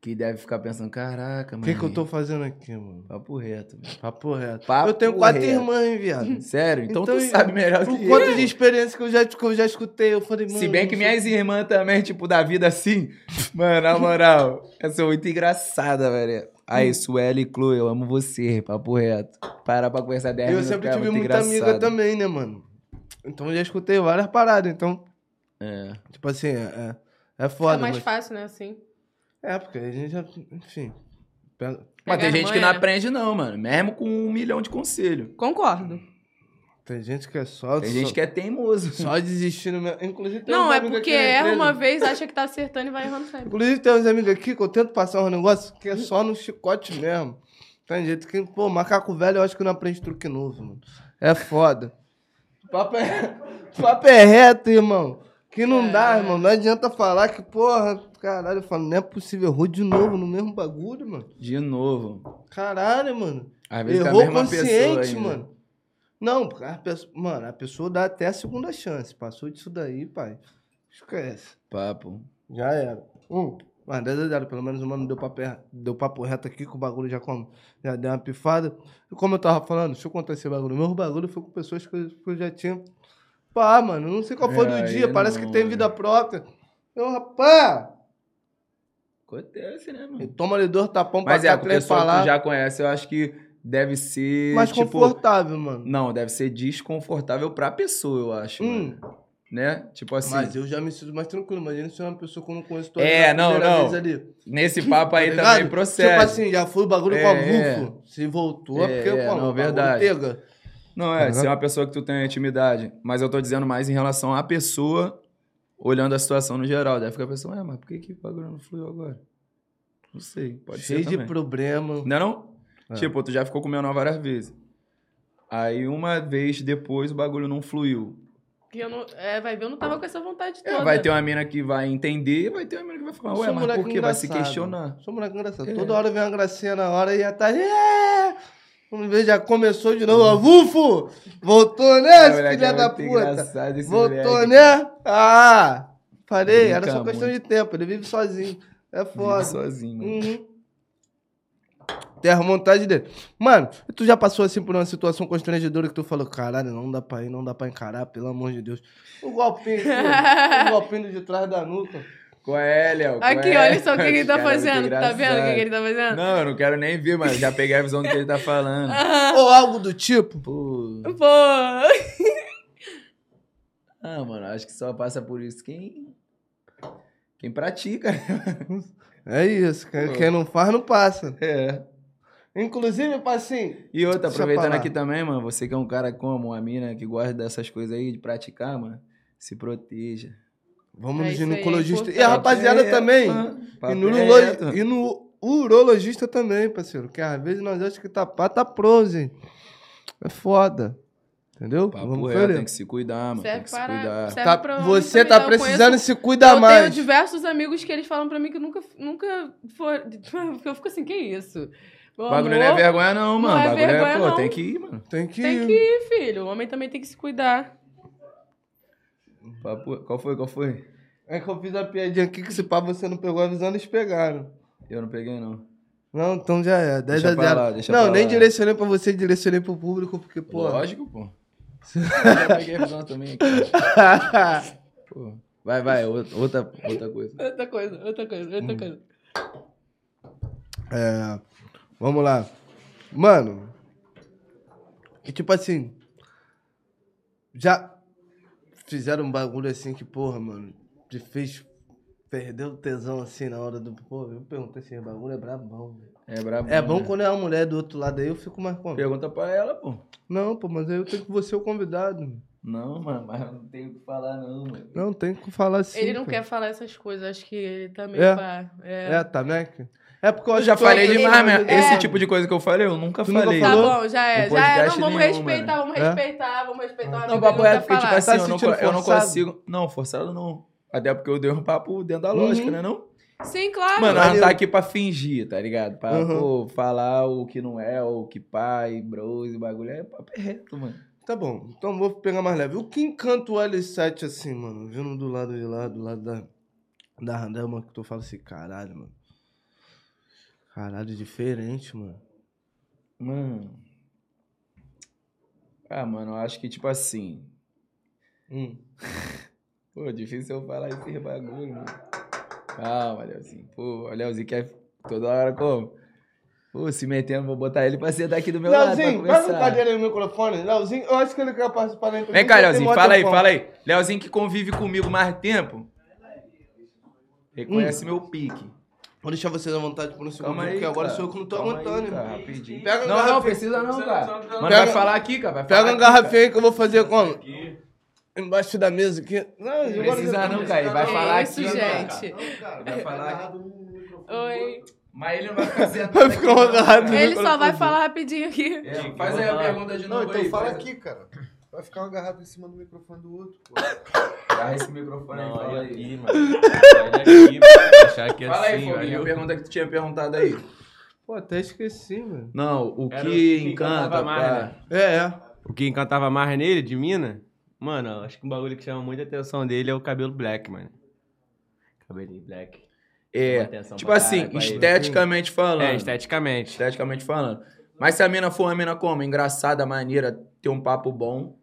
Speaker 3: que deve ficar pensando, caraca,
Speaker 1: O
Speaker 3: mano.
Speaker 1: que, que eu tô fazendo aqui, mano?
Speaker 3: Papo reto. velho.
Speaker 1: Papo reto.
Speaker 3: Papo
Speaker 1: eu tenho quatro
Speaker 3: reto.
Speaker 1: irmãs, hein, viado.
Speaker 3: Sério? Então,
Speaker 1: Então,
Speaker 3: tu sabe melhor
Speaker 1: Por
Speaker 3: que é.
Speaker 1: quanto
Speaker 3: eu.
Speaker 1: de experiência que eu já, que eu já escutei, eu falei, mano.
Speaker 3: Se bem que
Speaker 1: não sei-
Speaker 3: minhas irmãs também, tipo, da vida assim. Mano, na moral, eu sou muito engraçada, velho.
Speaker 1: Hum.
Speaker 3: Aí, Sueli e Chloe, eu amo você, papo reto. Parar pra conversar 10
Speaker 1: Eu
Speaker 3: minutos,
Speaker 1: sempre
Speaker 3: cara, é
Speaker 1: tive
Speaker 3: muito
Speaker 1: muita amiga
Speaker 3: engraçado.
Speaker 1: também, né, mano? Então eu já escutei várias paradas. Então,
Speaker 3: É.
Speaker 1: tipo assim, é, é é
Speaker 2: É
Speaker 1: foda.
Speaker 2: mais
Speaker 1: mas...
Speaker 2: fácil, né, assim.
Speaker 1: É, porque a gente já. Enfim. pega-
Speaker 3: Mas
Speaker 2: Pegar
Speaker 3: tem gente que não
Speaker 2: irmã, né?
Speaker 3: aprende não, mano. Mesmo com um milhão de conselho.
Speaker 2: Concordo.
Speaker 1: Tem gente que é só.
Speaker 3: Tem gente que é teimoso.
Speaker 1: Só desistindo mesmo. Inclusive, tem
Speaker 2: Não,
Speaker 1: uns
Speaker 2: é
Speaker 1: amigos
Speaker 2: porque
Speaker 1: aqui na
Speaker 2: erra
Speaker 1: empresa-
Speaker 2: uma vez, acha que tá acertando e vai errando sempre.
Speaker 1: Inclusive, tem uns amigos aqui que eu tento passar um negócio que é só no chicote mesmo. Tem jeito que, pô, macaco velho eu acho que não aprende truque novo, mano. É foda. O Papo é, o papo é reto, irmão. Que não dá, irmão. Não adianta falar que, porra, caralho, eu falo, não é possível, errou de novo no mesmo bagulho, mano.
Speaker 3: De novo.
Speaker 1: Caralho, mano.
Speaker 3: Às vezes
Speaker 1: Errou
Speaker 3: tá a mesma pessoa
Speaker 1: consciente,
Speaker 3: ainda.
Speaker 1: mano. Não, porque a pessoa, mano, a pessoa dá até a segunda chance. Passou disso daí, pai. Esquece.
Speaker 3: Papo.
Speaker 1: Já era. Um. Mas 10 a 0. Pelo menos o mano deu papo, deu papo reto aqui, que o bagulho já, como, já deu uma pifada. E como eu tava falando, deixa eu contar esse bagulho. O meu bagulho foi com pessoas que eu, que eu já tinha. Pá, mano, não sei qual foi
Speaker 3: É,
Speaker 1: do
Speaker 3: aí
Speaker 1: dia, parece
Speaker 3: não,
Speaker 1: que tem
Speaker 3: é.
Speaker 1: vida própria. Eu, rapaz,
Speaker 3: Acontece, né,
Speaker 1: e
Speaker 3: mano?
Speaker 1: toma ali dois tapão pra
Speaker 3: Mas
Speaker 1: cá,
Speaker 3: é, com
Speaker 1: três
Speaker 3: pessoa
Speaker 1: pra
Speaker 3: que
Speaker 1: Então, lá.
Speaker 3: tu já conhece, eu acho que deve ser.
Speaker 1: mais
Speaker 3: tipo,
Speaker 1: confortável, mano.
Speaker 3: Não, deve ser desconfortável pra pessoa, eu acho.
Speaker 1: Hum.
Speaker 3: mano. Né? Tipo assim,
Speaker 1: Mas eu já me sinto mais tranquilo. Imagina se é uma pessoa que eu não conheço toda
Speaker 3: É,
Speaker 1: a
Speaker 3: não,
Speaker 1: primeira
Speaker 3: não.
Speaker 1: vez ali.
Speaker 3: nesse papo aí
Speaker 1: tá ligado?
Speaker 3: também procede.
Speaker 1: Tipo assim, já foi o bagulho com a
Speaker 3: É,
Speaker 1: Bufo. Se voltou,
Speaker 3: É,
Speaker 1: porque,
Speaker 3: é,
Speaker 1: pô,
Speaker 3: não,
Speaker 1: o bagulho
Speaker 3: verdade.
Speaker 1: pega.
Speaker 3: Não, é, se é uma pessoa que tu tem intimidade. Mas eu tô dizendo mais em relação à pessoa, olhando a situação no geral. Deve ficar a pessoa, é, mas por que, que o bagulho não fluiu agora? Não sei, pode
Speaker 1: Cheio
Speaker 3: ser
Speaker 1: de
Speaker 3: também.
Speaker 1: problema.
Speaker 3: Não é não?
Speaker 1: É.
Speaker 3: Tipo, tu já ficou com o menor várias vezes. Aí uma vez depois o bagulho não fluiu.
Speaker 2: Que eu não, é, vai ver, eu não tava com essa vontade toda.
Speaker 3: É, vai ter uma mina que vai entender e vai ter uma mina que vai falar,
Speaker 1: Sou
Speaker 3: ué,
Speaker 1: um
Speaker 3: mas por
Speaker 1: moleque
Speaker 3: que? Vai se
Speaker 1: engraçado.
Speaker 3: questionar.
Speaker 1: Sou um moleque engraçado.
Speaker 3: É.
Speaker 1: Toda hora vem uma gracinha na hora e já tá. "É!" Vamos ver, já começou de novo. ó, Bufo! Voltou, né,
Speaker 3: Ai, moleque,
Speaker 1: filha
Speaker 3: é
Speaker 1: da
Speaker 3: muito
Speaker 1: puta?
Speaker 3: engraçado esse
Speaker 1: Voltou,
Speaker 3: moleque.
Speaker 1: né? Ah! Falei, era
Speaker 3: Brinca
Speaker 1: só questão de tempo. Ele vive sozinho. É
Speaker 3: Vive
Speaker 1: foda.
Speaker 3: sozinho, mano.
Speaker 2: Hum.
Speaker 1: Uhum. Terra, vontade dele. Mano, e tu já passou assim por uma situação constrangedora que tu falou, caralho, não dá pra ir, não dá pra encarar, pelo amor de Deus. O golpinho, aqui, ó, o
Speaker 2: Um
Speaker 1: golpinho de trás da nuca.
Speaker 3: Qual é, Léo? Qual
Speaker 2: Aqui,
Speaker 3: é?
Speaker 2: olha só o que, que ele tá
Speaker 3: Cara, é muito
Speaker 2: fazendo. Tá vendo o que,
Speaker 3: engraçado.
Speaker 2: que ele tá fazendo?
Speaker 3: Não, eu não quero nem ver, mas já peguei a visão do que ele tá falando.
Speaker 2: Aham.
Speaker 1: Ou algo do tipo.
Speaker 3: Pô.
Speaker 2: Pô.
Speaker 3: Ah, mano, acho que só passa por isso quem. Quem pratica. né?
Speaker 1: É isso, quem,
Speaker 3: Pô.
Speaker 1: quem não faz, não passa.
Speaker 3: É.
Speaker 1: Inclusive, passinho,
Speaker 3: E outra,
Speaker 1: Deixa
Speaker 3: aproveitando
Speaker 1: pra lá.
Speaker 3: aqui também, mano, você que é um cara como uma mina que gosta dessas coisas aí de praticar, mano, se proteja.
Speaker 1: vamos
Speaker 2: É
Speaker 1: no
Speaker 2: isso aí, é
Speaker 1: ginecologista. e
Speaker 2: importante.
Speaker 1: a
Speaker 3: É.
Speaker 1: rapaziada também. E no, ulo- e no urologista também, parceiro. Que às vezes nós achamos que tá pá, tá prosa, hein? É foda. Entendeu?
Speaker 3: Papo
Speaker 1: Vamos
Speaker 3: reto,
Speaker 1: ver.
Speaker 3: tem que se cuidar, mano. tem
Speaker 2: Serve
Speaker 3: que se
Speaker 2: para.
Speaker 3: cuidar.
Speaker 2: Serve
Speaker 1: Tá-
Speaker 2: pra homem
Speaker 1: você
Speaker 2: também,
Speaker 1: tá
Speaker 2: eu
Speaker 1: precisando
Speaker 2: conheço-
Speaker 1: se cuidar
Speaker 2: eu
Speaker 1: mais.
Speaker 2: tenho diversos amigos que eles falam pra mim que nunca, nunca for. Eu fico assim, que isso? Meu
Speaker 3: O bagulho não
Speaker 2: amor,
Speaker 3: é vergonha, não, mano.
Speaker 2: não é
Speaker 3: O bagulho é,
Speaker 2: vergonha,
Speaker 3: pô,
Speaker 2: não.
Speaker 3: tem que ir, mano.
Speaker 1: Tem que
Speaker 2: Tem que ir, filho. O homem também tem que se cuidar.
Speaker 3: Papo- Qual foi? Qual foi?
Speaker 1: É que eu fiz a piadinha aqui que se pá você não pegou avisando, eles pegaram.
Speaker 3: Eu não peguei, não.
Speaker 1: Não, então já é. 10
Speaker 3: Deixa
Speaker 1: a
Speaker 3: pra
Speaker 1: 0.
Speaker 3: lá, deixa
Speaker 1: não,
Speaker 3: pra
Speaker 1: nem
Speaker 3: lá.
Speaker 1: direcionei pra você, direcionei pro público, porque, pô.
Speaker 3: Lógico, pô. Eu já peguei a visão também, cara. Pô. Vai, vai, outra, outra outra coisa.
Speaker 2: Outra coisa, outra coisa,
Speaker 3: Hum.
Speaker 2: outra coisa.
Speaker 1: É, vamos lá. Mano, e tipo assim, já fizeram um bagulho assim que, porra, mano, te fez perder o tesão assim na hora do. Pô, eu perguntei assim, o bagulho é brabão, velho.
Speaker 3: É brabo.
Speaker 1: É bom
Speaker 3: né?
Speaker 1: quando é uma mulher do outro lado aí, eu fico mais com.
Speaker 3: Pergunta pra ela, pô.
Speaker 1: Não, pô, mas aí eu tenho que você é o convidado.
Speaker 3: Não, mano, mas eu não tenho o que falar, não, mano.
Speaker 1: Não, tem que falar assim.
Speaker 2: ele não
Speaker 1: pô.
Speaker 2: quer falar essas coisas, acho que ele tá meio
Speaker 1: É.
Speaker 2: pá. É.
Speaker 1: É, tá, né? É porque eu
Speaker 3: Eu
Speaker 1: acho
Speaker 3: já
Speaker 1: que eu-
Speaker 3: falei
Speaker 1: eu-
Speaker 3: demais, mesmo.
Speaker 1: É.
Speaker 3: Esse tipo de coisa que eu falei, eu nunca
Speaker 1: Tu nunca
Speaker 3: falei.
Speaker 2: Tá
Speaker 1: falou?
Speaker 2: bom, já é, já é.
Speaker 3: No
Speaker 2: Não,
Speaker 3: podcast
Speaker 2: vamos
Speaker 3: nenhum,
Speaker 2: respeitar, vamos
Speaker 1: É?
Speaker 2: respeitar, vamos respeitar. o
Speaker 3: Não,
Speaker 2: amigo,
Speaker 3: papo
Speaker 2: ele
Speaker 3: é
Speaker 2: nunca
Speaker 3: porque, tipo
Speaker 2: fala.
Speaker 3: assim,
Speaker 1: Tá
Speaker 3: eu, não,
Speaker 1: sentindo
Speaker 3: co- eu não
Speaker 1: forçado?
Speaker 3: consigo. Não, forçado não. Até porque eu dei um papo dentro da lógica,
Speaker 1: Uhum.
Speaker 3: né? Não?
Speaker 2: Sim, claro.
Speaker 3: Mano,
Speaker 1: Valeu.
Speaker 3: nós não tá aqui pra fingir, tá ligado? Pra
Speaker 1: Uhum.
Speaker 3: pô, falar o que não é, ou o que pai, bros e bagulho. É papo é reto, mano.
Speaker 1: Tá bom, então vou pegar mais leve. O que encanta o L7 assim, mano? Vindo do lado de lá, do lado da, da Randama, que tu fala assim, caralho, mano. Caralho, diferente, mano.
Speaker 3: Mano. Ah, mano, eu acho que tipo assim.
Speaker 1: Hum.
Speaker 3: Pô, difícil eu falar esse bagulho, mano. Calma, Leozinho. Pô, o Leozinho quer toda hora como? Pô, se metendo, vou botar ele pra sentar aqui do meu
Speaker 1: Leozinho,
Speaker 3: lado pra
Speaker 1: faz um
Speaker 3: conversar.
Speaker 1: cadeira aí no microfone. Leozinho, eu acho que ele quer participar da entrevista.
Speaker 3: Vem cá,
Speaker 1: ele tem
Speaker 3: Leozinho,
Speaker 1: mó
Speaker 3: fala aí,
Speaker 1: tempão.
Speaker 3: fala aí. Leozinho que convive comigo mais tempo.
Speaker 1: Hum.
Speaker 3: Reconhece meu pique.
Speaker 1: Vou deixar vocês à vontade por um segundo,
Speaker 3: Calma aí.
Speaker 1: porque agora
Speaker 3: cara.
Speaker 1: sou eu que não tô
Speaker 3: Calma
Speaker 1: aguentando,
Speaker 3: aí, cara,
Speaker 1: irmão.
Speaker 3: rapidinho.
Speaker 1: Pega uma
Speaker 3: não, não,
Speaker 1: garrafinha.
Speaker 3: precisa não, cara. Mano,
Speaker 1: Pega- um
Speaker 3: vai falar aqui, cara. Vai falar
Speaker 1: Pega um uma
Speaker 3: aqui,
Speaker 1: garrafinha aí que eu vou fazer como? Embaixo da mesa aqui. Não,
Speaker 3: Cara. Precisa não, cara. Ele vai
Speaker 2: Que
Speaker 6: é
Speaker 3: falar
Speaker 2: isso,
Speaker 3: aqui. cara.
Speaker 2: gente.
Speaker 3: Vai falar aqui.
Speaker 2: Oi.
Speaker 3: Mas ele não vai ficar sentado.
Speaker 1: Vai ficar
Speaker 3: aqui, não,
Speaker 1: agarrado.
Speaker 3: cara.
Speaker 2: Ele só vai falar rapidinho aqui.
Speaker 3: É, faz aí a pergunta de
Speaker 4: Não,
Speaker 3: novo
Speaker 4: então
Speaker 3: aí.
Speaker 4: fala
Speaker 3: faz-
Speaker 4: aqui, cara. Vai ficar um agarrado em cima do microfone do outro, pô.
Speaker 3: Agarra esse microfone aí,
Speaker 6: Não,
Speaker 3: fala
Speaker 6: olha
Speaker 3: aí.
Speaker 6: aqui, mano. Olha aqui, mano. Achar que é
Speaker 3: Fala aí,
Speaker 6: assim,
Speaker 3: Foguinho, a
Speaker 6: valeu.
Speaker 3: pergunta que tu tinha perguntado aí.
Speaker 1: Pô, até esqueci, mano.
Speaker 3: Não, o
Speaker 7: Era
Speaker 3: que
Speaker 7: o que
Speaker 3: encanta,
Speaker 7: encantava mais,
Speaker 3: pá.
Speaker 7: né?
Speaker 1: É, é.
Speaker 7: O que encantava mais nele, de mina? Mano, acho que um bagulho que chama muita atenção dele é o cabelo black, mano. Cabelinho black. Chama
Speaker 3: É,
Speaker 7: atenção
Speaker 3: tipo
Speaker 7: pra
Speaker 3: assim,
Speaker 7: caralho, vai-
Speaker 3: esteticamente falando.
Speaker 7: É, esteticamente.
Speaker 3: Esteticamente falando. Mas se a mina for uma mina como? Engraçada, maneira, ter um papo bom,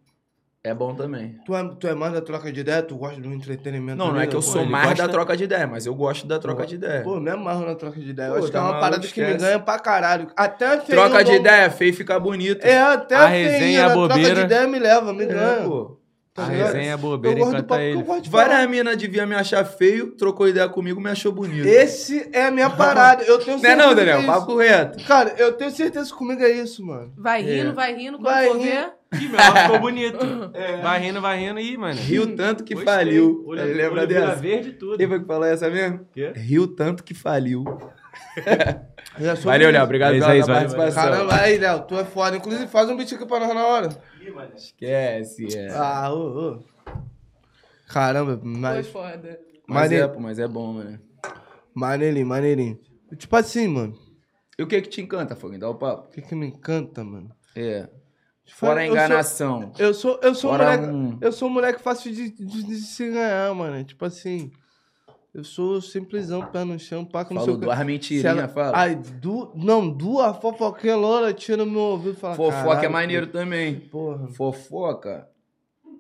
Speaker 3: é bom também.
Speaker 1: Tu é, tu é mais da troca de ideia? Tu gosta do entretenimento?
Speaker 3: Não, não é
Speaker 1: mesmo?
Speaker 3: que eu
Speaker 1: Pô,
Speaker 3: sou
Speaker 1: ele
Speaker 3: mais
Speaker 1: gosta-
Speaker 3: da troca de ideia, mas eu gosto da troca de ideia.
Speaker 1: Pô, me amarro na troca de ideia. Eu
Speaker 3: Pô,
Speaker 1: acho que é
Speaker 3: tá
Speaker 1: uma
Speaker 3: maluco,
Speaker 1: parada que me
Speaker 3: esquece.
Speaker 1: ganha pra caralho. Até feio eu
Speaker 3: Troca de
Speaker 1: dou-
Speaker 3: ideia, feio fica bonito.
Speaker 1: É, até
Speaker 6: A
Speaker 1: feio,
Speaker 6: resenha, a
Speaker 1: na troca de
Speaker 6: bobeira.
Speaker 1: ideia me leva, me
Speaker 3: É,
Speaker 1: ganha.
Speaker 3: pô.
Speaker 1: tá
Speaker 7: a
Speaker 1: ligado?
Speaker 7: resenha é
Speaker 1: Eu
Speaker 7: bobeira,
Speaker 1: gosto do
Speaker 7: encanta
Speaker 1: papo que eu
Speaker 7: ele.
Speaker 1: gosto de falar.
Speaker 3: Várias minas deviam me achar feio, trocou ideia comigo, me achou bonito.
Speaker 1: Esse é a minha parada. Eu tenho
Speaker 3: Não é
Speaker 1: certeza.
Speaker 3: não,
Speaker 1: que
Speaker 3: Daniel?
Speaker 1: é isso.
Speaker 3: Papo reto.
Speaker 1: Cara, eu tenho certeza que comigo é isso, mano.
Speaker 2: Vai rindo,
Speaker 3: É.
Speaker 2: vai rindo, quando
Speaker 1: Vai
Speaker 2: for
Speaker 1: rindo.
Speaker 2: ver.
Speaker 7: Ih, meu irmão ficou bonito. Vai rindo, vai rindo. Ih, mano.
Speaker 3: Riu tanto que
Speaker 7: Gostei.
Speaker 3: É. faliu.
Speaker 6: Olho-
Speaker 3: Lembra
Speaker 6: olho vira
Speaker 3: dessa?
Speaker 6: verde e tudo.
Speaker 3: Quem foi que falou essa mesmo?
Speaker 6: Quê?
Speaker 3: Riu tanto que faliu.
Speaker 1: É sobre
Speaker 3: Valeu,
Speaker 1: isso.
Speaker 3: Léo. Obrigado
Speaker 6: É isso
Speaker 3: pela
Speaker 6: aí,
Speaker 3: tua
Speaker 6: valeu,
Speaker 3: participação.
Speaker 1: Caramba, aí, Léo, tu é foda. Inclusive, faz um beat aqui pra nós na hora.
Speaker 3: Esquece, é.
Speaker 1: Ah, ô, ô. Caramba,
Speaker 2: Foi
Speaker 1: mas...
Speaker 2: foda.
Speaker 3: mas, é,
Speaker 1: maneiro,
Speaker 3: pô, mas é bom, né?
Speaker 1: maneirinho, maneirinho. Tipo assim, mano.
Speaker 3: E o que que te encanta, Foguinho? Dá o papo.
Speaker 1: O que que me encanta, mano? Tipo,
Speaker 3: É. Fora a
Speaker 1: Eu sou-
Speaker 3: enganação.
Speaker 1: Eu sou, eu sou um
Speaker 3: Fora
Speaker 1: moleque...
Speaker 3: um...
Speaker 1: Eu sou um moleque fácil de, de- de se ganhar, mano. Tipo assim... Eu sou simplesão, pé no chão, paca no
Speaker 3: Falou
Speaker 1: seu... canto.
Speaker 3: duas
Speaker 1: Se
Speaker 3: mentirinhas,
Speaker 1: ela-
Speaker 3: fala.
Speaker 1: Ai, du... Não, duas fofoquinhas, Lola, tira no meu ouvido e fala...
Speaker 3: Fofoca
Speaker 1: "Caralho,
Speaker 3: é maneiro também.
Speaker 1: Porra.
Speaker 3: Fofoca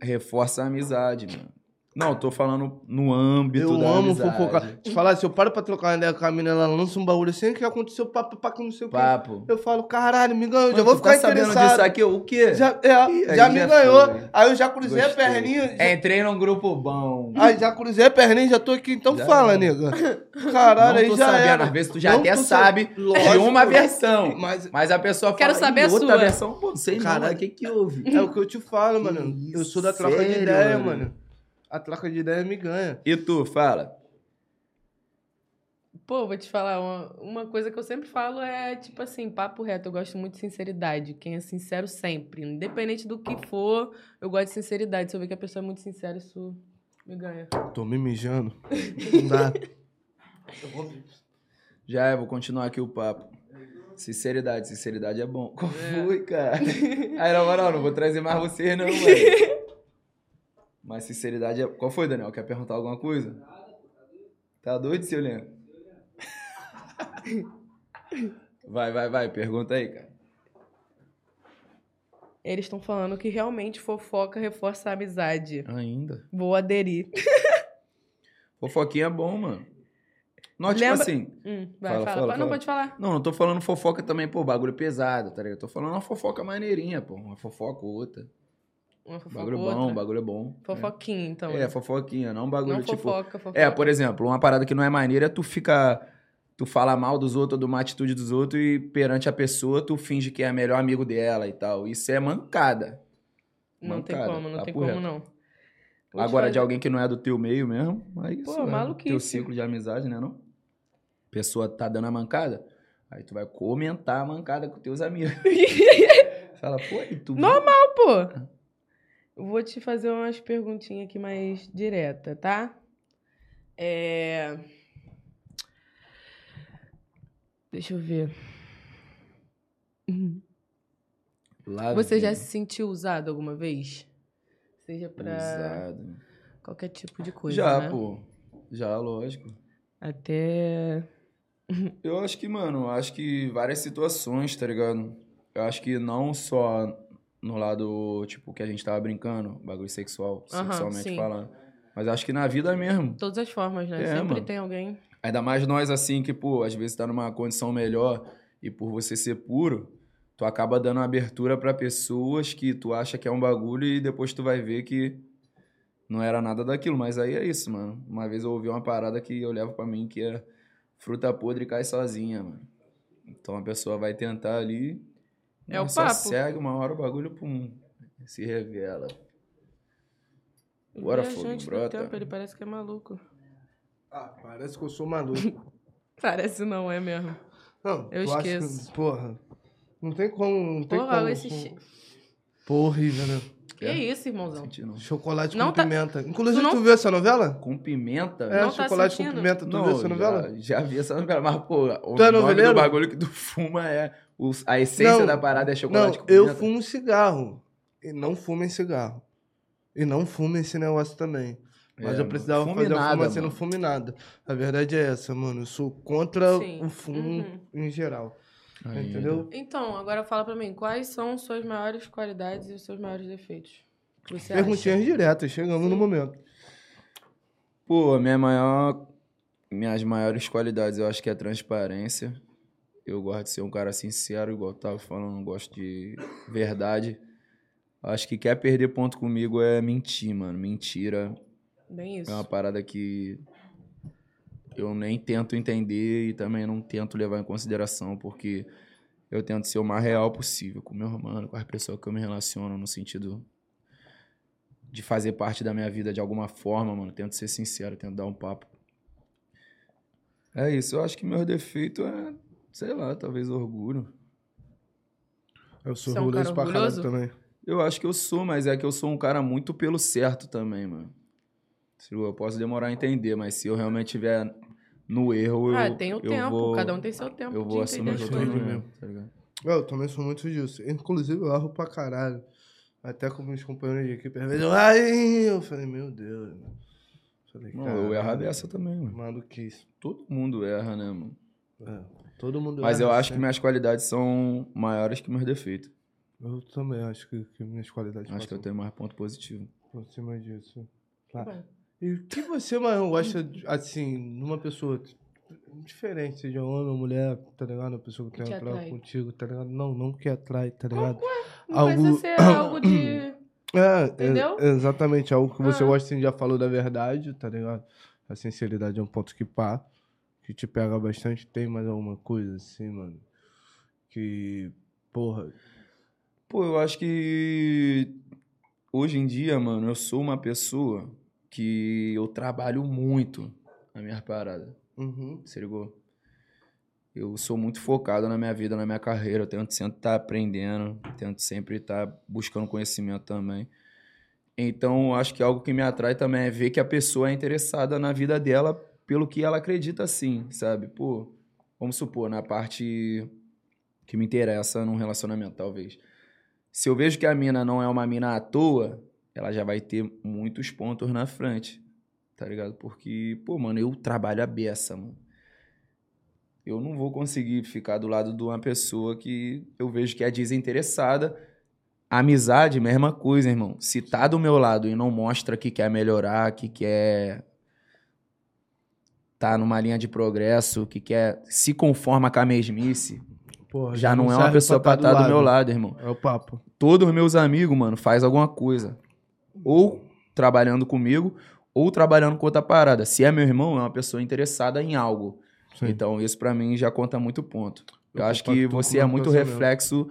Speaker 3: reforça a amizade, mano. Não, eu tô falando no âmbito
Speaker 1: Eu
Speaker 3: da
Speaker 1: amo
Speaker 3: amizade.
Speaker 1: fofocar. Te falar, se eu paro pra trocar uma ideia com a mina, ela lança um bagulho assim, o que aconteceu, papo, papo, não sei o quê.
Speaker 3: Papo.
Speaker 1: Eu falo, caralho, me ganhou, já
Speaker 3: Mano,
Speaker 1: vou
Speaker 3: tu
Speaker 1: ficar
Speaker 3: tá sabendo disso
Speaker 1: interessado.
Speaker 3: aqui? O quê?
Speaker 1: Já, é,
Speaker 3: Ih, aí
Speaker 1: já
Speaker 3: já
Speaker 1: me
Speaker 3: foi.
Speaker 1: ganhou. Aí eu já cruzei
Speaker 3: Gostei. É
Speaker 1: a perninha. já-
Speaker 3: Entrei num grupo bom.
Speaker 1: Aí já cruzei a perninha, já tô aqui, então
Speaker 3: Já
Speaker 1: fala,
Speaker 3: era.
Speaker 1: nega. Caralho,
Speaker 3: não
Speaker 1: aí
Speaker 3: tô
Speaker 1: já
Speaker 3: sabendo.
Speaker 1: era.
Speaker 3: Às vezes tu já
Speaker 1: Não
Speaker 3: até
Speaker 1: tô
Speaker 3: sabe
Speaker 1: sabendo. Lógico.
Speaker 3: de uma versão.
Speaker 1: Mas
Speaker 3: Mas a pessoa
Speaker 2: Quero
Speaker 3: fala,
Speaker 2: saber
Speaker 3: "Ih,
Speaker 2: a
Speaker 3: outra
Speaker 2: sua."
Speaker 3: versão, pô, não sei não,
Speaker 1: Caralho.
Speaker 3: o que que houve?
Speaker 1: é o que eu te falo,
Speaker 3: Que
Speaker 1: mano. Eu
Speaker 3: isso,
Speaker 1: sou da troca de
Speaker 3: sério,
Speaker 1: ideia,
Speaker 3: mano?
Speaker 1: mano. A troca de ideia me ganha.
Speaker 3: E tu, fala.
Speaker 2: Pô, vou te falar, uma, uma coisa que eu sempre falo é, tipo assim, papo reto, eu gosto muito de sinceridade. Quem é sincero sempre, independente do que for, eu gosto de sinceridade. Se eu ver que a pessoa é muito sincera, isso me ganha.
Speaker 1: Tô me mijando. Não dá.
Speaker 3: Já é, vou continuar aqui o papo. Sinceridade, sinceridade é bom. Qual
Speaker 2: É.
Speaker 3: foi, cara? Aí, na moral, não vou trazer mais vocês, não, mano. Mas sinceridade é. Qual foi, Daniel? Quer perguntar alguma coisa? Tá doido, seu Leandro? Vai, vai, vai, pergunta aí, cara.
Speaker 2: Eles estão falando que realmente fofoca reforça a amizade.
Speaker 3: Ainda.
Speaker 2: Vou aderir.
Speaker 3: Fofoquinha é bom, mano. Não, tipo
Speaker 2: Lembra-
Speaker 3: assim.
Speaker 2: Hum, vai,
Speaker 3: Fala,
Speaker 2: fala.
Speaker 3: fala,
Speaker 2: Não,
Speaker 3: fala.
Speaker 2: pode falar.
Speaker 3: Não, não tô falando fofoca também, pô, bagulho pesado, tá ligado? Tô falando uma fofoca maneirinha, pô. Uma fofoca ou outra.
Speaker 2: Uma fofoca
Speaker 3: Bagulho
Speaker 2: outra.
Speaker 3: bom, bagulho bom.
Speaker 2: Fofoquinha, então.
Speaker 3: É, fofoquinha, não um bagulho
Speaker 2: não
Speaker 3: tipo.
Speaker 2: fofoca, fofoca.
Speaker 3: É, por exemplo, uma parada que não é maneira é tu fica. Tu fala mal dos outros, de uma atitude dos outros e perante a pessoa tu finge que é melhor amigo dela e tal. Isso é mancada.
Speaker 2: Não tem
Speaker 3: mancada,
Speaker 2: como, não
Speaker 3: papo
Speaker 2: tem como,
Speaker 3: reto.
Speaker 2: não. Vou te
Speaker 3: Agora,
Speaker 2: fazer-
Speaker 3: de alguém que não é do teu meio mesmo, aí
Speaker 2: Pô,
Speaker 3: isso é
Speaker 2: maluquice.
Speaker 3: teu ciclo de amizade, né, não? Pessoa tá dando a mancada, aí tu vai comentar a mancada com teus amigos. Fala, pô, e tu... viu?
Speaker 2: Normal. Pô, vou te fazer umas perguntinhas aqui mais direta, tá? É... Deixa eu ver. Uhum.
Speaker 3: Lá
Speaker 2: Você já
Speaker 3: vem,
Speaker 2: se sentiu usado alguma vez? Seja pra
Speaker 3: usado.
Speaker 2: qualquer tipo de coisa,
Speaker 3: Já,
Speaker 2: né?
Speaker 3: pô. Já, lógico.
Speaker 2: Até...
Speaker 3: Eu acho que, mano, eu acho que várias situações, tá ligado? Eu acho que não só no lado, tipo, que a gente tava brincando, bagulho sexual,
Speaker 2: Aham,
Speaker 3: sexualmente
Speaker 2: sim.
Speaker 3: falando. Mas acho que na vida mesmo.
Speaker 2: Todas as formas, né?
Speaker 3: É,
Speaker 2: Sempre
Speaker 3: mano.
Speaker 2: tem alguém...
Speaker 3: Ainda mais nós, assim, que, pô, às vezes tá numa condição melhor e por você ser puro, tu acaba dando abertura pra pessoas que tu acha que é um bagulho e depois tu vai ver que não era nada daquilo. Mas aí é isso, mano. Uma vez eu ouvi uma parada que eu levo pra mim que é fruta podre cai sozinha, mano. Então a pessoa vai tentar ali.
Speaker 2: É
Speaker 3: mas
Speaker 2: o
Speaker 3: só
Speaker 2: papo.
Speaker 3: segue uma hora o bagulho, pum, se revela. Bora,
Speaker 2: Viajante
Speaker 3: Fogo,
Speaker 2: do
Speaker 3: brota.
Speaker 2: tempo, Ele parece que é maluco.
Speaker 1: Ah, parece que eu sou maluco.
Speaker 2: Parece não, é mesmo.
Speaker 1: Não,
Speaker 2: Eu
Speaker 1: tu acha que-
Speaker 2: esqueço.
Speaker 1: porra. Não tem como. Não tem
Speaker 2: Porra,
Speaker 1: como.
Speaker 2: esse...
Speaker 1: com-
Speaker 2: che-
Speaker 1: Porra, horrível, né?
Speaker 2: Que
Speaker 3: É.
Speaker 2: isso, irmãozão?
Speaker 3: Senti não.
Speaker 1: Chocolate
Speaker 2: Não
Speaker 1: com
Speaker 2: tá-
Speaker 1: pimenta. Inclusive,
Speaker 2: tu
Speaker 1: tu,
Speaker 2: não-
Speaker 1: viu essa novela?
Speaker 3: Com pimenta?
Speaker 1: É,
Speaker 2: Não tá
Speaker 1: chocolate com
Speaker 2: sentindo?
Speaker 1: pimenta. Tu viu essa novela?
Speaker 3: Já, já vi essa novela, mas, pô, o
Speaker 1: Tu é
Speaker 3: nome
Speaker 1: noveleiro?
Speaker 3: do bagulho que tu fuma é. o- a essência
Speaker 1: Não,
Speaker 3: da parada é
Speaker 1: Não,
Speaker 3: chocolate com
Speaker 1: eu
Speaker 3: pimenta.
Speaker 1: fumo cigarro. E não fumem cigarro. E não fuma esse negócio também. Mas
Speaker 3: É,
Speaker 1: eu precisava
Speaker 3: fume
Speaker 1: fazer a
Speaker 3: nada,
Speaker 1: fumaça e não
Speaker 3: mano.
Speaker 1: fume nada. A verdade é essa, mano. Eu sou contra
Speaker 2: Sim.
Speaker 1: o fumo
Speaker 2: Uhum.
Speaker 1: em geral.
Speaker 3: Aí, né?
Speaker 1: entendeu?
Speaker 2: Então, agora fala pra mim, quais são suas maiores qualidades e os seus maiores defeitos? Que Você
Speaker 1: Perguntinhas diretas, chegamos no momento.
Speaker 3: Pô, minha maior. Minhas maiores qualidades, eu acho que é a transparência. Eu gosto de ser um cara sincero, igual eu tava falando, eu gosto de verdade. Acho que quer perder ponto comigo é mentir, mano. Mentira
Speaker 2: acha? Bem isso.
Speaker 3: é uma parada que eu nem tento entender e também não tento levar em consideração, porque eu tento ser o mais real possível com meu mano, com as pessoas que eu me relaciono, no sentido de fazer parte da minha vida de alguma forma, mano. Tento ser sincero, tento dar um papo. É isso, eu acho que meu defeito é, sei lá, talvez orgulho.
Speaker 1: Eu sou
Speaker 2: Você é um
Speaker 1: orgulhoso
Speaker 2: cara
Speaker 1: pra caralho
Speaker 2: orgulhoso?
Speaker 1: também.
Speaker 3: Eu acho que eu sou, mas é que eu sou um cara muito pelo certo também, mano. Se Eu eu posso demorar a entender, mas se eu realmente estiver no erro, eu,
Speaker 2: ah, tem o
Speaker 3: eu
Speaker 2: tempo,
Speaker 3: vou,
Speaker 2: cada um tem seu tempo
Speaker 3: Eu
Speaker 2: de
Speaker 3: vou
Speaker 2: entender
Speaker 3: assumir
Speaker 2: as
Speaker 3: que eu
Speaker 1: as
Speaker 3: tô
Speaker 2: coisas.
Speaker 3: no
Speaker 1: coisas.
Speaker 3: erro, tá ligado?
Speaker 1: Eu também sou muito disso. Inclusive, eu erro pra caralho. Até com meus companheiros de equipe. Às vezes eu. Ai, eu falei, meu Deus. mano." Falei,
Speaker 3: Não, eu erro a
Speaker 1: "Caralho,
Speaker 3: dessa também, mano.
Speaker 1: Maluquice.
Speaker 3: Todo mundo erra, né, mano?
Speaker 1: É, todo mundo
Speaker 3: Mas eu
Speaker 1: erra
Speaker 3: acho que
Speaker 1: sempre.
Speaker 3: minhas qualidades são maiores que meus defeitos.
Speaker 1: Eu também acho que, que minhas qualidades
Speaker 3: Acho que eu
Speaker 1: passam
Speaker 3: tenho mais ponto positivo.
Speaker 1: por cima disso.
Speaker 2: Tá bom.
Speaker 1: E o que você mais gosta, de- assim, numa pessoa diferente, seja homem ou mulher, tá ligado? Uma pessoa que
Speaker 2: Que
Speaker 1: tem
Speaker 2: te
Speaker 1: uma
Speaker 2: atrai.
Speaker 1: contigo, tá ligado? Não, não que atrai, tá
Speaker 2: Qual-
Speaker 1: ligado?
Speaker 2: ué, não
Speaker 1: Algo-
Speaker 2: precisa ser algo de...
Speaker 1: É,
Speaker 2: Entendeu?
Speaker 1: é, exatamente, algo que você
Speaker 2: Ah.
Speaker 1: gosta, assim, já falou da verdade, tá ligado? A sinceridade é um ponto que pá, que te pega bastante. Tem mais alguma coisa, assim, mano, que, porra,
Speaker 3: Pô, eu acho que hoje em dia, mano, eu sou uma pessoa que eu trabalho muito na minha parada.
Speaker 1: uhum,
Speaker 3: se ligou? Eu sou muito focado na minha vida, na minha carreira. Eu tento sempre estar aprendendo, tento sempre estar buscando conhecimento também. Então, acho que algo que me atrai também é ver que a pessoa é interessada na vida dela pelo que ela acredita, sim, sabe? Pô, vamos supor, na parte que me interessa num relacionamento, talvez. Se eu vejo que a mina não é uma mina à toa, ela já vai ter muitos pontos na frente, tá ligado? Porque, pô, mano, eu trabalho a beça, mano. Eu não vou conseguir ficar do lado de uma pessoa que eu vejo que é desinteressada. Amizade, mesma coisa, irmão. Se tá do meu lado e não mostra que quer melhorar, que quer tá numa linha de progresso, que quer se conforma com a mesmice,
Speaker 1: porra.
Speaker 3: já não é uma
Speaker 1: serve
Speaker 3: pessoa pra estar
Speaker 1: tá
Speaker 3: do meu lado, irmão
Speaker 1: É o papo.
Speaker 3: todos os meus amigos, mano, faz alguma coisa. Ou trabalhando comigo, ou trabalhando com outra parada. Se é meu irmão, é uma pessoa interessada em algo.
Speaker 1: Sim.
Speaker 3: Então, isso pra mim já conta muito ponto. Eu,
Speaker 1: Eu
Speaker 3: acho que
Speaker 1: compacto com o
Speaker 3: você é
Speaker 1: meu
Speaker 3: muito
Speaker 1: pensamento.
Speaker 3: reflexo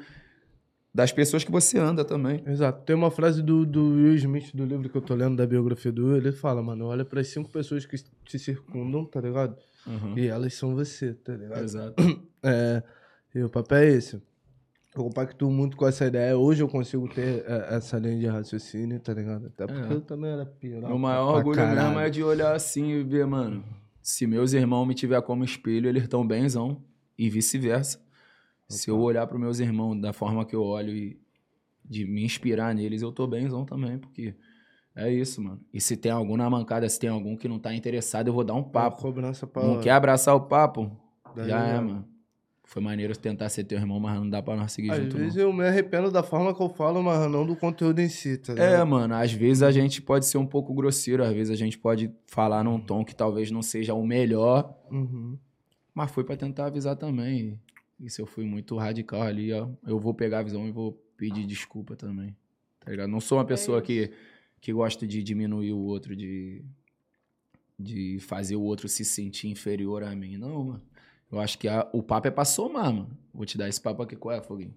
Speaker 3: das pessoas que você anda também.
Speaker 1: Exato. Tem uma frase do, do Will Smith, do livro que eu tô lendo, da biografia do Will, ele fala, mano, olha para cinco pessoas que te circundam, tá ligado? E elas são você, tá ligado?
Speaker 3: Exato.
Speaker 1: É, e o papel é esse. Eu compactuo muito com essa ideia. Hoje eu consigo ter é, essa linha de raciocínio, tá ligado? Até porque
Speaker 3: É.
Speaker 1: eu também era pior.
Speaker 3: Meu maior orgulho mesmo é de olhar assim e ver, mano, se meus irmãos me tiver como espelho, eles estão benzão. E vice-versa. Se eu olhar pros meus irmãos da forma que eu olho e de me inspirar neles, eu tô benzão também, porque é isso, mano. E se tem algum na mancada, se tem algum que não tá interessado, eu vou dar um papo.
Speaker 1: Cobrança pra...
Speaker 3: Não quer abraçar o papo?
Speaker 1: Daí
Speaker 3: Já é,
Speaker 1: já.
Speaker 3: mano. Foi maneiro tentar ser teu irmão, mas não dá pra nós seguir
Speaker 1: Às
Speaker 3: junto, não.
Speaker 1: vezes eu me arrependo da forma que eu falo, mas não do conteúdo em si, tá ligado?
Speaker 3: É, mano, às vezes a gente pode ser um pouco grosseiro, às vezes a gente pode falar num tom que talvez não seja o melhor,
Speaker 1: Uhum.
Speaker 3: mas foi pra tentar avisar também. E se eu fui muito radical ali, ó, eu vou pegar a visão e vou pedir desculpa também. Tá ligado? Não
Speaker 1: É
Speaker 3: sou uma pessoa
Speaker 2: isso.
Speaker 3: que, que gosta de diminuir o outro, de, de fazer o outro se sentir inferior a mim. Não, mano. Eu acho que a- o papo é pra somar, mano. Vou te dar esse papo aqui. Qual é, Foguinho?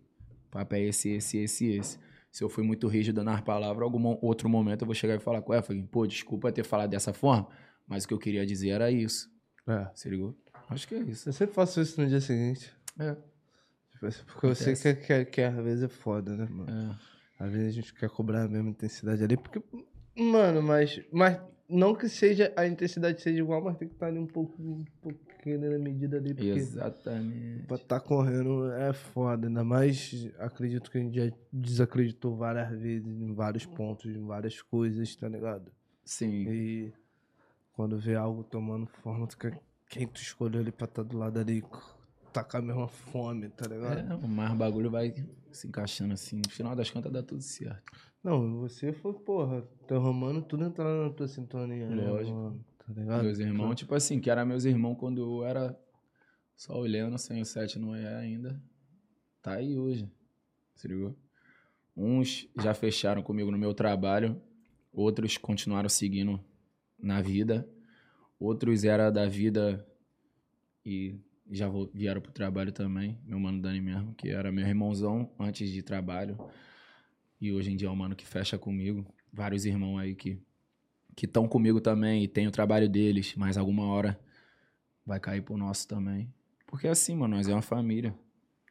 Speaker 3: O papo é esse, esse, esse, esse. Se eu fui muito rígido nas palavras, algum mo- outro momento eu vou chegar e falar, qual é, Foguinho? Pô, desculpa ter falado dessa forma, mas o que eu queria dizer era isso.
Speaker 1: É.
Speaker 3: Se ligou? Acho que é isso.
Speaker 1: Eu sempre faço isso no dia seguinte.
Speaker 3: É.
Speaker 1: Tipo assim, Porque eu sei que,
Speaker 3: Acontece.
Speaker 1: que, que às vezes é foda, né, mano?
Speaker 3: É,
Speaker 1: Às vezes a gente quer cobrar a mesma intensidade ali, porque, mano, mas, mas não que seja a intensidade seja igual, mas tem que estar ali um tá pouco, um pouco pequena na medida ali, porque
Speaker 3: Exatamente.
Speaker 1: pra tá correndo é foda, ainda mais acredito que a gente já desacreditou várias vezes em vários pontos, em várias coisas, tá ligado?
Speaker 3: Sim.
Speaker 1: E quando vê algo tomando forma, tu quer- quem tu escolheu ali pra estar do lado ali, tá com a mesma fome, tá ligado?
Speaker 3: É, mas o bagulho vai se encaixando assim. No final das contas dá tudo certo.
Speaker 1: Não, você foi, porra, teu romano tudo entrando na tua sintonia, né,
Speaker 3: Lógico.
Speaker 1: mano? Tá ligado?
Speaker 3: meus irmãos, tipo assim, que era meus irmãos quando eu era só o Leno, sem o Sete não é ainda. Tá aí hoje. Se ligou? Uns já fecharam comigo no meu trabalho, outros continuaram seguindo na vida, outros era da vida e já vo- vieram pro trabalho também. Meu mano Dani mesmo, que era meu irmãozão antes de trabalho. E hoje em dia é o mano que fecha comigo. Vários irmãos aí que que estão comigo também e tem o trabalho deles, mas alguma hora vai cair pro nosso também. Porque é assim, mano, nós é uma família.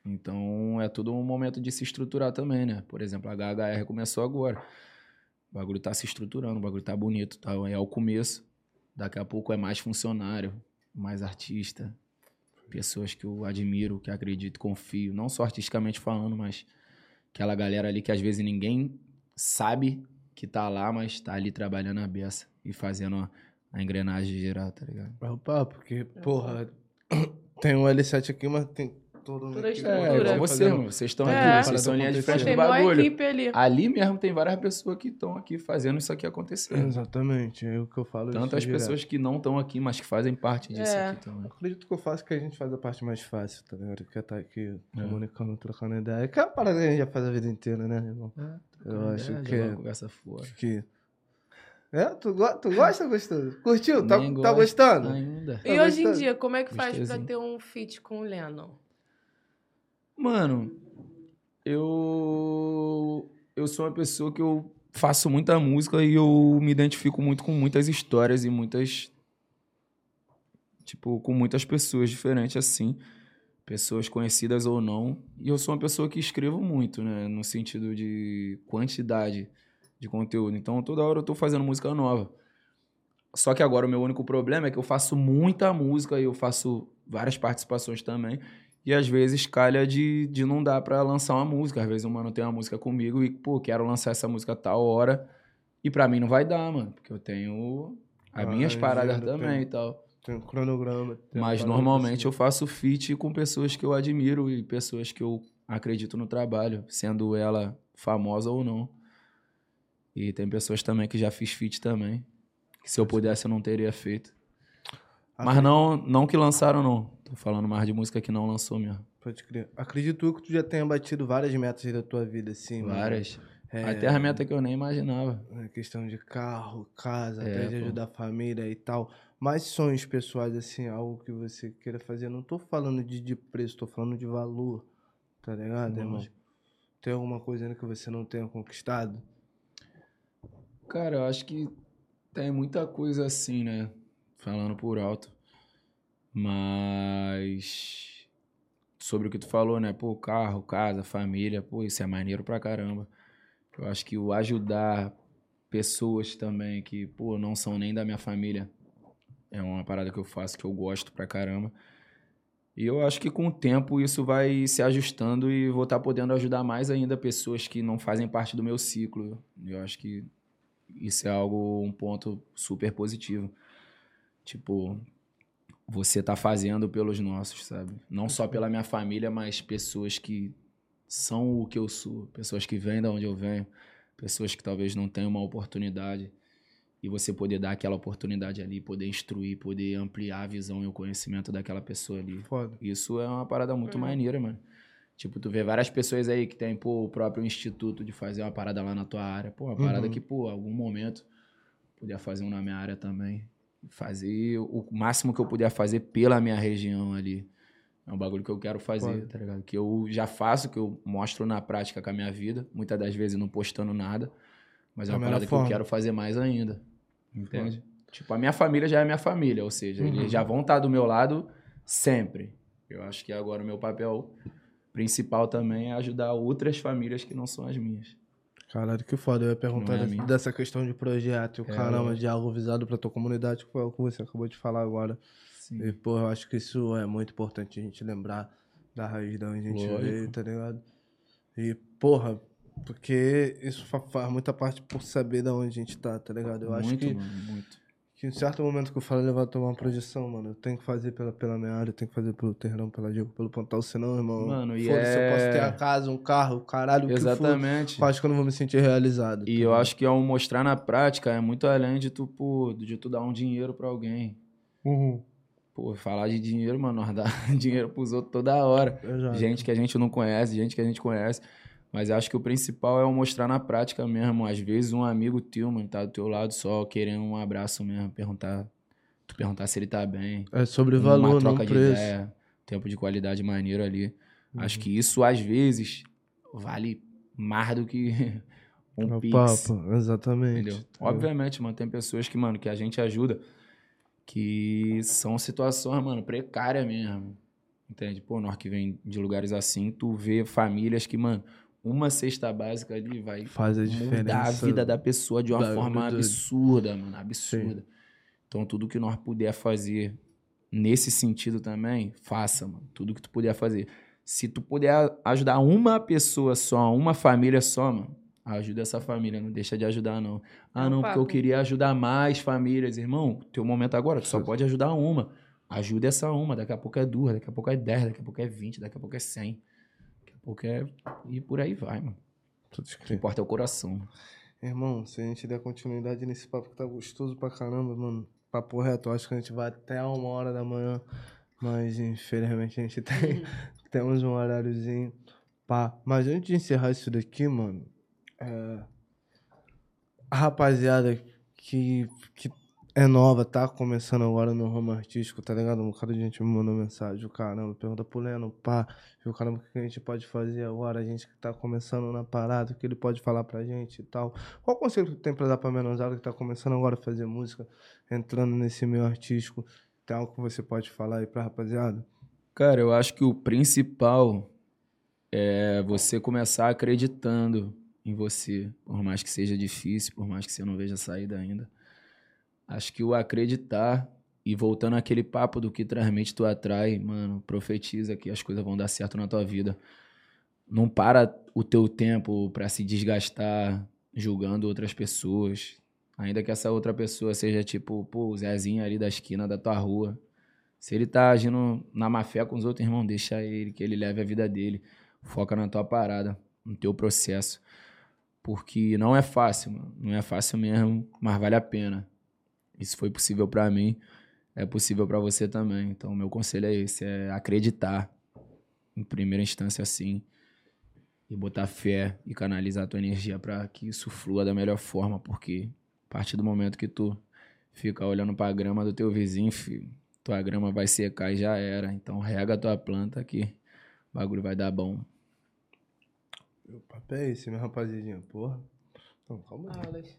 Speaker 3: Então é tudo um momento de se estruturar também, né? Por exemplo, a HHR começou agora. O bagulho tá se estruturando, o bagulho tá bonito, tá? É o começo. Daqui a pouco é mais funcionário, mais artista, pessoas que eu admiro, que acredito, confio, não só artisticamente falando, mas aquela galera ali que às vezes ninguém sabe que tá lá, mas tá ali trabalhando a beça e fazendo a, a engrenagem geral, tá ligado?
Speaker 1: É o papo, porque, porra, tem um L7 aqui, mas tem todo mundo.
Speaker 2: Toda a
Speaker 1: aqui,
Speaker 2: estrutura.
Speaker 1: todo mundo
Speaker 2: É,
Speaker 3: igual
Speaker 2: igual
Speaker 3: você,
Speaker 1: fazendo-
Speaker 3: mano. Vocês estão
Speaker 2: É.
Speaker 3: aqui, vocês são linha de
Speaker 1: Parada
Speaker 3: frente
Speaker 2: Tem
Speaker 3: do
Speaker 2: maior
Speaker 3: bagulho. Ah,
Speaker 2: equipe ali.
Speaker 3: Ali mesmo tem várias pessoas que estão aqui fazendo isso aqui acontecer.
Speaker 1: um- Exatamente, é o que eu falo. isso
Speaker 3: Tantas
Speaker 1: direto.
Speaker 3: pessoas que não estão aqui, mas que fazem parte disso
Speaker 2: É.
Speaker 3: aqui também.
Speaker 1: Eu acredito que eu faço que a gente faz a parte mais fácil, tá ligado? Que é tá aqui comunicando, trocando ideia. Que é uma parada que a gente já faz a vida inteira, né, irmão?
Speaker 3: Ah,
Speaker 1: Eu acho que é-
Speaker 3: é. conversa fora.
Speaker 1: Acho que. É? Tu, go tu gosta, gostoso? Curtiu? Tá,
Speaker 3: Nem
Speaker 1: tá
Speaker 3: gosto
Speaker 1: gostando?
Speaker 3: Ainda.
Speaker 2: E
Speaker 1: Tá
Speaker 2: hoje em
Speaker 1: gostando?
Speaker 2: dia, como é que faz pra
Speaker 3: Gostosinho.
Speaker 2: ter um feat com o Lennon?
Speaker 3: Mano, eu eu sou uma pessoa que eu faço muita música e eu me identifico muito com muitas histórias e muitas tipo com muitas pessoas diferentes assim, pessoas conhecidas ou não. E eu sou uma pessoa que escrevo muito, né, no sentido de quantidade de conteúdo. Então toda hora eu tô fazendo música nova. Só que agora o meu único problema é que eu faço muita música e eu faço várias participações também. E às vezes calha de, de não dar pra lançar uma música. Às vezes o mano tem uma música comigo e, pô, quero lançar essa música a tal hora. E pra mim não vai dar, mano. Porque eu tenho as
Speaker 1: Ah,
Speaker 3: minhas
Speaker 1: eu
Speaker 3: paradas
Speaker 1: entendo,
Speaker 3: também
Speaker 1: tem-
Speaker 3: e tal.
Speaker 1: Tem um cronograma. tem uma
Speaker 3: Mas
Speaker 1: parada
Speaker 3: normalmente eu
Speaker 1: assim.
Speaker 3: faço feat com pessoas que eu admiro e pessoas que eu acredito no trabalho, sendo ela famosa ou não. E tem pessoas também que já fiz feat também. Que se eu pudesse eu não teria feito. Mas
Speaker 1: Acre-
Speaker 3: não, não que lançaram, não. Tô falando mais de música que não lançou mesmo.
Speaker 1: Pode crer. Acredito eu que tu já tenha batido várias metas da tua vida, assim. mano.
Speaker 3: Várias.
Speaker 1: É,
Speaker 3: Até a meta que eu nem imaginava.
Speaker 1: na questão de carro, casa,
Speaker 3: É,
Speaker 1: até de
Speaker 3: pô.
Speaker 1: ajudar a família e tal. Mas sonhos pessoais, assim, algo que você queira fazer. Não tô falando de, de preço, tô falando de valor. Tá ligado, irmão?
Speaker 3: Lógico.
Speaker 1: Tem alguma coisa ainda que você não tenha conquistado?
Speaker 3: Cara, eu acho que tem muita coisa assim, né? Falando por alto. Mas. Sobre o que tu falou, né? Pô, carro, casa, família, pô, isso é maneiro pra caramba. Eu acho que o ajudar pessoas também que, pô, não são nem da minha família é uma parada que eu faço que eu gosto pra caramba. E eu acho que com o tempo isso vai se ajustando e vou estar podendo ajudar mais ainda pessoas que não fazem parte do meu ciclo. Eu acho que isso é algo, um ponto super positivo. Tipo, você tá fazendo pelos nossos, sabe? Não só pela minha família, mas pessoas que são o que eu sou, pessoas que vêm da onde eu venho, pessoas que talvez não tenham uma oportunidade. E você poder dar aquela oportunidade ali, poder instruir, poder ampliar a visão e o conhecimento daquela pessoa ali.
Speaker 1: Foda.
Speaker 3: Isso é uma parada muito
Speaker 2: É.
Speaker 3: maneira, mano. Tipo, tu vê várias pessoas aí que tem, pô, o próprio instituto de fazer uma parada lá na tua área. Pô, uma parada
Speaker 1: Uhum.
Speaker 3: que, pô, algum momento puder fazer um na minha área também. Fazer o máximo que eu puder fazer pela minha região ali. É um bagulho que eu quero fazer,
Speaker 1: Foda.
Speaker 3: tá ligado? Que eu já faço, que eu mostro na prática com a minha vida. Muitas das vezes não postando nada. Mas é
Speaker 1: Da
Speaker 3: uma
Speaker 1: melhor
Speaker 3: parada
Speaker 1: forma.
Speaker 3: que eu quero fazer mais ainda. Entende? Tipo, a minha família já é minha família, ou seja,
Speaker 1: Uhum.
Speaker 3: eles já vão estar do meu lado sempre. Eu acho que agora o meu papel principal também é ajudar outras famílias que não são as minhas.
Speaker 1: Caralho, que foda. Eu ia perguntar
Speaker 3: Não é
Speaker 1: dessa-
Speaker 3: minha.
Speaker 1: dessa questão de projeto e o
Speaker 3: É,
Speaker 1: caramba,
Speaker 3: eu-
Speaker 1: de algo visado pra tua comunidade, que foi o que você acabou de falar agora.
Speaker 3: Sim.
Speaker 1: E, pô, eu acho que isso é muito importante a gente lembrar da raiz da onde a gente
Speaker 3: Lógico.
Speaker 1: veio, tá ligado? E, porra, porque isso fa- faz muita parte por saber da onde a gente tá, tá ligado? Eu acho
Speaker 3: muito,
Speaker 1: que,
Speaker 3: mano, muito.
Speaker 1: que em certo momento que eu falei, eu vou tomar uma projeção, mano. Eu tenho que fazer pela, pela minha área, eu tenho que fazer pelo terreno, pela Diego, pelo Pantal, senão, irmão.
Speaker 3: Mano, e
Speaker 1: foda-se, eu posso
Speaker 3: é-
Speaker 1: ter a casa, um carro, caralho, o que
Speaker 3: Exatamente.
Speaker 1: for. Eu Acho que eu não vou me sentir realizado. tá
Speaker 3: E eu
Speaker 1: ligado?
Speaker 3: acho que ao mostrar na prática é muito além de tu, pô, de tu dar um dinheiro pra alguém. Pô, falar de dinheiro, mano, nós dá dinheiro pros outros toda hora.
Speaker 1: Exato.
Speaker 3: Gente que a gente não conhece, gente que a gente conhece. Mas eu acho que o principal é o mostrar na prática mesmo. Às vezes um amigo teu, mano, tá do teu lado só querendo um abraço mesmo, perguntar, tu perguntar se ele tá bem.
Speaker 1: É sobre
Speaker 3: uma
Speaker 1: valor, não
Speaker 3: troca de
Speaker 1: preço. Uhum.
Speaker 3: ideia, tempo de qualidade maneiro ali. Acho que isso às vezes vale mais do que um
Speaker 1: É o
Speaker 3: pix.
Speaker 1: papo, exatamente.
Speaker 3: Entendeu?
Speaker 1: tá ligado?
Speaker 3: Obviamente, mano, tem pessoas que, mano, que a gente ajuda que são situações, mano, precárias mesmo. Entende? Pô, nós que vem de lugares assim, tu vê famílias que, mano, uma cesta básica ali vai
Speaker 1: Faz a diferença.
Speaker 3: mudar a vida da pessoa de uma
Speaker 1: da-
Speaker 3: forma
Speaker 1: do- do-
Speaker 3: absurda, mano, absurda. Então, tudo que nós puder fazer nesse sentido também, faça, mano. Tudo que tu puder fazer. Se tu puder a- ajudar uma pessoa só, uma família só, mano, ajuda essa família, não deixa de ajudar, não.
Speaker 2: É
Speaker 3: Ah,
Speaker 2: um
Speaker 3: não, porque eu
Speaker 2: papo.
Speaker 3: queria ajudar mais famílias. Irmão, teu momento agora, tu só pode ajudar uma. Ajuda essa uma, daqui a pouco é duas, daqui a pouco é dez, daqui a pouco é vinte, daqui a pouco é cem. Daqui a pouco é... E por aí vai, mano.
Speaker 1: Pode
Speaker 3: O que
Speaker 1: crer.
Speaker 3: importa é o coração, mano.
Speaker 1: Irmão, se a gente der continuidade nesse papo que tá gostoso pra caramba, mano. Papo reto, eu acho que a gente vai até uma hora da manhã. Mas infelizmente a gente tem, temos um horáriozinho. Pá. Mas antes de encerrar isso daqui, mano, é, a rapaziada que, que é nova, tá começando agora no ramo artístico, tá ligado? Um bocado de gente me mandou mensagem, o caramba, pergunta pro Leno, pá, e o caramba, o que a gente pode fazer agora? A gente que tá começando na parada, o que ele pode falar pra gente e tal. Qual conselho que tu tem pra dar pra menosada que tá começando agora a fazer música, entrando nesse meio artístico? Tem algo que você pode falar aí pra rapaziada?
Speaker 3: Cara, eu acho que o principal é você começar acreditando em você, por mais que seja difícil, por mais que você não veja saída ainda. Acho que o acreditar e voltando àquele papo do que transmite, tu atrai, mano, profetiza que as coisas vão dar certo na tua vida. Não para o teu tempo pra se desgastar julgando outras pessoas. Ainda que essa outra pessoa seja tipo, pô, o Zezinho ali da esquina da tua rua. Se ele tá agindo na má fé com os outros, irmão, deixa ele, que ele leve a vida dele. Foca na tua parada, no teu processo. Porque não é fácil, mano. Não é fácil mesmo, mas vale a pena. Isso foi possível pra mim, é possível pra você também. Então, meu conselho é esse: é acreditar, em primeira instância, assim. E botar fé e canalizar a tua energia pra que isso flua da melhor forma, porque a partir do momento que tu fica olhando pra grama do teu vizinho, filho tua grama vai secar e já era. Então rega a tua planta que o bagulho vai dar bom.
Speaker 1: Meu papo é esse, minha rapaziadinha, porra. Não, calma aí.
Speaker 2: Aulas.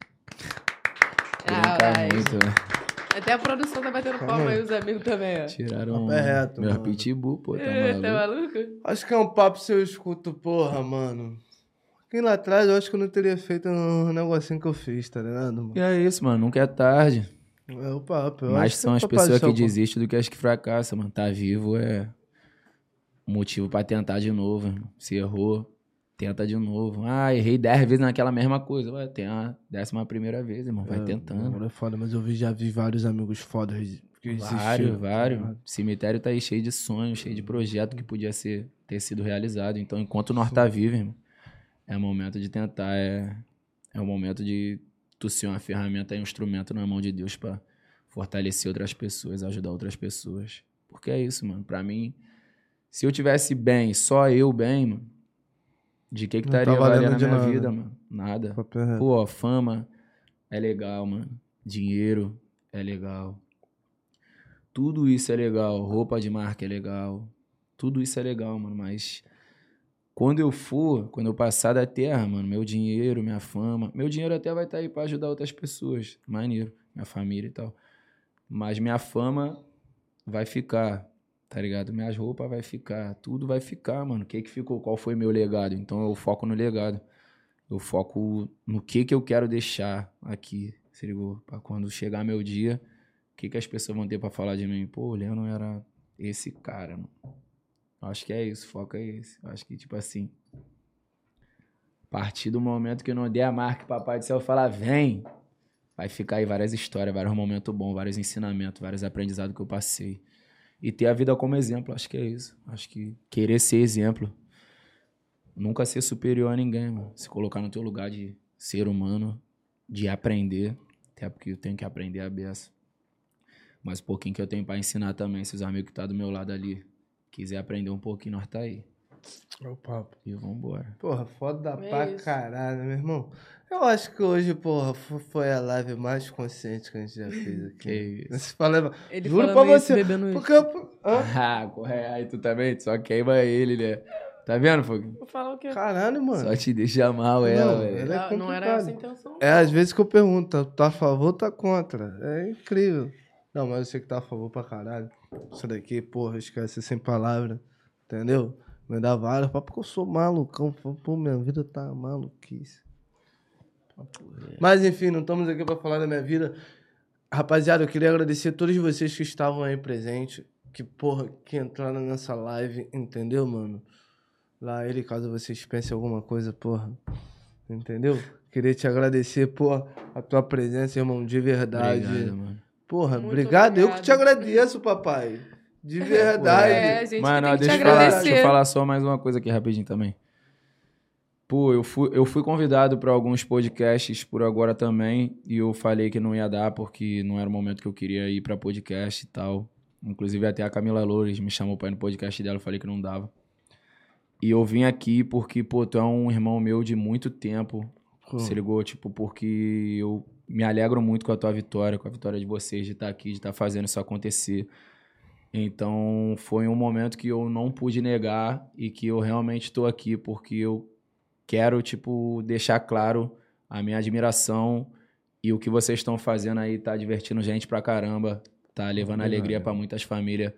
Speaker 2: Aulas.
Speaker 3: Brincar muito, né?
Speaker 2: Até a produção tá batendo
Speaker 1: tá Calma
Speaker 2: palma
Speaker 1: aí.
Speaker 2: aí, os amigos também, ó.
Speaker 3: Tiraram
Speaker 1: Papo é reto,
Speaker 3: meu
Speaker 1: mano.
Speaker 3: pitbull, pô, tá
Speaker 2: Eh, Tá
Speaker 3: maluco?
Speaker 2: maluco?
Speaker 1: Acho que é um papo se eu escuto, porra, mano. Quem lá atrás, eu acho que eu não teria feito um negocinho que eu fiz, tá ligado, mano?
Speaker 3: E é isso, mano, nunca é tarde.
Speaker 1: É o papo. eu
Speaker 3: Mas
Speaker 1: acho que
Speaker 3: são
Speaker 1: é
Speaker 3: as
Speaker 1: papai do
Speaker 3: pessoas
Speaker 1: céu,
Speaker 3: que
Speaker 1: pô.
Speaker 3: desistem do que as que fracassam, mano. Tá vivo é um motivo pra tentar de novo, irmão. Se errou, tenta de novo. Ah, errei dez vezes naquela mesma coisa. Ué, tem a décima primeira vez, irmão. Vai
Speaker 1: É,
Speaker 3: tentando.
Speaker 1: Não é foda, mas eu vi- já vi vários amigos fodas que existiram.
Speaker 3: Vários,
Speaker 1: tá
Speaker 3: vários. Cemitério tá aí cheio de sonhos, cheio de projeto que podia ser, ter sido realizado. Então, enquanto nós tá vivo, irmão, é momento de tentar, é, é o momento de tu ser uma ferramenta, e um instrumento na mão de Deus pra fortalecer outras pessoas, ajudar outras pessoas. Porque é isso, mano. Pra mim, se eu tivesse bem, só eu bem, mano, de que que
Speaker 1: Não tá
Speaker 3: estaria
Speaker 1: valendo
Speaker 3: valendo a
Speaker 1: de
Speaker 3: minha
Speaker 1: nada.
Speaker 3: vida, mano? Nada.
Speaker 1: ligado? Papo é reto.
Speaker 3: Pô, fama é legal, mano. Dinheiro é legal. Tudo isso é legal. Roupa de marca é legal. Tudo isso é legal, mano. Mas quando eu for, quando eu passar da terra, mano, meu dinheiro, minha fama. Meu dinheiro até vai estar aí pra ajudar outras pessoas. Maneiro. Minha família e tal. Mas minha fama vai ficar. Tá ligado? Minhas roupas vai ficar. Tudo vai ficar, mano. O que que ficou? Qual foi meu legado? Então eu foco no legado. Eu foco no que que eu quero deixar aqui, se ligou? Pra quando chegar meu dia, que, que as pessoas vão ter pra falar de mim? Pô, o Lennon era esse cara, mano. Eu Acho que é isso, foca é esse. Eu Acho que, tipo assim, a partir do momento que eu não der a marca, e papai do céu falar, vem, vai ficar aí várias histórias, vários momentos bons, vários ensinamentos, vários aprendizados que eu passei. E ter a vida como exemplo, acho que é isso. Acho que querer ser exemplo. Nunca ser superior a ninguém, mano. Se colocar no teu lugar de ser humano, de aprender. Até porque eu tenho que aprender a beça. Mas o pouquinho que eu tenho pra ensinar também, se os amigos que tá do meu lado ali quiser aprender um pouquinho, nós tá aí.
Speaker 1: É o papo.
Speaker 3: E vambora.
Speaker 1: Porra, foda
Speaker 2: É
Speaker 1: pra
Speaker 2: isso.
Speaker 1: caralho, meu irmão. Eu acho que hoje, porra, fo- foi a live mais consciente que a gente já fez aqui.
Speaker 3: Que isso.
Speaker 1: Você fala,
Speaker 2: Ele
Speaker 1: Juro
Speaker 2: falando
Speaker 1: pra
Speaker 2: isso,
Speaker 1: você,
Speaker 2: bebendo isso.
Speaker 1: porque eu... Hã?
Speaker 3: Ah, corre aí tu também, tu só queima ele, né? Tá vendo, Fogo?
Speaker 2: Vou falar o quê?
Speaker 1: Caralho, mano.
Speaker 3: Só te deixa mal ela,
Speaker 1: Não,
Speaker 3: velho.
Speaker 1: ela é
Speaker 2: Ah, não era essa a
Speaker 1: complicada.
Speaker 2: intenção.
Speaker 1: É às vezes que eu pergunto, tá a favor ou tá contra? É incrível. Não, mas eu sei que tá a favor pra caralho. Isso daqui, porra, esquece sem palavra. Entendeu? Me dá vara, papo porque eu sou malucão. Pô, pô, minha vida tá maluquice. Tá
Speaker 2: É.
Speaker 1: Mas enfim, não estamos aqui pra falar da minha vida. Rapaziada, eu queria agradecer a todos vocês que estavam aí presentes. Que porra, que entraram nessa live, entendeu, mano? Lá ele, caso vocês pensem alguma coisa, porra. Entendeu? Queria te agradecer, porra, a tua presença, irmão, de verdade.
Speaker 3: Obrigado, mano.
Speaker 1: Porra,
Speaker 2: Muito
Speaker 1: obrigado. Eu que te
Speaker 2: obrigado.
Speaker 1: agradeço, papai. De verdade.
Speaker 2: É, a gente que
Speaker 3: Mano,
Speaker 2: tem
Speaker 3: ó,
Speaker 2: que te
Speaker 3: deixa, eu falar,
Speaker 2: agradecer.
Speaker 3: deixa eu falar só mais uma coisa aqui rapidinho também. Pô, eu fui, eu fui convidado pra alguns podcasts por agora também e eu falei que não ia dar porque não era o momento que eu queria ir pra podcast e tal. Inclusive até a Camila Loures me chamou pra ir no podcast dela, eu falei que não dava. E eu vim aqui porque, pô, tu é um irmão meu de muito tempo.
Speaker 1: Pô,
Speaker 3: Se ligou, tipo, porque eu me alegro muito com a tua vitória, com a vitória de vocês, de estar aqui, de estar fazendo isso acontecer. Então, foi um momento que eu não pude negar e que eu realmente estou aqui porque eu quero, tipo, deixar claro a minha admiração e o que vocês estão fazendo aí tá divertindo gente pra caramba, tá levando
Speaker 1: Obrigado.
Speaker 3: alegria pra muitas famílias.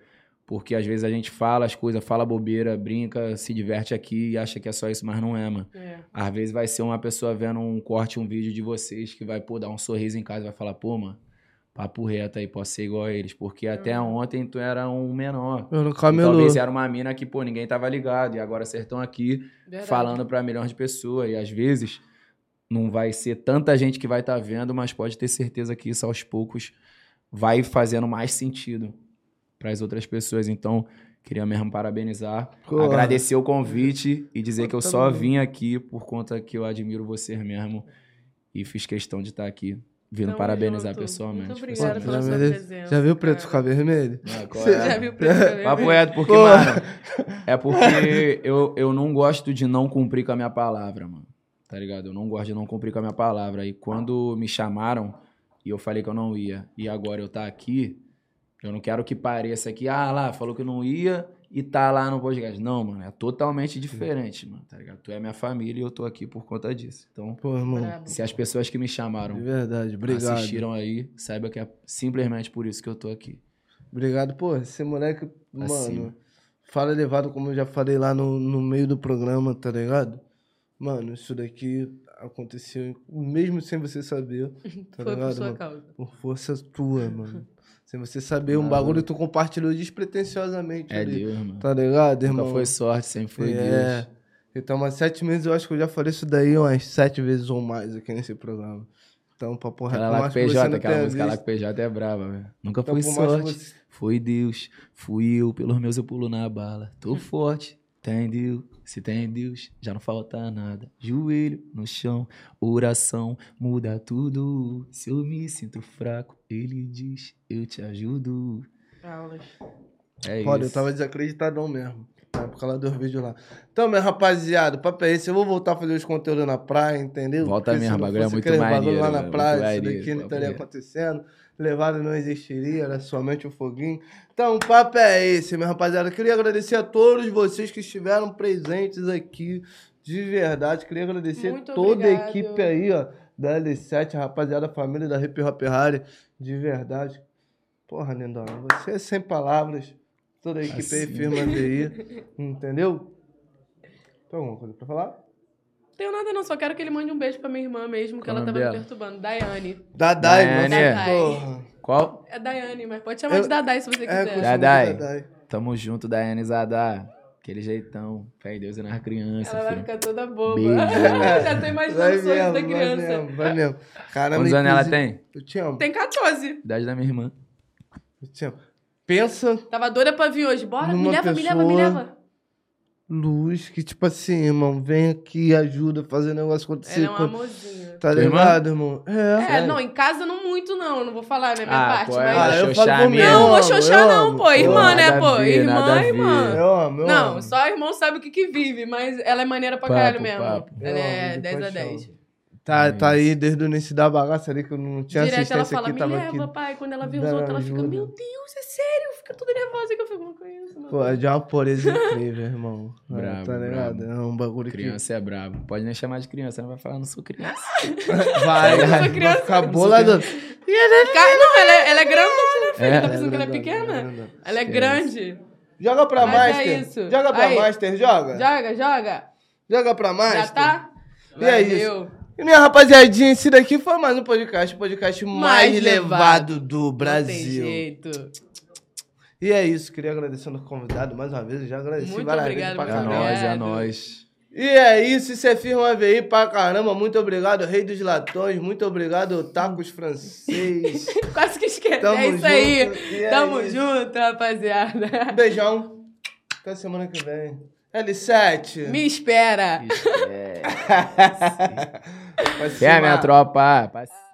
Speaker 3: Porque às vezes a gente fala as coisas, fala bobeira, brinca, se diverte aqui e acha que é só isso, mas não é, mano.
Speaker 2: É.
Speaker 3: Às vezes vai ser uma pessoa vendo um corte, um vídeo de vocês que vai, pô, dar um sorriso em casa e vai falar, pô, mano, papo reto aí, posso ser igual a eles. Porque até ontem tu era um menor.
Speaker 1: Eu não
Speaker 3: E
Speaker 1: camelô.
Speaker 3: talvez era uma mina que, pô, ninguém tava ligado. E agora vocês estão aqui
Speaker 2: Verdade.
Speaker 3: falando pra milhões de pessoas. E às vezes não vai ser tanta gente que vai estar vendo, mas pode ter certeza que isso aos poucos vai fazendo mais sentido para as outras pessoas. Então, queria mesmo parabenizar,
Speaker 1: Pô.
Speaker 3: agradecer o convite e dizer que eu
Speaker 1: Tá
Speaker 3: só
Speaker 1: bom.
Speaker 3: vim aqui por conta que eu admiro vocês mesmo e fiz questão de estar aqui vindo
Speaker 2: Tamo
Speaker 3: parabenizar
Speaker 2: junto.
Speaker 3: pessoalmente.
Speaker 2: Muito
Speaker 3: Foi
Speaker 2: obrigada
Speaker 1: Pô,
Speaker 3: assim.
Speaker 2: pela
Speaker 1: já
Speaker 2: sua
Speaker 1: me-
Speaker 2: presença.
Speaker 1: Já viu o preto
Speaker 2: cara.
Speaker 1: ficar vermelho?
Speaker 3: Ah, qual é?
Speaker 2: Já viu o Tá preto ficar
Speaker 3: Papo
Speaker 2: vermelho?
Speaker 3: reto, porque,
Speaker 1: Pô.
Speaker 3: mano, é porque eu, eu não gosto de não cumprir com a minha palavra, mano. Tá ligado? Eu não gosto de não cumprir com a minha palavra. E quando me chamaram e eu falei que eu não ia, e agora eu tá aqui, eu não quero que pareça que, ah lá, falou que não ia e tá lá no podcast. Não, mano, é totalmente diferente, mano, tá ligado? Tu é minha família e eu tô aqui por conta disso. Então,
Speaker 1: Pô, irmão.
Speaker 2: Brabo.
Speaker 3: se as pessoas que me
Speaker 1: De
Speaker 3: chamaram
Speaker 1: verdade, obrigado.
Speaker 3: assistiram aí, saiba que é simplesmente por isso que eu tô aqui.
Speaker 1: Obrigado, pô. Esse moleque, mano,
Speaker 3: Acima.
Speaker 1: fala elevado, como eu já falei lá no, no meio do programa, tá ligado? Mano, isso daqui aconteceu mesmo sem você saber, tá
Speaker 2: Foi por
Speaker 1: ligado?
Speaker 2: sua
Speaker 1: mano?
Speaker 2: causa.
Speaker 1: Por força tua, mano. sem você saber, um
Speaker 3: Nada.
Speaker 1: bagulho que tu compartilhou despretensiosamente.
Speaker 3: É
Speaker 1: ali,
Speaker 3: Deus, mano.
Speaker 1: Tá ligado, irmão?
Speaker 3: Nunca foi sorte, sempre foi
Speaker 1: é.
Speaker 3: Deus.
Speaker 1: Então, umas sete meses, eu acho que eu já falei isso daí umas sete vezes ou mais aqui nesse programa. Então, papo reto,
Speaker 3: Aquela
Speaker 1: por
Speaker 3: lá
Speaker 1: mais
Speaker 3: com
Speaker 1: que você
Speaker 3: PJ,
Speaker 1: não
Speaker 3: aquela
Speaker 1: tenha
Speaker 3: música lá
Speaker 1: visto,
Speaker 3: com PJ é brava, velho. Nunca
Speaker 1: então,
Speaker 3: foi
Speaker 1: por mais que
Speaker 3: sorte,
Speaker 1: você-
Speaker 3: foi Deus, fui eu, pelos meus eu pulo na bala. Tô forte, tem Deus, se tem Deus, já não falta nada. Joelho no chão, oração muda tudo. Se eu me sinto fraco, ele diz, eu te ajudo.
Speaker 2: Aulas.
Speaker 3: É isso.
Speaker 1: Olha, eu tava desacreditadão mesmo. Na época lá dos vídeos lá. Então, minha rapaziada, o papo é esse. Eu vou voltar a fazer os conteúdos na praia, entendeu?
Speaker 3: Volta
Speaker 1: se
Speaker 3: mesmo,
Speaker 1: não
Speaker 3: bagulho é
Speaker 1: fosse
Speaker 3: muito
Speaker 1: aquele bagulho
Speaker 3: maneiro,
Speaker 1: lá na
Speaker 3: mano,
Speaker 1: praia,
Speaker 3: muito
Speaker 1: isso daqui
Speaker 3: maneiro,
Speaker 1: não estaria
Speaker 3: papo é. reto.
Speaker 1: acontecendo. Levado não existiria, era somente o foguinho. Então, o papo é esse, minha rapaziada. Queria agradecer a todos vocês que estiveram presentes aqui. De verdade, queria agradecer
Speaker 2: Muito
Speaker 1: toda a
Speaker 2: obrigado.
Speaker 1: equipe aí, ó, da L7, a rapaziada, a família da Hip Hop Harry. De verdade. Porra, Lindona, você é sem palavras. Toda a equipe aí
Speaker 3: Assim.
Speaker 1: firma aí, entendeu? Tem alguma coisa pra falar?
Speaker 2: Tenho nada não, só quero que ele mande um beijo pra minha irmã mesmo, que
Speaker 3: Qual
Speaker 2: ela
Speaker 3: o
Speaker 2: tava
Speaker 3: nome
Speaker 2: me
Speaker 3: dela? né?
Speaker 2: perturbando. Daiane.
Speaker 1: Dadai,
Speaker 3: Daiane.
Speaker 1: nossa, porra.
Speaker 3: Qual?
Speaker 2: É Daiane, mas pode chamar
Speaker 1: Eu-
Speaker 2: de Dadai se você
Speaker 1: É,
Speaker 2: quiser.
Speaker 1: continua,
Speaker 3: Dadai.
Speaker 1: Dadai.
Speaker 3: Tamo junto, Daiane Zadá. Aquele jeitão. Fé em Deus e nas crianças,
Speaker 2: Ela vai
Speaker 3: filho.
Speaker 2: ficar toda boba.
Speaker 3: Beijo.
Speaker 2: Já tô
Speaker 1: Vai
Speaker 2: imaginando o sonho
Speaker 1: mesmo,
Speaker 2: da
Speaker 1: vai
Speaker 2: criança.
Speaker 1: mesmo, vai mesmo. Caramba,
Speaker 3: Quantos anos ela
Speaker 1: inclusive-
Speaker 3: tem?
Speaker 1: Eu te amo,
Speaker 2: Tem 14.
Speaker 3: Idade da minha irmã.
Speaker 1: eu te amo. Pensa
Speaker 2: Tava doida pra vir hoje. Bora, me
Speaker 1: Numa
Speaker 2: leva, me leva, me
Speaker 1: pessoa-
Speaker 2: leva.
Speaker 1: luz que, tipo assim, irmão, vem aqui, ajuda a fazer o negócio acontecer.
Speaker 2: Ela é um amorzinho.
Speaker 1: Tá
Speaker 3: Tua irmã?
Speaker 1: ligado, irmão? É.
Speaker 2: É, não, em casa não muito, não. Eu não vou falar, né? Minha
Speaker 3: Ah,
Speaker 2: parte.
Speaker 3: pô,
Speaker 2: mas...
Speaker 3: ela- né?
Speaker 1: Ah, eu
Speaker 3: Xoxá
Speaker 1: falo por mim.
Speaker 3: mesmo.
Speaker 1: eu
Speaker 2: Não, vou
Speaker 1: amo,
Speaker 2: xoxar
Speaker 1: eu
Speaker 2: não,
Speaker 1: amo,
Speaker 2: pô. Irmã,
Speaker 1: eu
Speaker 2: né,
Speaker 3: nada
Speaker 2: pô?
Speaker 3: a ver,
Speaker 2: irmã,
Speaker 3: nada a
Speaker 1: amo,
Speaker 2: irmã.
Speaker 3: ver.
Speaker 1: Eu amo, eu
Speaker 2: Não,
Speaker 1: amo.
Speaker 2: só irmão sabe o que que vive, mas ela é maneira pra
Speaker 3: Papo,
Speaker 2: caralho mesmo.
Speaker 3: papo.
Speaker 2: Ela
Speaker 1: Eu
Speaker 2: é
Speaker 1: amo, de
Speaker 2: 10 a
Speaker 1: paixão.
Speaker 2: 10.
Speaker 1: Tá,
Speaker 3: Mas-
Speaker 1: tá aí desde o início da bagaça ali que eu não tinha
Speaker 2: Direto ela
Speaker 1: assistência
Speaker 2: fala,
Speaker 1: aqui,
Speaker 2: me
Speaker 1: tava
Speaker 2: leva,
Speaker 1: aqui.
Speaker 2: pai. Quando ela vê os
Speaker 1: Dando
Speaker 2: outros, ela fica,
Speaker 1: ajuda.
Speaker 2: meu Deus, é sério? Fica toda nervosa que eu fico, não conheço. meu
Speaker 1: Pô, é
Speaker 2: Deus."
Speaker 1: de uma pureza incrível, irmão. É,
Speaker 3: Brabo,
Speaker 1: tá ligado? É um bagulho
Speaker 3: Criança é brabo. Pode nem chamar de criança, ela vai falar, não sou criança.
Speaker 1: que. Vai,
Speaker 2: Eu sou
Speaker 1: vai
Speaker 2: criança.
Speaker 1: ficar bolado.
Speaker 2: Ca- Não, ela é, ela é grandona, filho.
Speaker 3: É.
Speaker 2: Tá pensando que ela é pequena? Ela é
Speaker 3: Esquece.
Speaker 2: grande.
Speaker 1: Joga pra
Speaker 2: Mas é
Speaker 1: Master.
Speaker 2: isso.
Speaker 1: Joga pra
Speaker 2: Aí.
Speaker 1: Master, joga.
Speaker 2: Joga, joga.
Speaker 1: Joga pra Master.
Speaker 2: Já tá?
Speaker 1: E é isso.
Speaker 2: Valeu.
Speaker 1: E minha rapaziadinha, esse daqui foi mais um podcast, o podcast mais,
Speaker 2: Mais
Speaker 1: levado
Speaker 2: levado.
Speaker 1: do
Speaker 2: Não tem
Speaker 1: Brasil.
Speaker 2: jeito.
Speaker 1: E é isso, queria agradecer ao nosso convidado mais uma vez, eu já agradeci
Speaker 2: Muito
Speaker 1: várias
Speaker 2: obrigado,
Speaker 1: vezes
Speaker 3: É
Speaker 1: pra
Speaker 2: meu
Speaker 1: caramba.
Speaker 2: amigo.
Speaker 3: nóis, é
Speaker 2: Obrigado.
Speaker 3: nóis.
Speaker 1: E é isso, isso é firma AVI pra caramba, muito obrigado, Rei dos Latões, muito obrigado, Tacos Francês.
Speaker 2: Quase que esquece.
Speaker 1: Tamo
Speaker 2: é isso
Speaker 1: junto,
Speaker 2: aí.
Speaker 1: e é
Speaker 2: Tamo
Speaker 1: isso.
Speaker 2: junto, rapaziada.
Speaker 1: Beijão, até semana que vem. L7.
Speaker 2: Me espera.
Speaker 3: Esquece.
Speaker 1: Pra
Speaker 3: É,
Speaker 1: cima.
Speaker 3: minha tropa. Passe-